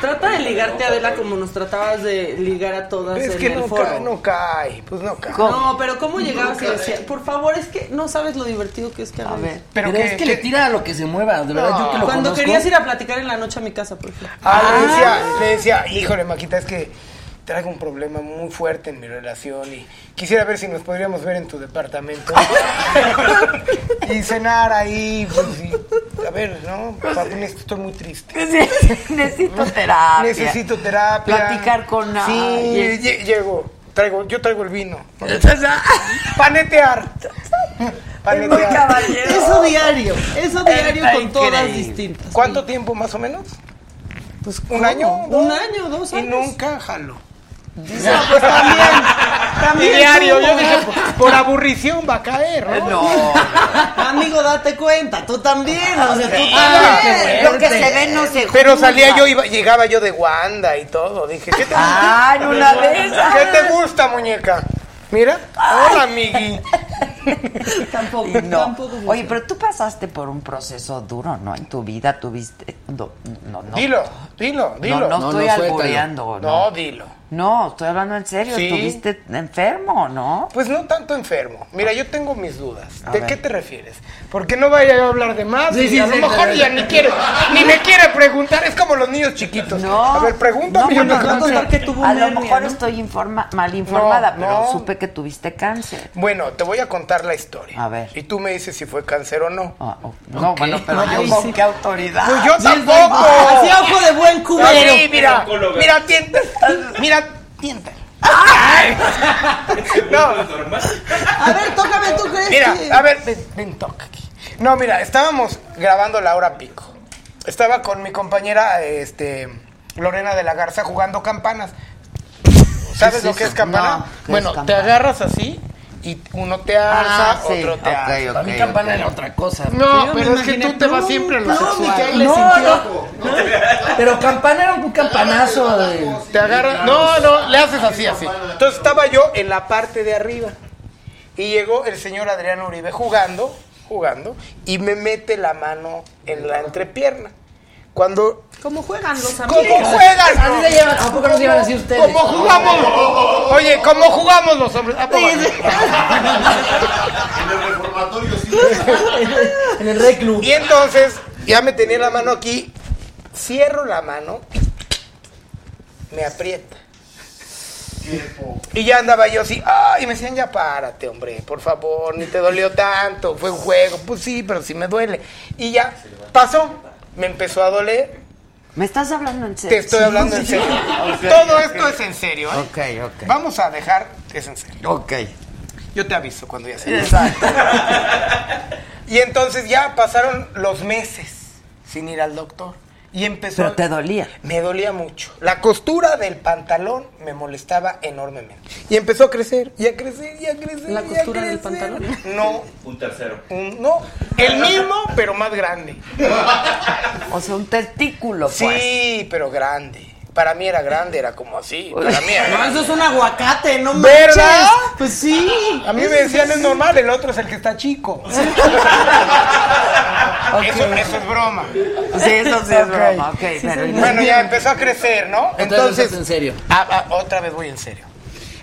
Speaker 13: Trata de ligarte a Adela como nos tratabas de ligar a todas
Speaker 10: es
Speaker 13: pues en
Speaker 10: que
Speaker 13: el
Speaker 10: no
Speaker 13: foro.
Speaker 10: cae, no cae. Pues no cae.
Speaker 13: No, pero ¿cómo llegabas y decías? Por favor, es que no sabes lo divertido que es que
Speaker 2: A ver.
Speaker 7: Pero,
Speaker 10: Pero que-
Speaker 7: es que,
Speaker 10: que-
Speaker 7: le tira a lo que se mueva, de verdad, yo que lo
Speaker 13: Cuando
Speaker 7: conozco.
Speaker 13: querías ir a platicar en la noche a mi casa, por ejemplo.
Speaker 10: Ah, le decía, le decía, híjole, Maquita, es que traigo un problema muy fuerte en mi relación y quisiera ver si nos podríamos ver en tu departamento y cenar ahí, pues, y, a ver, ¿no? Papi, necesito- estoy muy triste.
Speaker 2: Necesito terapia.
Speaker 10: Necesito terapia.
Speaker 2: Platicar con ah,
Speaker 10: Sí,
Speaker 2: alguien.
Speaker 10: lle- llego. Traigo, yo traigo el vino.
Speaker 2: Es
Speaker 10: Panetear.
Speaker 2: muy
Speaker 10: Panetear.
Speaker 2: caballero.
Speaker 13: Eso diario, eso diario
Speaker 2: Está
Speaker 13: con todas
Speaker 2: increíble.
Speaker 13: distintas.
Speaker 10: ¿Cuánto tiempo más o menos?
Speaker 13: Pues,
Speaker 10: ¿Un
Speaker 13: ¿cómo?
Speaker 10: año?
Speaker 13: Un año, dos
Speaker 10: Y
Speaker 13: años.
Speaker 10: nunca jalo.
Speaker 13: No, pues también. También
Speaker 10: Diario,
Speaker 13: tú,
Speaker 10: yo dije,
Speaker 13: ¿eh?
Speaker 10: por, por aburrición va a caer, ¿no?
Speaker 2: No.
Speaker 13: Amigo, date cuenta, tú también, o sea, tú
Speaker 10: Ah,
Speaker 13: también.
Speaker 2: Lo que se ve no se
Speaker 10: Pero
Speaker 2: juzga.
Speaker 10: salía yo, iba, llegaba yo de Wanda y todo. Dije, ¿qué te gusta?
Speaker 2: Ah, en una de esas.
Speaker 10: ¿Qué te gusta, muñeca? Mira, hola, amigui.
Speaker 13: Tampoco,
Speaker 2: Y no.
Speaker 13: tampoco.
Speaker 2: Oye, pero tú pasaste por un proceso duro, ¿no? En tu vida tuviste. No, no, no.
Speaker 10: Dilo, dilo, dilo.
Speaker 2: No, no,
Speaker 7: No,
Speaker 2: estoy
Speaker 7: no, suéltalo.
Speaker 2: albureando.
Speaker 10: No,
Speaker 2: No.
Speaker 10: dilo.
Speaker 2: No, estoy hablando en serio.
Speaker 10: Sí.
Speaker 2: Estuviste enfermo, ¿no?
Speaker 10: Pues no tanto enfermo. Mira, yo tengo mis dudas.
Speaker 2: A
Speaker 10: ¿De
Speaker 2: ver.
Speaker 10: qué te refieres? Porque no vaya yo a hablar de más.
Speaker 7: Sí,
Speaker 10: y
Speaker 7: sí,
Speaker 10: a
Speaker 7: sí,
Speaker 10: lo
Speaker 7: sí,
Speaker 10: mejor
Speaker 7: sí.
Speaker 10: ya ni quiere, ni me quiere preguntar. Es como los niños chiquitos.
Speaker 2: No.
Speaker 10: A ver, pregúntame. yo
Speaker 2: No,
Speaker 10: no
Speaker 2: bueno,
Speaker 10: contesto.
Speaker 13: contar que tuvo
Speaker 2: A
Speaker 13: una
Speaker 2: lo
Speaker 13: hernia,
Speaker 2: mejor
Speaker 13: ¿no?
Speaker 2: estoy informa- mal informada,
Speaker 10: No,
Speaker 2: pero
Speaker 10: no.
Speaker 2: supe que tuviste cáncer.
Speaker 10: Bueno, te voy a contar la historia.
Speaker 2: A ver.
Speaker 10: Y tú me dices si fue cáncer o no.
Speaker 2: Ah, ok. No, bueno, pero
Speaker 13: Ay,
Speaker 2: yo con
Speaker 13: sí.
Speaker 2: qué autoridad.
Speaker 10: Pues yo tampoco.
Speaker 13: Así ojo de buen
Speaker 10: Pero,
Speaker 13: cubero.
Speaker 10: mira,
Speaker 3: Psicóloga.
Speaker 10: mira, tienta. Mira, tienta.
Speaker 13: A ver, tócame, ¿tú crees
Speaker 10: Mira,
Speaker 13: que-
Speaker 10: a ver, ven, ven, toca aquí. No, mira, estábamos grabando la hora pico. Estaba con mi compañera, este, Lorena de la Garza, jugando campanas. ¿Sabes
Speaker 13: es
Speaker 10: lo que
Speaker 13: eso?
Speaker 10: es campana?
Speaker 13: No, ¿qué
Speaker 10: bueno,
Speaker 13: es
Speaker 10: te
Speaker 13: campana?
Speaker 10: agarras así y uno te alza,
Speaker 13: Ah, sí.
Speaker 10: otro te
Speaker 13: Ok,
Speaker 10: alza.
Speaker 13: ok, ok.
Speaker 7: cosa.
Speaker 13: Yo
Speaker 10: No,
Speaker 13: me
Speaker 10: pero es que
Speaker 13: imaginé,
Speaker 10: tú te vas
Speaker 13: no,
Speaker 10: siempre a lo
Speaker 13: no,
Speaker 10: sexual.
Speaker 13: Micaela, sintió-
Speaker 7: Pero campana era un campanazo. de-
Speaker 10: Te agarra. No, no, le haces así, así. Entonces estaba yo en la parte de arriba. Y llegó el señor Adrián Uribe jugando, jugando, y me mete la mano en la entrepierna. Cuando.
Speaker 13: ¿Cómo juegan los
Speaker 10: ¿Cómo
Speaker 13: amigos?
Speaker 10: juegan?
Speaker 13: Así se llevan, ¿a poco no se llevan así ustedes?
Speaker 10: ¿Cómo jugamos? Oye, ¿cómo jugamos los hombres? Ah, ¿A poco?
Speaker 7: en el reclu.
Speaker 10: Y entonces, ya me tenía la mano aquí, cierro la mano, me aprieta. Y ya andaba yo así, ay, y me decían, ya párate, hombre, por favor, ni te dolió tanto, fue un juego, pues sí, pero sí me duele. Y ya pasó, me empezó a doler,
Speaker 2: ¿Me estás hablando en serio?
Speaker 10: te estoy hablando en serio. Todo esto es en serio, ¿eh?
Speaker 2: Ok, ok.
Speaker 10: Vamos a dejar que es en serio.
Speaker 2: Ok.
Speaker 10: Yo te aviso cuando ya sea. Exacto. y entonces ya pasaron los meses sin ir al doctor. Y empezó.
Speaker 2: Pero te dolía.
Speaker 10: Me dolía mucho. La costura del pantalón me molestaba enormemente. Y empezó a crecer, y a crecer, y a crecer.
Speaker 13: ¿La
Speaker 10: y a
Speaker 13: costura del
Speaker 10: crecer.
Speaker 13: pantalón?
Speaker 10: No,
Speaker 3: Un tercero.
Speaker 10: un- no. El mismo, pero más grande.
Speaker 2: O sea, un testículo, pues.
Speaker 10: Sí, pero grande. Para mí era grande, era como así. Para mí era
Speaker 13: No,
Speaker 10: grande.
Speaker 13: eso es un aguacate, no manches.
Speaker 10: ¿Verdad?
Speaker 13: Pues sí.
Speaker 10: A mí me decían es normal, el otro es el que está chico. Eso, eso es broma.
Speaker 2: Sí, eso sí es
Speaker 10: Ok.
Speaker 2: broma. Ok, pero...
Speaker 10: Bueno, ya empezó a crecer, ¿no?
Speaker 7: Otra vez
Speaker 10: Entonces,
Speaker 7: estás en serio.
Speaker 10: Ah, ah, otra vez voy en serio.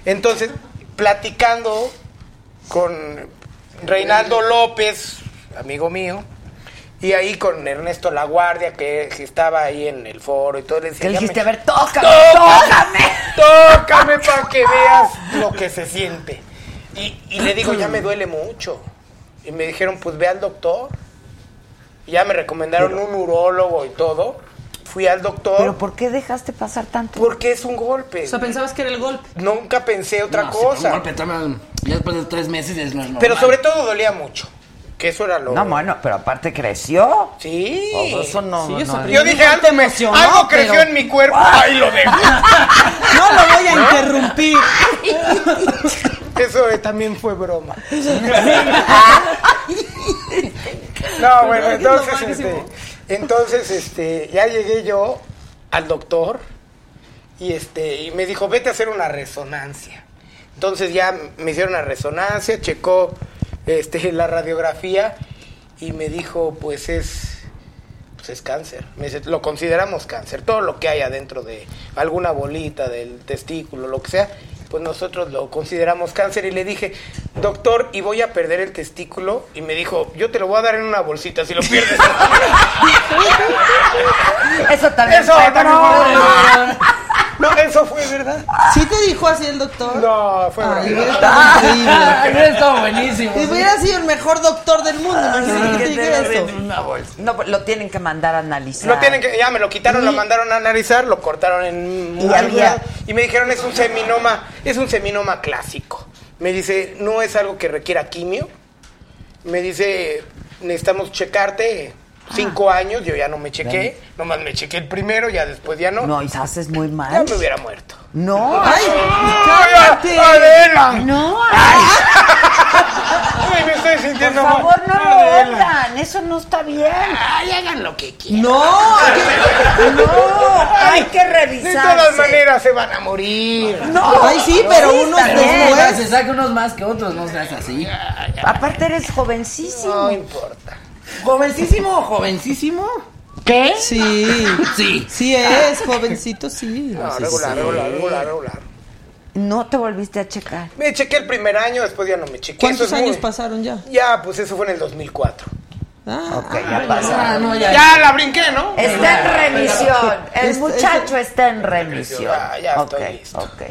Speaker 10: Entonces, platicando con Reinaldo López, amigo mío, y ahí con Ernesto La Guardia, que, que estaba ahí en el foro y todo. Le decía,
Speaker 2: ¿Qué le
Speaker 10: "Ya
Speaker 2: dijiste? A
Speaker 10: me-
Speaker 2: ver, tócame,
Speaker 10: ¡Tócame!
Speaker 2: tócame.
Speaker 10: ¡Tócame para que veas lo que se siente! Y, y le digo,
Speaker 7: Mm.
Speaker 10: ya me duele mucho. Y me dijeron, pues ve al doctor. Y ya me recomendaron un urólogo y todo. Fui al doctor
Speaker 2: ¿Pero por qué dejaste pasar tanto?
Speaker 10: porque es un golpe.
Speaker 13: O sea, pensabas que era el golpe.
Speaker 10: Nunca pensé otra
Speaker 7: No, sí, pero un
Speaker 10: cosa.
Speaker 7: golpe, toma, ya después de tres meses es no es normal.
Speaker 10: pero sobre todo dolía mucho. Que eso era lo...
Speaker 2: No, bueno, pero aparte creció.
Speaker 10: Sí.
Speaker 2: Todo eso no...
Speaker 13: Sí, yo
Speaker 2: no,
Speaker 13: sufrí.
Speaker 10: Yo dije, algo, me-
Speaker 13: emocionó,
Speaker 10: algo creció
Speaker 13: pero-
Speaker 10: en mi cuerpo. ¡Ay, lo dejo!
Speaker 13: No lo voy a interrumpir.
Speaker 10: Eso eh, también fue broma. no, bueno,
Speaker 13: es lo
Speaker 10: entonces,
Speaker 13: máximo.
Speaker 10: este, entonces, este, ya llegué yo al doctor y este, y me dijo, vete a hacer una resonancia. Entonces ya me hicieron una resonancia, checó este, la radiografía y me dijo, pues es, pues es cáncer. Me dice, lo consideramos cáncer. Todo lo que hay adentro de alguna bolita, del testículo, lo que sea, pues nosotros lo consideramos cáncer. Y le dije, doctor, ¿y voy a perder el testículo? Y me dijo, yo te lo voy a dar en una bolsita si lo pierdes.
Speaker 2: Eso también
Speaker 10: eso
Speaker 2: fue
Speaker 10: también
Speaker 2: broma.
Speaker 10: fue verdad. No, eso fue verdad.
Speaker 13: ¿Sí te dijo así el doctor?
Speaker 10: No, fue
Speaker 13: Ay,
Speaker 10: verdad.
Speaker 13: hubiera estado increíble.
Speaker 7: Ah, no estaba buenísimo.
Speaker 13: Si hubiera sido el mejor doctor del mundo,
Speaker 10: Ah,
Speaker 13: imagínate que te dijera eso.
Speaker 2: No, pues, lo tienen que mandar a analizar.
Speaker 10: Lo tienen que, ya me lo quitaron, lo mandaron a analizar, lo cortaron en
Speaker 2: Y
Speaker 10: algún
Speaker 2: había-
Speaker 10: lado, y me dijeron es un seminoma, es un seminoma clásico. Me dice, no es algo que requiera quimio. Me dice, necesitamos checarte cinco
Speaker 2: Ah.
Speaker 10: años, yo ya no me chequé, nomás me chequé el primero, ya después ya no.
Speaker 2: No, y haces muy
Speaker 10: Ya
Speaker 2: mal.
Speaker 10: me hubiera muerto.
Speaker 2: No.
Speaker 13: ¡Ay! ¡Cállate!
Speaker 10: Adela,
Speaker 2: No, ay,
Speaker 10: ay, me estoy
Speaker 2: por
Speaker 10: sintiendo mal.
Speaker 2: favor, no lo
Speaker 10: Adela.
Speaker 2: hagan. Eso no está bien.
Speaker 10: Ay, hagan lo que quieran.
Speaker 13: ¡No!
Speaker 2: No, hay que
Speaker 10: De todas
Speaker 2: revisar.
Speaker 10: maneras se van a morir.
Speaker 2: No.
Speaker 13: Ay, sí, pero
Speaker 2: Sí,
Speaker 13: unos
Speaker 2: está bien.
Speaker 7: Ahora
Speaker 13: después.
Speaker 7: se saca unos más que otros, no seas así.
Speaker 2: Aparte eres jovencísimo.
Speaker 10: No importa.
Speaker 7: Jovencísimo, jovencísimo.
Speaker 2: ¿Qué?
Speaker 13: Sí.
Speaker 7: Sí.
Speaker 13: Sí Ah. es, jovencito, sí.
Speaker 10: No, regular, regular, regular, regular.
Speaker 2: No te volviste a checar.
Speaker 10: Me chequé el primer año, después ya no me chequé.
Speaker 13: ¿Cuántos
Speaker 10: Eso es
Speaker 13: años
Speaker 10: muy-
Speaker 13: pasaron ya?
Speaker 10: Ya, pues eso fue en el 2004.
Speaker 13: Ah,
Speaker 2: Ok, ya pasa.
Speaker 7: Ah, no, ya.
Speaker 10: Ya la brinqué, ¿no?
Speaker 2: Está en remisión. El
Speaker 13: Es-
Speaker 2: muchacho está en remisión.
Speaker 10: Ah, ya estoy
Speaker 2: Ok,
Speaker 10: listo.
Speaker 2: ok.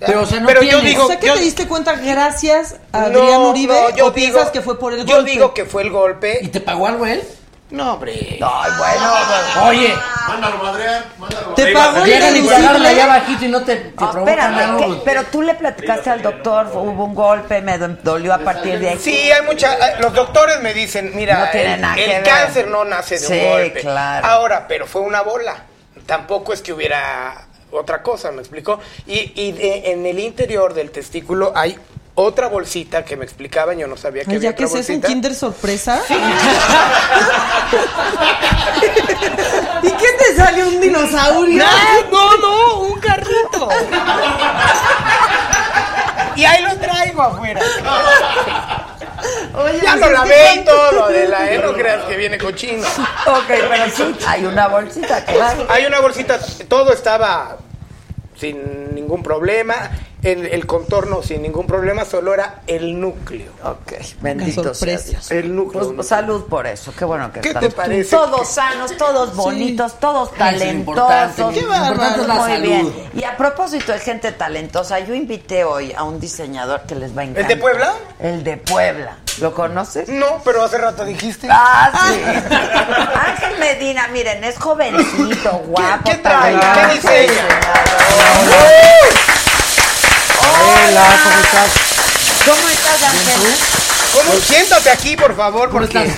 Speaker 10: Ya.
Speaker 7: Pero, o sea, no
Speaker 10: yo
Speaker 7: tienes.
Speaker 10: digo,
Speaker 13: o sea que
Speaker 10: yo-
Speaker 13: te diste cuenta gracias a
Speaker 10: no,
Speaker 13: Adrián Uribe
Speaker 10: no, yo
Speaker 13: o piensas
Speaker 10: digo-
Speaker 13: que fue por el
Speaker 10: Yo
Speaker 13: golpe.
Speaker 10: digo que fue el golpe.
Speaker 7: ¿Y te pagó algo él? pues,
Speaker 10: No, hombre. Ah.
Speaker 2: Ay, bueno.
Speaker 7: Oye.
Speaker 4: Mándalo madrear, mándalo
Speaker 7: Te
Speaker 4: madrear.
Speaker 7: pagó el Llegan y te deducible. agarran allá abajito y no te,
Speaker 2: Ah, espérame, ¿qué? pero tú le platicaste al doctor, hubo un golpe, me do- dolió a partir de ahí.
Speaker 10: Sí, hay mucha. hay- Los doctores me dicen, mira,
Speaker 2: No tiene
Speaker 10: el-
Speaker 2: nada que ver.
Speaker 10: el, cáncer no nace de
Speaker 2: Sí,
Speaker 10: un golpe.
Speaker 2: claro.
Speaker 10: Ahora, pero fue una bola. Tampoco es que hubiera otra cosa, ¿me explicó? Y, y de- en el interior del testículo hay otra bolsita que me explicaban, yo no sabía que
Speaker 13: Ay,
Speaker 10: había
Speaker 13: ya
Speaker 10: otra
Speaker 13: que se es un
Speaker 10: bolsita.
Speaker 13: Kinder sorpresa. ¿Y qué te sale un dinosaurio?
Speaker 10: No, no, no, un carrito. y ahí lo traigo afuera. ya
Speaker 2: pues,
Speaker 10: lo
Speaker 2: es
Speaker 10: lavé y
Speaker 2: que-
Speaker 10: todo, de la no creas que viene cochino.
Speaker 2: Ok, pero sí, hay una bolsita, claro.
Speaker 10: Hay una bolsita, todo estaba sin ningún problema, el, el contorno sin ningún problema, solo era el núcleo.
Speaker 2: Ok, bendito sea Dios.
Speaker 10: El núcleo.
Speaker 2: Pues, salud por eso, qué bueno que
Speaker 10: ¿Qué
Speaker 2: estamos.
Speaker 10: te parece?
Speaker 2: Todos sanos, todos bonitos, todos
Speaker 10: Es lo importante.
Speaker 2: talentosos.
Speaker 10: Qué bárbaro.
Speaker 2: Muy
Speaker 10: La salud.
Speaker 2: bien. Y a propósito de gente talentosa, yo invité hoy a un diseñador que les va a encantar.
Speaker 10: de Puebla? Mm.
Speaker 2: El de Puebla. ¿Lo conoces?
Speaker 10: No, pero hace rato dijiste.
Speaker 2: Ah, sí. Ángel Medina, miren, es jovencito, guapo.
Speaker 10: ¿Qué trae?
Speaker 2: talentoso.
Speaker 10: ¿Qué diseña?
Speaker 2: Hola, ¿cómo estás? ¿Cómo estás, Ángel?
Speaker 10: ¿Cómo? Siéntate aquí, por favor, porque...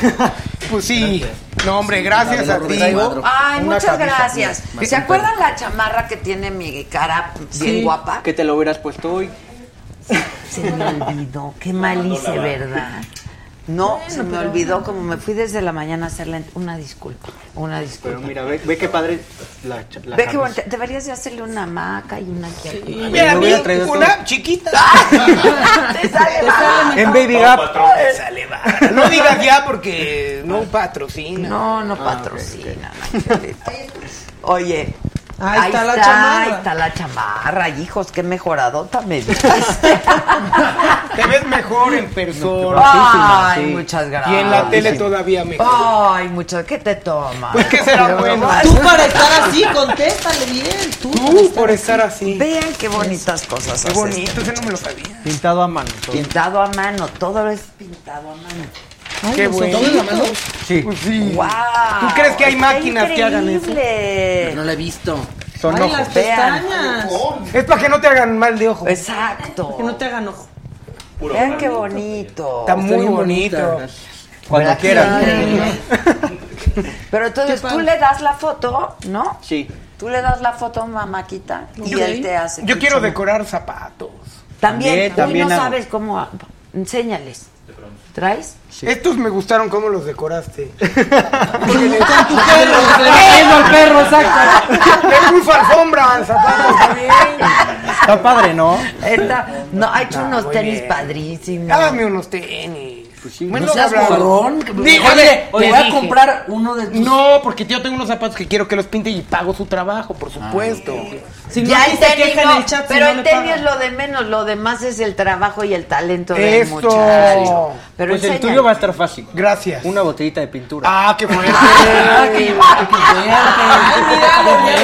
Speaker 10: Pues sí. No, hombre, gracias a ti.
Speaker 2: Ay,
Speaker 10: Una
Speaker 2: muchas
Speaker 10: camisa.
Speaker 2: gracias.
Speaker 10: Sí.
Speaker 2: ¿Se acuerdan la chamarra que tiene mi cara bien guapa?
Speaker 14: Que te lo hubieras puesto hoy.
Speaker 2: Se me olvidó. Qué mal hice, ¿verdad? No, se me olvidó como me fui desde la mañana a hacerle una disculpa. Una disculpa.
Speaker 14: Pero mira, ve, ve qué padre la, cha- la
Speaker 2: Ve que
Speaker 14: camisa.
Speaker 2: bonita. deberías de hacerle una hamaca y una aquí. arriba.
Speaker 14: Mira, a mí, Hubiera traído una todo.
Speaker 10: chiquita.
Speaker 2: Te sale barato.
Speaker 14: En Baby Gap.
Speaker 10: Sale barato. No digas ya porque no patrocina.
Speaker 2: No, no patrocina. Oye.
Speaker 10: Ahí está la
Speaker 2: Ahí
Speaker 10: chamarra.
Speaker 2: está la chamarra, hijos, qué mejoradota me dio.
Speaker 10: Te ves mejor en persona.
Speaker 2: Ay, muchas gracias.
Speaker 10: Y en la tele todavía mejor.
Speaker 2: Ay, muchas, ¿qué te tomas?
Speaker 10: Pues que será bueno.
Speaker 13: Tú para estar así, contéstale bien. Tú,
Speaker 10: Tú por estar así.
Speaker 2: Vean qué bonitas cosas
Speaker 10: Qué
Speaker 2: haces.
Speaker 10: bonito, ese no me lo sabía.
Speaker 14: Pintado a mano. todo.
Speaker 2: Pintado a mano, todo es pintado a mano.
Speaker 10: Qué bueno. Pues
Speaker 7: ¿Todo en la mano?
Speaker 14: Sí.
Speaker 2: ¡Wow!
Speaker 10: Mm. ¿Tú crees que hay máquinas que hagan eso?
Speaker 2: eso?
Speaker 7: No la he visto.
Speaker 10: Son ojos.
Speaker 2: pestañas.
Speaker 10: Es para que no te hagan mal de ojo.
Speaker 2: Exacto.
Speaker 13: No te hagan ojo.
Speaker 2: Vean qué bonito.
Speaker 10: Está muy bonito.
Speaker 14: Cuando
Speaker 2: Aquí
Speaker 14: quieras.
Speaker 2: Pero entonces tú le das la foto, ¿no?
Speaker 14: Sí.
Speaker 2: Tú le das la foto a mamaquita y
Speaker 10: Yo-
Speaker 2: él te hace.
Speaker 10: Yo
Speaker 2: tu
Speaker 10: quiero
Speaker 2: chama-
Speaker 10: decorar zapatos.
Speaker 2: También,
Speaker 14: también
Speaker 2: Uy, no
Speaker 14: hago.
Speaker 2: sabes cómo. Enséñales. ¿Traes?
Speaker 10: Estos me gustaron cómo los decoraste.
Speaker 14: al perro, exacto.
Speaker 10: Me puso alfombra, zapatos también.
Speaker 14: Está padre, ¿no?
Speaker 2: Esta, no, ha hecho unos
Speaker 10: muy
Speaker 2: tenis
Speaker 10: bien.
Speaker 2: padrísimos.
Speaker 10: Hágame unos tenis. Bueno,
Speaker 7: No seas
Speaker 10: hablar.
Speaker 7: borrón. que- Oye,
Speaker 10: Dí- oye,
Speaker 7: te voy
Speaker 10: te
Speaker 7: a
Speaker 10: dije.
Speaker 7: comprar uno de tus...
Speaker 10: No, porque yo tengo unos zapatos que quiero que los pinte y pago su trabajo, por supuesto.
Speaker 13: Si no,
Speaker 2: Ya
Speaker 13: aquí
Speaker 2: el
Speaker 13: se
Speaker 2: tenis
Speaker 13: queja en
Speaker 2: no,
Speaker 13: el chat si
Speaker 2: pero
Speaker 13: no
Speaker 2: el
Speaker 13: le
Speaker 2: tenis es
Speaker 13: pagan.
Speaker 2: lo de menos, lo demás es el trabajo y el talento del
Speaker 10: Eso.
Speaker 2: muchacho. Pero
Speaker 14: pues el
Speaker 2: enséñale.
Speaker 14: tuyo va a estar fácil.
Speaker 10: Gracias.
Speaker 14: Una botellita de pintura.
Speaker 10: Ah, qué fuerte.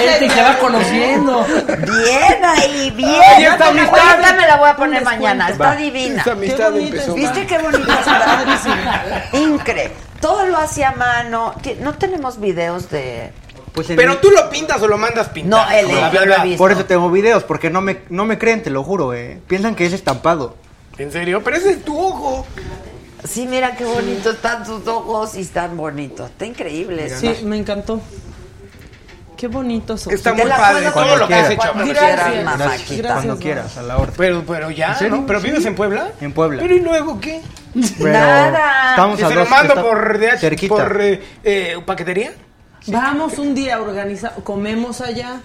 Speaker 7: Vente, se va conociendo.
Speaker 2: Bien ahí, bien.
Speaker 10: Ay, esta
Speaker 2: Yo te la voy-
Speaker 10: amistad.
Speaker 2: esta me la voy a poner mañana, está
Speaker 10: Ah,
Speaker 14: Va.
Speaker 2: divina.
Speaker 10: Esa amistad empezó
Speaker 2: ¿Viste
Speaker 10: mal.
Speaker 2: qué bonita está? Increíble. Todo lo hacía a mano. Ti- No tenemos videos de...
Speaker 14: Pues en mi-
Speaker 10: Pero tú lo pintas o lo mandas pintar.
Speaker 2: No, él,
Speaker 10: Bla,
Speaker 2: él, yo
Speaker 10: bla,
Speaker 2: lo
Speaker 10: bla.
Speaker 2: he visto.
Speaker 14: Por eso tengo videos, porque no me, no me creen, te lo juro, eh. Piensan que es estampado.
Speaker 10: ¿En serio? Pero ese es tu ojo.
Speaker 2: Sí, mira qué bonito están tus ojos y están bonitos. Está increíble. eso.
Speaker 13: Sí, me encantó. Qué bonito son.
Speaker 10: Está
Speaker 2: Te
Speaker 10: muy
Speaker 2: la
Speaker 10: padre
Speaker 2: puedo
Speaker 10: todo
Speaker 2: poner
Speaker 10: lo que has hecho.
Speaker 2: cuando
Speaker 10: Abraham.
Speaker 2: quieras,
Speaker 13: Gracias.
Speaker 2: mamaquita.
Speaker 14: Cuando
Speaker 13: Gracias,
Speaker 14: quieras, a la hora.
Speaker 10: Pero, pero ya,
Speaker 14: ¿En serio?
Speaker 10: ¿no? ¿Pero
Speaker 14: Sí.
Speaker 10: vives en Puebla?
Speaker 14: En Puebla.
Speaker 10: Pero ¿y luego qué?
Speaker 14: Pero
Speaker 2: Nada.
Speaker 14: Estamos
Speaker 10: ¿Te
Speaker 14: a
Speaker 10: se lo
Speaker 14: dos,
Speaker 10: mando
Speaker 14: está
Speaker 10: por, DH,
Speaker 14: cerquita.
Speaker 10: por eh, eh, paquetería?
Speaker 13: Vamos un día organizamos, comemos allá,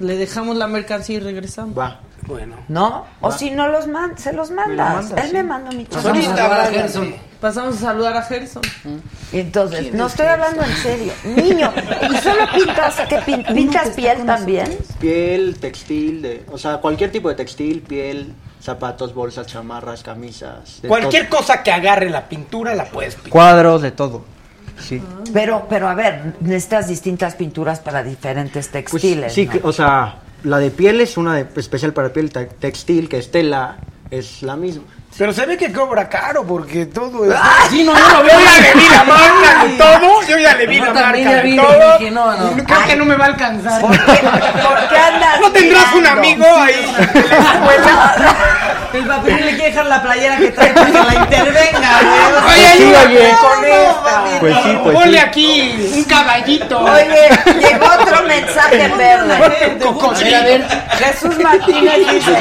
Speaker 13: le dejamos la mercancía y regresamos.
Speaker 14: Va.
Speaker 10: Bueno.
Speaker 2: ¿No? O si no los man se los mandas.
Speaker 14: mandas,
Speaker 2: Él
Speaker 14: sí.
Speaker 2: me manda mi
Speaker 10: Pues
Speaker 2: chamarra.
Speaker 10: ahorita
Speaker 7: saludar a
Speaker 10: hablan.
Speaker 7: Gerson.
Speaker 13: Pasamos a saludar a Gerson.
Speaker 2: Entonces, no estoy hablando en serio. Niño, ¿y solo pintas, que pin- pintas piel también?
Speaker 14: Piel, textil, de- o sea, cualquier tipo de textil, piel, zapatos, bolsas, chamarras, camisas. de
Speaker 10: Cualquier
Speaker 14: todo.
Speaker 10: cosa que agarre la pintura la puedes pintar.
Speaker 14: Cuadros, de todo. Sí.
Speaker 2: Pero, pero a ver, necesitas distintas pinturas para diferentes
Speaker 14: Pues,
Speaker 2: textiles.
Speaker 14: sí,
Speaker 2: ¿no?
Speaker 14: que- o sea, la de piel es una de- especial para piel, ta- textil, que es tela, es la misma.
Speaker 10: Pero se ve que cobra caro porque todo es.
Speaker 7: Ah, sí, no, yo lo
Speaker 10: Yo
Speaker 7: veo.
Speaker 10: ya le vi la marca de
Speaker 7: Sí.
Speaker 10: todo. Yo ya le vi
Speaker 7: Yo
Speaker 10: la
Speaker 7: también
Speaker 10: marca
Speaker 7: ya
Speaker 10: de
Speaker 7: vi,
Speaker 10: todo.
Speaker 7: dije, no, no.
Speaker 10: Creo que no me va a alcanzar.
Speaker 2: ¿Por qué andas?
Speaker 10: ¿No tendrás un amigo ahí?
Speaker 8: El papel le quiere dejar la playera que trae para que la intervenga, güey.
Speaker 10: Oye,
Speaker 8: Sí,
Speaker 10: ayúdame
Speaker 8: oye.
Speaker 10: con esta.
Speaker 8: Pues sí,
Speaker 2: pues
Speaker 10: Ponle
Speaker 2: sí.
Speaker 10: aquí un caballito.
Speaker 2: Oye, llegó otro mensaje verde.
Speaker 10: Cocochito.
Speaker 2: Jesús Martínez dice,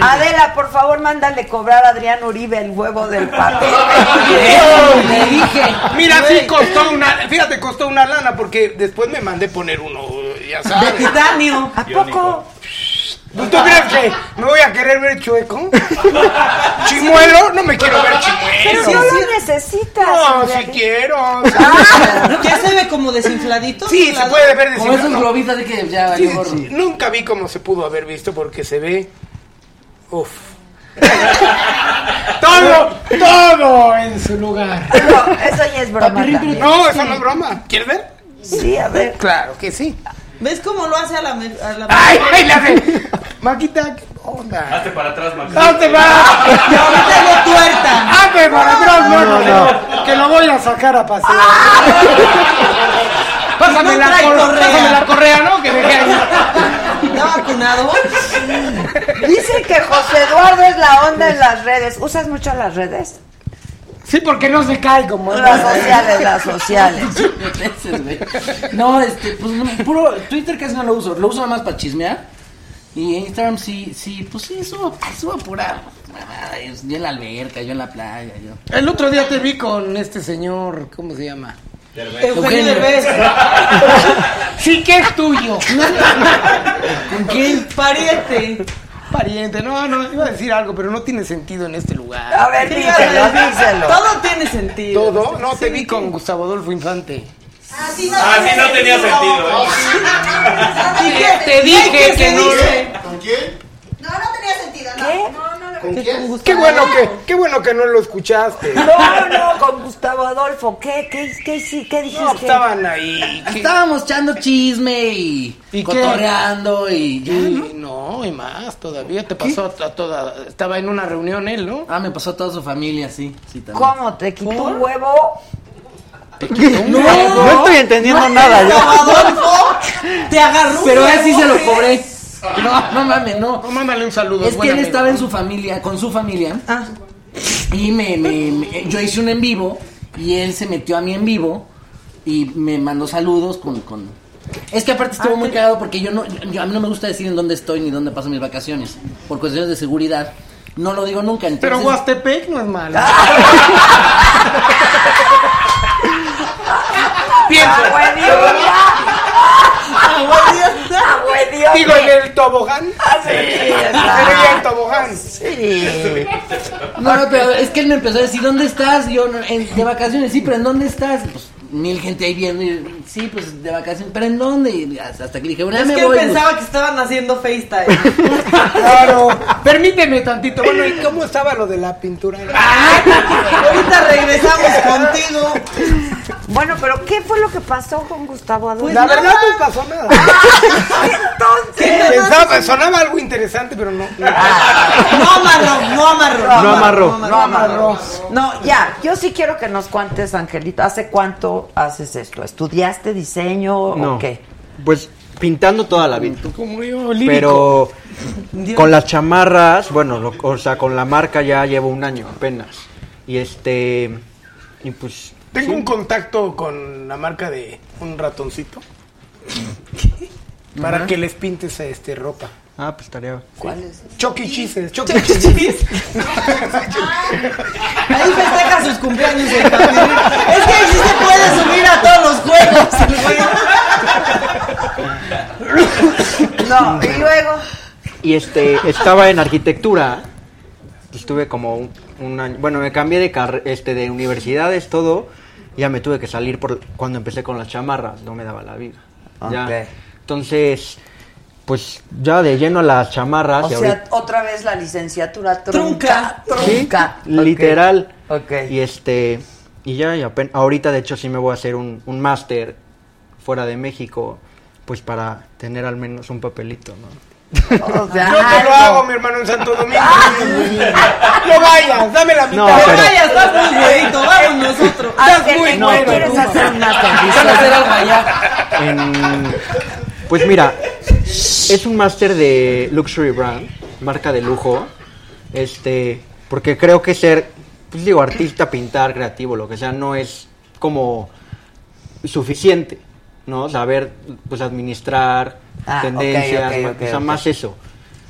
Speaker 2: Adela, por favor, mándale cobrar a Adrián Uribe el huevo del papel.
Speaker 10: Oh, Le dije. Mira, sí costó una. Fíjate, costó una lana porque después me mandé poner uno, ya sabes.
Speaker 8: De titanio.
Speaker 2: ¿A poco?
Speaker 10: ¿Tú crees que me voy a querer ver chueco? ¿Chimuelo? No me quiero ver chimuelo.
Speaker 2: Pero no lo necesitas.
Speaker 10: No,
Speaker 2: Adrián.
Speaker 10: si quiero.
Speaker 13: ¿Ya se ve como desinfladito?
Speaker 10: Ah, Sí, se puede
Speaker 13: Como
Speaker 10: ver desinflado.
Speaker 13: esos globitos
Speaker 7: de que ya
Speaker 10: Sí,
Speaker 13: valió gorro.
Speaker 10: sí, Nunca vi cómo se pudo haber visto porque se ve. Uf. todo, todo en su lugar.
Speaker 2: No, eso ya es broma. también.
Speaker 10: No, eso no es broma. ¿Quieres ver?
Speaker 2: Sí, a ver.
Speaker 10: Claro que sí.
Speaker 13: ¿Ves cómo lo hace a la... me- a la-
Speaker 10: ¡Ay, ay, la de- Maquita, ¿qué onda?
Speaker 3: Hazte para atrás, Maca.
Speaker 10: ¡No te va! ¡Ya lo tuerta! ¡Hazme para atrás, no, no, no! Que lo voy a sacar a pasear. Pásame,
Speaker 13: No
Speaker 10: la
Speaker 13: trae
Speaker 10: cor-
Speaker 13: correa.
Speaker 10: pásame la correa, ¿no? Que dejé ahí.
Speaker 13: ¿Está vacunado?
Speaker 2: Dicen que José Eduardo es la onda en las redes. ¿Usas mucho las redes? Pues
Speaker 10: Sí, porque no se cae como...
Speaker 2: Las sociales, las sociales.
Speaker 7: No, este, pues no, puro Twitter casi no lo uso, lo uso nada más para chismear. Y Instagram sí, sí, pues sí, subo, subo a pura mamada, pues, Yo en la alberca, yo en la playa, yo.
Speaker 10: El otro día te vi con este señor, ¿cómo se llama?
Speaker 7: Eugenio Derbez.
Speaker 10: sí que es tuyo.
Speaker 13: ¿Con quién? Pariente.
Speaker 10: Pariente, no, no, iba a decir algo, pero no tiene sentido en este lugar.
Speaker 2: A ver, díselo, díselo.
Speaker 13: Todo tiene sentido.
Speaker 10: ¿Todo? No, te vi con Gustavo Adolfo Infante.
Speaker 3: Así
Speaker 6: Así
Speaker 3: Ah, no tenía sentido. ¿eh?
Speaker 13: ¿Y qué?
Speaker 10: Te dije
Speaker 13: ¿Qué se
Speaker 10: que no.
Speaker 13: dice?
Speaker 4: ¿Con quién?
Speaker 6: No, no tenía sentido, no. No, no lo
Speaker 10: ¿Con quién? Qué bueno que, qué bueno que no lo escuchaste.
Speaker 2: No, no, con Gustavo Adolfo. ¿Qué, qué, qué, hici- qué dijiste?
Speaker 10: No, pues, estaban ahí. ¿qué?
Speaker 7: Estábamos echando chisme y,
Speaker 10: ¿Y qué?
Speaker 7: cotorreando y ya, ¿no?
Speaker 10: Y No, y más todavía. Te pasó a, a toda. Estaba en una reunión él, ¿no?
Speaker 7: Ah, me pasó a toda su familia, sí, sí también.
Speaker 2: ¿Cómo? ¿Te quitó un huevo?
Speaker 7: No,
Speaker 14: No estoy entendiendo nada. Yo.
Speaker 13: Te agarró.
Speaker 7: Pero a él sí se lo
Speaker 2: Ah,
Speaker 7: cobré. No, no mames, no.
Speaker 10: No, mándale un saludo.
Speaker 7: Es
Speaker 13: Pues
Speaker 7: que
Speaker 10: buen
Speaker 7: él
Speaker 10: amigo.
Speaker 7: estaba en su familia, con su familia.
Speaker 10: Ah.
Speaker 7: Y me, me- me- yo hice un en vivo y él se metió a mí en vivo y me mandó saludos con... con- Es que aparte
Speaker 10: Ah,
Speaker 7: estuvo muy cagado porque yo no, yo- a mí no me gusta decir en dónde estoy ni dónde paso mis vacaciones. Por cuestiones de seguridad. No lo digo nunca.
Speaker 10: Pero
Speaker 7: Entonces,
Speaker 10: Huastepec no es malo. Pienso.
Speaker 2: ¡Agüediosa! Ah, ¡Agüediosa!
Speaker 10: Digo, en el tobogán.
Speaker 14: Ah,
Speaker 10: Sería el
Speaker 2: ¡Agüediosa!
Speaker 10: tobogán.
Speaker 2: Sí.
Speaker 7: No, no, pero es que él me empezó a decir, ¿dónde estás? Y Yo, "No, en- de vacaciones, sí, pero ¿en dónde estás? Y Pues mil gente ahí viendo, y, sí, pues de vacaciones, pero ¿en dónde? Y hasta hasta que le dije, bueno, ya
Speaker 13: Es
Speaker 7: me
Speaker 13: que él
Speaker 7: voy.
Speaker 13: pensaba que estaban haciendo FaceTime.
Speaker 10: Claro. Permíteme tantito. Bueno, ¿y cómo estaba lo de la pintura?
Speaker 13: Ahorita regresamos contigo.
Speaker 2: Bueno, pero ¿qué fue lo que pasó con Gustavo Adolfo?
Speaker 10: la verdad no pasó Pues nada.
Speaker 2: Entonces,
Speaker 10: Pensaba, sonaba algo interesante, pero no. no.
Speaker 14: Ah,
Speaker 13: No amarró, no amarró.
Speaker 14: No amarró.
Speaker 13: No amarró.
Speaker 2: no, ya, yo sí quiero que nos cuentes, Angelito, ¿hace cuánto haces esto? ¿Estudiaste diseño o
Speaker 14: No.
Speaker 2: qué?
Speaker 14: Pues pintando toda la vida.
Speaker 10: Como yo, lírico.
Speaker 14: Pero con las chamarras, bueno, lo- o sea, con la marca ya llevo un año apenas. Y este. Y pues.
Speaker 10: Tengo un contacto con la marca de un ratoncito. Para que les pintes este ropa.
Speaker 14: Ah, pues estaría.
Speaker 2: ¿Cuál es?
Speaker 10: Chucky E. Cheese. Chucky
Speaker 13: Ahí festeja sus cumpleaños el papel. Es que ahí sí se puede subir a todos los juegos. el güey.
Speaker 2: No, y luego,
Speaker 14: Y este, estaba en arquitectura. Estuve como un, un año. Bueno, me cambié de, carre- este, de universidades, todo. Ya me tuve que salir por cuando empecé con las chamarras. No me daba la vida. Ya.
Speaker 2: Ok.
Speaker 14: Entonces, pues ya de lleno a las chamarras.
Speaker 2: o
Speaker 14: y
Speaker 2: sea,
Speaker 14: ahorita-
Speaker 2: otra vez la licenciatura trunca, trunca.
Speaker 14: Sí, literal.
Speaker 2: Ok.
Speaker 14: Y este y ya y apen- ahorita de hecho sí me voy a hacer un un máster fuera de México pues para tener al menos un papelito, ¿no?
Speaker 2: O sea,
Speaker 10: Yo te lo
Speaker 2: algo.
Speaker 10: hago, mi hermano, en Santo Domingo. no vayas, dame la mitad.
Speaker 14: No, pero-
Speaker 13: vayas, estás muy güerito, vamos nosotros.
Speaker 2: Estás
Speaker 13: Ángel,
Speaker 2: muy
Speaker 13: ¿qué
Speaker 14: güero,
Speaker 13: quieres
Speaker 14: tú,
Speaker 13: hacer
Speaker 2: una
Speaker 13: Van a hacer algo allá.
Speaker 14: En- pues mira, es un máster de luxury brand, marca de lujo. Este, porque creo que ser, pues digo, artista, pintar, creativo, lo que sea, no es como suficiente, ¿no? Saber, pues administrar
Speaker 2: Ah, ok,
Speaker 14: tendencias,
Speaker 2: ok,
Speaker 14: ma-
Speaker 2: ok,
Speaker 14: o sea,
Speaker 2: ok.
Speaker 14: más eso.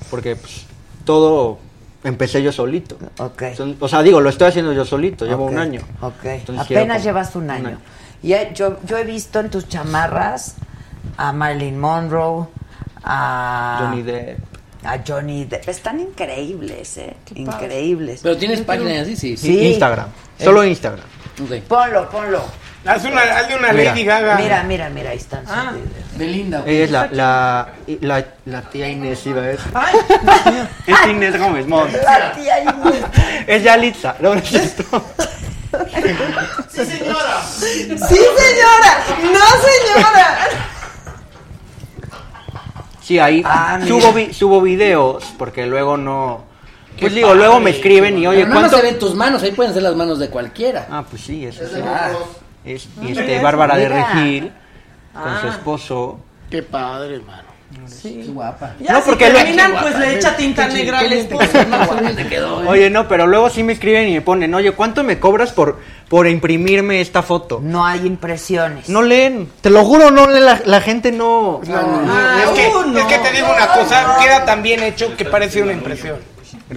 Speaker 14: Porque pues, todo empecé yo solito.
Speaker 2: Ok.
Speaker 14: Son- o sea, digo, lo estoy haciendo yo solito, llevo
Speaker 2: Ok,
Speaker 14: un año.
Speaker 2: Ok.
Speaker 14: Entonces, quiero
Speaker 2: Apenas
Speaker 14: como-
Speaker 2: llevas un año. Y eh, yo, yo he visto en tus chamarras a Marilyn Monroe, a
Speaker 14: Johnny Depp.
Speaker 2: A Johnny Depp. Están increíbles, ¿eh? Increíbles.
Speaker 7: Pero tienes página así, sí.
Speaker 14: Instagram.
Speaker 10: Eh.
Speaker 14: Solo Instagram.
Speaker 7: Ok.
Speaker 2: Ponlo, ponlo.
Speaker 10: Haz una, hazle una
Speaker 14: Mira.
Speaker 10: Lady Gaga.
Speaker 2: Mira, mira, mira, ahí están sus
Speaker 7: Ah.
Speaker 2: videos.
Speaker 7: Belinda.
Speaker 14: Ella es la, la, la, la tía Inés, iba a decir. Es Inés Gómez Mont.
Speaker 2: La tía Inés.
Speaker 14: Es Yalitza. No, no es cierto.
Speaker 8: Sí, señora.
Speaker 13: Sí, señora. No, señora.
Speaker 14: Sí, ahí
Speaker 10: Ah,
Speaker 14: subo, vi- subo videos porque luego no... Pues digo, luego me escriben y oye,
Speaker 7: Pero nada más
Speaker 14: ¿cuánto...?
Speaker 7: se ven tus manos, ahí pueden ser las manos de cualquiera.
Speaker 14: Ah, pues sí, eso sí.
Speaker 7: Ah.
Speaker 14: Es,
Speaker 7: Ah,
Speaker 14: y este,
Speaker 7: mira,
Speaker 14: Bárbara de
Speaker 7: mira.
Speaker 14: Regil con su
Speaker 7: Ah.
Speaker 14: esposo.
Speaker 7: Qué padre, hermano. Sí. Qué guapa.
Speaker 14: Ya, No, si porque terminan,
Speaker 13: pues, le echa tinta negra al esposo, ¿no?
Speaker 7: Te quedó.
Speaker 14: Oye, no, pero luego sí me escriben y me ponen, oye, ¿cuánto me cobras por, por imprimirme esta foto?
Speaker 2: No hay impresiones.
Speaker 14: No leen, te lo juro, no leen, la, la gente no...
Speaker 10: Ah, es, que, es que te digo una cosa, queda tan bien hecho que parece una impresión.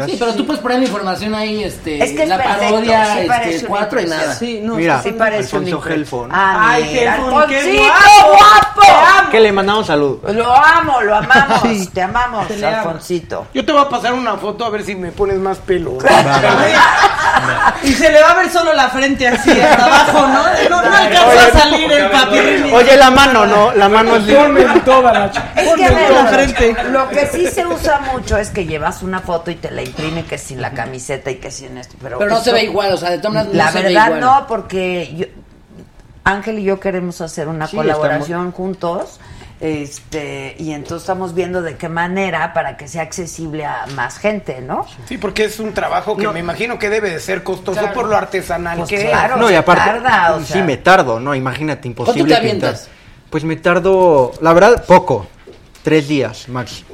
Speaker 7: Sí, pero tú puedes poner la información ahí, este,
Speaker 2: Es que es
Speaker 7: la
Speaker 2: perfecto, sí
Speaker 7: parodia,
Speaker 2: parece
Speaker 7: este,
Speaker 2: una
Speaker 7: cuatro y
Speaker 2: impresión.
Speaker 7: nada.
Speaker 2: Sí,
Speaker 13: no,
Speaker 14: Mira,
Speaker 2: sí parece un
Speaker 14: Alfonso
Speaker 2: impre-
Speaker 14: Gelfo, ¿no?
Speaker 2: Ah,
Speaker 13: Ay,
Speaker 2: mira,
Speaker 13: Gelfo, qué
Speaker 2: Alfonsito,
Speaker 13: guapo.
Speaker 2: guapo.
Speaker 14: Que le mandamos salud.
Speaker 2: Lo amo, lo amamos. Te amamos,
Speaker 10: Te le amo.
Speaker 2: Alfonsito.
Speaker 10: Yo te voy a pasar una foto a ver si me pones más pelo.
Speaker 13: Y se le va a ver solo la frente así, hasta abajo, ¿no? No, no alcanza a salir el papirrín.
Speaker 14: Oye, la mano, ¿no? La mano es libre.
Speaker 10: toda la
Speaker 2: Es que a
Speaker 13: Ponme
Speaker 2: ver,
Speaker 13: la frente.
Speaker 2: lo que sí se usa mucho es que llevas una foto y te la imprime que sin la camiseta y que sin esto. Pero,
Speaker 7: Pero no
Speaker 2: esto-
Speaker 7: se ve igual, o sea, de todas maneras no
Speaker 2: La
Speaker 7: se ve
Speaker 2: verdad
Speaker 7: igual.
Speaker 2: no, porque yo- Ángel y yo queremos hacer una
Speaker 14: Sí,
Speaker 2: colaboración juntos. Este, y entonces estamos viendo de qué manera para que sea accesible a más gente, ¿no?
Speaker 10: Sí, porque es un trabajo que me imagino que debe de ser costoso
Speaker 2: Claro.
Speaker 10: por lo artesanal
Speaker 2: Pues
Speaker 10: que es.
Speaker 2: claro.
Speaker 14: No, y
Speaker 2: se
Speaker 14: aparte,
Speaker 2: tarda, o
Speaker 14: sí
Speaker 2: sea.
Speaker 14: me tardo, no, imagínate, imposible
Speaker 7: ¿Cuánto te
Speaker 14: pintar.
Speaker 7: avientas?
Speaker 14: Pues me tardo, la verdad, poco, tres días máximo,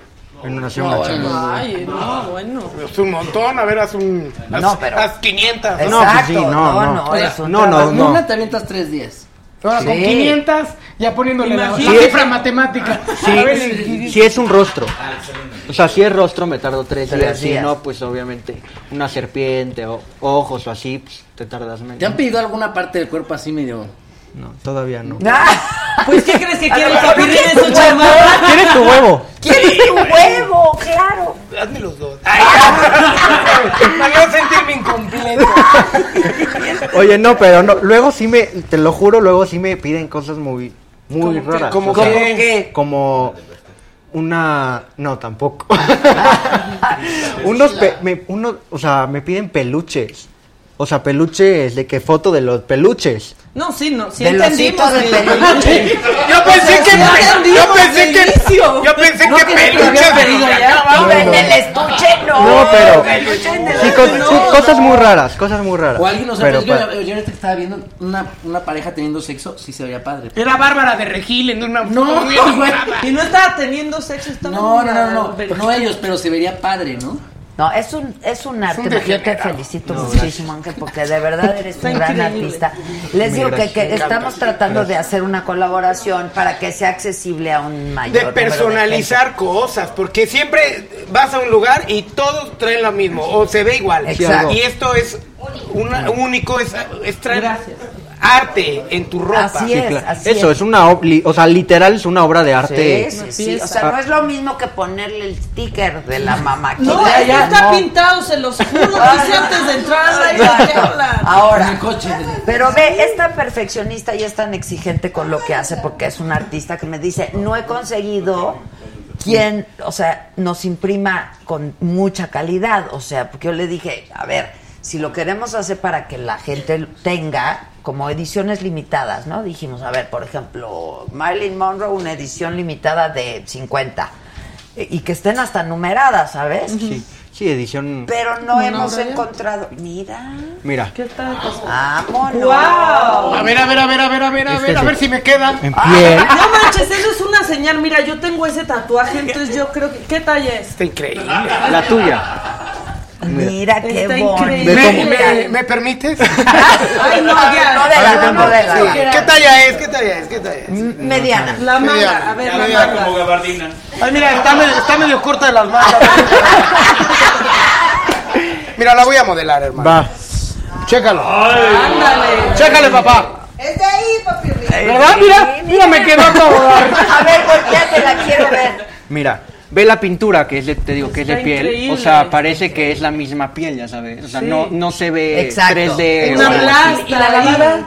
Speaker 14: en una
Speaker 7: No,
Speaker 14: semana.
Speaker 7: bueno.
Speaker 13: Ay, no, bueno.
Speaker 10: Es Pues un montón, a ver, haz un. Haz,
Speaker 2: No, pero-
Speaker 10: haz 500. ¿no?
Speaker 14: No, pues sí,
Speaker 2: Exacto, no,
Speaker 14: no, no,
Speaker 2: no,
Speaker 14: O sea,
Speaker 2: es un
Speaker 14: no, no,
Speaker 7: Con
Speaker 14: no.
Speaker 7: una te avientas tres días.
Speaker 10: Ahora con
Speaker 2: Sí.
Speaker 10: 500, ya poniéndole la, la
Speaker 14: Sí, es-
Speaker 10: cifra matemática. A ver,
Speaker 14: Sí, sí, sí es un rostro. O sea, si es rostro me tardo tres
Speaker 2: Tres
Speaker 14: días, si
Speaker 2: días.
Speaker 14: no, pues obviamente una serpiente o ojos o así, pues, te tardas menos.
Speaker 7: ¿Te han pedido alguna parte del cuerpo así medio?
Speaker 14: No, todavía no.
Speaker 2: ¡Ah!
Speaker 13: Pues, ¿qué crees que
Speaker 2: A
Speaker 13: quiere
Speaker 2: lo
Speaker 13: el
Speaker 2: mejor
Speaker 13: papirrín
Speaker 2: quieres
Speaker 13: en su
Speaker 2: tu
Speaker 13: chamarra?
Speaker 14: ¿Quieres tu huevo?
Speaker 2: ¿Quieres tu huevo? Claro.
Speaker 10: Hazme los dos. Ay, me voy a sentirme incompleto.
Speaker 14: Oye, no, pero no, luego sí me, te lo juro, luego sí me piden cosas muy, muy
Speaker 10: ¿Cómo qué?
Speaker 14: raras.
Speaker 10: ¿Cómo
Speaker 14: O sea,
Speaker 10: qué?
Speaker 14: Como una, no, tampoco. unos, pe- me, unos, o sea, me piden peluches. O sea, peluches, de que foto de los peluches.
Speaker 13: No, sí, no, sí
Speaker 2: De los
Speaker 13: entendimos.
Speaker 2: hitos de
Speaker 13: que-
Speaker 2: peluche.
Speaker 10: Yo pensé que.
Speaker 13: Ya entendimos
Speaker 10: Yo pensé
Speaker 13: de
Speaker 10: que.
Speaker 13: inicio.
Speaker 10: Yo pensé
Speaker 13: No,
Speaker 10: que
Speaker 13: que no te lo
Speaker 10: peluches
Speaker 13: habías pedido
Speaker 10: de-
Speaker 13: ya.
Speaker 2: No, en el estuche no.
Speaker 14: No, pero-
Speaker 2: Peluche en el
Speaker 14: Sí, co-
Speaker 2: estuche,
Speaker 14: sí,
Speaker 2: no,
Speaker 14: cosas
Speaker 2: no.
Speaker 14: muy raras, cosas muy raras.
Speaker 7: O alguien no sabe.
Speaker 14: Pero
Speaker 7: Yo, yo,
Speaker 14: pa-
Speaker 7: ahorita que estaba viendo una, una pareja teniendo sexo, sí se veía padre.
Speaker 10: Era Bárbara de Regil en una.
Speaker 7: No, güey.
Speaker 13: Y no estaba teniendo sexo, estaba
Speaker 7: No, no,
Speaker 13: muy
Speaker 7: no, no.
Speaker 13: mal.
Speaker 7: No ellos, pero se vería padre, ¿no?
Speaker 2: No, es un, es un arte. Yo te felicito muchísimo, Ángel, porque de verdad eres un
Speaker 13: Está
Speaker 2: gran
Speaker 13: increíble.
Speaker 2: artista. Les digo que,
Speaker 14: gracias.
Speaker 2: que estamos tratando de hacer una colaboración para que sea accesible a un mayor.
Speaker 10: De
Speaker 2: número
Speaker 10: personalizar cosas, porque siempre vas a un lugar y todos traen lo mismo, o se ve igual.
Speaker 2: Exacto.
Speaker 10: Y esto es una- único, es, es traer
Speaker 13: Gracias.
Speaker 10: arte en tu ropa.
Speaker 2: Así es, así
Speaker 14: Eso, es una, ob- li- o sea, literal es una obra de arte.
Speaker 2: Sí, sí, sí.
Speaker 13: pieza.
Speaker 2: O sea, no es lo mismo que ponerle el sticker de la mamá.
Speaker 13: No,
Speaker 7: pues,
Speaker 2: Ya,
Speaker 13: esto
Speaker 2: ya,
Speaker 13: está
Speaker 2: no.
Speaker 13: pintado, se los juro. Dice
Speaker 7: Ah.
Speaker 13: antes de entrar al aire de qué hablan.
Speaker 7: En el
Speaker 2: Ahora,
Speaker 7: coche.
Speaker 2: pero ve, es tan perfeccionista y es tan exigente con lo que hace porque es un artista que me dice, no he conseguido quien, o sea, nos imprima con mucha calidad. O sea, porque yo le dije, a ver, si lo queremos hacer para que la gente tenga como ediciones limitadas, ¿no? Dijimos, a ver, por ejemplo, Marilyn Monroe, una edición limitada de 50. eh, y que estén hasta numeradas, ¿sabes?
Speaker 14: Sí, sí, edición.
Speaker 2: Pero no hemos encontrado. Mira.
Speaker 14: Mira.
Speaker 2: ¡Vámonos!
Speaker 13: ¡Guau!
Speaker 10: A ver, a ver, a ver, a ver, a ver, a
Speaker 14: Este
Speaker 10: ver, a
Speaker 14: es
Speaker 10: ver
Speaker 14: el-
Speaker 10: si me queda.
Speaker 14: En piel.
Speaker 13: No manches, eso es una señal. Mira, yo tengo ese tatuaje, entonces yo creo que. ¿Qué talla es?
Speaker 10: Está increíble.
Speaker 14: La tuya.
Speaker 2: Mira qué
Speaker 13: Está
Speaker 2: bonito.
Speaker 13: increíble.
Speaker 10: ¿Me, me- me permites?
Speaker 13: Ay, no, ya.
Speaker 2: No de la, no de la.
Speaker 10: Sí. ¿Qué talla es? ¿Qué talla es? ¿Qué talla es?
Speaker 2: Mediana.
Speaker 13: La manga, a ver, la
Speaker 3: Está
Speaker 13: manga.
Speaker 3: como gabardina.
Speaker 10: Ay, mira, está medio, está medio corta de las manos. mira, la voy a modelar, hermano.
Speaker 14: Va.
Speaker 10: Chécalo.
Speaker 13: Ándale.
Speaker 10: Chécale, papá.
Speaker 6: Es de ahí, papi.
Speaker 10: ¿Verdad? Mira, mira, me quedó todo.
Speaker 2: A ver, volteate, la quiero ver.
Speaker 14: Mira, ve la pintura que es de, te digo que es de
Speaker 13: Está
Speaker 14: piel,
Speaker 13: increíble.
Speaker 14: o sea, parece que es la misma piel, ya sabes, o sea,
Speaker 13: Sí.
Speaker 14: no no se ve
Speaker 2: Exacto.
Speaker 14: 3D o
Speaker 13: Una
Speaker 14: algo así.
Speaker 13: plasta.
Speaker 2: ¿Y la lavada?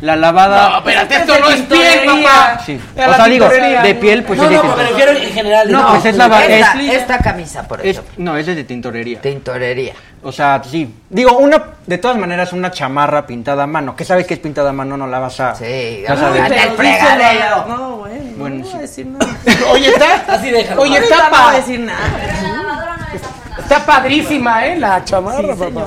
Speaker 14: La lavada
Speaker 10: No, espérate,
Speaker 13: Esto
Speaker 10: esto no
Speaker 13: es
Speaker 10: es piel,
Speaker 13: pintorería.
Speaker 10: papá.
Speaker 14: sí.
Speaker 10: a
Speaker 14: O
Speaker 10: la
Speaker 14: sea, digo,
Speaker 10: tintorería.
Speaker 14: de piel pues
Speaker 8: No,
Speaker 14: es de
Speaker 8: no, me
Speaker 14: tintorería.
Speaker 8: refiero en general.
Speaker 14: No, pues es la va- es,
Speaker 2: Esta, esta camisa, por
Speaker 14: es-
Speaker 2: ejemplo.
Speaker 14: no, es de tintorería.
Speaker 2: Tintorería.
Speaker 14: O sea, sí. Digo, una de todas maneras una chamarra pintada a mano, que sabes que es pintada a mano, no la vas a
Speaker 2: Sí,
Speaker 14: vas a
Speaker 2: no,
Speaker 14: ver.
Speaker 2: la- el
Speaker 13: Pero díselo a la-
Speaker 2: fregadero.
Speaker 13: Ah, No, güey.
Speaker 14: Bueno,
Speaker 13: no voy a
Speaker 14: sí.
Speaker 13: decir nada.
Speaker 10: Oye, está.
Speaker 8: Así déjalo.
Speaker 10: Oye,
Speaker 13: Ahorita
Speaker 10: está,
Speaker 13: no voy a
Speaker 10: pa-
Speaker 13: decir nada.
Speaker 6: La lavadora no le pasa nada.
Speaker 10: está padrísima, ¿eh? La chamarra, papá.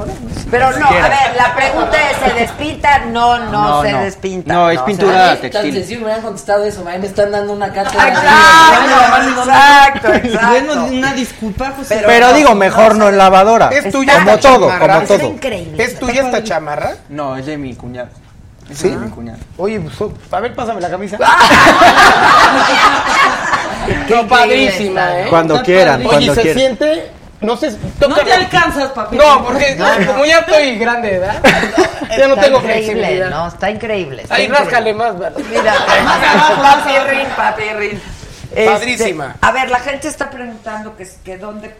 Speaker 2: Pero no, a ver, la pregunta es, ¿se despinta? No, no,
Speaker 14: No,
Speaker 2: se
Speaker 14: no.
Speaker 2: despinta.
Speaker 14: No, es
Speaker 2: o sea,
Speaker 14: pintura.
Speaker 8: Ay,
Speaker 14: textil.
Speaker 8: Tan sencillo me hubieran contestado eso, ma, me están dando una cátedra.
Speaker 2: Exacto, exacto,
Speaker 13: Bueno,
Speaker 2: exacto.
Speaker 13: una disculpa, José.
Speaker 14: Pero, digo, mejor no, en lavadora.
Speaker 10: Es
Speaker 2: Está-
Speaker 10: tuya
Speaker 14: Como
Speaker 10: esta
Speaker 14: todo,
Speaker 10: chamarra.
Speaker 14: como todo.
Speaker 2: Está increíble.
Speaker 10: ¿Es tuya esta chamarra?
Speaker 14: No, es de mi cuñado. Es
Speaker 10: ¿Sí?
Speaker 14: de mi cuñado.
Speaker 10: Oye, pues, oh, a ver, pásame la camisa.
Speaker 2: Qué
Speaker 10: No, padrísima,
Speaker 2: increíble
Speaker 10: ¿eh?
Speaker 14: Cuando
Speaker 13: Está
Speaker 14: quieran,
Speaker 13: padre.
Speaker 10: Oye,
Speaker 14: cuando
Speaker 10: se
Speaker 14: quieran.
Speaker 10: siente. No sé.
Speaker 13: No
Speaker 10: tócame.
Speaker 13: te alcanzas, papi.
Speaker 10: No, porque como ya estoy grande, ¿verdad? ya no
Speaker 2: Está
Speaker 10: tengo
Speaker 2: increíble,
Speaker 10: flexibilidad.
Speaker 2: no, está increíble. está
Speaker 10: Ahí
Speaker 2: increíble.
Speaker 10: ráscale más, ¿verdad?
Speaker 2: Mira, papirrín, papirrín. Este,
Speaker 10: Padrísima.
Speaker 2: a ver, la gente está preguntando que, que dónde,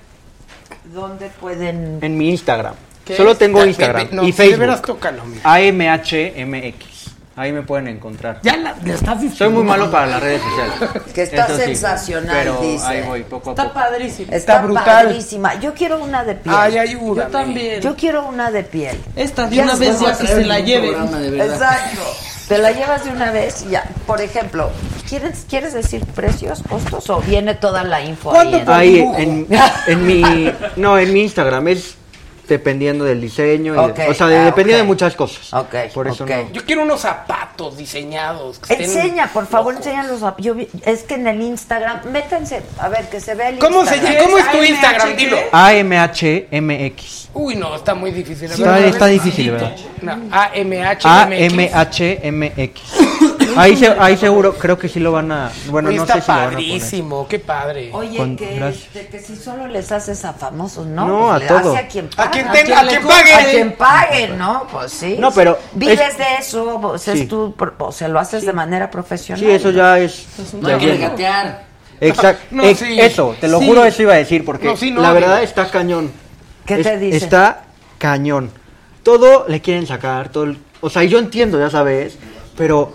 Speaker 2: dónde pueden...
Speaker 14: En mi Instagram. Solo tengo
Speaker 10: Ve-
Speaker 14: Instagram
Speaker 10: ve- no,
Speaker 14: y
Speaker 10: de veras,
Speaker 14: Facebook.
Speaker 10: tócalo, mira.
Speaker 14: AMHMX. Ahí me pueden encontrar.
Speaker 10: Ya la, la estás
Speaker 14: Soy
Speaker 10: disfrutando.
Speaker 14: muy malo para las redes sociales.
Speaker 2: Que está
Speaker 14: Eso
Speaker 2: sensacional,
Speaker 14: Pero
Speaker 2: dice.
Speaker 14: ahí voy, poco a
Speaker 13: Está
Speaker 14: poco.
Speaker 13: padrísimo.
Speaker 2: Está,
Speaker 10: brutal.
Speaker 2: padrísima. Yo quiero una de piel.
Speaker 10: Ay, ayúdame.
Speaker 13: Yo también.
Speaker 2: Yo quiero una de piel.
Speaker 13: Esta de una vez ya que se la lleve.
Speaker 2: Exacto. Te la llevas de una vez y ya. Por ejemplo, ¿quieres, ¿quieres decir precios, costos o viene toda la info?
Speaker 10: ¿Cuánto
Speaker 2: ahí en-
Speaker 10: por
Speaker 14: Ahí
Speaker 10: dibujo.
Speaker 14: en, en mi no, en mi Instagram es dependiendo del diseño, y de-
Speaker 2: Ok,
Speaker 14: o sea, de-
Speaker 2: ah,
Speaker 14: depende
Speaker 2: ok.
Speaker 14: de muchas cosas.
Speaker 2: Ok,
Speaker 14: Por eso
Speaker 2: ok.
Speaker 14: no.
Speaker 10: Yo quiero unos zapatos diseñados. que estén-
Speaker 2: Enseña, por favor,
Speaker 10: Ojo.
Speaker 2: enseña los. Yo vi- es que en el Instagram, métanse, a ver, que se vea el
Speaker 10: ¿Cómo se
Speaker 2: Instagram.
Speaker 10: llama? ¿Cómo es tu
Speaker 13: AMHG?
Speaker 10: Instagram? Dilo.
Speaker 14: AMHMX.
Speaker 10: Uy, no, está muy difícil.
Speaker 14: Está, está difícil, ¿verdad?
Speaker 10: A M H
Speaker 14: AMHMX. Ahí, se- ahí seguro, creo que sí lo van a. Bueno, no
Speaker 10: está
Speaker 14: sé si lo van a poner.
Speaker 10: padrísimo, qué padre.
Speaker 2: Oye,
Speaker 14: Con-
Speaker 2: que,
Speaker 14: gracias.
Speaker 2: este, que si solo les haces a famosos, ¿no?
Speaker 14: No,
Speaker 2: Pues
Speaker 14: a
Speaker 2: le
Speaker 14: todo.
Speaker 2: hace a quien paga.
Speaker 10: A quien tenga, a quien
Speaker 2: A
Speaker 10: pague.
Speaker 2: quien pague, ¿no? Pues sí.
Speaker 14: No, pero
Speaker 2: Vives
Speaker 14: es-
Speaker 2: de eso, pues, es
Speaker 14: Sí.
Speaker 2: tu pro- o sea, lo haces de manera profesional.
Speaker 14: Sí, eso ya es.
Speaker 8: No
Speaker 14: ya
Speaker 8: hay que
Speaker 14: lleno.
Speaker 8: regatear.
Speaker 14: Exacto.
Speaker 10: No,
Speaker 14: Ex-
Speaker 10: sí.
Speaker 14: Eso, te lo
Speaker 10: Sí.
Speaker 14: juro, eso iba a decir, porque
Speaker 10: No, sí, no,
Speaker 14: la verdad
Speaker 10: digo.
Speaker 14: está cañón.
Speaker 2: ¿Qué
Speaker 14: Es-
Speaker 2: te dicen?
Speaker 14: Está cañón. Todo le quieren sacar, todo. el- o sea, yo entiendo, ya sabes, pero.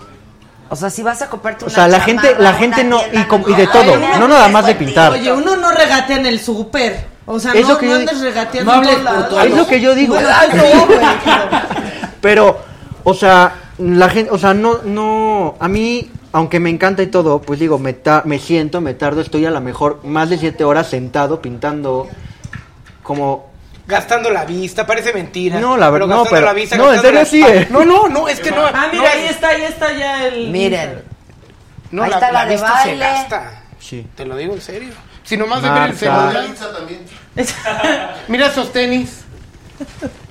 Speaker 2: O sea, si vas a comprarte
Speaker 14: O
Speaker 2: una
Speaker 14: sea, la
Speaker 2: chamarra,
Speaker 14: gente- la
Speaker 2: una
Speaker 14: gente no-
Speaker 2: tienda,
Speaker 14: y com- y de todo,
Speaker 2: Ay, una
Speaker 14: no nada más de
Speaker 2: descuentito.
Speaker 14: pintar.
Speaker 13: Oye, uno no regatea en el súper. O sea,
Speaker 14: Es
Speaker 13: no,
Speaker 14: lo que
Speaker 13: no
Speaker 14: yo-
Speaker 13: andes regateando
Speaker 8: no
Speaker 13: en
Speaker 8: hables
Speaker 13: todos
Speaker 8: por
Speaker 13: lados.
Speaker 8: tu
Speaker 14: Es lo que yo digo.
Speaker 13: Bueno, tú no, güey, pero-
Speaker 14: Pero, o sea, la gente, o sea, no, no, a mí, aunque me encanta y todo, pues digo, me, ta- me siento, me tardo, estoy a lo mejor más de siete horas sentado pintando como...
Speaker 10: Gastando la vista, parece mentira.
Speaker 14: No, la ver- no,
Speaker 10: gastando
Speaker 14: pero-
Speaker 10: la vista,
Speaker 14: no, en
Speaker 10: gastando
Speaker 14: serio
Speaker 10: la-
Speaker 14: sí, eh.
Speaker 10: No, no, no, es que no.
Speaker 13: Ah,
Speaker 10: no,
Speaker 13: mira, ahí está, ahí está ya el.
Speaker 2: Miren,
Speaker 10: No,
Speaker 2: Ahí está la de
Speaker 10: vista se
Speaker 2: baile.
Speaker 10: gasta.
Speaker 14: Sí.
Speaker 10: Te lo digo en serio. Si nomás de ver el
Speaker 14: Marta.
Speaker 10: celular.
Speaker 4: también.
Speaker 10: Mira esos tenis.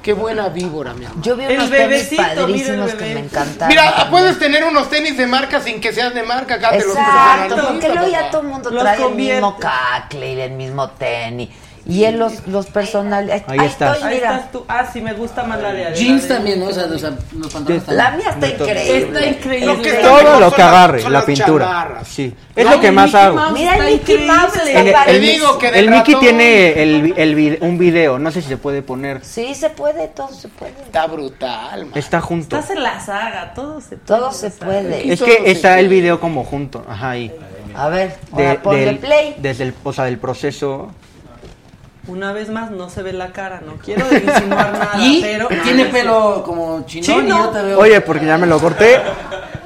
Speaker 10: Qué buena víbora, mi amor.
Speaker 2: yo vi
Speaker 13: El
Speaker 2: unos tenis
Speaker 13: bebecito, mira el
Speaker 2: padrísimos que
Speaker 13: bebé.
Speaker 2: me encantaron.
Speaker 10: Mira, puedes tener unos tenis de marca sin que seas de marca, acá Ah, te los
Speaker 2: Exacto,
Speaker 10: personalizan,
Speaker 2: porque luego ya
Speaker 10: papá.
Speaker 2: todo el mundo
Speaker 13: Los
Speaker 2: trae el
Speaker 13: convierte.
Speaker 2: mismo cacle y el mismo tenis. Y él los, los personal. Ahí,
Speaker 14: Ahí
Speaker 2: estoy,
Speaker 14: estás.
Speaker 13: Ahí
Speaker 2: mira.
Speaker 13: estás tú. Ah, sí, me gusta más la de Adela.
Speaker 8: Jeans también, ¿no? O sea, o sea, los pantalones
Speaker 2: La
Speaker 8: también.
Speaker 2: mía está
Speaker 14: Está
Speaker 2: increíble.
Speaker 13: Está increíble.
Speaker 10: Lo que está
Speaker 2: Increíble.
Speaker 14: Todo
Speaker 10: mejor
Speaker 14: lo
Speaker 10: son
Speaker 14: que
Speaker 10: las-
Speaker 14: agarre,
Speaker 10: son
Speaker 14: la
Speaker 10: las
Speaker 14: pintura.
Speaker 10: chamarras.
Speaker 14: Sí, es
Speaker 13: Ay,
Speaker 14: lo que
Speaker 13: el
Speaker 14: más
Speaker 13: Mickey
Speaker 14: hago.
Speaker 13: Mouse
Speaker 2: Mira
Speaker 13: está
Speaker 2: el Mickey Mouse,
Speaker 13: increíble.
Speaker 2: está
Speaker 14: El, el-
Speaker 10: Te
Speaker 2: padrísimo.
Speaker 10: digo que del
Speaker 14: el Mickey
Speaker 10: ratón
Speaker 14: tiene el, el vid- un video, no sé si se puede poner,
Speaker 2: Sí, se puede, todo se puede.
Speaker 10: Está brutal, man.
Speaker 14: está junto.
Speaker 13: Estás en la saga, todo se puede.
Speaker 2: Todo se puede.
Speaker 14: Es que está el video como junto, ajá, ahí.
Speaker 2: A ver,
Speaker 14: De-
Speaker 2: ahora ponle
Speaker 14: del-
Speaker 2: play.
Speaker 14: Desde el, o sea, del proceso.
Speaker 13: Una vez más, no se ve la cara, no quiero insinuar nada,
Speaker 8: Y
Speaker 13: pero.
Speaker 8: tiene pelo como chino,
Speaker 13: Chino.
Speaker 8: y yo te veo.
Speaker 14: Oye, porque ya me lo corté.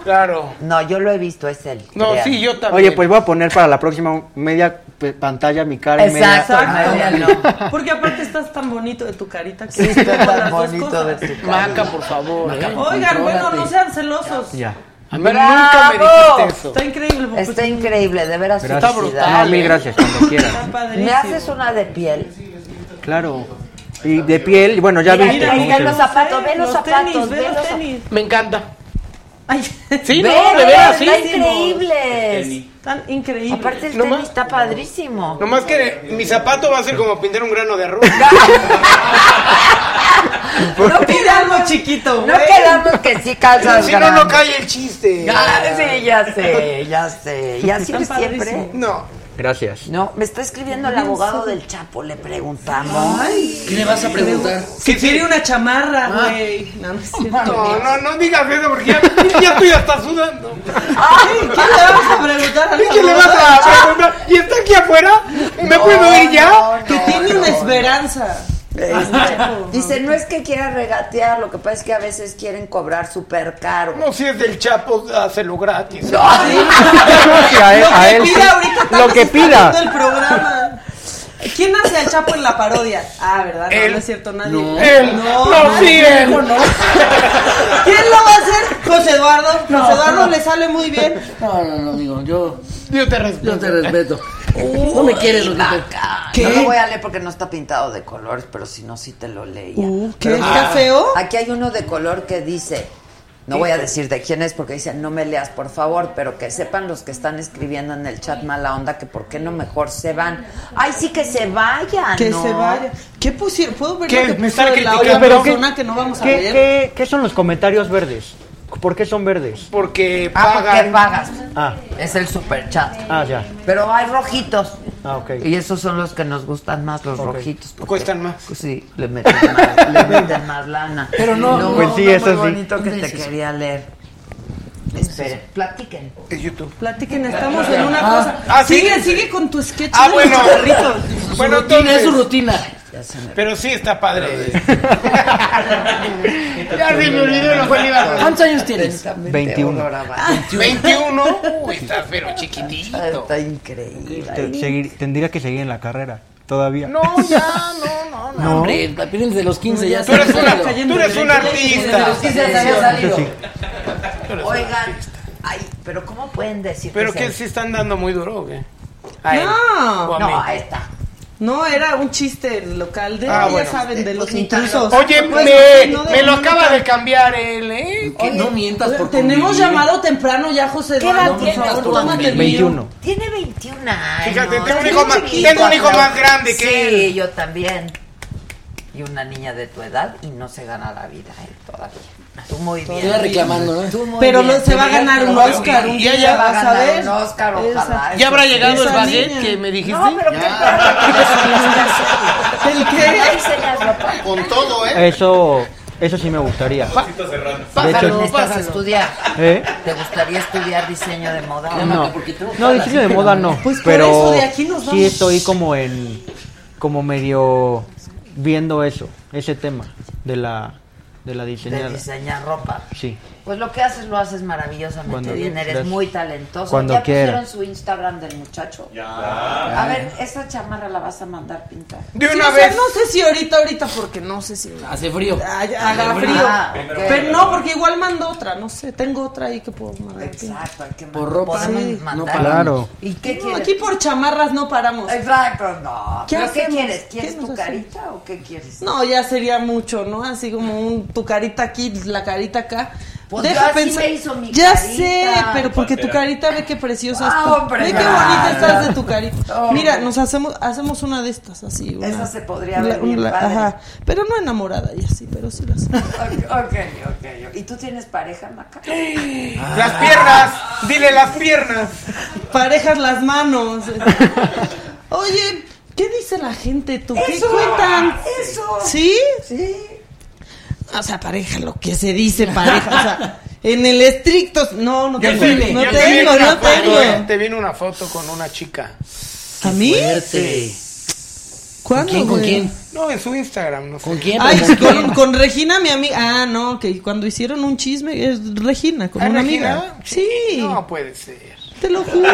Speaker 10: Claro.
Speaker 2: No, yo lo he visto, es él.
Speaker 10: No,
Speaker 2: créanme.
Speaker 10: sí, yo
Speaker 14: Oye, pues voy a poner para la próxima media pe- pantalla mi cara y media-
Speaker 2: Exacto, media no.
Speaker 13: Porque aparte estás tan bonito de tu carita que
Speaker 2: Sí, está tan bonito de tu cara.
Speaker 13: Maca,
Speaker 10: por favor.
Speaker 13: ¿eh? Oigan, bueno, no sean celosos.
Speaker 14: Ya.
Speaker 2: ¡Bravo!
Speaker 13: Está increíble.
Speaker 2: Está increíble, de veras.
Speaker 14: Gracias. Está brutal, No, mil eh. gracias, cuando quieras.
Speaker 2: Está
Speaker 13: padrísimo.
Speaker 2: ¿Me haces una de piel?
Speaker 14: Claro. Y de piel, y bueno, ya
Speaker 2: Mira,
Speaker 14: viste.
Speaker 2: mira,
Speaker 14: cómo
Speaker 2: mira
Speaker 14: se
Speaker 2: los
Speaker 14: ve.
Speaker 2: zapatos, ve los zapatos,
Speaker 13: tenis,
Speaker 2: ve
Speaker 13: ve
Speaker 2: los
Speaker 13: los tenis.
Speaker 10: Me encanta.
Speaker 13: Sí,
Speaker 2: Ve,
Speaker 13: no, de
Speaker 2: ve,
Speaker 13: veras, sí.
Speaker 2: Está increíble.
Speaker 10: tenis.
Speaker 13: Tan increíble.
Speaker 2: Aparte el tenis está padrísimo.
Speaker 10: Nomás que mi zapato va a ser como pintar un grano de arroz.
Speaker 2: No
Speaker 13: pide algo chiquito.
Speaker 2: No quedamos que sí calzas
Speaker 10: Si no, no
Speaker 2: grandes.
Speaker 10: cae el chiste.
Speaker 2: Ah, sí, ya sé, ya sé. Y así
Speaker 10: Están
Speaker 2: siempre.
Speaker 10: padrísimos. No.
Speaker 14: Gracias.
Speaker 2: No, me está escribiendo el abogado del Chapo, le
Speaker 13: Ah,
Speaker 2: preguntamos.
Speaker 13: ¿Qué le vas a preguntar? Si quiere una chamarra, güey. No, no es cierto.
Speaker 10: No, no, no digas eso porque ya, ya estoy hasta sudando.
Speaker 13: Ay, ¿Qué le vas a preguntar al
Speaker 10: ¿Y qué le vas a preguntar? ¿Y está aquí afuera? ¿Me puedo ir ya?
Speaker 13: Que tiene una esperanza.
Speaker 2: Este, dice, no es que quiera regatear, lo que pasa es que a veces quieren cobrar súper caro.
Speaker 10: No, si es del Chapo, hácelo gratis.
Speaker 2: No,
Speaker 14: Sí, a él- a él sí. Lo que pida.
Speaker 13: El programa. ¿Quién hace al Chapo en la parodia? Ah, ¿verdad? No, no es cierto nadie.
Speaker 10: No. Él. No,
Speaker 13: nadie.
Speaker 10: sí, él.
Speaker 13: No, no. ¿Quién lo va a hacer? José Eduardo. José Eduardo le sale muy bien.
Speaker 7: No, no, no, digo, yo,
Speaker 10: Yo te respeto.
Speaker 7: yo te respeto.
Speaker 2: Uy,
Speaker 7: No me quieres lo que te-
Speaker 2: vaca.
Speaker 7: ¿Qué?
Speaker 2: No lo voy a leer porque no está pintado de colores, pero si no, sí te lo leía.
Speaker 13: Uh, ¿qué?
Speaker 2: Pero-
Speaker 13: ¿Está
Speaker 10: ah.
Speaker 13: feo?
Speaker 7: Ah,
Speaker 2: Aquí hay uno de color que dice, no voy a decir de quién es porque dicen, no me leas, por favor, pero que sepan los que están escribiendo en el chat mala onda que por qué no mejor se van. Ay, sí, que se vayan.
Speaker 13: Que
Speaker 2: ¿no?
Speaker 13: se vaya. ¿Qué pusieron? ¿Puedo ver
Speaker 10: ¿Qué?
Speaker 13: lo que
Speaker 10: ¿Me
Speaker 13: puso
Speaker 10: están
Speaker 13: la
Speaker 10: criticando?
Speaker 13: otra
Speaker 10: ¿Pero
Speaker 13: persona que no vamos a
Speaker 14: ¿Qué,
Speaker 13: ver?
Speaker 14: qué, qué son los comentarios verdes? ¿Por qué son verdes?
Speaker 10: Porque
Speaker 2: Ah, porque
Speaker 10: pagan.
Speaker 2: pagas.
Speaker 14: Ah,
Speaker 2: Es el super chat.
Speaker 14: ah, ya.
Speaker 2: Pero hay rojitos.
Speaker 14: Ah, ok.
Speaker 2: Y esos son los que nos gustan más, los rojitos. porque-
Speaker 10: Cuestan más.
Speaker 2: pues sí, le meten más, le meten más lana.
Speaker 7: Pero no- no,
Speaker 14: Pues sí,
Speaker 2: muy
Speaker 14: eso sí.
Speaker 2: bonito que te
Speaker 7: Gracias.
Speaker 2: quería leer. Esperen, platiquen.
Speaker 10: Es YouTube.
Speaker 13: Platiquen, estamos en una
Speaker 7: Ah,
Speaker 13: cosa.
Speaker 10: ah, sí.
Speaker 13: sigue, sigue con tu sketch.
Speaker 10: Ah,
Speaker 13: de
Speaker 10: bueno.
Speaker 13: los perritos.
Speaker 10: Bueno,
Speaker 7: Su rutina, es
Speaker 10: entonces-
Speaker 7: su rutina.
Speaker 2: Ya se me-
Speaker 10: Pero sí está padre. ya se me olvidó lo que le iba a hacer.
Speaker 7: ¿Cuántos años tienes?
Speaker 2: Exactamente,
Speaker 14: 21.
Speaker 2: olor a baño.
Speaker 10: 21. Uy, estás pero chiquitito.
Speaker 2: Ah, Está increíble.
Speaker 14: Te- seguir- tendría que seguir en la carrera. Todavía.
Speaker 10: No, ya, no, no, no.
Speaker 14: No.
Speaker 7: Hombre, apenas de los 15 ya
Speaker 10: Tú eres
Speaker 7: está
Speaker 10: una-
Speaker 7: salido.
Speaker 10: tú eres un artista.
Speaker 7: Desde los 15 ya
Speaker 2: Había
Speaker 7: salido.
Speaker 2: salido.
Speaker 14: Sí.
Speaker 2: Oigan, ay, pero ¿cómo pueden decir
Speaker 10: Pero
Speaker 2: que
Speaker 10: que sí están dando muy duro, ¿o qué? A él.
Speaker 13: No.
Speaker 10: O a mí.
Speaker 2: No, ahí está.
Speaker 13: No, era un chiste local de,
Speaker 10: Ah,
Speaker 13: ya
Speaker 10: bueno.
Speaker 13: saben, de los
Speaker 2: Pues,
Speaker 13: intrusos.
Speaker 10: Oye,
Speaker 13: Pues,
Speaker 10: me,
Speaker 13: no, no,
Speaker 10: me lo
Speaker 13: no, no,
Speaker 10: acaba
Speaker 13: no.
Speaker 10: de cambiar él, ¿eh?
Speaker 7: Que no mientas por
Speaker 13: Tenemos
Speaker 7: convivir.
Speaker 13: llamado temprano ya, José
Speaker 2: ¿Qué edad
Speaker 13: Eduardo. por
Speaker 2: tiene?
Speaker 13: favor,
Speaker 2: Por
Speaker 13: tómate el mío.
Speaker 14: 21.
Speaker 2: Tiene 21 años.
Speaker 10: Fíjate, tengo un
Speaker 2: Está
Speaker 10: hijo
Speaker 2: bien
Speaker 10: más-
Speaker 2: chiquito,
Speaker 10: tengo un hijo
Speaker 2: pero-
Speaker 10: más grande que
Speaker 2: sí,
Speaker 10: él.
Speaker 2: yo también. Y una niña de tu edad y no se gana la vida eh, todavía. Tú muy bien.
Speaker 7: Estoy reclamando, ¿no?
Speaker 2: Tú muy
Speaker 13: Pero
Speaker 2: bien.
Speaker 13: lo- se va a ganar un Oscar un día,
Speaker 10: Ya, ya.
Speaker 13: ya vas a ver.
Speaker 2: Un Oscar, ojalá.
Speaker 13: Esa.
Speaker 10: ¿Ya habrá llegado el
Speaker 13: Esa
Speaker 10: baguette
Speaker 13: niña.
Speaker 10: que me dijiste?
Speaker 2: No, pero qué padre.
Speaker 13: ¿El
Speaker 2: ¿Qué?
Speaker 13: qué?
Speaker 2: enseñas ropa.
Speaker 4: Con todo, ¿eh?
Speaker 14: Eso, eso sí me gustaría.
Speaker 13: Ah,
Speaker 10: Pásalo,
Speaker 2: Necesitas
Speaker 10: pásalo.
Speaker 2: estudiar.
Speaker 14: ¿Eh?
Speaker 2: ¿Te gustaría estudiar diseño de moda?
Speaker 14: No, no diseño de moda no.
Speaker 13: Pues por
Speaker 14: pero
Speaker 13: eso de aquí nos
Speaker 14: sí
Speaker 13: vamos.
Speaker 14: estoy como en, como medio viendo eso, ese tema de la, de la
Speaker 2: De
Speaker 14: diseñada.
Speaker 2: diseñar ropa.
Speaker 14: Sí.
Speaker 2: Pues lo que haces, lo haces maravillosamente
Speaker 14: Cuando
Speaker 2: bien. Eres
Speaker 14: quieras.
Speaker 2: muy talentoso.
Speaker 14: Cuando
Speaker 2: ¿Ya
Speaker 14: quiera.
Speaker 2: pusieron su Instagram del muchacho? A ver, esa chamarra la vas a mandar pintar.
Speaker 10: De
Speaker 13: Sí,
Speaker 10: una
Speaker 13: o sea,
Speaker 10: vez.
Speaker 13: no sé si ahorita, ahorita, porque no sé si...
Speaker 7: Hace frío.
Speaker 13: Ay, haga frío.
Speaker 2: Ah, ok.
Speaker 13: Pero no, porque igual mando otra, no sé. Tengo otra ahí que puedo mandar.
Speaker 2: Exacto, hay que
Speaker 7: Por
Speaker 2: mandar-
Speaker 7: ropa,
Speaker 2: podemos
Speaker 7: sí, no
Speaker 2: mandar.
Speaker 7: paramos.
Speaker 14: Claro.
Speaker 2: ¿Y qué
Speaker 13: No,
Speaker 2: quieres?
Speaker 13: aquí por chamarras no paramos.
Speaker 2: Exacto, no.
Speaker 13: ¿Qué
Speaker 2: ¿Pero ¿Qué,
Speaker 13: hacemos?
Speaker 2: quieres?
Speaker 13: ¿Qué
Speaker 2: ¿Quieres
Speaker 13: nos
Speaker 2: tu
Speaker 13: hacemos?
Speaker 2: carita o qué quieres?
Speaker 13: No, ya sería mucho, ¿no? Así como un tu carita aquí, la carita acá.
Speaker 2: Pues yo así me hizo mi
Speaker 13: ya
Speaker 2: carita.
Speaker 13: sé, pero porque tu carita ve qué preciosa
Speaker 2: Ah,
Speaker 13: está.
Speaker 2: hombre,
Speaker 13: ve qué
Speaker 2: claro.
Speaker 13: bonita estás de tu carita.
Speaker 2: Hombre.
Speaker 13: Mira, nos hacemos hacemos una de estas así. Una,
Speaker 2: Esa se podría
Speaker 13: la-
Speaker 2: ver bien
Speaker 13: una-
Speaker 2: padre.
Speaker 13: Ajá, pero no enamorada y así, pero sí las.
Speaker 2: Ok, ok, ok. ¿Y tú tienes pareja, Maca?
Speaker 10: Las piernas. Dile las piernas.
Speaker 13: Parejas las manos. Oye, ¿qué dice la gente tú? ¿Qué cuentan?
Speaker 2: Eso.
Speaker 13: ¿Sí?
Speaker 2: Sí.
Speaker 13: O sea, pareja, lo que se dice pareja. O sea, en el estricto. No, no
Speaker 10: Yo
Speaker 13: tengo.
Speaker 10: te vi-
Speaker 13: no
Speaker 10: yo te vi
Speaker 13: tengo,
Speaker 10: una
Speaker 13: no
Speaker 10: foto,
Speaker 13: tengo.
Speaker 10: eh, Te viene una foto con una chica.
Speaker 13: ¿A mí?
Speaker 7: Fuerte.
Speaker 13: ¿Cuándo,
Speaker 7: quién, con
Speaker 13: güey?
Speaker 7: quién?
Speaker 10: No, en su Instagram, no sé.
Speaker 7: ¿Con quién?
Speaker 13: Ay,
Speaker 7: Pues,
Speaker 13: con, con Regina, mi amiga. Ah, no, que cuando hicieron un chisme, es Regina, con
Speaker 10: ¿Ah,
Speaker 13: una
Speaker 10: Regina?
Speaker 13: amiga. Sí.
Speaker 10: No puede ser.
Speaker 13: Te lo juro.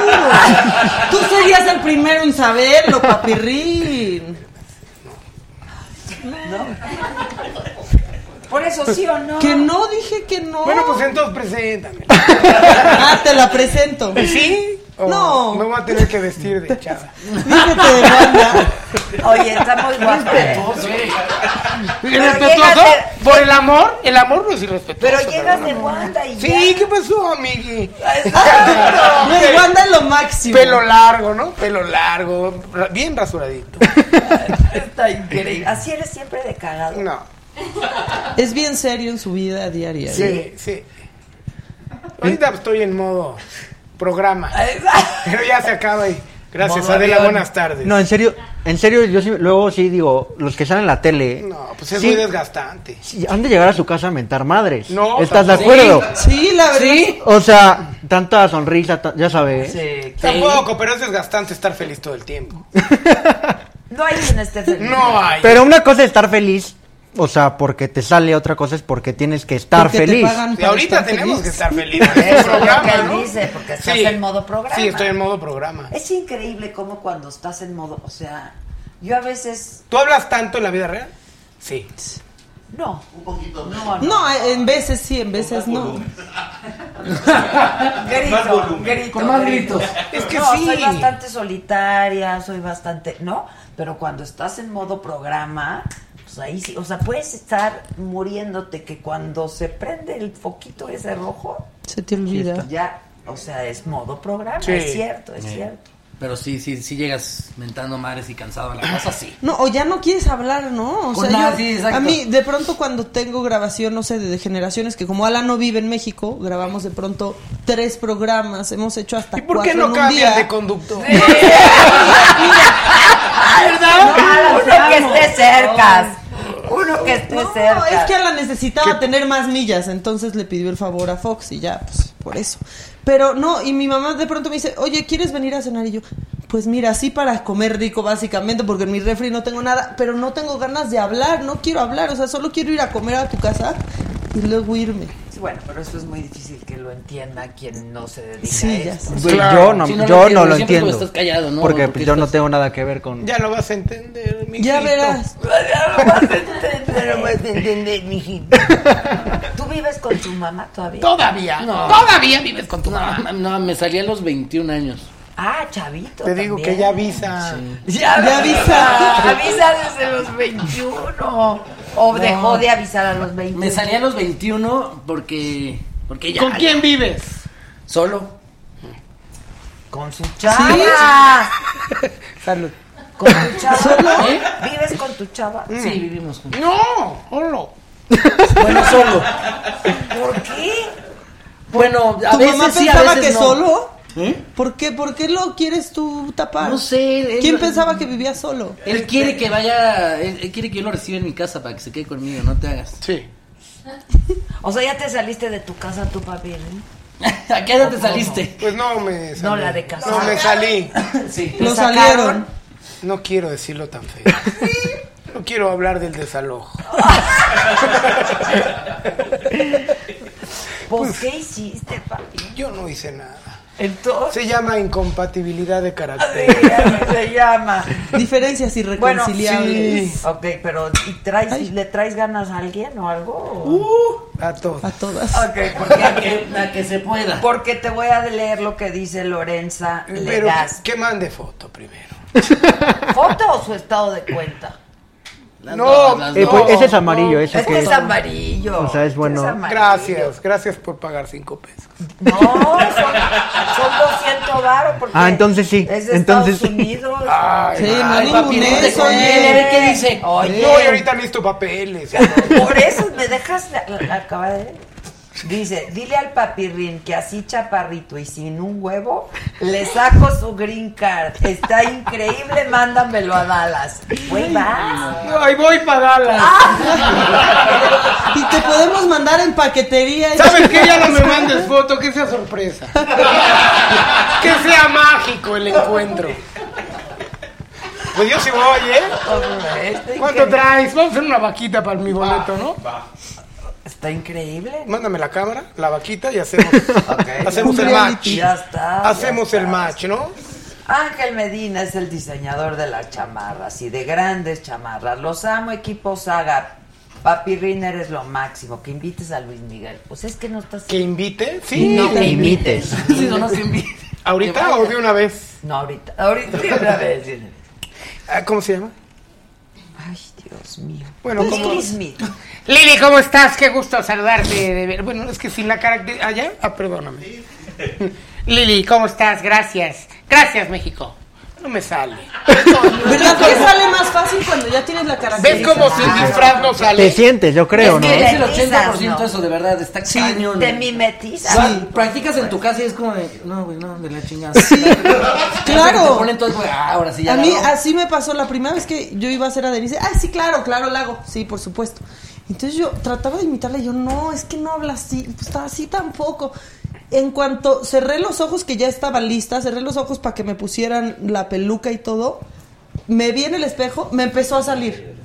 Speaker 13: Tú serías el primero en saberlo, papirrín.
Speaker 2: Por eso sí o no.
Speaker 13: Que no, dije que no.
Speaker 10: Bueno, pues entonces preséntame.
Speaker 13: Ah, te la presento.
Speaker 10: ¿Sí? ¿O
Speaker 13: No.
Speaker 10: Oh, Me voy a tener que vestir de chava.
Speaker 13: Dígate de banda.
Speaker 2: Oye, está muy guapa. ¿eh?
Speaker 10: ¿Irrespetuoso?
Speaker 2: llegas
Speaker 10: ¿Por el amor? El amor no es irrespetuoso.
Speaker 2: Pero
Speaker 10: pero
Speaker 2: llegas
Speaker 10: no,
Speaker 2: de
Speaker 10: no.
Speaker 2: Wanda y
Speaker 10: Sí,
Speaker 2: ya.
Speaker 10: ¿qué pasó, amigui?
Speaker 13: Güey, Wanda es lo máximo.
Speaker 10: Pelo largo, ¿no? Pelo largo, ra- bien rasuradito.
Speaker 2: Está increíble. Así eres siempre de cagado.
Speaker 10: No.
Speaker 13: Es bien serio en su vida diaria.
Speaker 10: Sí, sí. Ahorita estoy en modo programa. Pero ya se acaba y. Gracias,
Speaker 14: Modo
Speaker 10: Adela.
Speaker 14: avión.
Speaker 10: Buenas tardes.
Speaker 14: No, en serio, en serio, yo sí- luego sí digo, los que salen en la tele.
Speaker 10: No, pues es
Speaker 14: sí,
Speaker 10: muy desgastante.
Speaker 14: sí, han de llegar a su casa a mentar madres.
Speaker 10: No,
Speaker 14: ¿Estás de
Speaker 10: tampoco.
Speaker 14: acuerdo?
Speaker 13: Sí, la verdad.
Speaker 14: O sea, tanta sonrisa, ta- ya ¿eh? sabes.
Speaker 10: Tampoco, pero es desgastante estar feliz todo el tiempo.
Speaker 2: No hay quien esté feliz.
Speaker 10: No hay.
Speaker 14: Pero una cosa es estar feliz, o sea, porque te sale, otra cosa es porque tienes que estar
Speaker 10: Porque te
Speaker 14: feliz.
Speaker 10: pagan Y para ahorita estar tenemos feliz. que estar felices.
Speaker 2: Eso es lo
Speaker 10: Programa,
Speaker 2: que él
Speaker 10: ¿no?
Speaker 2: dice, porque estás
Speaker 10: Sí.
Speaker 2: en modo programa.
Speaker 10: Sí, estoy en modo programa.
Speaker 2: Es increíble cómo cuando estás en modo, o sea, yo a veces
Speaker 10: ¿Tú hablas tanto en la vida real? Sí.
Speaker 2: no. Un poquito. No, no.
Speaker 13: No,
Speaker 10: eh,
Speaker 13: en veces sí, en veces no.
Speaker 2: Grito, grito,
Speaker 13: Con más gritos.
Speaker 10: Es que
Speaker 2: No,
Speaker 10: sí.
Speaker 2: soy bastante solitaria, soy bastante, ¿no? Pero cuando estás en modo programa, pues ahí sí, o sea, puedes estar muriéndote que cuando se prende el foquito ese rojo,
Speaker 13: Se te olvida.
Speaker 2: ya, o sea, es modo programa,
Speaker 7: Sí.
Speaker 2: es cierto, es
Speaker 7: Sí.
Speaker 2: cierto.
Speaker 7: Pero sí, sí, sí llegas mentando madres y cansado a la casa, sí.
Speaker 13: No, o ya no quieres hablar, ¿no? O
Speaker 7: Con
Speaker 13: sea,
Speaker 7: nada,
Speaker 13: yo-
Speaker 7: sí, exacto.
Speaker 13: a mí de pronto cuando tengo grabación, no sé, de, de generaciones, que como Alan no vive en México, grabamos de pronto tres programas, hemos hecho hasta
Speaker 10: ¿Y por
Speaker 13: cuatro
Speaker 10: qué
Speaker 13: en
Speaker 10: no
Speaker 13: un
Speaker 10: cambias
Speaker 13: día.
Speaker 10: de conductor?
Speaker 2: No, uno que
Speaker 13: amo.
Speaker 2: esté cerca. Uno que esté
Speaker 13: No,
Speaker 2: cerca.
Speaker 13: es que Alan necesitaba tener más millas, entonces le pidió el favor a Fox y ya, pues por eso. Pero no, y mi mamá de pronto me dice, oye, ¿quieres venir a cenar? Y yo, pues mira, sí para comer rico básicamente, porque en mi refri no tengo nada, pero no tengo ganas de hablar, no quiero hablar, o sea, solo quiero ir a comer a tu casa y luego irme.
Speaker 2: Sí, Bueno, pero eso es muy difícil que lo entienda quien no se dedica
Speaker 13: Sí,
Speaker 2: a
Speaker 13: ya
Speaker 2: esto.
Speaker 14: Pues Yo no,
Speaker 7: Sí, no lo
Speaker 14: yo
Speaker 7: entiendo, siempre
Speaker 14: no lo
Speaker 7: tú
Speaker 14: entiendo.
Speaker 7: estás callado, ¿no?
Speaker 14: Porque
Speaker 7: Porque
Speaker 14: yo no tengo nada que ver con.
Speaker 10: Ya lo vas a entender, mi
Speaker 13: Ya verás.
Speaker 2: Pero vas a entender, mijito. ¿Tú vives con tu mamá todavía?
Speaker 10: Todavía.
Speaker 7: No.
Speaker 10: Todavía vives con tu mamá.
Speaker 7: No, no, me salí a los 21 años.
Speaker 2: Ah, chavito.
Speaker 10: Te digo
Speaker 2: también.
Speaker 10: que ya avisa.
Speaker 2: Ya,
Speaker 13: Ya avisa.
Speaker 2: avisa. Avisa desde los 21. O
Speaker 7: No.
Speaker 2: dejó de avisar a los 21.
Speaker 7: Me salí a los 21 porque. porque ya,
Speaker 10: ¿Con quién vives?
Speaker 7: Solo.
Speaker 2: Con su chava.
Speaker 10: Salud.
Speaker 2: Con tu chava.
Speaker 7: ¿Solo? ¿Eh?
Speaker 2: ¿Vives con tu chava?
Speaker 7: Sí, vivimos juntos.
Speaker 10: No, solo.
Speaker 7: Bueno, solo.
Speaker 2: ¿Por qué?
Speaker 7: Bueno, a
Speaker 13: ¿Tu
Speaker 7: veces
Speaker 13: mamá
Speaker 7: sí, a
Speaker 13: pensaba
Speaker 7: veces
Speaker 13: que
Speaker 7: no.
Speaker 13: solo?
Speaker 7: ¿Eh?
Speaker 13: ¿Por qué, ¿Por qué lo quieres tú tapar?
Speaker 7: No sé. él-
Speaker 13: ¿Quién pensaba que vivía solo?
Speaker 7: Él quiere que vaya. Él, él quiere que yo lo reciba en mi casa para que se quede conmigo, no te hagas.
Speaker 10: Sí.
Speaker 2: O sea, ya te saliste de tu casa, tu papi. ¿eh?
Speaker 7: ¿A qué edad te saliste?
Speaker 10: Pues no me salí.
Speaker 2: No, la de casa.
Speaker 10: No me salí.
Speaker 7: Sí.
Speaker 13: Lo
Speaker 2: sacaron?
Speaker 13: salieron.
Speaker 10: No quiero decirlo tan feo. No quiero hablar del desalojo.
Speaker 2: Pues, ¿qué hiciste, papi?
Speaker 10: Yo no hice nada.
Speaker 2: Entonces.
Speaker 10: Se llama incompatibilidad de carácter.
Speaker 2: Se llama.
Speaker 13: Diferencias
Speaker 2: Bueno,
Speaker 13: irreconciliables.
Speaker 2: Ok, pero ¿y traes, ¿le traes ganas a alguien o algo? o?
Speaker 10: A todos.
Speaker 13: A todas.
Speaker 2: Ok, porque,
Speaker 7: La que se pueda.
Speaker 2: porque te voy a leer lo que dice Lorenza
Speaker 10: Pero
Speaker 2: Legaz.
Speaker 10: que mande foto primero.
Speaker 2: ¿Foto o su estado de cuenta?
Speaker 7: Las
Speaker 10: No,
Speaker 7: dos, las
Speaker 14: Eh,
Speaker 7: dos.
Speaker 14: pues, ese es amarillo, ese
Speaker 2: es que es amarillo.
Speaker 14: O sea, es
Speaker 2: Es
Speaker 14: bueno.
Speaker 2: amarillo.
Speaker 10: Gracias, gracias por pagar cinco pesos.
Speaker 2: No, son, son 200 varos porque
Speaker 14: Ah, entonces sí,
Speaker 2: es de
Speaker 14: entonces
Speaker 2: Estados
Speaker 14: sí.
Speaker 2: Unidos.
Speaker 13: Sí, no
Speaker 7: Ay, papi, no te
Speaker 13: ningunees,
Speaker 7: con él, a
Speaker 13: oye.
Speaker 7: ver qué dice.
Speaker 2: Oye.
Speaker 10: No, y ahorita necesito papeles.
Speaker 2: Por eso me dejas la- la- la- acabar de... Dice, dile al papirrín que así chaparrito y sin un huevo, le saco su green card. Está increíble, mándamelo a Dallas. Güey, vas.
Speaker 10: No, ahí voy para Dallas.
Speaker 13: Y te podemos mandar en paquetería.
Speaker 10: ¿Sabes qué? Ya no me mandes foto, que sea sorpresa. que sea mágico el encuentro. Pues yo sí voy, ¿eh? ¿Cuánto traes? Vamos a hacer una vaquita para mi boleto, ¿no?
Speaker 2: Está increíble.
Speaker 10: Mándame la cámara, la vaquita y hacemos, hacemos
Speaker 2: Un
Speaker 10: el match.
Speaker 2: reality. Ya está, ya
Speaker 10: Hacemos el match, ¿no?
Speaker 2: Ángel Medina es el diseñador de las chamarras y de grandes chamarras. Los amo, equipo Saga. Papi Riner es lo máximo. Que invites a Luis Miguel. Pues es que no estás.
Speaker 10: ¿Que invite?
Speaker 2: Sí,
Speaker 10: Sí,
Speaker 2: no,
Speaker 10: que
Speaker 2: que
Speaker 10: invites.
Speaker 2: invites.
Speaker 10: Sí, no nos
Speaker 2: invites. Que
Speaker 10: ¿Ahorita
Speaker 2: vaya.
Speaker 10: o de una vez?
Speaker 2: No, ahorita. Ahorita de una vez.
Speaker 10: Ah, ¿Cómo se llama?
Speaker 2: Ay, Dios mío.
Speaker 10: Bueno,
Speaker 2: Pues
Speaker 10: ¿cómo?
Speaker 2: Will Smith.
Speaker 10: Lili, ¿cómo estás? Qué gusto saludarte. de ver- Bueno, es que sin la carácter... ¿Allá? Ah, perdóname. Lili, ¿cómo estás? Gracias. Gracias, México. No me sale.
Speaker 13: ¿Verdad que sale más fácil cuando ya tienes la
Speaker 10: ¿Ves
Speaker 13: característica?
Speaker 10: cómo sin disfraz no
Speaker 14: Te
Speaker 10: sale?
Speaker 14: sientes, yo creo, ¿no?
Speaker 13: Es que
Speaker 7: Es el
Speaker 13: Mimetizas,
Speaker 7: 80%
Speaker 13: ¿no?
Speaker 7: eso, de verdad, está cañón.
Speaker 2: Te mimetizas.
Speaker 7: Sí, practicas en tu casa y es como de, no, güey, no, de la chingada. Te ponen todo, güey, ah, ahora sí ya
Speaker 13: a
Speaker 7: la
Speaker 13: mí
Speaker 7: hago.
Speaker 13: así me pasó la primera vez que yo iba a hacer a Denise. Ah, sí, claro, claro, la hago. Sí, por supuesto. Entonces yo trataba de imitarla y yo, no, es que no habla así. Pues estaba así tampoco. En cuanto cerré los ojos, que ya estaba lista, cerré los ojos para que me pusieran la peluca y todo, me vi en el espejo, me empezó a salir.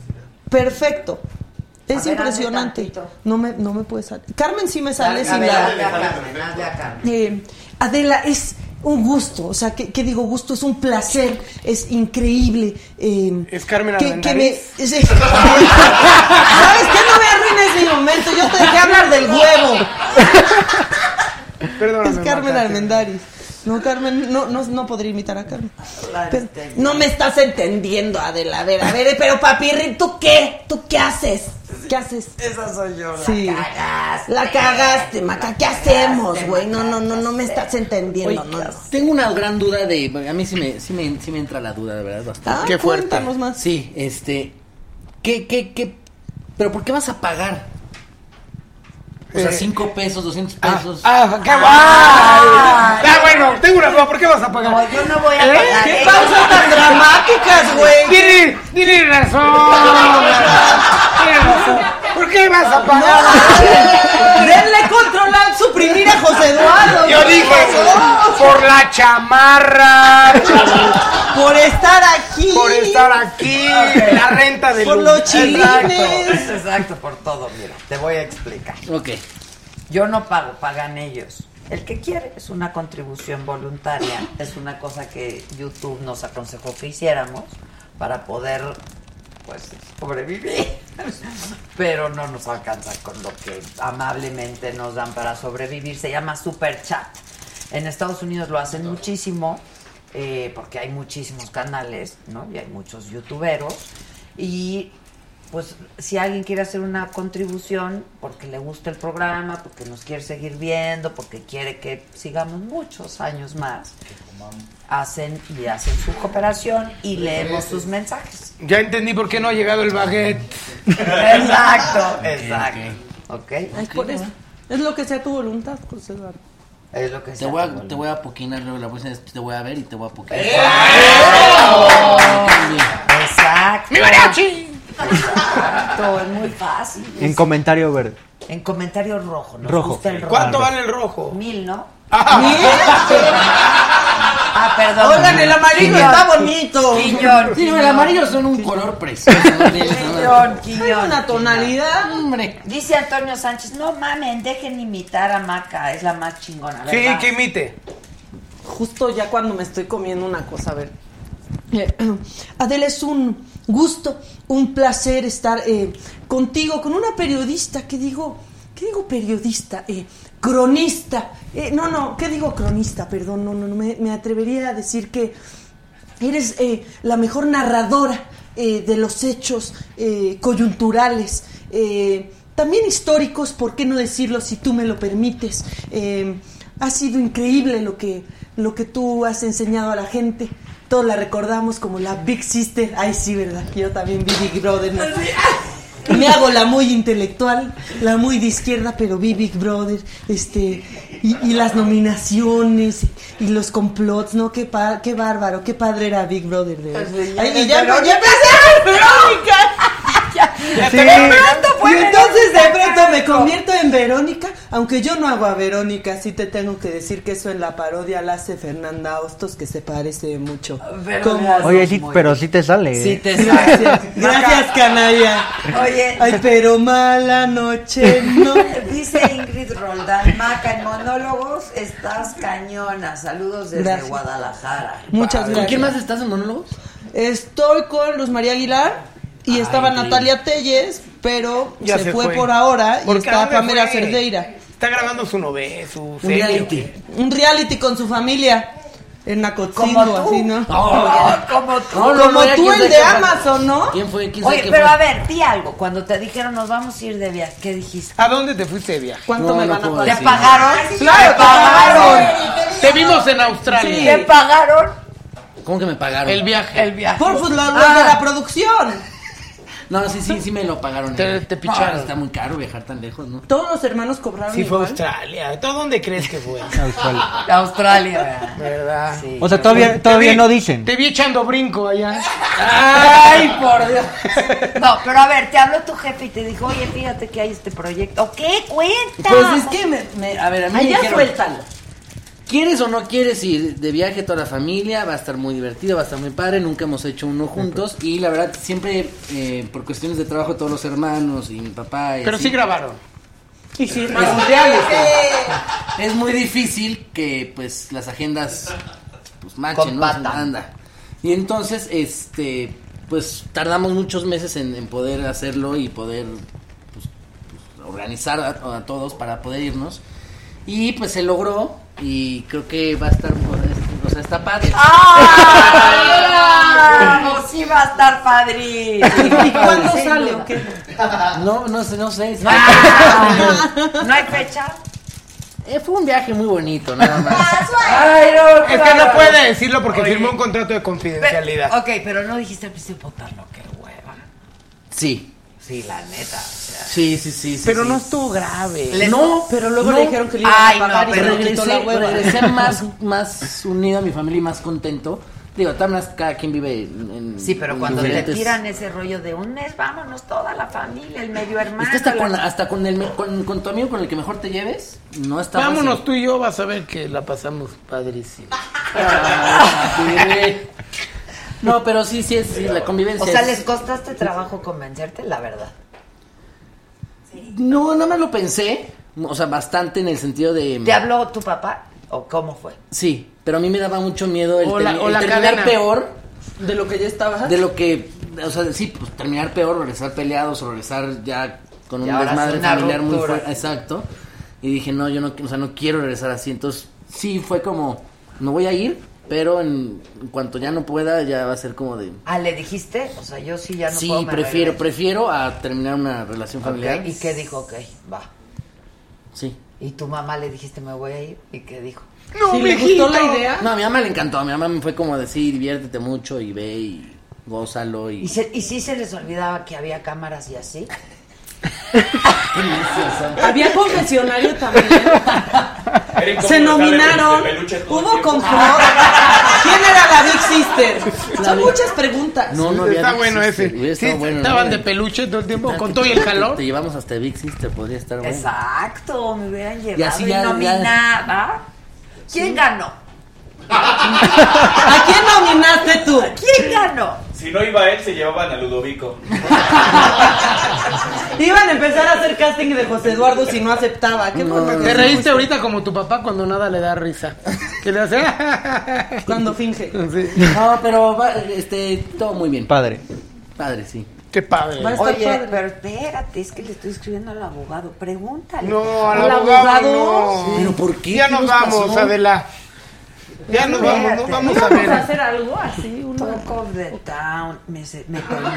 Speaker 13: Perfecto.
Speaker 2: A
Speaker 13: Es
Speaker 2: ver, hazme
Speaker 13: impresionante.
Speaker 2: tantito.
Speaker 13: No me, no me puede salir. Carmen sí me sale
Speaker 2: a
Speaker 13: sin
Speaker 2: ver,
Speaker 13: la...
Speaker 2: hazle a Carmen, hazle a Carmen.
Speaker 13: Eh, Adela, es un gusto, o sea, que, que digo gusto, es un placer, es increíble. eh,
Speaker 10: Es Carmen
Speaker 13: que, que me,
Speaker 10: Armendariz.
Speaker 13: sí. ¿Sabes qué? No me arruines mi momento, yo te dejé hablar del huevo.
Speaker 10: Perdóname.
Speaker 13: Es Carmen
Speaker 10: Marta.
Speaker 13: Armendariz. No, Carmen, no, no, no podría imitar a Carmen.
Speaker 2: La
Speaker 13: Pero-
Speaker 2: entendí.
Speaker 13: no me estás entendiendo, Adela. A ver, a ver, pero papirri, ¿tú qué? ¿Tú qué haces? ¿Qué haces?
Speaker 2: Esa soy yo. La
Speaker 13: Sí.
Speaker 2: cagaste.
Speaker 13: La cagaste, Maca. ¿Qué hacemos,
Speaker 2: cagaste,
Speaker 13: güey? No, no, no, no me estás
Speaker 7: Oye,
Speaker 13: entendiendo. No, no.
Speaker 7: Tengo una gran duda de. A mí sí me, sí me, sí me entra la duda, de verdad, bastante.
Speaker 13: Ah, Qué fuerte. cuéntanos más.
Speaker 7: Sí, este. ¿Qué, qué, qué? ¿Pero por qué vas a pagar? O sea,
Speaker 10: Eh,
Speaker 7: 5 pesos, 200 pesos.
Speaker 10: Ah, qué guay.
Speaker 7: Ah.
Speaker 10: Ah, bueno, tengo una duda. ¿Por qué vas a pagar?
Speaker 2: No, yo no voy a
Speaker 10: ¿Eh?
Speaker 2: pagar.
Speaker 10: ¿Qué
Speaker 2: ¿eh?
Speaker 10: pausa tan dramáticas, güey? Tiene, tiene razón. Tiene razón. ¿Por qué vas a pagar?
Speaker 13: Denle control al suprimir a José Eduardo.
Speaker 10: Yo
Speaker 13: ¿no?
Speaker 10: dije, por la chamarra,
Speaker 13: Por estar aquí.
Speaker 10: por estar aquí, la renta del
Speaker 13: Por
Speaker 10: lugar.
Speaker 13: los chilines.
Speaker 2: Exacto, exacto, por todo, mira. Te voy a explicar.
Speaker 7: Ok.
Speaker 2: Yo no pago, pagan ellos. El que quiere es una contribución voluntaria, es una cosa que YouTube nos aconsejó que hiciéramos para poder pues sobrevivir. Pero no nos alcanza con lo que amablemente nos dan para sobrevivir. Se llama Super Chat. En Estados Unidos lo hacen muchísimo eh, porque hay muchísimos canales, ¿no? Y hay muchos youtuberos. Y pues si alguien quiere hacer una contribución porque le gusta el programa, porque nos quiere seguir viendo, porque quiere que sigamos muchos años más, hacen y hacen su cooperación y leemos sus mensajes.
Speaker 10: Ya entendí por qué no ha llegado el baguette.
Speaker 2: Exacto, exacto. Ok.
Speaker 13: Es, por eso. Es lo que sea tu voluntad, José Eduardo.
Speaker 2: Es lo que
Speaker 7: Te
Speaker 2: sea.
Speaker 7: voy, a, te voy a poquinar luego la próxima vez, te voy a ver y te voy a poquinar.
Speaker 2: Exacto.
Speaker 10: ¡Mi mariachi!
Speaker 2: Exacto, es muy fácil.
Speaker 14: En comentario verde.
Speaker 2: En comentario rojo, nos
Speaker 14: Rojo.
Speaker 2: gusta el rojo.
Speaker 10: ¿Cuánto vale el rojo?
Speaker 2: Mil, ¿no?
Speaker 13: Oigan,
Speaker 2: Ah, perdón.
Speaker 13: el amarillo
Speaker 2: Quiñón.
Speaker 13: está bonito.
Speaker 2: Quiñón.
Speaker 7: Sí, no, el amarillo son un color precioso. no tienes nada.
Speaker 2: Quiñón,
Speaker 13: Hay
Speaker 2: Quiñón.
Speaker 13: una tonalidad.
Speaker 7: Hombre.
Speaker 2: Dice Antonio Sánchez, no mamen, dejen imitar a Maca, es la más chingona.
Speaker 10: Sí,
Speaker 2: ¿verdad?
Speaker 10: que imite.
Speaker 13: Justo ya cuando me estoy comiendo una cosa, a ver. Eh, Adela, es un gusto, un placer estar eh, contigo, con una periodista que digo, ¿qué digo periodista? Eh, cronista. Eh, no, no, ¿qué digo cronista? Perdón, no, no, no, me, me atrevería a decir que eres eh, la mejor narradora eh, de los hechos eh, coyunturales. eh, también históricos, ¿por qué no decirlo si tú me lo permites? Eh, ha sido increíble lo que, lo que tú has enseñado a la gente. Todos la recordamos como la Big Sister. Ay, sí, ¿verdad? Yo también vi Big Brother. ¿no? Me hago la muy intelectual, la muy de izquierda, pero vi Big Brother, este, y, y las nominaciones, y los complots, ¿no? Qué, pa- qué bárbaro, qué padre era Big Brother, de verdad. Ay, y ya, ya, empecé a ver Verónica.
Speaker 10: Ya
Speaker 13: Y
Speaker 10: te-
Speaker 13: entonces de pronto me convierto en Verónica. Aunque yo no hago a Verónica, sí te tengo que decir que eso en la parodia la hace Fernanda Hostos, que se parece mucho. Como-
Speaker 14: Oye, sí, pero sí te sale. ¿eh?
Speaker 13: Sí te Gracias, gracias canalla.
Speaker 2: Oye.
Speaker 13: Ay, pero mala noche, no.
Speaker 2: Dice Ingrid Roldán, Maca, en monólogos estás cañona. Saludos desde
Speaker 13: Gracias.
Speaker 2: Guadalajara.
Speaker 13: Muchas
Speaker 2: Padre.
Speaker 13: gracias. estás en monólogos? Estoy con Luz María Aguilar y estaba Natalia Telles, pero
Speaker 10: Ya
Speaker 13: se,
Speaker 10: se
Speaker 13: fue,
Speaker 10: fue.
Speaker 13: por ahora y
Speaker 10: Porque ¿a
Speaker 13: está
Speaker 10: dónde
Speaker 13: Pamela
Speaker 10: fue?
Speaker 13: Cerdeira.
Speaker 10: Está grabando su novela, su
Speaker 13: Un reality. Un reality con su familia. En Nacotzingua,
Speaker 2: Como tú.
Speaker 13: así, ¿no?
Speaker 2: No, como tú.
Speaker 13: No, no,
Speaker 2: Como
Speaker 13: no,
Speaker 2: tú
Speaker 13: quién
Speaker 2: el
Speaker 13: sabe
Speaker 2: de
Speaker 13: quién fue.
Speaker 2: Amazon,
Speaker 13: ¿no?
Speaker 7: ¿Quién fue? ¿Quién sabe
Speaker 2: Oye,
Speaker 7: quién
Speaker 2: pero
Speaker 7: fue?
Speaker 2: a ver, di algo. Cuando te dijeron nos vamos a ir de viaje, ¿qué dijiste?
Speaker 10: ¿A dónde te fuiste de viaje?
Speaker 13: ¿Cuánto
Speaker 7: No,
Speaker 13: me
Speaker 7: no
Speaker 13: van a
Speaker 7: puedo
Speaker 13: pagar?
Speaker 2: ¿Te
Speaker 7: sí.
Speaker 2: pagaron?
Speaker 7: Claro,
Speaker 2: ¿Te pagaron?
Speaker 7: Te vimos en
Speaker 2: Sí.
Speaker 7: Australia.
Speaker 2: ¿Te pagaron?
Speaker 7: ¿Cómo que me pagaron? El viaje.
Speaker 2: El viaje.
Speaker 13: Por pues, la-
Speaker 2: Ah.
Speaker 13: de la producción.
Speaker 7: No, sí, sí, sí me lo pagaron. Te,
Speaker 10: picharon.
Speaker 7: está muy caro viajar tan lejos, ¿no?
Speaker 13: Todos los hermanos cobraron.
Speaker 10: Sí, fue
Speaker 13: igual.
Speaker 10: a Australia. ¿Tú dónde crees que fue?
Speaker 14: Australia.
Speaker 2: Australia,
Speaker 10: ¿verdad?
Speaker 14: O sea, todavía-
Speaker 10: Te
Speaker 14: todavía
Speaker 10: vi-
Speaker 14: no dicen.
Speaker 10: Te vi echando brinco allá.
Speaker 2: Ay, por Dios. No, pero a ver, te habló tu jefe y te dijo, oye, fíjate que hay este proyecto. ¿Qué? Cuenta.
Speaker 7: Pues es que me, me- a ver, a mí me
Speaker 2: Allá
Speaker 7: dijeron,
Speaker 2: suéltalo.
Speaker 7: ¿Quieres o no quieres ir de viaje toda la familia? Va a estar muy divertido, va a estar muy padre. Nunca hemos hecho uno juntos. Y la verdad, siempre eh, por cuestiones de trabajo, todos los hermanos y mi papá. y
Speaker 10: Pero
Speaker 7: así,
Speaker 10: sí grabaron.
Speaker 13: Y sí,
Speaker 7: Es real, está. Es muy difícil que pues las agendas pues machen, ¿no? Anda. Y entonces, este, pues tardamos muchos meses en, en poder hacerlo y poder pues, pues, organizar a, a todos para poder irnos. Y pues se logró y creo que va a estar, o sea, está padre.
Speaker 2: ¡Ah! Pues sí va a estar padrísimo.
Speaker 13: ¿Y cuándo
Speaker 2: Sin
Speaker 13: sale
Speaker 2: duda.
Speaker 13: o qué?
Speaker 7: No, no sé, no sé.
Speaker 2: ¿No hay fecha?
Speaker 7: Eh, fue un viaje muy bonito, nada más.
Speaker 2: Ay, no,
Speaker 10: Es que no puede decirlo porque firmó un contrato de confidencialidad.
Speaker 2: Ok, pero no dijiste al principio, puta, no, qué hueva.
Speaker 7: Sí.
Speaker 2: Sí, la neta. o sea.
Speaker 7: Sí, sí, sí. sí,
Speaker 10: Pero
Speaker 7: sí.
Speaker 10: no estuvo grave. Ah,
Speaker 2: Les-
Speaker 7: No,
Speaker 13: Pero luego
Speaker 7: No.
Speaker 13: le dijeron que le iban
Speaker 2: Ay,
Speaker 13: a pagar
Speaker 2: no,
Speaker 13: y se
Speaker 2: pero
Speaker 13: le quitó
Speaker 7: regresé,
Speaker 13: la hueva.
Speaker 7: regresé más, más unido a mi familia y más contento. Digo, también cada quien vive en... en-
Speaker 2: Sí, pero
Speaker 7: en
Speaker 2: cuando te
Speaker 7: diferentes-
Speaker 2: tiran ese rollo de un mes, vámonos toda la familia, el medio hermano.
Speaker 7: Es que hasta,
Speaker 2: la-
Speaker 7: con, la- hasta con, el, me- con, con tu amigo con el que mejor te lleves, no está fácil.
Speaker 10: Vámonos tú y yo, vas a ver que la pasamos padrísimo.
Speaker 7: Ah, sí. No, pero sí, sí, es sí, la convivencia.
Speaker 2: O sea,
Speaker 7: es-
Speaker 2: les costaste trabajo convencerte, la verdad.
Speaker 7: No, nada más lo pensé. O sea, bastante en el sentido de...
Speaker 2: ¿Te habló tu papá? ¿O cómo fue?
Speaker 7: Sí, pero a mí me daba mucho miedo el,
Speaker 10: O la-
Speaker 7: termi-
Speaker 10: o
Speaker 7: el
Speaker 10: la
Speaker 7: terminar
Speaker 10: cadena.
Speaker 7: peor
Speaker 13: De lo que ya estaba.
Speaker 7: de lo que, o sea, sí, pues terminar peor, regresar peleados, o regresar ya con
Speaker 2: Y
Speaker 7: un
Speaker 2: ahora
Speaker 7: desmadre
Speaker 2: es una
Speaker 7: familiar muy
Speaker 2: ruptura.
Speaker 7: fuerte, exacto. Y dije, no, yo no, qui- o sea, no quiero regresar así. Entonces, sí, fue como, no voy a ir, pero en, en cuanto ya no pueda, ya va a ser como de,
Speaker 2: Ah, ¿le dijiste? O sea, yo sí ya no
Speaker 7: sí,
Speaker 2: puedo, me
Speaker 7: prefiero,
Speaker 2: regreso.
Speaker 7: prefiero a terminar una relación familiar.
Speaker 2: Ok, ¿Y qué dijo? Ok, va.
Speaker 7: Sí.
Speaker 2: ¿Y tu mamá le dijiste me voy a ir? ¿Y qué dijo?
Speaker 10: No,
Speaker 13: Si le gustó la
Speaker 10: ¿Eh?
Speaker 13: idea.
Speaker 7: No, a mi mamá le encantó, a mi mamá me fue como de, sí, diviértete mucho y ve y gózalo y...
Speaker 2: ¿Y, se, ¿Y sí se les olvidaba que había cámaras y así?
Speaker 7: Ah,
Speaker 13: Había confesionario también.
Speaker 3: Era incómodo
Speaker 13: Se
Speaker 3: estar de
Speaker 13: nominaron.
Speaker 3: peluche todo el
Speaker 13: Hubo
Speaker 3: tiempo.
Speaker 13: concurso. ¿Quién era la Big Sister? Son muchas preguntas.
Speaker 7: No, no había
Speaker 10: Está
Speaker 7: Big
Speaker 10: bueno
Speaker 7: Sister,
Speaker 10: ese.
Speaker 7: hubiera
Speaker 10: Sí,
Speaker 7: estado bueno,
Speaker 10: estaban
Speaker 7: ¿no?
Speaker 10: de peluche todo el tiempo
Speaker 7: Ah,
Speaker 10: con
Speaker 7: que
Speaker 10: todo y
Speaker 7: te-
Speaker 10: el
Speaker 7: que
Speaker 10: calor.
Speaker 7: Te llevamos hasta Big Sister, podría estar bueno.
Speaker 2: Exacto, me hubieran llevado y,
Speaker 7: Y así ya- ya-
Speaker 2: nominada. ¿Quién ganó?
Speaker 13: ¿A quién nominaste tú?
Speaker 2: ¿Quién ganó?
Speaker 3: Si no iba él, se llevaban a Ludovico.
Speaker 13: Iban a empezar a hacer casting de José Eduardo si no aceptaba. Qué bueno que
Speaker 10: Te reíste ahorita como tu papá cuando nada le da risa. Que le hace.
Speaker 13: Cuando finge.
Speaker 10: Sí.
Speaker 7: No, pero va, este, todo muy bien.
Speaker 14: Padre.
Speaker 7: Padre, sí.
Speaker 10: Qué padre.
Speaker 13: Va a estar
Speaker 2: Oye,
Speaker 13: padre.
Speaker 2: pero espérate, es que le estoy escribiendo al abogado. Pregúntale.
Speaker 10: No, al
Speaker 13: Al
Speaker 10: abogado.
Speaker 13: abogado.
Speaker 10: no.
Speaker 7: ¿Pero por qué?
Speaker 10: Ya
Speaker 7: ¿Qué
Speaker 10: nos
Speaker 7: nos
Speaker 10: vamos,
Speaker 7: pasó?
Speaker 10: Adela. Ya nos vamos, no
Speaker 2: Espérate.
Speaker 10: vamos a
Speaker 13: Vamos a
Speaker 10: ver.
Speaker 13: hacer algo Oh, así, uno.
Speaker 2: Talk of the town. Me, se- me permite.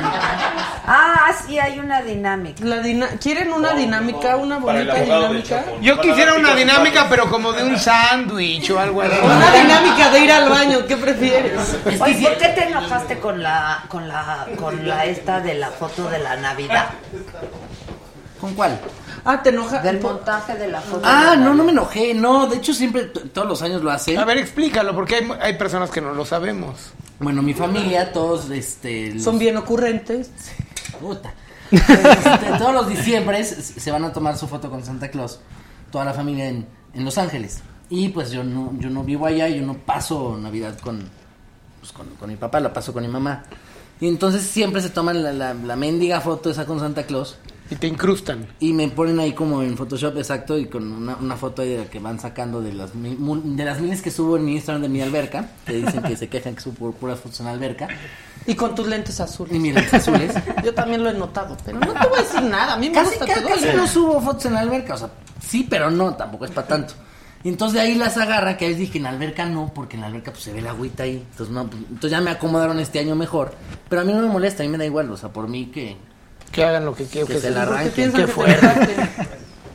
Speaker 2: ah, sí, hay una dinámica.
Speaker 13: La dina- ¿Quieren una dinámica, una
Speaker 3: Para el
Speaker 13: bonita
Speaker 3: abogado de
Speaker 13: dinámica?
Speaker 3: Chapo.
Speaker 10: Yo
Speaker 3: Para
Speaker 10: quisiera
Speaker 3: dar
Speaker 10: una
Speaker 3: picos
Speaker 10: dinámica,
Speaker 3: simpáticos.
Speaker 10: pero como de un sándwich o algo así.
Speaker 13: Una dinámica de ir al baño, ¿qué prefieres?
Speaker 2: Oye, ¿por qué te enojaste con la, con la, con la esta de la foto de la Navidad?
Speaker 7: ¿Con cuál?
Speaker 13: Ah, te enoja.
Speaker 2: Del montaje de la foto.
Speaker 7: Ah,
Speaker 2: de la
Speaker 7: no, no
Speaker 2: Navidad.
Speaker 7: me enojé. No, de hecho siempre, t- todos los años lo hacen.
Speaker 10: A ver, explícalo, porque hay, hay personas que no lo sabemos.
Speaker 7: Bueno, mi familia, todos, este... los-
Speaker 13: Son bien ocurrentes.
Speaker 7: Puta. Este, todos los diciembres se van a tomar su foto con Santa Claus. toda la familia en, en Los Ángeles. Y pues yo no, yo no vivo allá, yo no paso Navidad con, pues, con, con mi papá, la paso con mi mamá. Y entonces siempre se toman la, la, la mendiga foto esa con Santa Claus.
Speaker 10: Y te incrustan.
Speaker 7: Y me ponen ahí como en Photoshop, exacto, y con una, una foto ahí de la que van sacando de las, mi- mu- de las miles que subo en mi Instagram de mi alberca. Que dicen que se quejan que subo puras fotos en la alberca.
Speaker 13: Y con tus lentes azules.
Speaker 7: Y mis lentes azules.
Speaker 13: Yo también lo he notado, pero no te voy a decir nada. A mí me
Speaker 7: Casi-
Speaker 13: gusta,
Speaker 7: ca-
Speaker 13: te doy.
Speaker 7: casi no subo fotos en la alberca, o sea, sí, pero no, tampoco es para tanto. Y entonces de ahí las agarra, que a veces dije, en la alberca no, porque en la alberca pues se ve la agüita ahí. Entonces, no, pues, entonces ya me acomodaron este año mejor. Pero a mí no me molesta, a mí me da igual, o sea, por mí que...
Speaker 10: Que hagan lo que quieran.
Speaker 7: Que,
Speaker 10: que
Speaker 7: se
Speaker 10: se-
Speaker 7: la
Speaker 10: ¿Por qué
Speaker 7: arranquen.
Speaker 10: piensan que te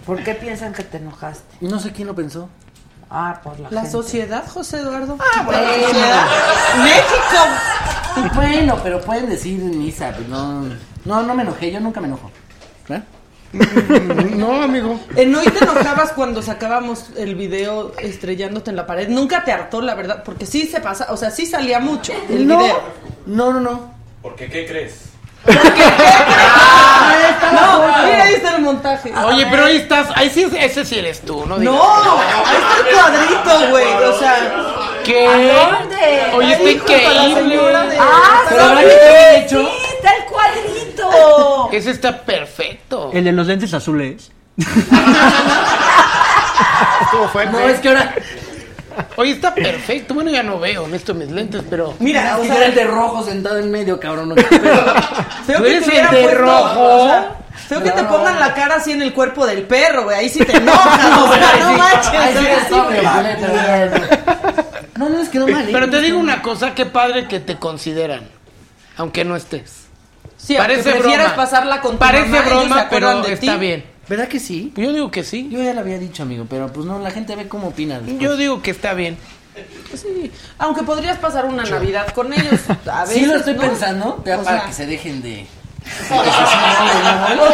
Speaker 2: ¿Por qué piensan que te enojaste?
Speaker 7: No sé quién lo pensó.
Speaker 2: Ah, por la,
Speaker 13: La
Speaker 2: gente. Ah,
Speaker 13: sociedad, José Eduardo.
Speaker 2: bueno,
Speaker 13: La
Speaker 2: sí.
Speaker 13: sociedad. ¡México!
Speaker 7: Bueno, pero pueden decir en misa, pues, no, no, no me enojé, yo nunca me enojo.
Speaker 10: ¿Eh? No, amigo.
Speaker 13: En hoy te enojabas cuando sacábamos el video estrellándote en la pared. Nunca te hartó, la verdad, porque sí se pasa, o sea, sí salía mucho el
Speaker 7: No,
Speaker 13: video.
Speaker 7: No, no, no.
Speaker 3: Porque, ¿qué crees?
Speaker 2: Ah.
Speaker 13: No, mira, ahí está el montaje.
Speaker 10: Oye, pero ahí estás, ahí sí, ese sí eres tú, ¿no?
Speaker 13: No, ahí está el cuadrito, güey. O sea,
Speaker 10: ¿Qué?
Speaker 2: ¿Eh?
Speaker 7: ¿Ah,
Speaker 13: ¿A
Speaker 2: dónde?
Speaker 10: Oye,
Speaker 13: Ahí junto
Speaker 10: está
Speaker 13: a la
Speaker 10: increíble.
Speaker 13: señora de-
Speaker 2: Ah,
Speaker 10: Pero
Speaker 2: sí,
Speaker 10: ¿verdad que está bien hecho?
Speaker 2: sí, está el cuadrito.
Speaker 10: Ese está perfecto.
Speaker 14: El de los lentes azules.
Speaker 10: Estuvo fuerte.
Speaker 14: No, es que
Speaker 7: ahora.
Speaker 10: Oye, está perfecto. Bueno, ya no veo, necesito mis lentes, pero.
Speaker 13: Mira,
Speaker 7: o
Speaker 13: o
Speaker 7: sea,
Speaker 13: sea-
Speaker 7: era el de rojo sentado en medio, cabrón. no te pedo.
Speaker 13: Feo
Speaker 10: Tú
Speaker 13: que
Speaker 10: eres
Speaker 13: te
Speaker 10: el
Speaker 13: hubieran
Speaker 10: de
Speaker 13: puesto,
Speaker 10: rojo.
Speaker 13: o sea, feo que te
Speaker 7: No.
Speaker 13: pongan la cara así en el cuerpo del perro, güey. Ahí sí te enojas, o sea, no manches.
Speaker 7: Ay, sí,
Speaker 13: o sea,
Speaker 7: eres
Speaker 13: sí,
Speaker 7: hombre,
Speaker 13: güey.
Speaker 7: No, no, es que no mal.
Speaker 10: Pero te digo una cosa, qué padre que te consideran, aunque no estés.
Speaker 13: Sí, aunque prefieras pasarla con tu
Speaker 10: Parece
Speaker 13: mamá, ellos se
Speaker 10: broma, pero
Speaker 13: acuerdan de
Speaker 10: está
Speaker 13: ti.
Speaker 10: bien.
Speaker 7: ¿Verdad que sí?
Speaker 10: Yo digo que sí.
Speaker 7: Yo ya lo había dicho, amigo, pero pues no, la gente ve cómo opina. después.
Speaker 10: Yo digo que está bien.
Speaker 13: Sí, aunque podrías pasar una Navidad con ellos. A veces,
Speaker 7: sí lo estoy
Speaker 13: ¿no?
Speaker 7: pensando, ya
Speaker 13: O
Speaker 7: para
Speaker 13: sea,
Speaker 7: que se dejen de...
Speaker 13: O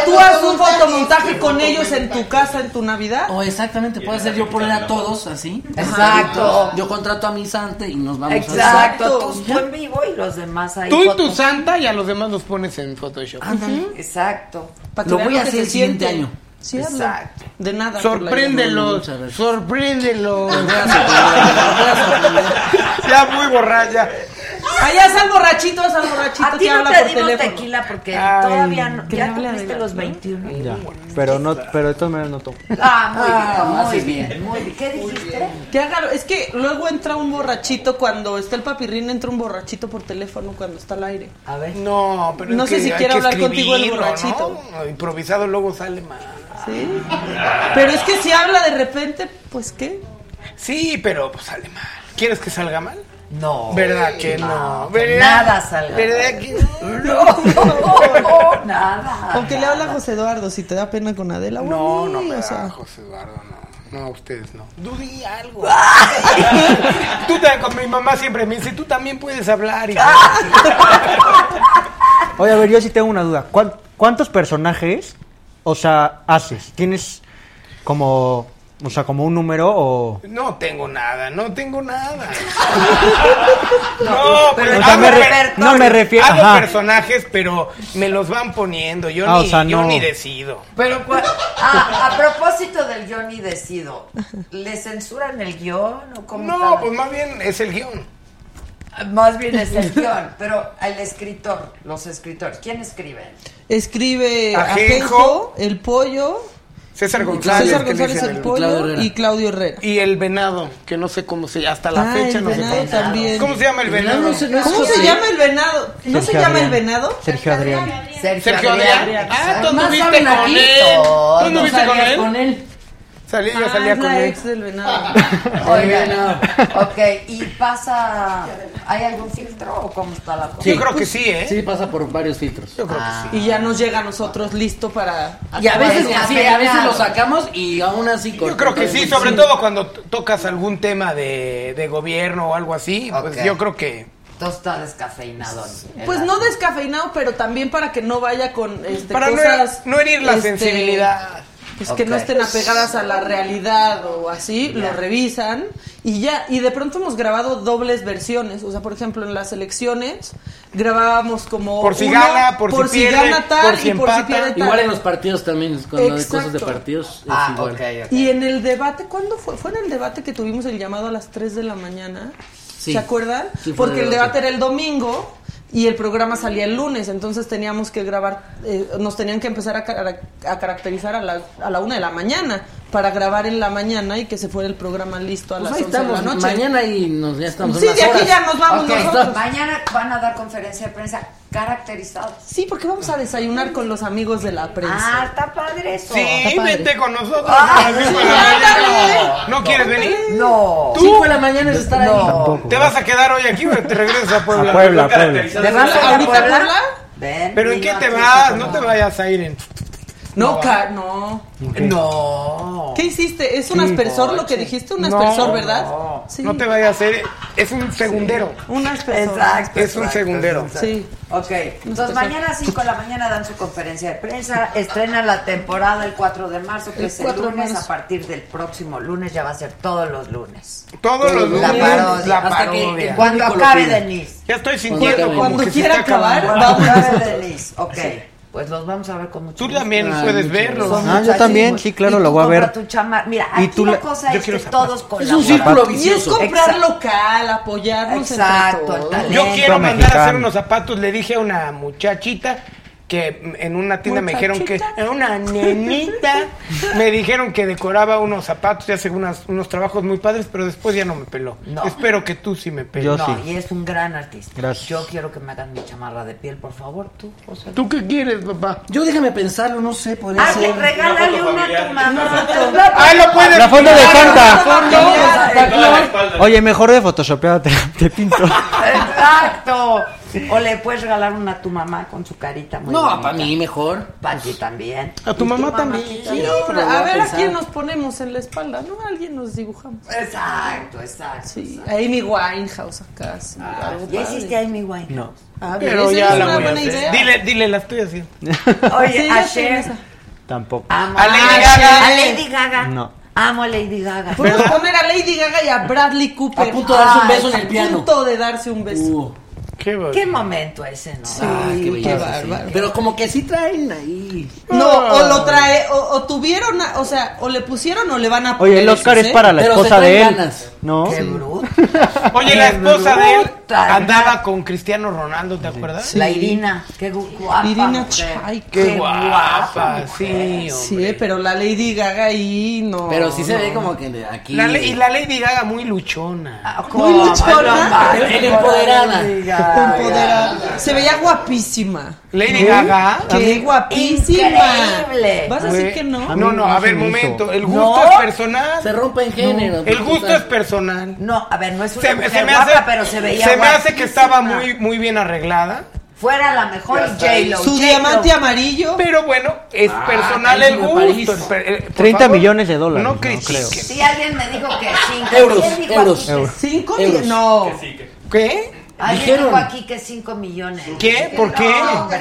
Speaker 13: tú haz un fotomontaje con ellos en tu casa, en tu Navidad.
Speaker 7: O exactamente, puede ser yo poner a todos así.
Speaker 2: Exacto.
Speaker 7: Yo contrato a mi sante y nos vamos a...
Speaker 2: Exacto, tú, tú en vivo y los demás ahí.
Speaker 10: Tú y tu
Speaker 2: fotos.
Speaker 10: santa y a los demás los pones en Photoshop.
Speaker 2: Ándale, Exacto.
Speaker 13: Para
Speaker 7: Ah,
Speaker 13: que
Speaker 7: Lo
Speaker 13: vean
Speaker 7: voy a
Speaker 13: que
Speaker 7: hacer
Speaker 13: se
Speaker 7: el siguiente
Speaker 13: siente.
Speaker 7: año.
Speaker 13: Sí, hazlo.
Speaker 2: Exacto.
Speaker 13: De nada. por la
Speaker 10: Sorpréndelos, sorpréndelos. ya muy borracha.
Speaker 13: Allá sal borrachito, sal borrachito
Speaker 2: A
Speaker 13: que
Speaker 2: ti no
Speaker 13: habla
Speaker 2: te
Speaker 13: por
Speaker 2: dimos
Speaker 13: teléfono.
Speaker 2: tequila porque
Speaker 10: Ay,
Speaker 2: todavía no.
Speaker 13: que
Speaker 2: Ya
Speaker 13: habla de
Speaker 2: cumpliste
Speaker 13: la-
Speaker 2: los 21.
Speaker 14: Ya. Pero, no, pero de todas maneras no tomo.
Speaker 2: Ah,
Speaker 7: Ah,
Speaker 2: muy
Speaker 7: haces
Speaker 2: bien,
Speaker 7: bien.
Speaker 2: muy bien, muy bien. ¿Qué dijiste?
Speaker 13: Qué ágaro, es que luego entra un borrachito cuando está el papirrín, entra un borrachito por teléfono cuando está al aire.
Speaker 2: A ver.
Speaker 10: No, pero
Speaker 13: No
Speaker 10: es
Speaker 13: sé
Speaker 10: que
Speaker 13: si
Speaker 10: hay
Speaker 13: quiere
Speaker 10: que
Speaker 13: hablar contigo el
Speaker 10: escribirlo,
Speaker 13: borrachito.
Speaker 10: ¿no? Improvisado luego sale mal.
Speaker 13: Sí. Pero es que si habla de repente, pues qué.
Speaker 10: Sí, pero pues sale mal. ¿Quieres que salga mal?
Speaker 2: No.
Speaker 10: ¿Verdad que no?
Speaker 2: que
Speaker 10: ¿Verdad?
Speaker 2: nada salga
Speaker 10: ¿Verdad que no?
Speaker 2: No, nada.
Speaker 13: Aunque le habla José Eduardo, si te da pena con Adela,
Speaker 10: No,
Speaker 13: güey,
Speaker 10: no me
Speaker 13: o
Speaker 10: da,
Speaker 13: sea.
Speaker 10: José Eduardo, no. No, ustedes no. Tú di algo. tú te, con mi mamá siempre me dice, tú también puedes hablar. Y
Speaker 14: Oye, a ver, yo sí tengo una duda. ¿Cuán- ¿Cuántos personajes, o sea, haces? ¿Tienes como, o sea, como un número o...?
Speaker 10: No tengo nada, no tengo nada. no, pero
Speaker 14: o sea,
Speaker 10: hago
Speaker 14: me re-
Speaker 10: per-
Speaker 14: no me refiero-
Speaker 10: Hago
Speaker 14: ajá.
Speaker 10: personajes, pero me los van poniendo. Yo,
Speaker 14: Ah, o
Speaker 10: ni,
Speaker 14: sea,
Speaker 10: yo
Speaker 14: no.
Speaker 10: ni decido.
Speaker 2: Pero cua- ah, a propósito del Johnny Decido, ¿le censuran el guión o cómo
Speaker 10: No,
Speaker 2: está?
Speaker 10: pues más bien es el guión.
Speaker 2: Más bien es el guión, pero el escritor, los escritores, ¿quién escribe?
Speaker 13: Escribe
Speaker 10: Ajenjo.
Speaker 13: Ajenjo, El Pollo,
Speaker 10: César González.
Speaker 13: César
Speaker 10: que
Speaker 13: González
Speaker 10: dicen
Speaker 13: El
Speaker 10: el-
Speaker 7: Claudio
Speaker 13: Pollo
Speaker 7: Herrera.
Speaker 13: y Claudio Herrera.
Speaker 10: Y el venado, que no sé cómo se llama, hasta la
Speaker 13: Ah,
Speaker 10: fecha
Speaker 13: el
Speaker 10: no sé
Speaker 13: venado
Speaker 10: cómo.
Speaker 13: también.
Speaker 10: ¿Cómo se llama el venado?
Speaker 7: No, no sé, no es
Speaker 13: ¿Cómo se
Speaker 7: José.
Speaker 13: llama el venado? ¿No se
Speaker 14: Sergio
Speaker 13: llama el
Speaker 14: Adrián.
Speaker 13: venado?
Speaker 14: Sergio Adrián.
Speaker 10: Sergio Adrián. Ah, tú anduviste
Speaker 2: saben
Speaker 10: con
Speaker 2: aquí
Speaker 10: él.
Speaker 2: todos.
Speaker 10: ¿Tú anduviste con él?
Speaker 7: Con él.
Speaker 10: Salí, yo
Speaker 13: Ah,
Speaker 10: salía
Speaker 13: es
Speaker 10: con
Speaker 13: la
Speaker 10: él.
Speaker 13: ex del venado.
Speaker 2: Oigan, ok, ¿y pasa, hay algún filtro o cómo está la cosa?
Speaker 10: Yo creo que sí, Ah. ¿eh?
Speaker 7: Sí, pasa por varios filtros.
Speaker 10: Yo creo que sí.
Speaker 13: Y ya nos llega a nosotros listo para.
Speaker 7: Y a veces,
Speaker 2: Pues,
Speaker 7: sí, a veces
Speaker 2: apenas.
Speaker 7: lo sacamos y aún así...
Speaker 10: Yo creo que sí, sobre todo cuando t- tocas algún tema de, de gobierno o algo así, pues
Speaker 2: Ok.
Speaker 10: yo creo que...
Speaker 2: Todo está descafeinado.
Speaker 13: Pues no descafeinado, pero también para que no vaya con este,
Speaker 10: para no,
Speaker 13: cosas.
Speaker 10: no herir la
Speaker 13: este,
Speaker 10: sensibilidad.
Speaker 13: pues que no
Speaker 2: Ok.
Speaker 13: estén apegadas a la realidad o así, lo revisan y ya, y de pronto hemos grabado dobles versiones, o sea, por ejemplo, en las elecciones grabábamos como
Speaker 10: Por si
Speaker 13: una
Speaker 10: gana, por si pierde,
Speaker 13: tal
Speaker 10: por si
Speaker 13: y por si
Speaker 10: empata.
Speaker 13: pierde tal.
Speaker 7: Igual en los partidos también, cuando hay cosas de
Speaker 13: Exacto.
Speaker 7: partidos. es
Speaker 10: Ah,
Speaker 7: igual.
Speaker 10: ok,
Speaker 13: Y en el debate, ¿cuándo fue? Fue en el debate que tuvimos el llamado a las 3 de la mañana.
Speaker 7: Sí.
Speaker 13: ¿Se acuerdan?
Speaker 7: Sí, fue
Speaker 13: Porque
Speaker 7: el
Speaker 13: el
Speaker 7: debate.
Speaker 13: debate era el domingo y el programa salía el lunes, entonces teníamos que grabar, eh, nos tenían que empezar a, cara- a caracterizar a la, a la una de la mañana para grabar en la mañana y que se fuera el programa listo a
Speaker 7: Pues
Speaker 13: las
Speaker 7: ahí
Speaker 13: 11 de la
Speaker 7: estamos,
Speaker 13: noche.
Speaker 7: mañana y nos, ya estamos
Speaker 13: Sí,
Speaker 7: unas
Speaker 13: de aquí
Speaker 7: horas.
Speaker 13: ya nos vamos
Speaker 7: Ok,
Speaker 13: nosotros.
Speaker 2: Mañana van a dar conferencia de prensa caracterizada.
Speaker 13: Sí, porque vamos a desayunar con los amigos de la prensa.
Speaker 2: Ah, está padre eso.
Speaker 10: Sí,
Speaker 13: Oh, Está padre.
Speaker 10: vete con nosotros.
Speaker 13: Ah,
Speaker 10: a las
Speaker 13: sí,
Speaker 10: cinco de la mañana.
Speaker 13: ándale.
Speaker 10: ¿No quieres venir?
Speaker 2: No.
Speaker 10: ¿Tú?
Speaker 7: Cinco de la mañana es estar ahí.
Speaker 10: Te vas a quedar hoy aquí, pero te regresas a Puebla.
Speaker 14: A Puebla,
Speaker 10: No
Speaker 14: a Puebla.
Speaker 10: caracterizas
Speaker 13: ¿Te vas
Speaker 10: nada.
Speaker 13: ahorita a Puebla?
Speaker 10: ¿Pero en qué te vas? No te vayas a ir en...
Speaker 13: No, ca- no.
Speaker 10: No.
Speaker 13: ¿Qué hiciste? Es un aspersor lo que dijiste, un aspersor, ¿verdad?
Speaker 10: No,
Speaker 13: Sí.
Speaker 10: no te vayas a hacer. Es un segundero.
Speaker 13: Un aspersor.
Speaker 2: Exacto.
Speaker 10: Es un segundero.
Speaker 13: Sí.
Speaker 2: Ok, entonces
Speaker 13: Entonces-
Speaker 2: mañana a 5 de la mañana dan su conferencia de prensa, estrenan la temporada el 4 de marzo, que
Speaker 13: El
Speaker 2: es el
Speaker 13: 4 de
Speaker 2: lunes,
Speaker 13: marzo.
Speaker 2: a partir del próximo lunes ya va a ser todos los lunes.
Speaker 10: Todos los
Speaker 2: La
Speaker 10: lunes,
Speaker 2: parodia,
Speaker 10: la
Speaker 2: hasta que-
Speaker 10: parodia.
Speaker 2: que cuando
Speaker 10: Público lo
Speaker 2: acabe
Speaker 10: pide.
Speaker 2: Denise.
Speaker 10: Ya estoy sintiendo
Speaker 13: Cuando-
Speaker 10: como
Speaker 13: cuando
Speaker 10: que se
Speaker 13: quiera
Speaker 10: está acabando.
Speaker 13: acabar,
Speaker 2: Cuando
Speaker 13: vamos.
Speaker 2: acabe Denise, ok. Pues los vamos a ver con mucho
Speaker 10: Tú también
Speaker 14: Ay,
Speaker 10: puedes
Speaker 14: muchas
Speaker 10: verlos.
Speaker 14: gracias. Ah, yo también, sí, claro, lo voy a ver.
Speaker 2: Tu chama- Mira,
Speaker 14: Y
Speaker 2: aquí
Speaker 14: tú
Speaker 2: la
Speaker 14: la-
Speaker 2: cosa
Speaker 14: yo
Speaker 2: es que
Speaker 14: quiero
Speaker 2: todos
Speaker 13: Es
Speaker 2: colaboran.
Speaker 13: un círculo vicioso. Y es comprar
Speaker 2: Exacto.
Speaker 13: local, apoyarnos
Speaker 2: Exacto,
Speaker 13: entre
Speaker 2: el
Speaker 13: todos.
Speaker 2: talento.
Speaker 10: Yo quiero mandar a hacer
Speaker 14: mexicano.
Speaker 10: unos zapatos. Le dije a una muchachita que mm, en una tienda me dijeron que.
Speaker 13: Muchachita.
Speaker 10: a Una nenita. me dijeron que decoraba unos zapatos y hace unas- unos trabajos muy padres, pero después ya no me peló.
Speaker 2: No.
Speaker 10: Espero que tú sí me peles.
Speaker 14: Yo
Speaker 2: Eh, no,
Speaker 14: sí.
Speaker 2: y es un gran artista.
Speaker 14: Gracias.
Speaker 2: Yo quiero que me hagan mi chamarra de piel, por favor, tú. O sea,
Speaker 10: ¿Tú qué quieres, papá?
Speaker 7: Yo déjame pensarlo, no sé, podría
Speaker 2: Alguien
Speaker 7: ser.
Speaker 2: regálale
Speaker 3: foto
Speaker 2: una a
Speaker 3: familiar.
Speaker 2: tu mamá.
Speaker 10: ¡Ah, lo puedes!
Speaker 14: La foto de
Speaker 10: quitar!
Speaker 14: Santa.
Speaker 10: ¡La foto!
Speaker 3: Toda la espalda.
Speaker 14: Oye, mejor de photoshopeada te, te pinto.
Speaker 2: Exacto. O le puedes regalar una a tu mamá con su carita muy
Speaker 7: No,
Speaker 2: bonita.
Speaker 7: para mí mejor.
Speaker 2: Para ti también.
Speaker 10: A tu
Speaker 2: Y
Speaker 10: mamá también.
Speaker 13: Sí,
Speaker 2: también.
Speaker 13: pero a ver a
Speaker 7: pensar.
Speaker 13: quién nos ponemos en la espalda, ¿no? A alguien nos dibujamos.
Speaker 2: Exacto, exacto.
Speaker 13: Sí, a Amy Winehouse acá. sí, algo
Speaker 2: ¿Ya
Speaker 13: padre.
Speaker 2: hiciste ahí mi guay?
Speaker 14: No.
Speaker 13: Ah, bien,
Speaker 10: Pero
Speaker 13: esa
Speaker 10: ya
Speaker 13: es
Speaker 10: la
Speaker 13: una
Speaker 10: voy a
Speaker 13: buena idea.
Speaker 10: hacer. Dile, dile, la estoy haciendo.
Speaker 2: Oye,
Speaker 13: Sí, ya tiene
Speaker 2: ayer
Speaker 13: esa.
Speaker 14: Tampoco.
Speaker 2: amo
Speaker 10: A Lady Gaga.
Speaker 2: A Lady Gaga.
Speaker 14: No.
Speaker 2: Amo a Lady Gaga.
Speaker 13: Podemos poner a Lady Gaga y a Bradley Cooper.
Speaker 7: A punto de darse un beso en
Speaker 13: Ay,
Speaker 7: el piano.
Speaker 13: A punto de darse un beso.
Speaker 7: Uh,
Speaker 10: Qué bueno.
Speaker 2: Qué momento ese, ¿no?
Speaker 7: ah, qué belleza, sí.
Speaker 13: bárbaro.
Speaker 7: Pero como que sí traen ahí.
Speaker 13: No, o lo trae, o, o tuvieron, a- o sea, o le pusieron o le van a
Speaker 14: Oye, el Oscar es
Speaker 13: ¿eh?
Speaker 14: para la
Speaker 7: Pero se
Speaker 14: esposa
Speaker 7: traen
Speaker 14: de él.
Speaker 7: ganas.
Speaker 14: No.
Speaker 2: Qué bruto.
Speaker 10: Oye, la esposa de él
Speaker 2: Puta.
Speaker 10: andaba con Cristiano Ronaldo, ¿te acuerdas?
Speaker 2: La Irina. Qué gu- guapa.
Speaker 13: Irina
Speaker 2: mujer.
Speaker 13: Chay,
Speaker 10: Qué, guapa, sí.
Speaker 13: Sí,
Speaker 10: hombre.
Speaker 13: eh, pero la Lady Gaga ahí no.
Speaker 7: Pero sí se
Speaker 13: no.
Speaker 7: ve como que de aquí.
Speaker 10: La le- y la Lady Gaga muy luchona.
Speaker 2: Ah, ¿cómo?
Speaker 13: luchona.
Speaker 2: Ay, no,
Speaker 7: Era empoderada.
Speaker 2: Lady Gaga.
Speaker 13: Empoderada. Se veía guapísima.
Speaker 10: Lady Gaga.
Speaker 13: Qué guapísima.
Speaker 2: Increíble.
Speaker 13: ¿Vas a
Speaker 10: Güey,
Speaker 13: decir que no?
Speaker 10: No, no, a ver, momento. El gusto es
Speaker 7: Se
Speaker 10: personal.
Speaker 7: rompe en género.
Speaker 10: El gusto es personal.
Speaker 2: No, a ver, no es una
Speaker 10: Se,
Speaker 2: mujer
Speaker 10: se me hace,
Speaker 2: guapa, pero se veía
Speaker 10: me hace
Speaker 2: guapísima.
Speaker 10: que estaba muy, muy bien arreglada.
Speaker 2: Fuera la mejor y J-Lo.
Speaker 13: Su
Speaker 2: J-Lo.
Speaker 13: diamante amarillo.
Speaker 10: Pero bueno, es personal
Speaker 7: Caribe
Speaker 10: el
Speaker 7: de
Speaker 10: gusto.
Speaker 7: París.
Speaker 10: el per- eh, por
Speaker 14: 30 millones de dólares,
Speaker 10: No
Speaker 14: no
Speaker 10: critiques.
Speaker 2: Sí, alguien me dijo que cinco.
Speaker 7: Euros,
Speaker 2: ¿Quién dijo
Speaker 7: euros,
Speaker 2: aquí que
Speaker 14: euros.
Speaker 13: Cinco
Speaker 7: Euros.
Speaker 13: mil- No.
Speaker 10: ¿Qué?
Speaker 2: Alguien
Speaker 7: Dijeron.
Speaker 2: dijo aquí que 5 millones.
Speaker 10: ¿Qué? ¿Por qué?
Speaker 2: No, hombre.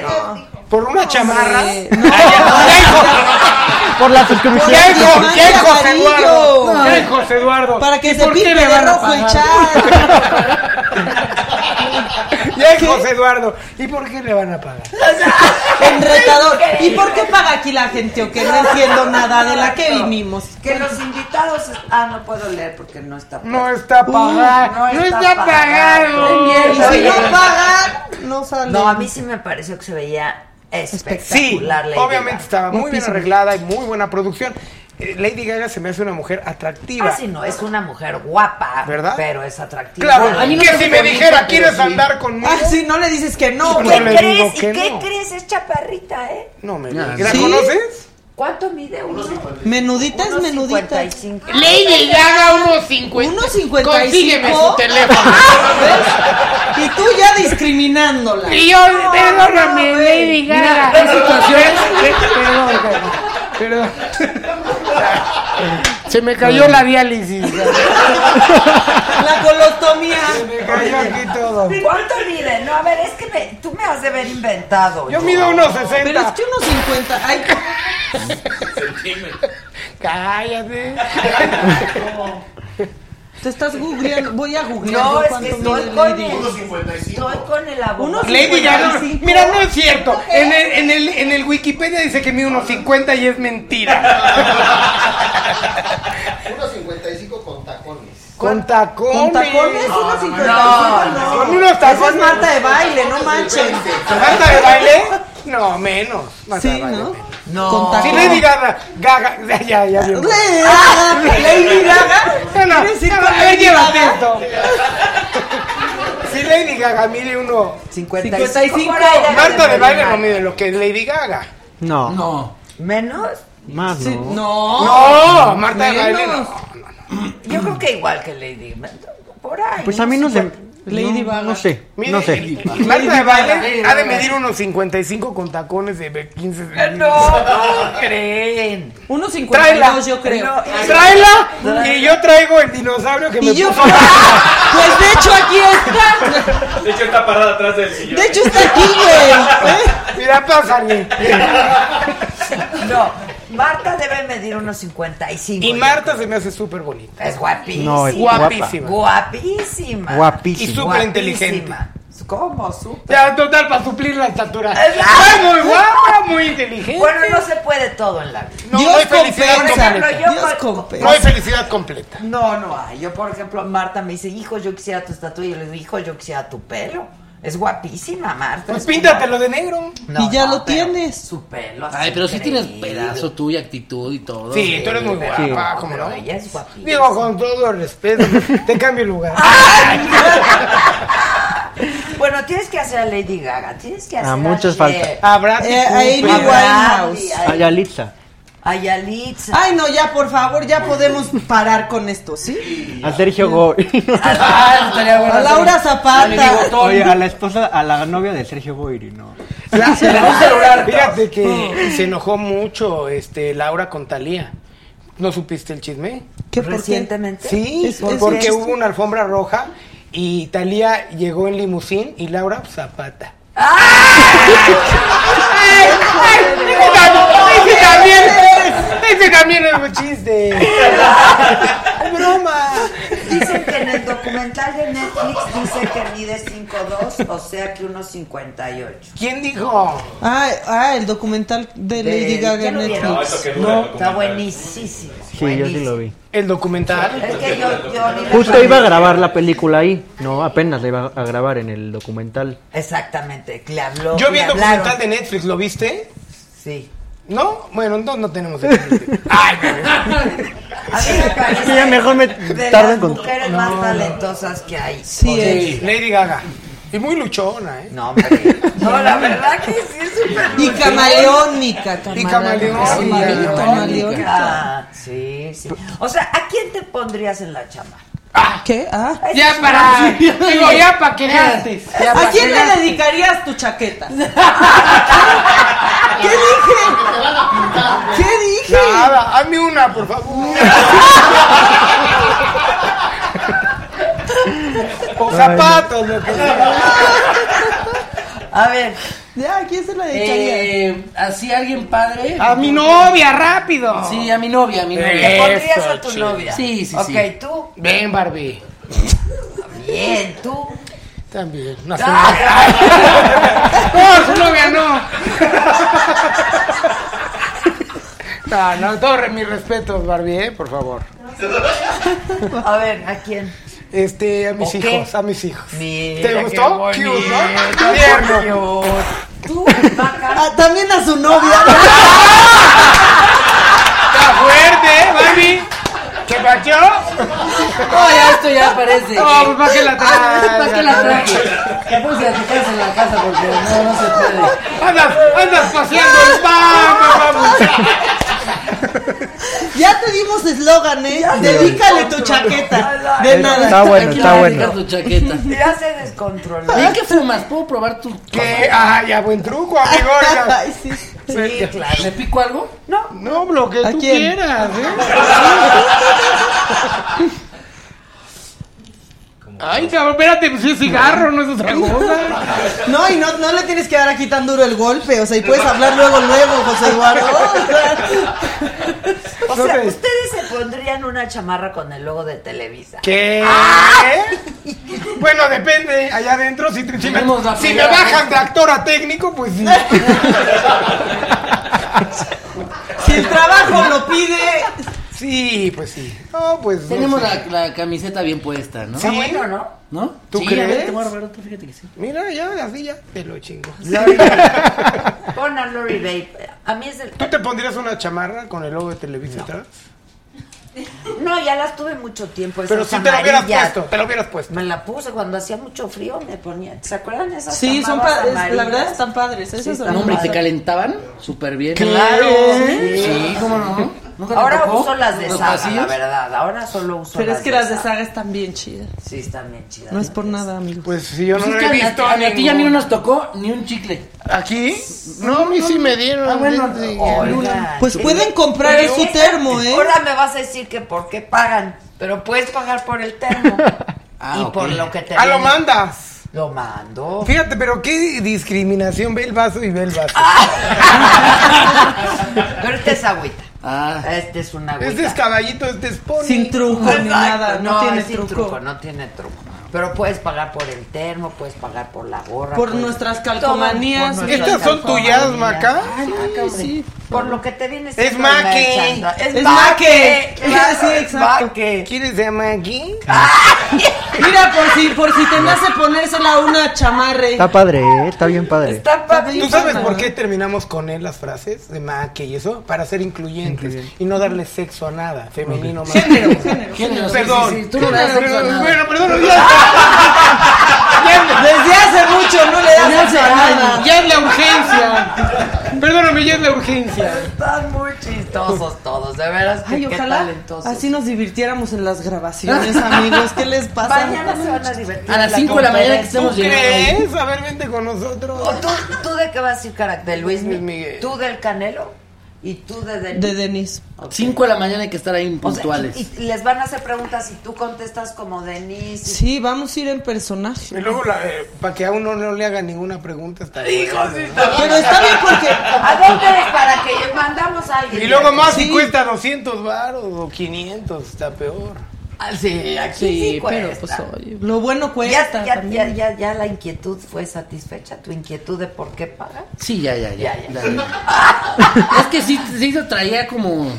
Speaker 10: ¿Por una chamarra?
Speaker 13: hombre,
Speaker 10: Ay, ya-
Speaker 14: Por la
Speaker 10: ¿Qué
Speaker 14: suscripción.
Speaker 13: Por
Speaker 10: hijo?
Speaker 13: diamante
Speaker 10: ¿Qué hijo José
Speaker 13: amarillo.
Speaker 10: Eduardo?
Speaker 13: No.
Speaker 10: ¿Qué hijo José Eduardo?
Speaker 13: Para que
Speaker 10: ¿Y
Speaker 13: se
Speaker 10: por qué
Speaker 13: pinte
Speaker 10: le
Speaker 13: de
Speaker 10: van a
Speaker 13: rojo el
Speaker 10: pagar?
Speaker 13: chat.
Speaker 10: Ya hijo José Eduardo. ¿Y por qué le van a pagar?
Speaker 13: En retador. ¿Y por qué paga aquí la gente o que no entiendo nada de la que vinimos?
Speaker 2: Que los invitados. Ah, no puedo leer porque no está.
Speaker 10: No está pagado.
Speaker 2: no
Speaker 10: Uh, no,
Speaker 2: está
Speaker 10: está,
Speaker 2: pagado.
Speaker 10: pagado.
Speaker 13: Y si no pagan, no salen.
Speaker 2: No, a mí sí me pareció que se veía
Speaker 10: Sí,
Speaker 2: espectacular. Lady
Speaker 10: obviamente
Speaker 2: Gaga.
Speaker 10: estaba muy bien
Speaker 13: Guapísima.
Speaker 10: arreglada y muy buena producción. Eh, Lady Gaga se me hace una mujer atractiva.
Speaker 2: Ah, sí, no, es una mujer guapa.
Speaker 10: ¿Verdad?
Speaker 2: Pero es atractiva.
Speaker 10: Claro,
Speaker 7: A mí no
Speaker 10: que
Speaker 7: me
Speaker 10: si
Speaker 7: hace
Speaker 10: me
Speaker 7: bonita,
Speaker 10: dijera,
Speaker 7: pero
Speaker 10: ¿quieres
Speaker 7: sí.
Speaker 10: andar conmigo?
Speaker 13: Ah, sí, no le dices que no.
Speaker 2: ¿Y
Speaker 10: No
Speaker 2: ¿Qué
Speaker 10: le digo
Speaker 2: crees? ¿Y
Speaker 10: que
Speaker 2: qué
Speaker 10: no.
Speaker 2: crees? Es chaparrita, ¿eh?
Speaker 10: No me
Speaker 7: Ya,
Speaker 10: digas. ¿La
Speaker 13: ¿sí?
Speaker 10: conoces?
Speaker 2: ¿Cuánto mide? Uno,
Speaker 13: Menuditas,
Speaker 2: unos
Speaker 13: menuditas.
Speaker 2: 55.
Speaker 10: Lady Gaga 1.50.
Speaker 13: 1.55.
Speaker 10: Consígueme su teléfono.
Speaker 13: Ah, ¿ves? Y tú ya discriminándola.
Speaker 10: Dios, perdóname,
Speaker 13: no, güey.
Speaker 10: Lady Gaga.
Speaker 7: hay situaciones-
Speaker 10: Perdón, Gaga, perdón. Se me cayó la diálisis. Se
Speaker 13: La colostomía.
Speaker 10: me cayó aquí todo.
Speaker 2: ¿Cuánto mide? No, a ver, es que me- tú me has de ver inventado.
Speaker 10: Yo
Speaker 2: ¿no?
Speaker 10: mido unos 60.
Speaker 13: Pero es que unos 50. Ay,
Speaker 10: Cállate.
Speaker 13: Te estás googleando. Voy a googlear.
Speaker 2: No,
Speaker 13: yo
Speaker 2: es que
Speaker 13: cuánto
Speaker 2: estoy
Speaker 13: mide
Speaker 2: con
Speaker 13: Lady.
Speaker 2: el- Estoy con el abogado.
Speaker 10: Lady Gaga, mira, no es cierto. En el, en, el, en el Wikipedia dice que mide unos 50 y es mentira.
Speaker 4: 1.55 con tacones.
Speaker 10: Con tacones.
Speaker 4: ¿Con tacones?
Speaker 10: No,
Speaker 4: Unos
Speaker 10: no,
Speaker 4: 55,
Speaker 10: no.
Speaker 4: no.
Speaker 10: Con
Speaker 4: Esa
Speaker 10: unos
Speaker 4: es
Speaker 10: tacones.
Speaker 4: Marta de baile, no manchen.
Speaker 10: ¿Marta de baile? No, menos. Marta de baile.
Speaker 13: No.
Speaker 10: Con tacones. Sí, Lady Gaga. Gaga. Ya, ya, ya. bien.
Speaker 13: Gaga, Lady Gaga.
Speaker 10: No, no,
Speaker 13: ¿Quieres ir
Speaker 10: no,
Speaker 13: con
Speaker 10: no, a ver,
Speaker 13: Lady
Speaker 10: llévate
Speaker 13: Gaga?
Speaker 10: esto. Si Lady Gaga mide uno...
Speaker 2: 55.
Speaker 10: Marta de baile no mide lo que es Lady Gaga.
Speaker 14: No.
Speaker 13: No.
Speaker 2: ¿Menos?
Speaker 14: Más
Speaker 2: Sí,
Speaker 14: no.
Speaker 13: No.
Speaker 10: No, Marta de baile no.
Speaker 2: Menos. Yo creo que igual que Lady. Por ahí.
Speaker 14: Pues a mí no sé.
Speaker 10: Lady
Speaker 14: no,
Speaker 10: Gaga.
Speaker 14: No sé. No sé.
Speaker 10: Marta de baile
Speaker 2: Gaga.
Speaker 10: ha de medir unos 55 con tacones de 15 centímetros.
Speaker 2: Eh, No, no creen.
Speaker 13: Unos
Speaker 10: Tráela.
Speaker 13: 52 yo creo.
Speaker 10: No, tráela y yo traigo el dinosaurio que me
Speaker 13: yo-
Speaker 10: puso.
Speaker 13: Pues de hecho aquí está.
Speaker 5: De hecho, está parada atrás del sillón.
Speaker 13: De hecho está aquí, güey. ¿Eh?
Speaker 10: Mira, pásale.
Speaker 2: No, Marta debe medir unos 55.
Speaker 10: Y Marta se me hace súper bonita.
Speaker 2: Es guapísima.
Speaker 14: No, es
Speaker 10: guapísima.
Speaker 2: Guapísima.
Speaker 14: Guapísima.
Speaker 10: Y súper inteligente.
Speaker 2: Guapísima. ¿Cómo? Súper.
Speaker 10: Ya, total, para suplir la estatura.
Speaker 2: Exacto.
Speaker 10: Ay, muy guapa, muy inteligente.
Speaker 2: Bueno, no se puede todo en la vida.
Speaker 10: No, no hay felicidad
Speaker 2: Por ejemplo,
Speaker 10: completa.
Speaker 2: yo
Speaker 13: Dios
Speaker 2: con-
Speaker 10: No hay felicidad completa.
Speaker 2: No, no hay. Yo, por ejemplo, Marta me dice, hijo, yo quisiera tu estatua. Y yo le digo, hijo, yo quisiera tu pelo. Es guapísima, Marta.
Speaker 10: Pues
Speaker 2: Es
Speaker 10: píntatelo de negro.
Speaker 2: como- No,
Speaker 13: y ya
Speaker 2: no,
Speaker 13: lo
Speaker 2: pero
Speaker 13: tienes.
Speaker 2: Su pelo.
Speaker 7: Ay, pero sí tienes pedazo
Speaker 2: tú.
Speaker 7: tú y actitud y todo.
Speaker 10: Sí, tú eres muy guapa, ¿cómo
Speaker 2: Pero
Speaker 10: no?
Speaker 2: ella es guapísima.
Speaker 10: Digo, con todo el respeto, te cambio el lugar.
Speaker 13: Ah,
Speaker 2: Bueno, tienes que hacer a Lady Gaga. Tienes que hacer
Speaker 14: A muchas falta.
Speaker 10: Habrá
Speaker 13: Eh, a Amy
Speaker 2: Cooper.
Speaker 13: Winehouse.
Speaker 2: Ay.
Speaker 14: Ayalitza.
Speaker 2: A Yalitza.
Speaker 13: Ay, no, ya, por favor, ya podemos parar con esto, ¿sí?
Speaker 14: A Sergio Goy.
Speaker 2: Ah, estaría bueno
Speaker 13: A Laura
Speaker 2: hacer-
Speaker 13: Zapata.
Speaker 14: Oye, a la esposa, a la novia de Sergio Goyri, no.
Speaker 10: La-
Speaker 2: Se le va un celular.
Speaker 10: Fíjate que se enojó mucho este Laura con Talía. ¿No supiste el chisme?
Speaker 13: ¿Qué por qué?
Speaker 2: Recientemente.
Speaker 10: Sí,
Speaker 13: Es- es-
Speaker 10: porque
Speaker 13: es-
Speaker 10: hubo una alfombra roja y Talía llegó en limusín y Laura pues, zapata. ¡Ay! ¡Ay! ¡Ese tam- ese también es! ¡Ese también es un chiste! ¡Es broma!
Speaker 2: Dicen que en el documental de Netflix dice que mide 5'2, o sea que unos 58.
Speaker 10: ¿Quién dijo?
Speaker 13: Ah, ah, el documental de Lady
Speaker 2: Eh,
Speaker 13: Gaga
Speaker 2: ¿ya
Speaker 13: en
Speaker 2: lo vieron?
Speaker 5: No,
Speaker 13: Netflix.
Speaker 5: eso que dura el
Speaker 2: No, está
Speaker 5: documental.
Speaker 2: buenísimo.
Speaker 14: Sí, yo sí lo vi.
Speaker 10: ¿El documental?
Speaker 2: Es que yo, yo ni la-
Speaker 14: Justo iba a grabar la película ahí. No, apenas la iba a grabar en el documental.
Speaker 2: Exactamente, le habló.
Speaker 10: Yo vi
Speaker 2: le
Speaker 10: el
Speaker 2: hablaron.
Speaker 10: documental de Netflix, ¿lo viste?
Speaker 2: Sí.
Speaker 10: ¿No? Bueno, entonces no tenemos el chiste. ¡Ay, bebé.
Speaker 2: A mí me parece
Speaker 14: Es que ya mejor me
Speaker 2: de
Speaker 14: tardo
Speaker 2: las
Speaker 14: en contar.
Speaker 2: mujeres más talentosas que hay.
Speaker 13: Sí, eh. es.
Speaker 10: Lady Gaga. Y muy luchona, ¿eh?
Speaker 2: No, hombre. No, la verdad que sí es súper
Speaker 13: Y camaleónica,
Speaker 10: Y camaleónica.
Speaker 13: camaleónica. camaleónica.
Speaker 2: Ah, Sí, sí. O sea, ¿a quién te pondrías en la chamba?
Speaker 13: ¿Qué? Ah.
Speaker 10: Ya para. Digo, ya para que veas. Ya
Speaker 13: ¿A
Speaker 10: pa'
Speaker 13: quién
Speaker 10: que
Speaker 13: le
Speaker 10: veas.
Speaker 13: dedicarías tu chaqueta? ¿Qué dije? ¿Qué dije?
Speaker 10: Nada, hazme una, por favor. o zapatos, lo que sea.
Speaker 2: A ver,
Speaker 13: Ya, ¿a quién se la dedicaría?
Speaker 7: Eh, así alguien padre.
Speaker 10: A mi novia, rápido.
Speaker 7: Sí, a mi novia, a mi
Speaker 2: ¿te
Speaker 10: Eh.
Speaker 7: novia.
Speaker 2: pondrías
Speaker 10: Eso,
Speaker 2: a tu
Speaker 10: chido.
Speaker 2: novia?
Speaker 7: Sí, sí,
Speaker 2: Ok,
Speaker 7: sí.
Speaker 2: tú.
Speaker 10: Ven, Barbie.
Speaker 2: Bien, tú. Ah,
Speaker 10: También. No,
Speaker 7: Ah.
Speaker 10: su no, su novia no. No, no, todo re- mis respetos, Barbie, ¿eh? por favor.
Speaker 2: A ver, ¿a quién?
Speaker 10: Este, a mis
Speaker 2: ¿O
Speaker 10: hijos,
Speaker 2: qué?
Speaker 10: a mis hijos.
Speaker 2: Mira,
Speaker 10: ¿Te
Speaker 2: qué
Speaker 10: gustó?
Speaker 2: bonito,
Speaker 10: Cute, ¿no? Tierno.
Speaker 2: Tú, vaca.
Speaker 13: Ah, También a su novia.
Speaker 10: Está fuerte, ¿eh, Barbie? ¿Qué pacho?
Speaker 13: Oh,
Speaker 7: No, ya esto ya parece.
Speaker 10: No, pues, ¿para qué la traes?
Speaker 7: Ah, ¿Para qué la traje? Ya puse a tu casa en la casa porque no, no se puede.
Speaker 10: Andas, andas paseando el pan, vamos.
Speaker 13: Ya te dimos eslogan, ¿eh? Dedícale tu chaqueta. De nada.
Speaker 14: Está bueno,
Speaker 7: Aquí
Speaker 14: está
Speaker 7: le
Speaker 14: bueno.
Speaker 7: dedicas tu chaqueta.
Speaker 2: Ya se descontroló.
Speaker 7: ¿Y qué fumas? ¿Puedo probar tu.?
Speaker 10: ¿Qué? Ah, ya, buen truco, amigo. oiga.
Speaker 13: Ay, sí.
Speaker 2: Sí, claro.
Speaker 7: ¿Le pico algo?
Speaker 10: No, lo que
Speaker 13: ¿A
Speaker 10: tú
Speaker 13: quién?
Speaker 10: quieras, ¿eh? Ay, cabrón, espérate, pues es cigarro, no es otra cosa.
Speaker 13: No, y no, no le tienes que dar aquí tan duro el golpe, o sea, y puedes hablar luego, luego, José Eduardo. O sea,
Speaker 2: O
Speaker 10: No
Speaker 2: sea,
Speaker 10: te-
Speaker 2: ustedes se pondrían una chamarra con el logo de Televisa.
Speaker 10: ¿Qué? Bueno, depende. Allá adentro, si, te- si me,
Speaker 2: Vemos la
Speaker 10: si me
Speaker 2: primera
Speaker 10: bajan de actor a técnico, pues sí. si el trabajo lo pide. Sí, pues sí. No, pues.
Speaker 7: Tenemos
Speaker 10: no sé.
Speaker 7: la, la camiseta bien puesta, ¿no?
Speaker 10: Sí.
Speaker 2: Ah,
Speaker 10: Está bueno, ¿no?
Speaker 7: ¿No?
Speaker 10: ¿Tú
Speaker 7: Sí,
Speaker 10: crees?
Speaker 7: a ver, te voy a robar otra, fíjate que sí.
Speaker 10: Mira, ya, así ya. Te lo chingo.
Speaker 2: Pon a Lori Babe. A mí es el.
Speaker 10: ¿Tú te pondrías una chamarra con el logo de Televisa atrás?
Speaker 2: No, ya las tuve mucho tiempo. esas
Speaker 10: Pero si te lo hubieras
Speaker 2: amarillas.
Speaker 10: puesto, te lo hubieras puesto.
Speaker 2: Me la puse cuando hacía mucho frío, me ponía. ¿Se acuerdan de esas?
Speaker 13: Sí, son
Speaker 2: chamarras
Speaker 13: padres, la
Speaker 2: amarillas?
Speaker 13: verdad están padres.
Speaker 2: Sí,
Speaker 13: Esas
Speaker 2: están
Speaker 13: son
Speaker 7: No, hombre, ¿y ¿se
Speaker 13: padres.
Speaker 7: calentaban? Súper bien.
Speaker 2: Claro.
Speaker 7: Sí,
Speaker 2: Sí.
Speaker 7: cómo no. ¿Nunca te
Speaker 2: Ahora
Speaker 7: tocó?
Speaker 2: uso las de
Speaker 7: ¿Los
Speaker 2: Saga, la
Speaker 7: pasillos?
Speaker 2: verdad. Ahora solo uso
Speaker 13: Pero es que las de
Speaker 2: Saga.
Speaker 13: saga están bien chidas.
Speaker 2: Sí, están bien chidas.
Speaker 13: No es por nada, amigos.
Speaker 10: Pues si yo
Speaker 7: Pues es que a- a, a ti ya ni nos tocó ni un chicle.
Speaker 10: ¿Aquí? No, a mí sí me dieron.
Speaker 7: Ah, bueno.
Speaker 10: Sí.
Speaker 2: Oigan.
Speaker 13: Pues pueden comprar
Speaker 2: Oye,
Speaker 13: en su
Speaker 2: esa-
Speaker 13: termo, ¿eh?
Speaker 2: Ahora me vas a decir que por qué pagan, pero puedes pagar por el termo. y
Speaker 10: ok.
Speaker 2: por lo que te
Speaker 10: Ah, lo
Speaker 2: venden.
Speaker 10: mandas.
Speaker 2: Lo mando.
Speaker 10: Fíjate, pero qué discriminación. Ve el vaso y ve el vaso.
Speaker 7: Ah,
Speaker 2: Pero esta es agüita. Este es una agüita.
Speaker 10: este Ah. es caballito, este es pony.
Speaker 13: Sin truco ni
Speaker 2: Exacto,
Speaker 13: nada, no, tiene
Speaker 2: es sin
Speaker 13: truco.
Speaker 2: No tiene truco. Pero puedes pagar por el termo, puedes pagar por la gorra.
Speaker 13: Por
Speaker 2: puedes-
Speaker 13: nuestras calcomanías.
Speaker 2: Todo, por nuestras
Speaker 10: ¿Estas son
Speaker 2: calcomanías.
Speaker 10: tuyas, Maca?
Speaker 2: Ay, Maca, sí. Por lo que te vienes.
Speaker 10: Es maque.
Speaker 2: Es maque. claro,
Speaker 13: Sí,
Speaker 2: es
Speaker 13: exacto.
Speaker 2: maque.
Speaker 10: ¿Quieres de Maggie?
Speaker 13: Mira, por si, por si te nace ponérsela una chamarre.
Speaker 14: Está padre, ¿eh? está bien padre.
Speaker 10: ¿Tú sabes por qué terminamos con él las frases de maque y eso? Para ser incluyentes y no darle sexo a nada, femenino, masculino.
Speaker 7: Género, sí,
Speaker 10: Perdón.
Speaker 7: sí, sí, tú no le das
Speaker 10: Género,
Speaker 7: sexo a nada.
Speaker 10: Bueno, perdón, ya.
Speaker 13: Desde hace mucho no le
Speaker 10: Ya
Speaker 13: das
Speaker 10: es
Speaker 13: a nada.
Speaker 10: ya es la urgencia. Perdóname, ya es la urgencia.
Speaker 2: Están muy chistosos todos, de veras. que
Speaker 13: Ay,
Speaker 2: qué
Speaker 13: ojalá
Speaker 2: talentosos.
Speaker 13: así nos divirtiéramos en las grabaciones, amigos. ¿Qué les pasa?
Speaker 2: Mañana se van a divertir.
Speaker 7: A
Speaker 2: en
Speaker 7: las 5 de la mañana que estemos
Speaker 10: ¿Tú
Speaker 7: llegando. ahí.
Speaker 10: crees? A ver, ¿eh? vente con nosotros.
Speaker 2: O tú, tú de qué vas a ir carácter, Luis Miguel.
Speaker 10: Luis Miguel.
Speaker 2: Tú del Canelo y tú de Denis.
Speaker 13: De Denis.
Speaker 7: 5 de la mañana hay que estar ahí
Speaker 2: O sea,
Speaker 7: puntuales.
Speaker 2: y, y les van a hacer preguntas y tú contestas como Denis. y-
Speaker 13: Sí, vamos a ir en
Speaker 10: Y
Speaker 13: personaje.
Speaker 10: luego, la, eh, para que a uno no le haga ninguna pregunta, está
Speaker 2: Hijo,
Speaker 10: bueno,
Speaker 2: sí
Speaker 10: ¿no?
Speaker 2: está bien.
Speaker 13: Pero está bien porque.
Speaker 2: ¿A dónde para que mandamos a alguien?
Speaker 10: Y luego más
Speaker 13: Sí.
Speaker 10: si cuesta 200 varos o 500, está peor.
Speaker 2: Ah, sí, aquí sí,
Speaker 13: Sí,
Speaker 2: cuesta.
Speaker 13: pero pues oye, lo bueno
Speaker 2: ya,
Speaker 13: cuesta.
Speaker 2: ya, ya,
Speaker 13: también.
Speaker 2: ya, ya la inquietud fue satisfecha, tu inquietud de por qué pagar.
Speaker 7: Sí, ya, ya, ya.
Speaker 2: Ya, ya.
Speaker 7: La- es que sí, sí se traía como.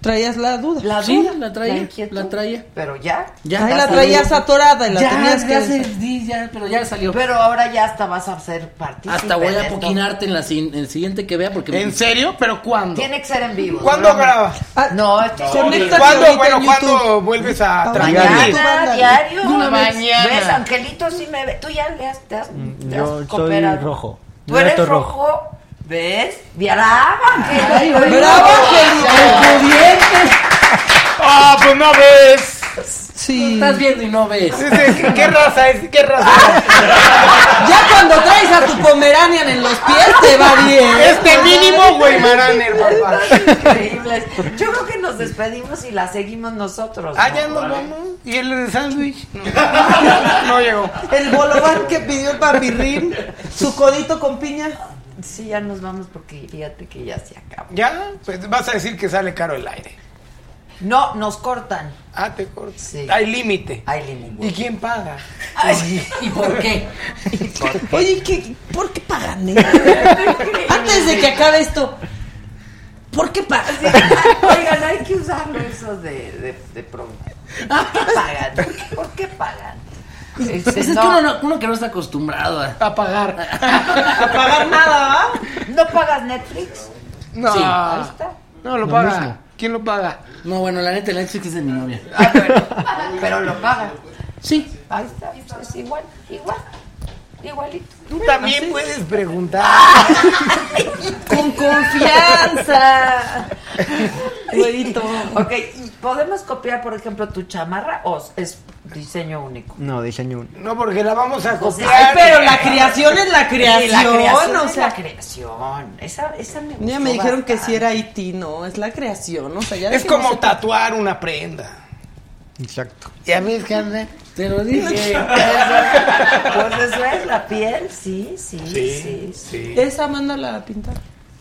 Speaker 13: Traías la duda.
Speaker 2: La
Speaker 7: Sí,
Speaker 2: duda,
Speaker 7: la traía.
Speaker 2: inquietud.
Speaker 7: La traía.
Speaker 2: Pero ya.
Speaker 7: Ya.
Speaker 13: Ahí la
Speaker 7: salió.
Speaker 13: traías atorada y la tenías que.
Speaker 7: ya, se- sí, ya, pero ya salió.
Speaker 2: Pero ahora ya hasta vas a ser partícipe.
Speaker 7: Hasta voy
Speaker 2: de
Speaker 7: a
Speaker 2: esto.
Speaker 7: poquinarte en, la, sin- en el siguiente que vea porque.
Speaker 10: ¿En serio? ¿Pero cuándo?
Speaker 2: Tiene que ser en vivo.
Speaker 10: ¿Cuándo
Speaker 2: no, no.
Speaker 10: grabas?
Speaker 13: Ah,
Speaker 2: No, esto es en vivo.
Speaker 13: Conéctate
Speaker 10: ¿Cuándo,
Speaker 13: ahorita
Speaker 10: bueno,
Speaker 13: en
Speaker 10: cuándo
Speaker 13: YouTube.
Speaker 10: vuelves a
Speaker 7: Ah.
Speaker 13: Mañana.
Speaker 10: transmitir?
Speaker 2: Mañana, diario.
Speaker 7: Una
Speaker 2: ¿ves?
Speaker 7: mañana.
Speaker 2: ¿Ves? Angelito sí me ve. Tú ya le has, te has, te has
Speaker 14: yo soy
Speaker 2: cooperado.
Speaker 14: rojo.
Speaker 2: Tú
Speaker 14: Yo
Speaker 2: eres
Speaker 14: estoy
Speaker 2: rojo.
Speaker 14: rojo.
Speaker 2: ¿Ves? ¡Brava, Angelito!
Speaker 13: ¡Bravo,
Speaker 10: ¡Ah, pues no ves!
Speaker 13: Sí.
Speaker 7: Estás viendo y no ves.
Speaker 10: Dice, ¿Qué raza es? ¿Qué raza es?
Speaker 13: Ya cuando traes a tu Pomeranian en los pies te va bien.
Speaker 10: Este mínimo, güey, Maraner, papá.
Speaker 2: Increíbles. Yo creo que nos despedimos y la seguimos nosotros.
Speaker 10: Ah,
Speaker 2: ¿no?
Speaker 10: ya nos
Speaker 2: Vale.
Speaker 10: vamos. ¿Y el de sándwich? No. no llegó.
Speaker 13: El bolobán que pidió el papirrín, su codito con piña.
Speaker 2: Sí, ya nos vamos porque fíjate que ya se acaba.
Speaker 10: ¿Ya? Pues vas a decir que sale caro el aire.
Speaker 2: No, nos cortan.
Speaker 10: Ah, te cortas.
Speaker 2: Sí.
Speaker 10: Hay límite.
Speaker 2: Ay, Lili.
Speaker 10: ¿Y quién paga?
Speaker 7: ¿Y por qué?
Speaker 13: Oye, ¿qué, ¿por qué pagan? eh? Antes de que acabe esto, ¿por qué pagan?
Speaker 2: Oigan, hay que usarlo eso de, de, de promo. ¿Por qué pagan? ¿Por qué pagan? Este,
Speaker 7: Pues es que uno, no- uno que no está acostumbrado a.
Speaker 10: A pagar.
Speaker 13: A pagar nada, ¿va?
Speaker 2: ¿No pagas Netflix?
Speaker 10: No.
Speaker 7: Sí.
Speaker 2: Ahí está.
Speaker 10: No lo
Speaker 7: Lo
Speaker 10: paga.
Speaker 7: mismo.
Speaker 10: ¿Quién lo paga?
Speaker 7: No, bueno, la neta, el Netflix es de mi novia.
Speaker 2: Ah, bueno. Pero lo pagan.
Speaker 7: Sí.
Speaker 2: Ahí está. Es igual, igual. Igualito.
Speaker 10: Tú también puedes preguntar.
Speaker 13: Con confianza. Güerito.
Speaker 2: Ok, ¿y podemos copiar, por ejemplo, tu chamarra o es diseño único?
Speaker 14: No, diseño uno.
Speaker 10: No, porque la vamos a
Speaker 2: Pues,
Speaker 10: copiar.
Speaker 13: Ay, pero la creación es la creación.
Speaker 2: Sí, la creación
Speaker 13: o
Speaker 2: es
Speaker 13: sea,
Speaker 2: la creación. Esa, esa me
Speaker 13: Ya
Speaker 2: gustó
Speaker 13: me dijeron que si
Speaker 2: bastante.
Speaker 13: era Haití, no, es la creación, o sea, ya
Speaker 10: Es
Speaker 13: de que no
Speaker 10: como
Speaker 13: se-
Speaker 10: tatuar una prenda.
Speaker 14: Exacto.
Speaker 10: ¿Ya ves que anda?
Speaker 7: Te lo dije.
Speaker 2: Eso- Pues eso es la piel, sí, sí, sí. sí.
Speaker 10: Sí.
Speaker 13: Esa mándala a pintar.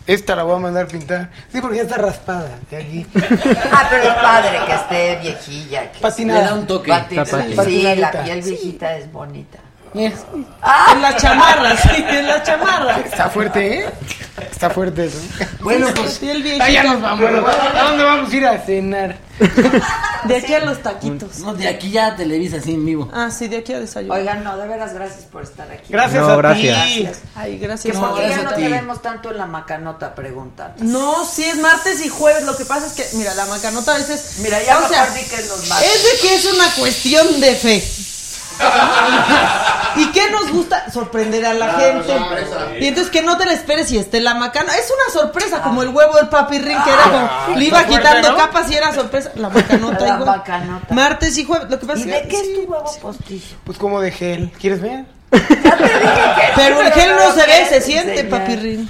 Speaker 10: Esta la voy a mandar pintar. Sí, porque ya está raspada de aquí.
Speaker 2: Ah, pero es padre que esté viejilla. Que
Speaker 10: Patinada.
Speaker 2: esté-
Speaker 10: Le da un toque.
Speaker 2: Patinada.
Speaker 10: Está
Speaker 2: Sí,
Speaker 10: padre.
Speaker 2: la
Speaker 10: Patinadita.
Speaker 2: piel viejita es bonita.
Speaker 13: En la chamarra, sí, en la chamarra.
Speaker 10: Está fuerte, ¿eh? Está fuerte eso.
Speaker 13: Bueno, pues, y el viejito.
Speaker 10: Ah, ya nos vamos.
Speaker 13: Bueno,
Speaker 10: ¿A dónde vamos a ir a cenar?
Speaker 13: De aquí a los taquitos.
Speaker 7: No, de aquí ya Televisa, así en vivo.
Speaker 13: Ah, sí, de aquí a desayuno.
Speaker 2: Oigan, no, de veras, gracias por estar aquí.
Speaker 7: Gracias No, a ti. gracias.
Speaker 13: Ay,
Speaker 2: Que
Speaker 13: gracias.
Speaker 2: por qué ya no te
Speaker 13: no,
Speaker 2: vemos tanto en la macanota, preguntan.
Speaker 13: sí, es martes y jueves. Lo que pasa es que, mira, la macanota a veces.
Speaker 2: Mira, ya
Speaker 13: o sea,
Speaker 2: mejor di que es los martes.
Speaker 13: es de que es una cuestión de fe. ¿Y qué nos gusta? Sorprender a la
Speaker 4: Claro,
Speaker 13: gente.
Speaker 4: sorpresa.
Speaker 13: Y entonces que no te la esperes y esté la macana. Es una sorpresa, como el huevo del papi Ring, que era
Speaker 2: Ah,
Speaker 13: como, le iba
Speaker 2: ¿te acuerdas,
Speaker 13: quitando
Speaker 2: no?
Speaker 13: capas y era sorpresa. La macanota,
Speaker 2: La
Speaker 13: igual.
Speaker 2: macanota.
Speaker 13: Martes y jueves. Lo que pasa
Speaker 2: ¿Y
Speaker 13: es
Speaker 2: de
Speaker 13: que.
Speaker 2: qué es tu huevo postizo?
Speaker 10: Pues como de gel. ¿Quieres ver?
Speaker 13: Pero el
Speaker 2: Pero
Speaker 13: gel no
Speaker 2: no
Speaker 13: se ve,
Speaker 2: quiere
Speaker 13: se siente,
Speaker 2: enseñar.
Speaker 13: papi Rin.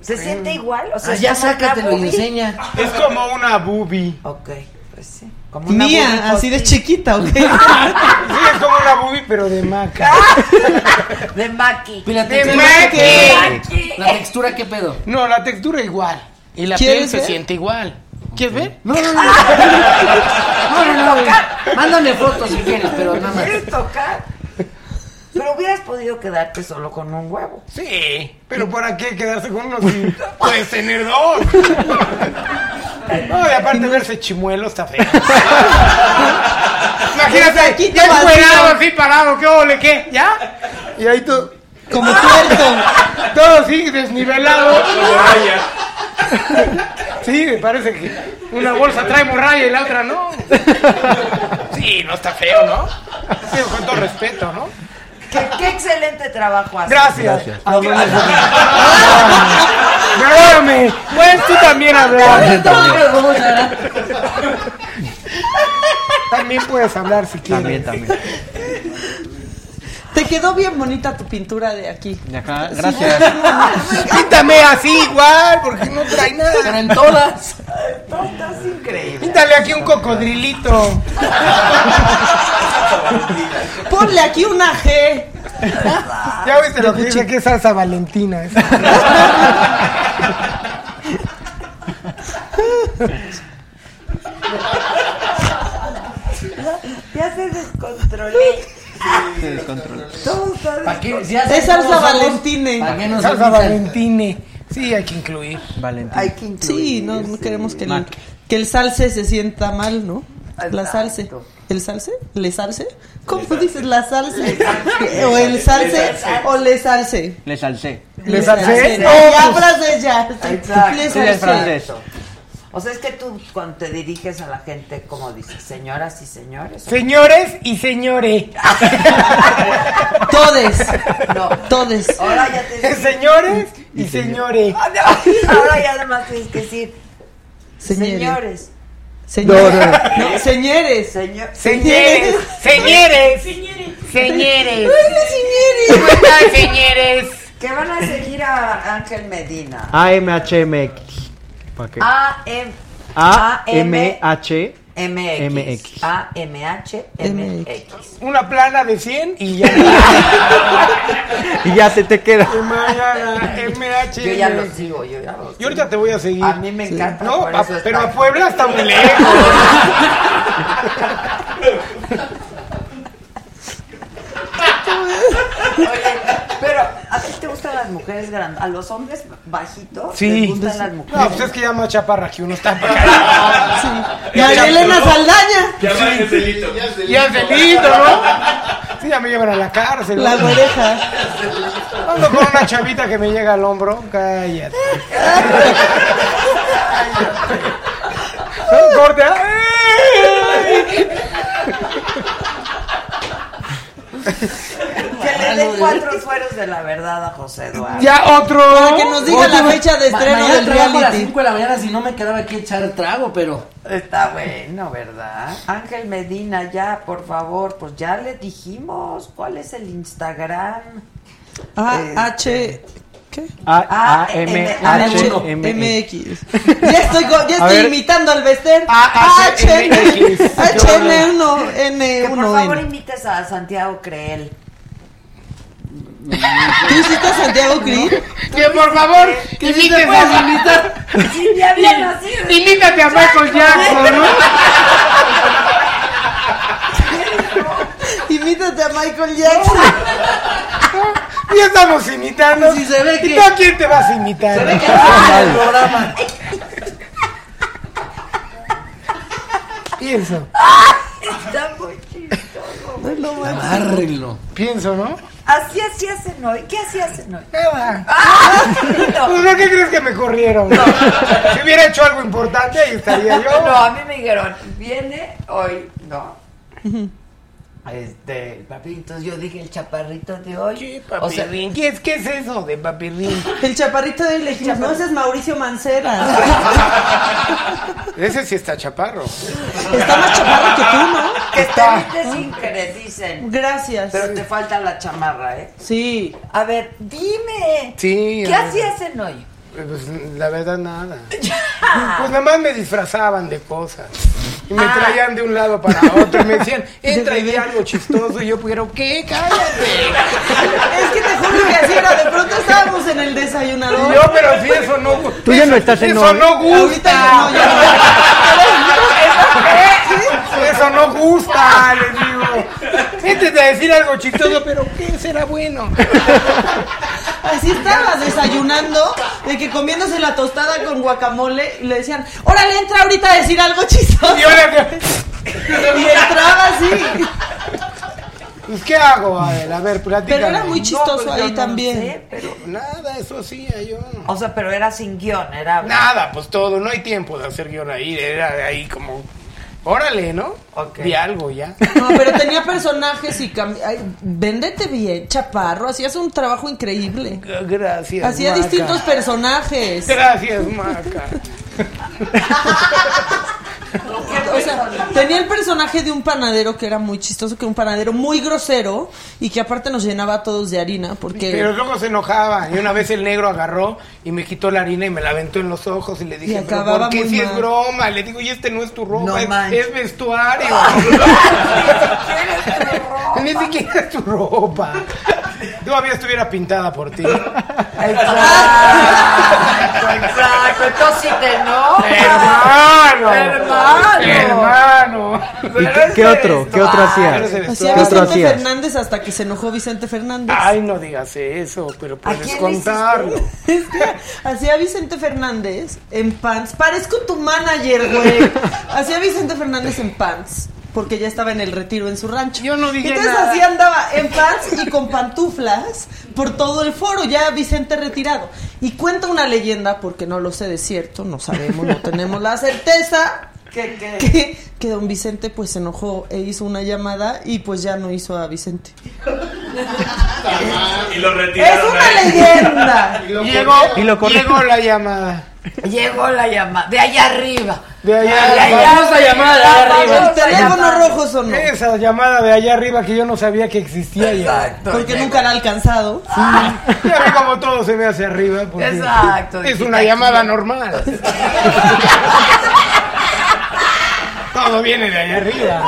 Speaker 2: ¿Se siente igual? O sea,
Speaker 13: Ah,
Speaker 2: es
Speaker 13: ya
Speaker 2: como una
Speaker 13: sácatelo y
Speaker 2: boobie.
Speaker 13: enseña.
Speaker 10: Es como una boobie.
Speaker 2: Ok, pues sí. Como una boobie
Speaker 13: Mía, así de
Speaker 2: postizo.
Speaker 13: chiquita, ¿ok?
Speaker 10: Sí, es como una boobie, pero de maca.
Speaker 2: De maqui.
Speaker 10: la
Speaker 2: De
Speaker 10: textura
Speaker 2: maqui.
Speaker 10: que-
Speaker 7: La textura, ¿qué pedo?
Speaker 10: No, la textura igual. Y la
Speaker 7: ¿Quieres
Speaker 10: piel se
Speaker 7: ver?
Speaker 10: siente igual. ¿Quieres ver?
Speaker 7: No, no, no. No, no, no, güey. Mándame fotos si quieres, pero nada más.
Speaker 2: ¿Quieres tocar? Pero hubieras podido quedarte solo con un huevo.
Speaker 10: Sí, pero ¿para qué quedarse con uno si puedes tener dos? No, y aparte verse chimuelo está feo. Imagínate, aquí ya
Speaker 13: vacío.
Speaker 10: encuerado, así parado, ¿qué ole, qué? ¿Ya? Y ahí tú...
Speaker 13: Como tuerto.
Speaker 10: Todo así, desnivelado. Sí, me parece que una bolsa trae morralla y la otra no. Sí, no está feo, ¿no? Sí, con todo respeto, ¿no?
Speaker 2: Qué, qué excelente trabajo haces.
Speaker 10: Gracias. Nos vemos. Perdóname. Puedes tú también hablar. También puedes hablar si quieres.
Speaker 14: También, también.
Speaker 13: Te quedó bien bonita tu pintura de aquí.
Speaker 14: De acá, gracias.
Speaker 10: Píntame así igual, porque no trae nada.
Speaker 13: Pero en todas.
Speaker 2: Estás increíble.
Speaker 10: Píntale aquí un cocodrilito.
Speaker 13: Ponle aquí una G.
Speaker 10: Ya viste lo que dice que es salsa valentina. ¿eh?
Speaker 2: Ya se descontrolé.
Speaker 14: Se descontrola.
Speaker 2: Todo está
Speaker 7: ¿Para qué? Si
Speaker 2: descontrolado.
Speaker 7: haces cosas, ¿Para qué nos
Speaker 10: Salsa
Speaker 7: avisan?
Speaker 10: valentine. Sí, hay que incluir.
Speaker 14: Valentín.
Speaker 2: Hay que incluir.
Speaker 13: Sí, no, no queremos que el,
Speaker 10: Mac.
Speaker 13: que el salse se sienta mal, ¿no? La
Speaker 2: Exacto.
Speaker 13: salse. ¿El salse? ¿Le salse? ¿Cómo dices? ¿La salse? ¿O el salse? ¿O le salse?
Speaker 14: Le salsé.
Speaker 13: Le
Speaker 10: salsé?
Speaker 13: No,
Speaker 10: No,
Speaker 13: ya
Speaker 10: pues-
Speaker 13: francés, ya. Le
Speaker 14: Sí, es
Speaker 13: salsé.
Speaker 14: francés.
Speaker 2: O sea, es que tú cuando te diriges a la gente, como dices, señoras y señores.
Speaker 10: Señores y señores.
Speaker 13: Todes.
Speaker 2: No.
Speaker 13: Todes.
Speaker 2: Ahora ya te
Speaker 10: Señores y Ah, señores.
Speaker 2: Ahora ya además tienes que decir señores.
Speaker 13: Señores. No, señores.
Speaker 2: Señor-
Speaker 10: Señores. Señores. Señores.
Speaker 13: Señores.
Speaker 10: ¿Cómo están, señores?
Speaker 2: Que van a seguir a Ángel Medina.
Speaker 14: AMHMX. ¿Para qué?
Speaker 2: A M
Speaker 14: A
Speaker 2: M
Speaker 14: M H
Speaker 2: M X
Speaker 14: MX.
Speaker 2: A M H M X.
Speaker 10: Una plana de 100 y ya.
Speaker 14: y ya se te queda.
Speaker 10: Mañana, MH.
Speaker 2: Yo ya lo sigo, yo ya lo
Speaker 10: Yo ahorita te voy a seguir.
Speaker 2: A mí me encanta.
Speaker 10: No,
Speaker 2: por
Speaker 10: a-
Speaker 2: eso
Speaker 10: pero
Speaker 2: está-
Speaker 10: a Puebla está muy lejos.
Speaker 2: Pero a ti te gustan las mujeres grandes, a los hombres bajitos
Speaker 10: Sí.
Speaker 2: les gustan las mujeres.
Speaker 10: No, pues es que ya más chaparra que uno está para
Speaker 13: María Elena Saldaña.
Speaker 5: Ya va el delito.
Speaker 10: Ya es delito, ¿no? Sí, ya me llevan a la cárcel.
Speaker 13: Las orejas.
Speaker 10: Ando con una chavita que me llega al hombro. Cállate. No, corte. ¡Ay!
Speaker 2: Que
Speaker 10: Ah,
Speaker 2: le den cuatro sueros de la verdad a José Eduardo.
Speaker 10: Ya otro.
Speaker 13: Para que nos diga la
Speaker 7: Oye,
Speaker 13: fecha de
Speaker 7: ma-
Speaker 13: estreno
Speaker 7: mañana
Speaker 13: del
Speaker 7: trabajo a las
Speaker 13: reality.
Speaker 7: 5 de la mañana si no me quedaba aquí a echar trago, pero...
Speaker 2: Está bueno, ¿verdad? Ángel Medina, ya, por favor, pues ya le dijimos cuál es el Instagram.
Speaker 13: A Ah, H ¿qué?
Speaker 14: A A M
Speaker 13: Ah,
Speaker 14: H M X.
Speaker 13: MX. Ya estoy, co- ya
Speaker 14: A
Speaker 13: estoy
Speaker 14: ver.
Speaker 13: imitando al Bester.
Speaker 10: A- H-
Speaker 13: H-
Speaker 10: MX.
Speaker 13: HN1
Speaker 2: Que por favor
Speaker 13: N1N.
Speaker 2: invites a Santiago Creel.
Speaker 13: ¿Tú hiciste a Santiago Cris?
Speaker 10: Que por favor, imites
Speaker 13: "Pues,
Speaker 10: a
Speaker 2: Sí, ya había nacido.
Speaker 10: Imítate a Michael Jackson, ¿no?
Speaker 13: Imítate a Michael Jackson.
Speaker 10: Ya estamos imitando.
Speaker 13: Sí, se ve
Speaker 10: ¿Y
Speaker 13: que-
Speaker 10: tú a quién te vas a imitar?
Speaker 13: Se ve que el programa.
Speaker 10: Pienso.
Speaker 2: Está muy chistoso. güey.
Speaker 7: Agárrenlo.
Speaker 10: Pienso, ¿no?
Speaker 2: Así, así hacen hoy. ¿Qué así hacen hoy?
Speaker 10: Nada.
Speaker 2: ¡Ah!
Speaker 10: Pues, ¿no? ¿Qué crees que me corrieron? Si hubiera hecho algo importante, ahí estaría yo.
Speaker 2: No, a mí me dijeron, viene hoy. No. Este, papi, entonces yo dije el chaparrito de hoy.
Speaker 10: O sea, ¿qué es, ¿Qué es eso de papirrín?
Speaker 13: El chaparrito de le dijimos, no, ese es Mauricio Mancera.
Speaker 10: Ese sí está chaparro.
Speaker 13: Está más chaparro que tú, ¿no?
Speaker 2: que te
Speaker 10: está.
Speaker 2: viste sin que le dicen.
Speaker 13: Gracias.
Speaker 2: Pero te falta la chamarra, ¿eh?
Speaker 13: Sí.
Speaker 2: A ver, dime.
Speaker 10: Sí. eh,
Speaker 2: ¿Qué así hacen hoy?
Speaker 10: Pues la verdad nada. Pues nada más me disfrazaban de cosas. Y me
Speaker 2: Ah.
Speaker 10: traían de un lado para otro. Y me decían, entra y ve algo chistoso. Y yo, pero ¿qué? Cállate.
Speaker 13: Es que te juro que así era. De pronto estábamos en el
Speaker 10: Y
Speaker 13: desayunador.
Speaker 10: yo, pero si eso no gusta.
Speaker 14: Tú ya no estás en
Speaker 10: Eso
Speaker 14: novio.
Speaker 10: no
Speaker 13: Ahorita ya no, ya
Speaker 10: gusta. Eso no gusta, les digo. Métete a decir algo chistoso, pero ¿qué será bueno?
Speaker 13: no. Así estabas desayunando, de que comiéndose la tostada con guacamole, y le decían, órale, entra ahorita a decir algo chistoso.
Speaker 10: Y ahora,
Speaker 13: Y entraba así.
Speaker 10: pues, ¿qué hago? A ver, a ver, platícame.
Speaker 13: Pero era muy chistoso
Speaker 2: pues, yo
Speaker 13: ahí
Speaker 2: no
Speaker 13: también.
Speaker 2: sé, pero-
Speaker 10: Nada, eso sí, yo no.
Speaker 2: o sea, pero era sin guión, era.
Speaker 10: Nada, pues todo, no hay tiempo de hacer guión ahí, era de ahí como, órale, ¿no?
Speaker 2: Ok.
Speaker 10: De algo ya.
Speaker 13: No, pero tenía personajes y cam- ay, Véndete bien, chaparro. Hacías un trabajo increíble.
Speaker 10: G- Gracias.
Speaker 13: Hacía
Speaker 10: Maca.
Speaker 13: distintos personajes.
Speaker 10: Gracias, Maca.
Speaker 13: O sea, tenía el personaje de un panadero que era muy chistoso, que era un panadero muy grosero y que aparte nos llenaba a todos de harina porque
Speaker 10: Pero luego se enojaba y una vez el negro agarró y me quitó la harina y me la aventó en los ojos y le
Speaker 13: Y
Speaker 10: dije, "¿Pero
Speaker 13: acababa
Speaker 10: ¿por qué
Speaker 13: muy
Speaker 10: si es
Speaker 13: mal.
Speaker 10: broma? Le digo, y este no es tu ropa,
Speaker 2: No
Speaker 10: es,
Speaker 2: manches.
Speaker 10: es vestuario. Ni siquiera es tu ropa. Todavía estuviera pintada por ti.
Speaker 2: Exacto, exacto. Entonces sí te no.
Speaker 10: Hermano.
Speaker 2: Hermano.
Speaker 10: Hermano.
Speaker 14: ¿Y qué, qué otro? ¿Qué otro hacías?
Speaker 10: Pero se
Speaker 13: hacía
Speaker 14: ¿Qué otro
Speaker 13: Vicente
Speaker 14: hacías?
Speaker 13: Fernández hasta que se enojó Vicente Fernández.
Speaker 10: Ay, no digas eso, pero
Speaker 2: quién
Speaker 10: puedes
Speaker 2: le
Speaker 10: contarlo.
Speaker 13: Es que hacía Vicente Fernández en pants. Parezco tu manager, güey. Hacía Vicente Fernández en pants. Porque ya estaba en el retiro en su rancho.
Speaker 10: Yo no dije
Speaker 13: Entonces
Speaker 10: nada.
Speaker 13: así andaba en pants y con pantuflas por todo el foro, ya Vicente retirado. Y cuenta una leyenda, porque no lo sé de cierto, no sabemos, no tenemos la certeza,
Speaker 2: ¿Qué, qué?
Speaker 13: que, que don Vicente pues se enojó e hizo una llamada y pues ya no hizo a Vicente.
Speaker 3: Y lo
Speaker 13: ¡Es
Speaker 3: retiraron.
Speaker 13: una
Speaker 3: ahí.
Speaker 13: leyenda!
Speaker 10: Llegó,
Speaker 14: Y lo corrió.
Speaker 10: llegó la llamada.
Speaker 2: Llegó la llamada. De allá arriba.
Speaker 10: De allá,
Speaker 2: De allá
Speaker 10: vamos a llamar
Speaker 2: arriba.
Speaker 10: allá arriba.
Speaker 13: El
Speaker 2: Vamos a
Speaker 13: teléfono
Speaker 2: llamar.
Speaker 13: rojo sonó.
Speaker 10: Esa llamada de allá arriba que yo no sabía que existía ya.
Speaker 2: Exacto.
Speaker 13: Porque
Speaker 2: llegó.
Speaker 13: nunca la ha alcanzado.
Speaker 10: Ya ve como todo se ve hacia arriba. pues. porque
Speaker 2: Exacto,
Speaker 10: Es
Speaker 2: dijiste,
Speaker 10: una
Speaker 2: aquí.
Speaker 10: llamada normal. todo viene de allá arriba.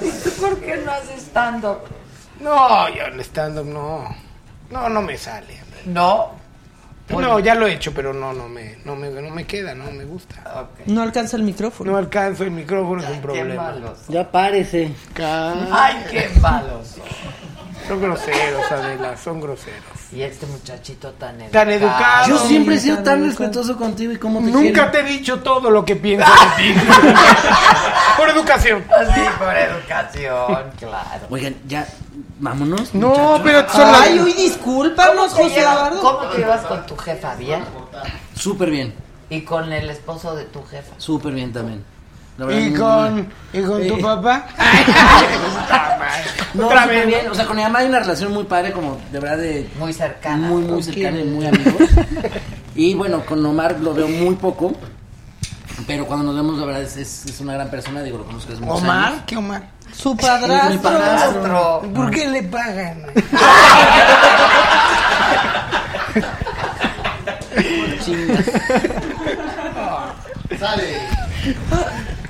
Speaker 2: ¿Y tú por qué no haces stand-up?
Speaker 10: No, yo en stand-up no. No, no me sale.
Speaker 2: No.
Speaker 10: No, ya lo he hecho, pero no, no me, no me, no me queda, no me gusta.
Speaker 2: Ok.
Speaker 13: No alcanza el
Speaker 10: No
Speaker 13: micrófono.
Speaker 10: alcanzo el micrófono, es un
Speaker 2: Qué
Speaker 10: problema.
Speaker 2: malos.
Speaker 7: Ya párese.
Speaker 10: Ca-
Speaker 2: Ay, qué malos.
Speaker 10: Son groseros, Adela, son groseros.
Speaker 2: Y este muchachito tan educado.
Speaker 10: Tan educado.
Speaker 7: Yo siempre he sido tan respetuoso contigo y cómo te quiero.
Speaker 10: Nunca te he dicho todo lo que pienso de ti. Por educación.
Speaker 2: Sí, por educación, claro.
Speaker 7: Oigan, ya, vámonos.
Speaker 10: No,
Speaker 7: muchachos.
Speaker 10: pero son las-
Speaker 13: Ay, uy, discúlpanos,
Speaker 2: ¿Cómo te
Speaker 13: José
Speaker 2: llevas-
Speaker 13: Eduardo.
Speaker 2: ¿Cómo te llevas con tu jefa? ¿Bien?
Speaker 7: Súper bien,
Speaker 2: Y con el esposo de tu jefa.
Speaker 7: súper bien también. La verdad,
Speaker 10: ¿Y
Speaker 7: muy
Speaker 10: con,
Speaker 7: buena.
Speaker 10: ¿Y con tu
Speaker 7: Eh.
Speaker 10: papá?
Speaker 2: Ah,
Speaker 7: No,
Speaker 10: Otra
Speaker 7: súper
Speaker 10: vez.
Speaker 7: bien. O sea, con mi mamá hay una relación muy padre, como de verdad de
Speaker 2: Muy cercana.
Speaker 7: muy, muy cercana y muy amigos. Y bueno, con Omar lo veo muy poco. Pero cuando nos vemos, la verdad es, es, es una gran persona. Digo, lo conozco desde muchos años. Ah.
Speaker 10: ¿Omar? ¿Qué Omar?
Speaker 13: Su
Speaker 7: Mi
Speaker 13: padrastro.
Speaker 7: padrastro.
Speaker 2: Otro.
Speaker 10: ¿Por qué le pagan?
Speaker 7: Chingas.
Speaker 4: Sale.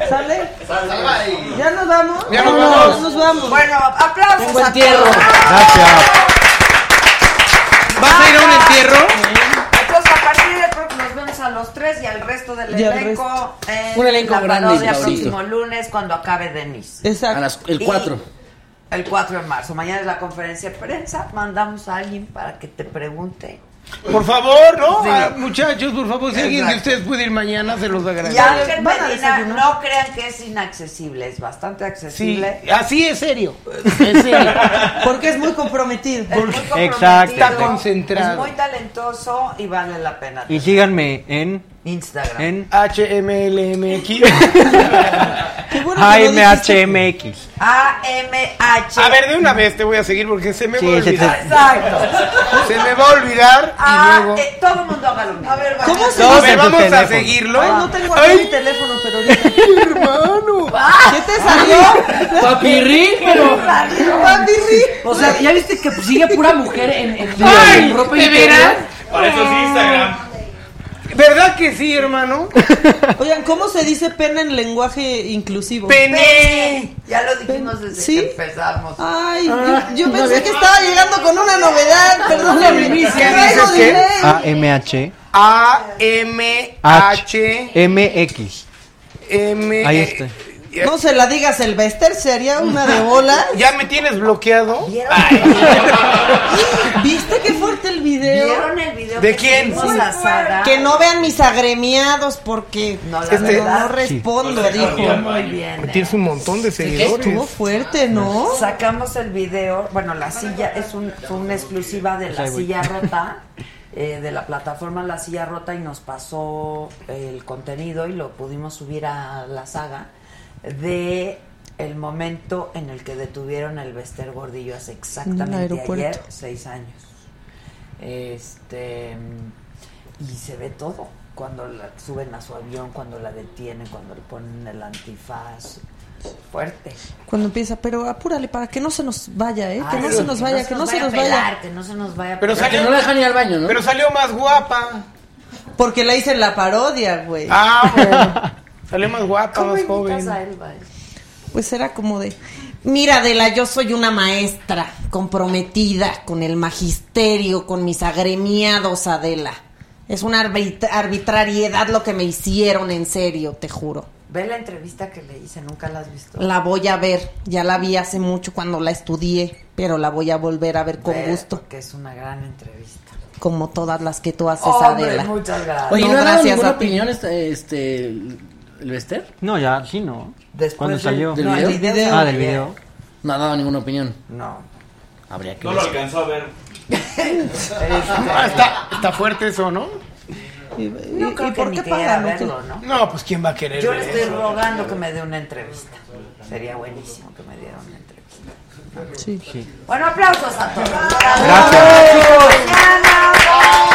Speaker 13: ¿Sale?
Speaker 4: Salva ahí.
Speaker 13: ¿Ya nos vamos?
Speaker 10: Ya nos
Speaker 13: No,
Speaker 10: vamos.
Speaker 13: nos vamos.
Speaker 2: Bueno, aplausos
Speaker 7: Tengo
Speaker 2: a
Speaker 7: entierro.
Speaker 2: todos.
Speaker 14: Gracias.
Speaker 7: vas a ir a un entierro?
Speaker 2: Entonces, a partir de pronto nos vemos a los tres y al resto del
Speaker 7: Y al
Speaker 2: elenco.
Speaker 7: resto.
Speaker 2: en
Speaker 7: Un elenco
Speaker 2: la
Speaker 7: grande y
Speaker 2: parodia el
Speaker 7: favorito.
Speaker 2: próximo lunes cuando acabe Denise.
Speaker 7: Exacto. A las- el
Speaker 2: Y
Speaker 7: 4.
Speaker 2: El 4 de marzo. Mañana es la conferencia de prensa. Mandamos a alguien para que te pregunte.
Speaker 10: Por favor, ¿no?
Speaker 2: Sí.
Speaker 10: Ah, muchachos, por favor, si alguien de
Speaker 2: Exacto.
Speaker 10: ustedes puede ir mañana, se los
Speaker 2: Y
Speaker 10: agradezco.
Speaker 2: Ángel Medina, no crean que es inaccesible, es bastante
Speaker 10: Sí,
Speaker 2: accesible.
Speaker 10: así es serio.
Speaker 13: Porque es muy comprometido.
Speaker 14: Exacto.
Speaker 10: Está
Speaker 2: Es
Speaker 10: concentrado.
Speaker 2: muy talentoso y vale la pena.
Speaker 14: Y síganme en
Speaker 2: Instagram.
Speaker 14: En
Speaker 10: HMLMX.
Speaker 14: AMHMX.
Speaker 2: AMH.
Speaker 10: A ver, de una vez te voy a seguir porque se me
Speaker 14: Sí,
Speaker 10: va
Speaker 14: sí,
Speaker 10: a
Speaker 14: sí.
Speaker 10: olvidar.
Speaker 2: Exacto.
Speaker 10: Se me va a olvidar y
Speaker 2: Ah,
Speaker 10: luego.
Speaker 2: eh, todo el mundo hágalo. A ver, vamos.
Speaker 13: ¿Cómo se
Speaker 10: A
Speaker 13: dice?
Speaker 10: ver, vamos a seguirlo.
Speaker 13: Ay, no tengo aquí mi teléfono, pero ahorita.
Speaker 10: hermano.
Speaker 13: ¿Qué te salió?
Speaker 7: Papirri, pero.
Speaker 13: Papirri.
Speaker 7: O sea, ya viste que sigue pura mujer en, en-
Speaker 10: Ay,
Speaker 7: en ropa
Speaker 10: ¿de
Speaker 7: interior?
Speaker 10: veras?
Speaker 3: Para eso es Instagram.
Speaker 10: ¿Verdad que sí, hermano?
Speaker 13: Oigan, ¿cómo se dice pena en lenguaje inclusivo?
Speaker 10: Pene.
Speaker 2: Ya lo dijimos desde
Speaker 13: ¿Sí?
Speaker 2: que empezamos.
Speaker 13: Ay, yo, yo pensé que estaba llegando con una novedad, perdón.
Speaker 10: ¿Qué
Speaker 13: Traigo
Speaker 10: dices que?
Speaker 13: delay.
Speaker 14: AMH.
Speaker 10: A-M-H-M.
Speaker 14: MX.
Speaker 10: E
Speaker 14: Ahí está.
Speaker 13: No se la digas el Bester, sería una de bola.
Speaker 10: ¿Ya me tienes bloqueado?
Speaker 13: ¿Viste qué fuerte el video?
Speaker 2: ¿Vieron el video que
Speaker 10: ¿De quién?
Speaker 2: hicimos la saga?
Speaker 13: Que no vean mis agremiados porque
Speaker 2: No, la
Speaker 13: no,
Speaker 2: verdad,
Speaker 13: no respondo, dijo.
Speaker 2: Muy bien. eh.
Speaker 10: Tienes un montón de seguidores.
Speaker 13: Estuvo fuerte, ¿no?
Speaker 2: Sacamos el video, bueno, la silla es un, fue una exclusiva de la
Speaker 14: Ahí voy.
Speaker 2: silla rota, eh, de la plataforma La Silla Rota y nos pasó el contenido y lo pudimos subir a la saga de el momento en el que detuvieron al Bester Gordillo hace
Speaker 13: En el
Speaker 2: exactamente
Speaker 13: aeropuerto.
Speaker 2: ayer seis años. Este y se ve todo cuando la suben a su avión, cuando la detienen, cuando le ponen el antifaz. Fuerte.
Speaker 13: Cuando empieza, pero apúrale para que no se nos vaya, ¿eh? Que
Speaker 2: Ay,
Speaker 13: no se nos vaya, que no se nos
Speaker 2: a
Speaker 13: vaya.
Speaker 2: pelar, Que no se nos vaya. a
Speaker 10: Pero
Speaker 2: pelar.
Speaker 10: salió,
Speaker 7: No la dejan ir al baño, ¿no?
Speaker 10: pero salió más guapa.
Speaker 13: Porque la hice en la parodia, güey.
Speaker 10: Ah, bueno. Salió más guapa,
Speaker 2: ¿Cómo
Speaker 10: más
Speaker 2: invitas a
Speaker 10: joven.
Speaker 2: él, Val?
Speaker 13: Pues era como de, mira Adela, yo soy una maestra comprometida con el magisterio, con mis agremiados, Adela. Es una arbit- arbitrariedad lo que me hicieron, en serio, te juro.
Speaker 2: Ve la entrevista que le hice, nunca la has visto.
Speaker 13: La voy a ver, ya la vi hace mucho cuando la estudié, pero la voy a volver a ver con
Speaker 2: Ve,
Speaker 13: gusto,
Speaker 2: Que es una gran entrevista.
Speaker 13: como todas las que tú haces,
Speaker 2: Hombre,
Speaker 13: Adela.
Speaker 2: muchas gracias.
Speaker 7: Oye,
Speaker 13: No,
Speaker 7: ¿no ha dado
Speaker 13: gracias
Speaker 7: ninguna
Speaker 13: a ti.
Speaker 7: opinión este, este, el Bester?
Speaker 14: No, ya, sí, no.
Speaker 2: Después
Speaker 14: ¿Cuándo
Speaker 2: del-
Speaker 14: salió?
Speaker 7: del
Speaker 2: no, el
Speaker 7: video?
Speaker 2: video
Speaker 14: Ah,
Speaker 2: de
Speaker 14: del
Speaker 2: ayer.
Speaker 14: video.
Speaker 7: No ha dado ninguna opinión.
Speaker 2: No.
Speaker 7: Habría que
Speaker 3: No
Speaker 7: ver.
Speaker 3: lo alcanzó a ver.
Speaker 10: Ah, está, está fuerte eso, ¿no?
Speaker 2: No creo que ni quiera verlo, ¿no?
Speaker 10: No, pues ¿quién va a querer
Speaker 2: Yo
Speaker 10: ver
Speaker 2: le estoy
Speaker 10: eso?
Speaker 2: rogando que me dé una entrevista. Sería buenísimo que me diera una entrevista.
Speaker 13: Sí.
Speaker 2: Bueno, aplausos a todos.
Speaker 14: Gracias.
Speaker 2: Mañana.